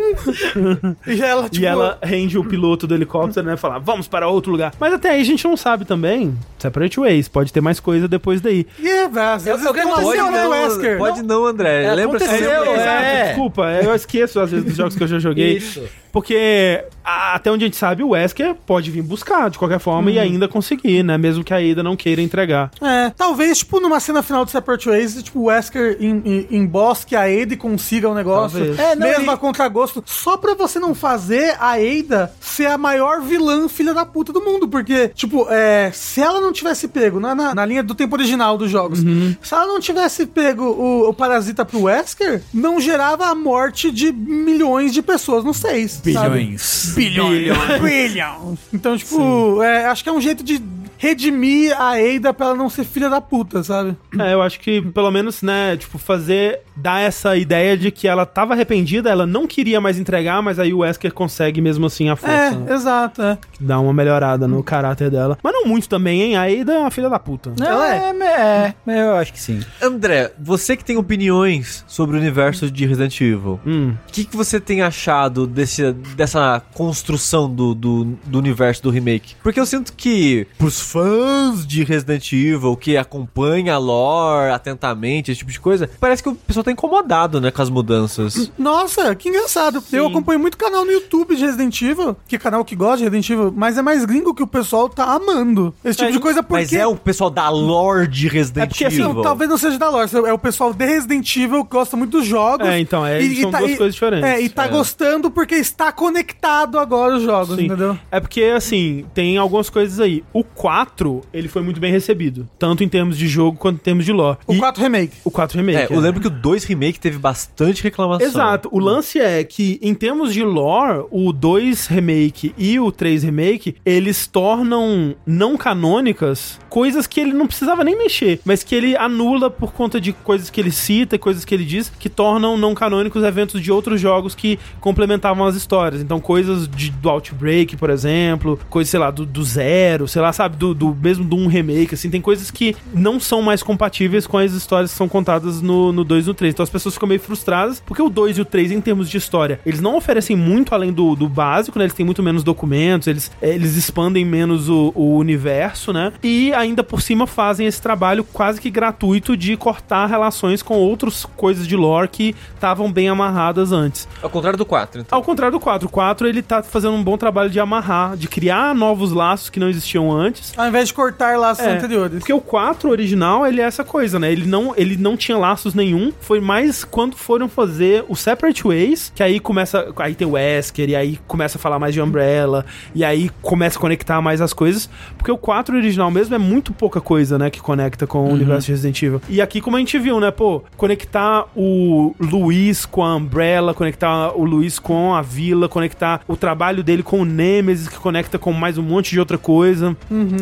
[SPEAKER 2] E ela, tipo,
[SPEAKER 1] e ela rende o piloto do helicóptero, né? Fala, vamos para outro lugar. Mas até aí a gente não sabe também. Separate Ways, pode ter mais coisa depois daí.
[SPEAKER 2] Yeah, velho,
[SPEAKER 4] É
[SPEAKER 2] às vezes tem uma
[SPEAKER 4] Pode
[SPEAKER 2] cena do
[SPEAKER 4] não,
[SPEAKER 2] Wesker.
[SPEAKER 4] Pode não, André.
[SPEAKER 3] É,
[SPEAKER 4] Lembra
[SPEAKER 3] aconteceu,
[SPEAKER 4] sempre-
[SPEAKER 3] é.
[SPEAKER 1] Exato, desculpa, eu esqueço às vezes dos jogos que eu já joguei.
[SPEAKER 3] Isso.
[SPEAKER 1] Porque a- até onde a gente sabe, o Wesker pode vir buscar de qualquer forma
[SPEAKER 3] Uhum.
[SPEAKER 1] e ainda conseguir, né? Mesmo que a Aida não queira entregar.
[SPEAKER 2] É, talvez, tipo, numa cena final de Separate Ways, tipo, o Wesker em, em, embosque a Ada e consiga um negócio.
[SPEAKER 1] Talvez.
[SPEAKER 2] É, não, mesmo
[SPEAKER 3] ele-
[SPEAKER 2] a contragosto. Só pra você não fazer a Ada ser a maior vilã filha da puta do mundo. Porque, tipo, é, se ela não tivesse pego, na, na, na linha do tempo original dos jogos, se ela não tivesse pego o, o parasita pro Wesker, não gerava a morte de milhões de pessoas, não sei. sabe?
[SPEAKER 3] Bilhões.
[SPEAKER 2] Então, tipo, é, acho que é um jeito de redimir a Ada pra ela não ser filha da puta, sabe?
[SPEAKER 1] É, eu acho que pelo menos, né, tipo, fazer. dar essa ideia de que ela tava arrependida, ela não queria mais entregar, mas aí o Wesker consegue mesmo assim a força. né?
[SPEAKER 2] É, exato. É.
[SPEAKER 1] Dá uma melhorada no caráter dela. Mas não muito também, hein? A Ada é uma filha da puta.
[SPEAKER 2] Ela é.
[SPEAKER 3] é, é, eu acho que sim.
[SPEAKER 4] André, você que tem opiniões sobre o universo de Resident Evil, o que, que você tem achado desse, dessa construção do, do, do universo do remake? Porque eu sinto que, pros fãs de Resident Evil, que acompanha a lore atentamente, esse tipo de coisa, parece que o pessoal tá incomodado, né, com as mudanças.
[SPEAKER 2] Nossa, que engraçado. Eu acompanho muito canal no YouTube de Resident Evil, que é canal que gosta de Resident Evil, mas é mais gringo que o pessoal tá amando. Esse tipo de coisa porque.
[SPEAKER 4] Mas é o pessoal da lore de Resident
[SPEAKER 2] É porque assim,
[SPEAKER 4] Evil.
[SPEAKER 2] talvez não seja da lore, é o pessoal de Resident Evil que gosta muito dos jogos.
[SPEAKER 1] É, então, é, são duas coisas diferentes.
[SPEAKER 2] É, e tá
[SPEAKER 1] É.
[SPEAKER 2] gostando porque está conectado agora os jogos,
[SPEAKER 1] Sim.
[SPEAKER 2] entendeu?
[SPEAKER 1] É porque, assim, tem algumas coisas aí. O 4, ele foi muito bem recebido. Tanto em termos de jogo quanto em termos de lore.
[SPEAKER 2] O
[SPEAKER 1] E
[SPEAKER 2] 4 Remake.
[SPEAKER 1] o 4 remake. né?
[SPEAKER 4] É, eu lembro que o 2 Remake teve bastante reclamação.
[SPEAKER 1] Exato. O lance é que, em termos de lore, o 2 remake e o 3 remake, eles tornam não canônicas coisas que ele não precisava nem mexer, mas que ele anula por conta de coisas que ele cita e coisas que ele diz, que tornam não canônicos eventos de outros jogos que complementavam as histórias. Então, coisas de- do Outbreak, por exemplo, coisas, sei lá, do, do Zero, sei lá, sabe, do, do mesmo do um remake, assim, tem coisas que não são mais compatíveis com as histórias que são contadas no no 2 e no 3. Então as pessoas ficam meio frustradas, porque o 2 e o 3, em termos de história, eles não oferecem muito além do, do básico, né? Eles têm muito menos documentos, eles, eh, eles expandem menos o, o universo, né? E ainda por cima fazem esse trabalho quase que gratuito de cortar relações com outras coisas de lore que estavam bem amarradas antes.
[SPEAKER 4] Ao contrário do 4, então.
[SPEAKER 1] Ao contrário do 4, o 4 ele tá fazendo um bom trabalho de amarrar, de criar novos laços que não existiam antes.
[SPEAKER 2] Ao invés de cortar laços
[SPEAKER 1] É,
[SPEAKER 2] anteriores.
[SPEAKER 1] Porque o 4 original, ele é essa coisa, né? Ele não, ele não tinha laços nenhum. Foi mais quando foram fazer o Separate Ways, que aí começa. Aí tem o Wesker, e aí começa a falar mais de Umbrella, e aí começa a conectar mais as coisas. Porque o 4 original mesmo é muito pouca coisa, né? Que conecta com o universo de Resident Evil. E aqui, como a gente viu, né? Pô, conectar o Luiz com a Umbrella, conectar o Luiz com a vila, conectar o trabalho dele com o Nemesis, que conecta com mais um monte de outra coisa.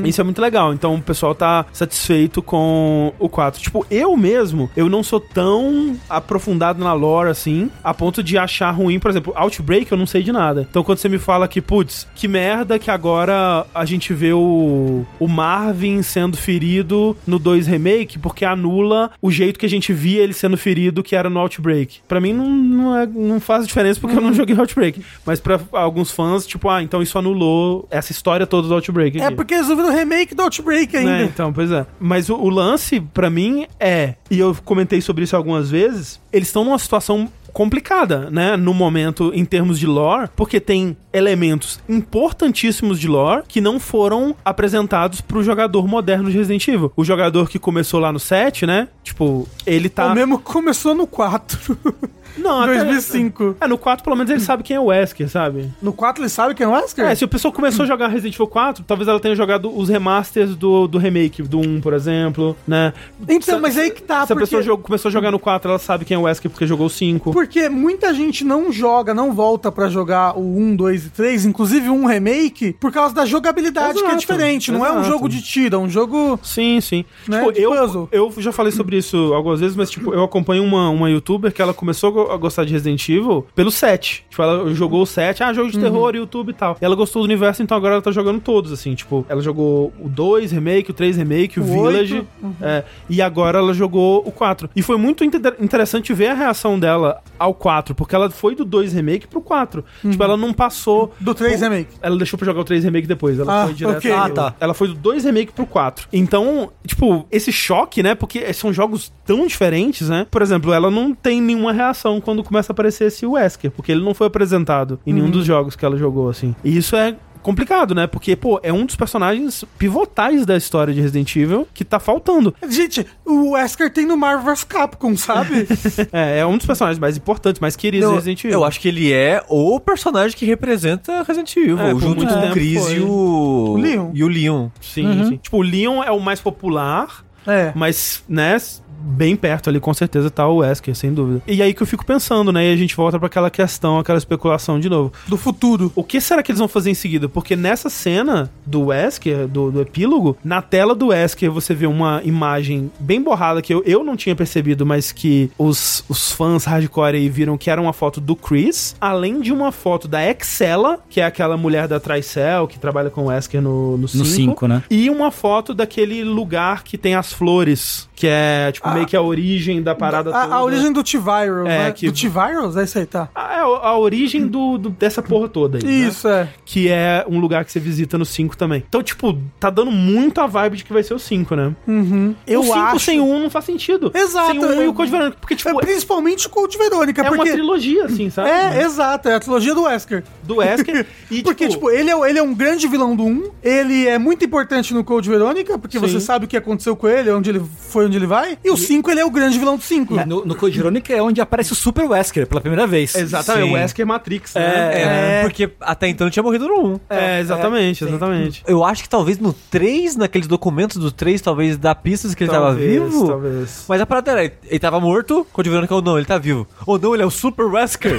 [SPEAKER 1] Isso é muito legal. Então o pessoal tá satisfeito com o 4. Tipo, eu mesmo, eu não sou tão aprofundado na lore assim, a ponto de achar ruim, por exemplo, Outbreak eu não sei de nada. Então quando você me fala que, putz, que merda que agora a gente vê o, o Marvin sendo ferido no 2 Remake, porque anula o jeito que a gente via ele sendo ferido que era no Outbreak. Pra mim não, não, é- não faz diferença porque eu não joguei Outbreak. Mas pra alguns fãs, tipo, ah, então isso anulou essa história toda do Outbreak.
[SPEAKER 2] É
[SPEAKER 1] aqui.
[SPEAKER 2] porque eles ouviram o remake do Outbreak ainda.
[SPEAKER 1] Né, então, pois é. Mas o, o lance, pra mim, é. E eu comentei sobre isso algumas vezes. Eles estão numa situação complicada, né, no momento em termos de lore, porque tem elementos importantíssimos de lore que não foram apresentados pro jogador moderno de Resident Evil. O jogador que começou lá no 7, né? Tipo, ele tá
[SPEAKER 2] O mesmo começou no 4.
[SPEAKER 1] Não, até-
[SPEAKER 2] 2005.
[SPEAKER 1] É, no 4 pelo menos ele sabe quem é o Wesker, sabe?
[SPEAKER 2] No 4 ele sabe quem é o Oscar?
[SPEAKER 1] É, se a pessoa começou a jogar Resident Evil 4, talvez ela tenha jogado os remasters do, do remake, do 1, por exemplo, né?
[SPEAKER 2] Então, mas aí que tá,
[SPEAKER 1] Se a
[SPEAKER 2] porque-
[SPEAKER 1] pessoa jogou- começou a jogar no 4, ela sabe quem é o Wesker porque jogou o 5.
[SPEAKER 2] Porque muita gente não joga, não volta pra jogar o 1, 2 e 3, inclusive um remake, por causa da jogabilidade que é
[SPEAKER 1] Exato,
[SPEAKER 2] diferente. Não é um
[SPEAKER 1] exato.
[SPEAKER 2] jogo de tiro, é um jogo.
[SPEAKER 1] Sim, sim.
[SPEAKER 2] Né,
[SPEAKER 1] Tipo,
[SPEAKER 2] de
[SPEAKER 1] eu,
[SPEAKER 2] puzzle.
[SPEAKER 1] eu já falei sobre isso algumas vezes, mas tipo, eu acompanho uma, uma youtuber que ela começou go- a gostar de Resident Evil pelo 7. Tipo, ela jogou o 7, ah,
[SPEAKER 2] Uhum.
[SPEAKER 1] jogo de terror, YouTube e tal. E ela gostou do universo, então agora ela tá jogando todos, assim, tipo, ela jogou o 2 remake, o 3 remake, o,
[SPEAKER 2] O
[SPEAKER 1] Village,
[SPEAKER 2] oito. Uhum.
[SPEAKER 1] é, e agora ela jogou o 4. E foi muito inter- interessante ver a reação dela ao 4, porque ela foi do 2 remake pro 4.
[SPEAKER 2] Uhum.
[SPEAKER 1] Tipo, ela não passou
[SPEAKER 2] Do 3
[SPEAKER 1] Pô,
[SPEAKER 2] remake.
[SPEAKER 1] Ela deixou pra jogar o 3 remake depois. Ela
[SPEAKER 2] Ah,
[SPEAKER 1] foi direto.
[SPEAKER 2] ok.
[SPEAKER 1] ao-
[SPEAKER 2] Ah,
[SPEAKER 3] tá.
[SPEAKER 1] Ela foi do 2 remake pro 4. Então, tipo, esse choque, né? Porque são jogos tão diferentes, né? Por exemplo, ela não tem nenhuma reação quando começa a aparecer esse Wesker, porque ele não foi apresentado em
[SPEAKER 2] Uhum.
[SPEAKER 1] nenhum dos jogos que ela jogou, assim. E isso é. Complicado, né? Porque, pô, é um dos personagens pivotais da história de Resident Evil que tá faltando.
[SPEAKER 2] Gente, o Wesker tem no Marvel vs Capcom, sabe?
[SPEAKER 1] É, é um dos personagens mais importantes, mais queridos
[SPEAKER 4] Eu,
[SPEAKER 1] de Resident Evil.
[SPEAKER 4] eu acho que ele é o personagem que representa Resident Evil,
[SPEAKER 1] É, por
[SPEAKER 4] junto
[SPEAKER 1] muito
[SPEAKER 4] com o
[SPEAKER 1] tempo
[SPEAKER 4] Chris
[SPEAKER 1] foi.
[SPEAKER 4] e o...
[SPEAKER 2] O Leon.
[SPEAKER 4] e o Leon.
[SPEAKER 2] Uhum.
[SPEAKER 1] Sim, sim. Tipo, o Leon é o mais popular,
[SPEAKER 2] é.
[SPEAKER 1] mas, né, bem perto ali, com certeza, tá o Wesker, sem dúvida. E aí que eu fico pensando, né? E a gente volta pra aquela questão, aquela especulação de novo. Do futuro. O que será que eles vão fazer em seguida? Porque nessa cena do Wesker, do, do epílogo, na tela do Wesker você vê uma imagem bem borrada que eu, eu não tinha percebido, mas que os, os fãs hardcore aí viram que era uma foto do Chris, além de uma foto da Excella, que é aquela mulher da Tricel, que trabalha com o Wesker no 5.
[SPEAKER 3] No cinco, né?
[SPEAKER 1] E uma foto daquele lugar que tem as flores, que é tipo
[SPEAKER 2] Ah.
[SPEAKER 1] meio que a origem da parada
[SPEAKER 2] a,
[SPEAKER 1] toda.
[SPEAKER 2] a origem do T-Viral,
[SPEAKER 1] É,
[SPEAKER 2] né?
[SPEAKER 1] que-
[SPEAKER 2] Do T-Virals? É isso aí, tá.
[SPEAKER 1] Ah, é, a, origem do, do- dessa porra toda aí. né?
[SPEAKER 2] Isso, é.
[SPEAKER 1] Que é um lugar que você visita no 5 também. Então, tipo, tá dando muito a vibe de que vai ser o 5, né?
[SPEAKER 2] Uhum.
[SPEAKER 1] Eu
[SPEAKER 2] O cinco
[SPEAKER 1] sem um não faz sentido.
[SPEAKER 2] Exato,
[SPEAKER 1] Sem um e
[SPEAKER 2] eu-
[SPEAKER 1] o Code Verônica. Porque, tipo,
[SPEAKER 2] É,
[SPEAKER 1] é,
[SPEAKER 2] principalmente o Code Verônica,
[SPEAKER 1] uma
[SPEAKER 2] porque...
[SPEAKER 1] trilogia, assim, sabe?
[SPEAKER 2] É, exato, é a trilogia do Wesker.
[SPEAKER 1] Do Wesker. E,
[SPEAKER 2] porque, tipo, ele, é, ele é um grande vilão do 1, ele é muito importante no Code Verônica, porque
[SPEAKER 1] Sim.
[SPEAKER 2] você sabe o que aconteceu com ele, onde ele foi, onde ele vai, e o 5 ele é o grande vilão do 5.
[SPEAKER 3] E No, no Code Verônica é onde aparece o Super Wesker pela primeira vez.
[SPEAKER 1] Exatamente,
[SPEAKER 4] Sim.
[SPEAKER 1] o Wesker Matrix, né?
[SPEAKER 4] É, porque até então não tinha morrido no 1.
[SPEAKER 1] É, exatamente, exatamente.
[SPEAKER 4] Eu acho que talvez no 3, naqueles documentos do 3, talvez dá pistas que ele tava
[SPEAKER 2] Tipo,
[SPEAKER 4] vivo.
[SPEAKER 1] Talvez.
[SPEAKER 4] Mas a parada era, ele tava morto, quando viram que ou não, ele tá vivo. Ou não, ele é o Super Wesker.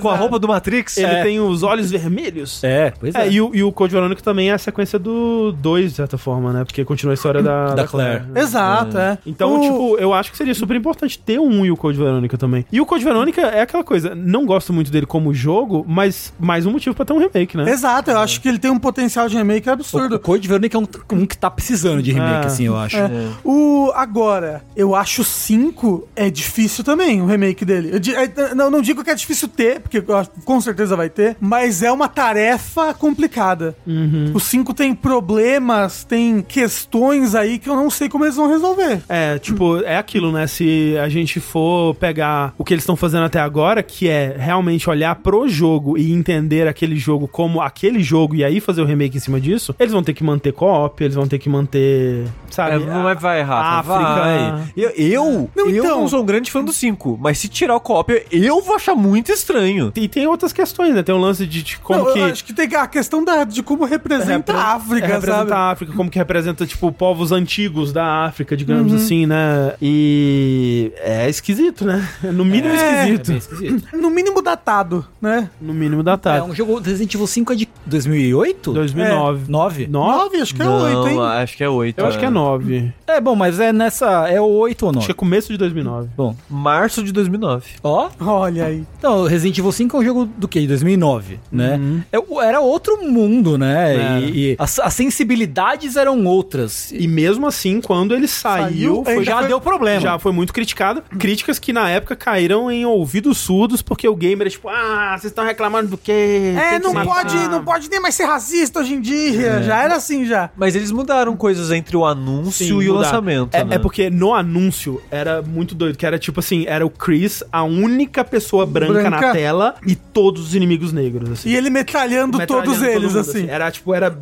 [SPEAKER 4] com a roupa do Matrix.
[SPEAKER 1] Ele
[SPEAKER 4] É.
[SPEAKER 1] tem os olhos vermelhos.
[SPEAKER 3] É, pois é.
[SPEAKER 1] É, e o, e o Code Verônica também é a sequência do 2, de certa forma, né? Porque continua a história da,
[SPEAKER 3] Da Claire.
[SPEAKER 1] né?
[SPEAKER 2] Exato, é.
[SPEAKER 1] Então,
[SPEAKER 2] O-
[SPEAKER 1] tipo, eu acho que seria super importante ter um e o Code Verônica também. E o Code Verônica é aquela coisa, não gosto muito dele como jogo, mas mais um motivo pra ter um remake, né?
[SPEAKER 2] Exato, eu acho que ele tem um potencial de remake
[SPEAKER 3] O, o
[SPEAKER 2] absurdo.
[SPEAKER 3] Code Verônica é um, um que tá precisando de remake,
[SPEAKER 1] É.
[SPEAKER 3] assim, eu acho.
[SPEAKER 2] O agora, eu acho o 5 é difícil também, o remake dele. Eu di- é, não, não digo que é difícil ter, porque eu acho- com certeza vai ter, mas é uma tarefa complicada.
[SPEAKER 1] Uhum.
[SPEAKER 2] O 5 tem problemas, tem questões aí que eu não sei como eles vão resolver.
[SPEAKER 1] É, tipo, é aquilo, né? Se a gente for pegar o que eles estão fazendo até agora, que é realmente olhar pro jogo e entender aquele jogo como aquele jogo e aí fazer o remake em cima disso, eles vão ter que manter co-op, eles vão ter que manter, sabe? Ah,
[SPEAKER 4] É, não é vai, Rafa.
[SPEAKER 1] África.
[SPEAKER 4] Vai. Eu, eu,
[SPEAKER 2] Não,
[SPEAKER 4] eu
[SPEAKER 2] então-
[SPEAKER 4] não sou um grande fã do 5, mas se tirar o co eu vou achar muito estranho.
[SPEAKER 1] E tem outras questões, né? Tem o lance de, de como
[SPEAKER 2] é- Não, eu
[SPEAKER 1] que
[SPEAKER 2] acho que tem a questão da, de como representa a
[SPEAKER 1] é,
[SPEAKER 2] África,
[SPEAKER 1] representa
[SPEAKER 2] sabe?
[SPEAKER 1] a África, como que representa, tipo, povos antigos da África,
[SPEAKER 2] Uhum.
[SPEAKER 1] digamos assim, né? E é esquisito, né? No mínimo
[SPEAKER 2] É.
[SPEAKER 1] esquisito.
[SPEAKER 3] bem esquisito.
[SPEAKER 2] No mínimo datado, né?
[SPEAKER 1] No mínimo datado.
[SPEAKER 3] É um jogo Resident Evil 5 é de 2008?
[SPEAKER 1] 2009. 9?
[SPEAKER 3] 9?
[SPEAKER 2] Nove, acho que é oito, hein?
[SPEAKER 4] acho que é 8.
[SPEAKER 1] Eu acho que é 9.
[SPEAKER 3] É, bom, mas é nessa. É o 8 ou 9?
[SPEAKER 1] Acho que é começo de 2009.
[SPEAKER 3] Bom,
[SPEAKER 4] Março de 2009.
[SPEAKER 3] ó.
[SPEAKER 2] Olha aí.
[SPEAKER 3] Então, Resident Evil 5 é um jogo do quê? De 2009, né?
[SPEAKER 4] Uhum.
[SPEAKER 3] É o- era outro mundo, né?
[SPEAKER 1] Era.
[SPEAKER 3] E, e as, as sensibilidades eram outras. E
[SPEAKER 1] E mesmo assim, quando ele saiu,
[SPEAKER 2] Saiu,
[SPEAKER 1] foi-
[SPEAKER 2] ainda
[SPEAKER 1] já
[SPEAKER 2] foi-
[SPEAKER 1] deu problema. Já foi muito criticado. Críticas que na época caíram em ouvidos surdos, porque o gamer é tipo, ah, vocês estão reclamando do quê? Tem
[SPEAKER 2] É,
[SPEAKER 1] que
[SPEAKER 2] não
[SPEAKER 1] se matar."
[SPEAKER 2] pode, não pode nem mais ser racista hoje em dia. Já era assim, já.
[SPEAKER 4] Mas eles mudaram coisas entre o anúncio
[SPEAKER 1] Sim,
[SPEAKER 4] e o
[SPEAKER 1] mudar.
[SPEAKER 4] lançamento.
[SPEAKER 1] É,
[SPEAKER 4] né?
[SPEAKER 1] é porque no anúncio era muito doido, que era tipo assim, era o Chris, a única pessoa branca, na
[SPEAKER 2] Branca.
[SPEAKER 1] tela e todos os inimigos negros, assim.
[SPEAKER 2] E ele metralhando,
[SPEAKER 1] Metralhando
[SPEAKER 2] todos
[SPEAKER 1] todo
[SPEAKER 2] eles,
[SPEAKER 1] mundo,
[SPEAKER 2] assim.
[SPEAKER 1] Era tipo, era.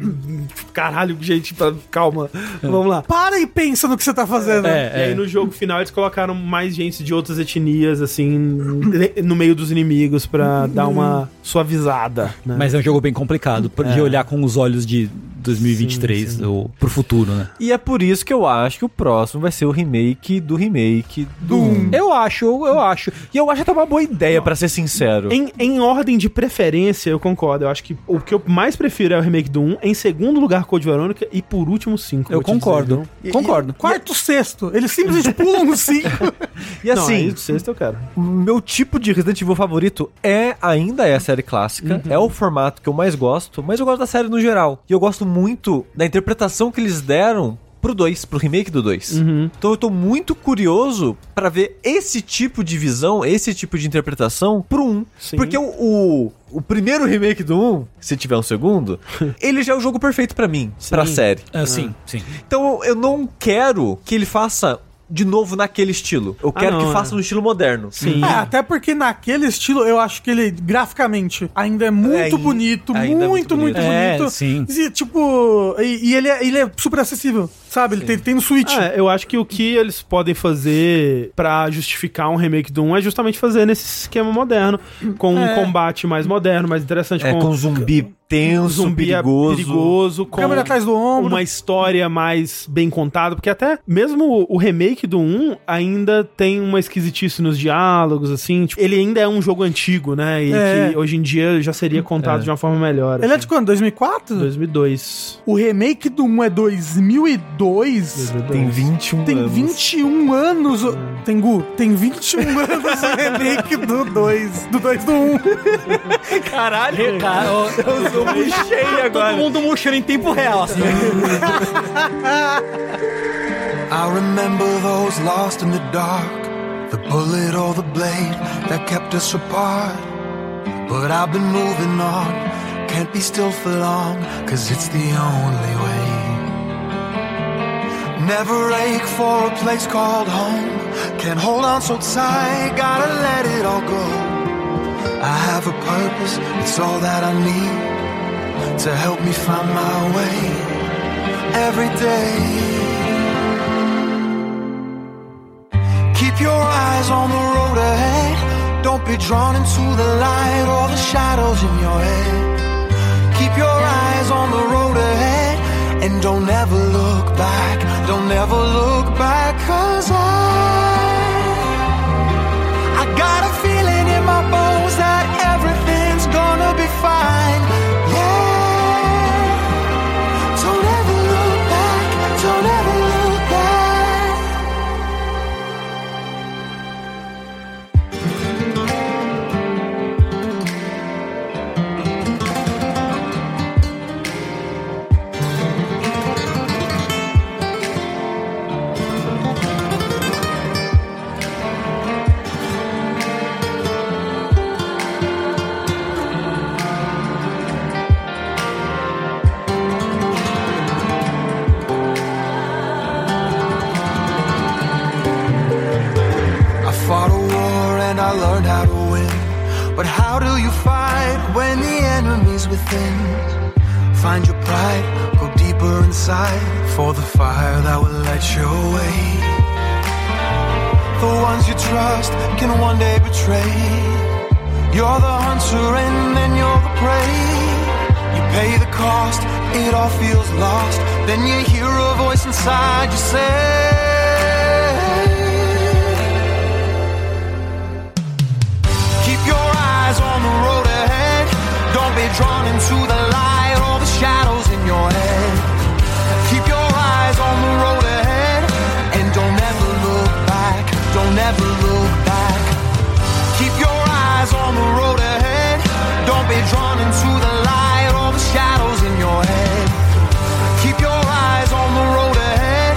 [SPEAKER 1] Caralho, gente, pra- calma.
[SPEAKER 4] É.
[SPEAKER 1] Vamos lá.
[SPEAKER 2] Para e pensa no que você tá fazendo.
[SPEAKER 3] É.
[SPEAKER 1] E aí no jogo final eles colocaram mais gente de outras etnias, assim, no meio dos inimigos pra dar uma suavizada, né?
[SPEAKER 3] Mas é um jogo bem complicado pra-
[SPEAKER 4] É.
[SPEAKER 3] de olhar com os olhos de 2023 ou pro futuro, né?
[SPEAKER 4] E é por isso que eu acho que o próximo vai ser o remake do remake do 1.
[SPEAKER 3] Eu acho, eu, eu acho.
[SPEAKER 4] E eu acho até uma boa ideia, pra ser sincero.
[SPEAKER 1] Em, em ordem de preferência, eu concordo. Eu acho que o que eu mais prefiro é o remake do 1. Em segundo lugar, Code Verônica. E por último, 5.
[SPEAKER 3] Eu concordo. concordo.
[SPEAKER 2] Quarto, sexto. Eles simplesmente pulam um cinco.
[SPEAKER 4] E assim,
[SPEAKER 1] Assim, sexto eu quero.
[SPEAKER 4] o meu tipo de Resident Evil favorito é ainda é a série clássica,
[SPEAKER 1] Uhum.
[SPEAKER 4] é o formato que eu mais gosto, mas eu gosto da série no geral. E eu gosto muito da interpretação que eles deram pro 2, pro remake do 2.
[SPEAKER 1] Uhum.
[SPEAKER 4] Então eu tô muito curioso pra ver esse tipo de visão, esse tipo de interpretação pro 1.
[SPEAKER 1] Sim.
[SPEAKER 4] Porque o, o, o primeiro remake do 1, se tiver um segundo, ele já é o jogo perfeito pra mim, pra série.
[SPEAKER 3] É, sim, sim.
[SPEAKER 4] Então eu eu não quero que ele faça de novo naquele estilo. Eu
[SPEAKER 1] Ah,
[SPEAKER 4] quero
[SPEAKER 1] não,
[SPEAKER 4] que
[SPEAKER 1] é.
[SPEAKER 4] faça no estilo moderno. Sim.
[SPEAKER 2] É, até porque naquele estilo, eu acho que ele, graficamente, ainda é muito
[SPEAKER 4] Ainda-
[SPEAKER 2] bonito.
[SPEAKER 4] ainda é
[SPEAKER 2] muito,
[SPEAKER 4] muito
[SPEAKER 2] muito,
[SPEAKER 4] bonito.
[SPEAKER 2] bonito.
[SPEAKER 3] É, sim.
[SPEAKER 2] E, tipo, e, e ele, é, ele é super acessível. sabe? Ele tem, ele tem no Switch.
[SPEAKER 1] É, eu acho que o que eles podem fazer pra justificar um remake do 1 é justamente fazer nesse esquema moderno, com um combate mais moderno, mais interessante,
[SPEAKER 4] É, com zumbi tenso,
[SPEAKER 1] Tipo, um zumbi é
[SPEAKER 4] perigoso.
[SPEAKER 1] perigoso, com
[SPEAKER 2] Câmera atrás do ombro.
[SPEAKER 1] uma história mais bem contada, porque até mesmo o remake do 1 ainda tem uma esquisitice nos diálogos, assim, tipo, ele ainda é um jogo antigo, né, e
[SPEAKER 2] É.
[SPEAKER 1] que hoje em dia já seria contado de uma forma melhor.
[SPEAKER 2] Ele é
[SPEAKER 1] assim.
[SPEAKER 2] de quando? 2004?
[SPEAKER 1] 2002.
[SPEAKER 2] O remake do 1 é 2002.
[SPEAKER 4] Tem 21
[SPEAKER 2] Tem
[SPEAKER 4] anos.
[SPEAKER 2] 21 anos. o- Tengu, tem 21 anos o remake do 2. Do 2 do 1.
[SPEAKER 3] Caralho, cara, ó, eu sou muito cheio agora. Todo mundo murchando em tempo real, assim.
[SPEAKER 9] I remember those lost in the dark, the bullet or the blade that kept us apart. But I've been moving on, can't be still for long, cause it's the only way. Never ache for a place called home, can't hold on so tight, gotta let it all go. I have a purpose, it's all that I need to help me find my way every day. Keep your eyes on the road ahead. Don't be drawn into the light or the shadows in your head. Keep your eyes on the road ahead and don't ever look back. Don't ever look back, cause
[SPEAKER 1] um
[SPEAKER 9] I, I got a feeling in my bones that everything's gonna be fine. Yeah, don't ever look back. Don't ever look back. I fought a war and I learned how to win. But how do you fight when the enemy's within? Find your pride, go deeper inside for the fire that will light your way. The ones you trust can one day betray. You're the hunter and then you're the prey. You pay the cost, it all feels lost. Then you hear a voice inside you say, Keep your eyes on the road ahead. Don't be drawn into the light or the shadows in your head. Keep your eyes on the road ahead and don't ever look back. Don't ever look back. Keep your eyes on the road ahead. Don't be drawn into the light or the shadows in your head. Keep your eyes on the road ahead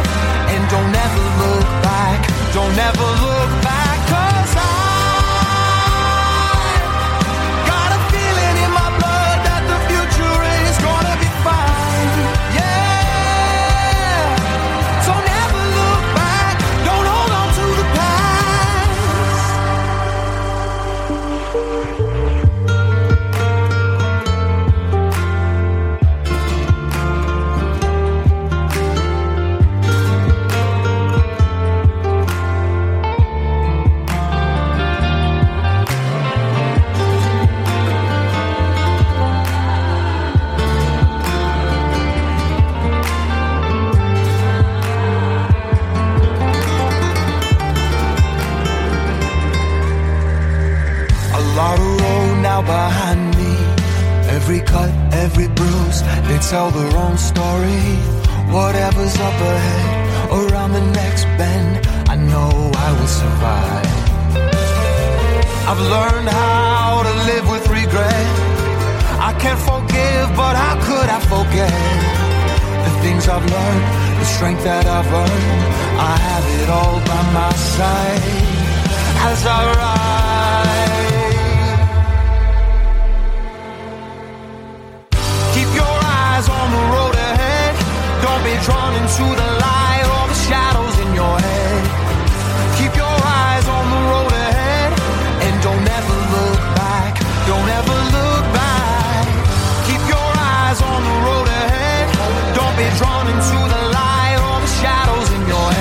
[SPEAKER 9] and don't ever look back. Don't ever look back, cause I got a feeling in my blood that the future is gonna be fine. Yeah. Don't ever look back. Don't hold on to the past. A lot of road now behind me. Every cut, every bruise, they tell their own story. Whatever's up ahead, around the next bend, I know I will survive. I've learned how to live with regret. I can't forgive, but how could I forget? The things I've learned, the strength that I've earned, I have it all by my side as I ride. Keep your eyes on the road ahead. Don't be drawn into the light or the shadows in your head. Keep your eyes on the road ahead and don't ever look back. Don't ever look back. Keep your eyes on the road ahead. Don't be drawn into the light or the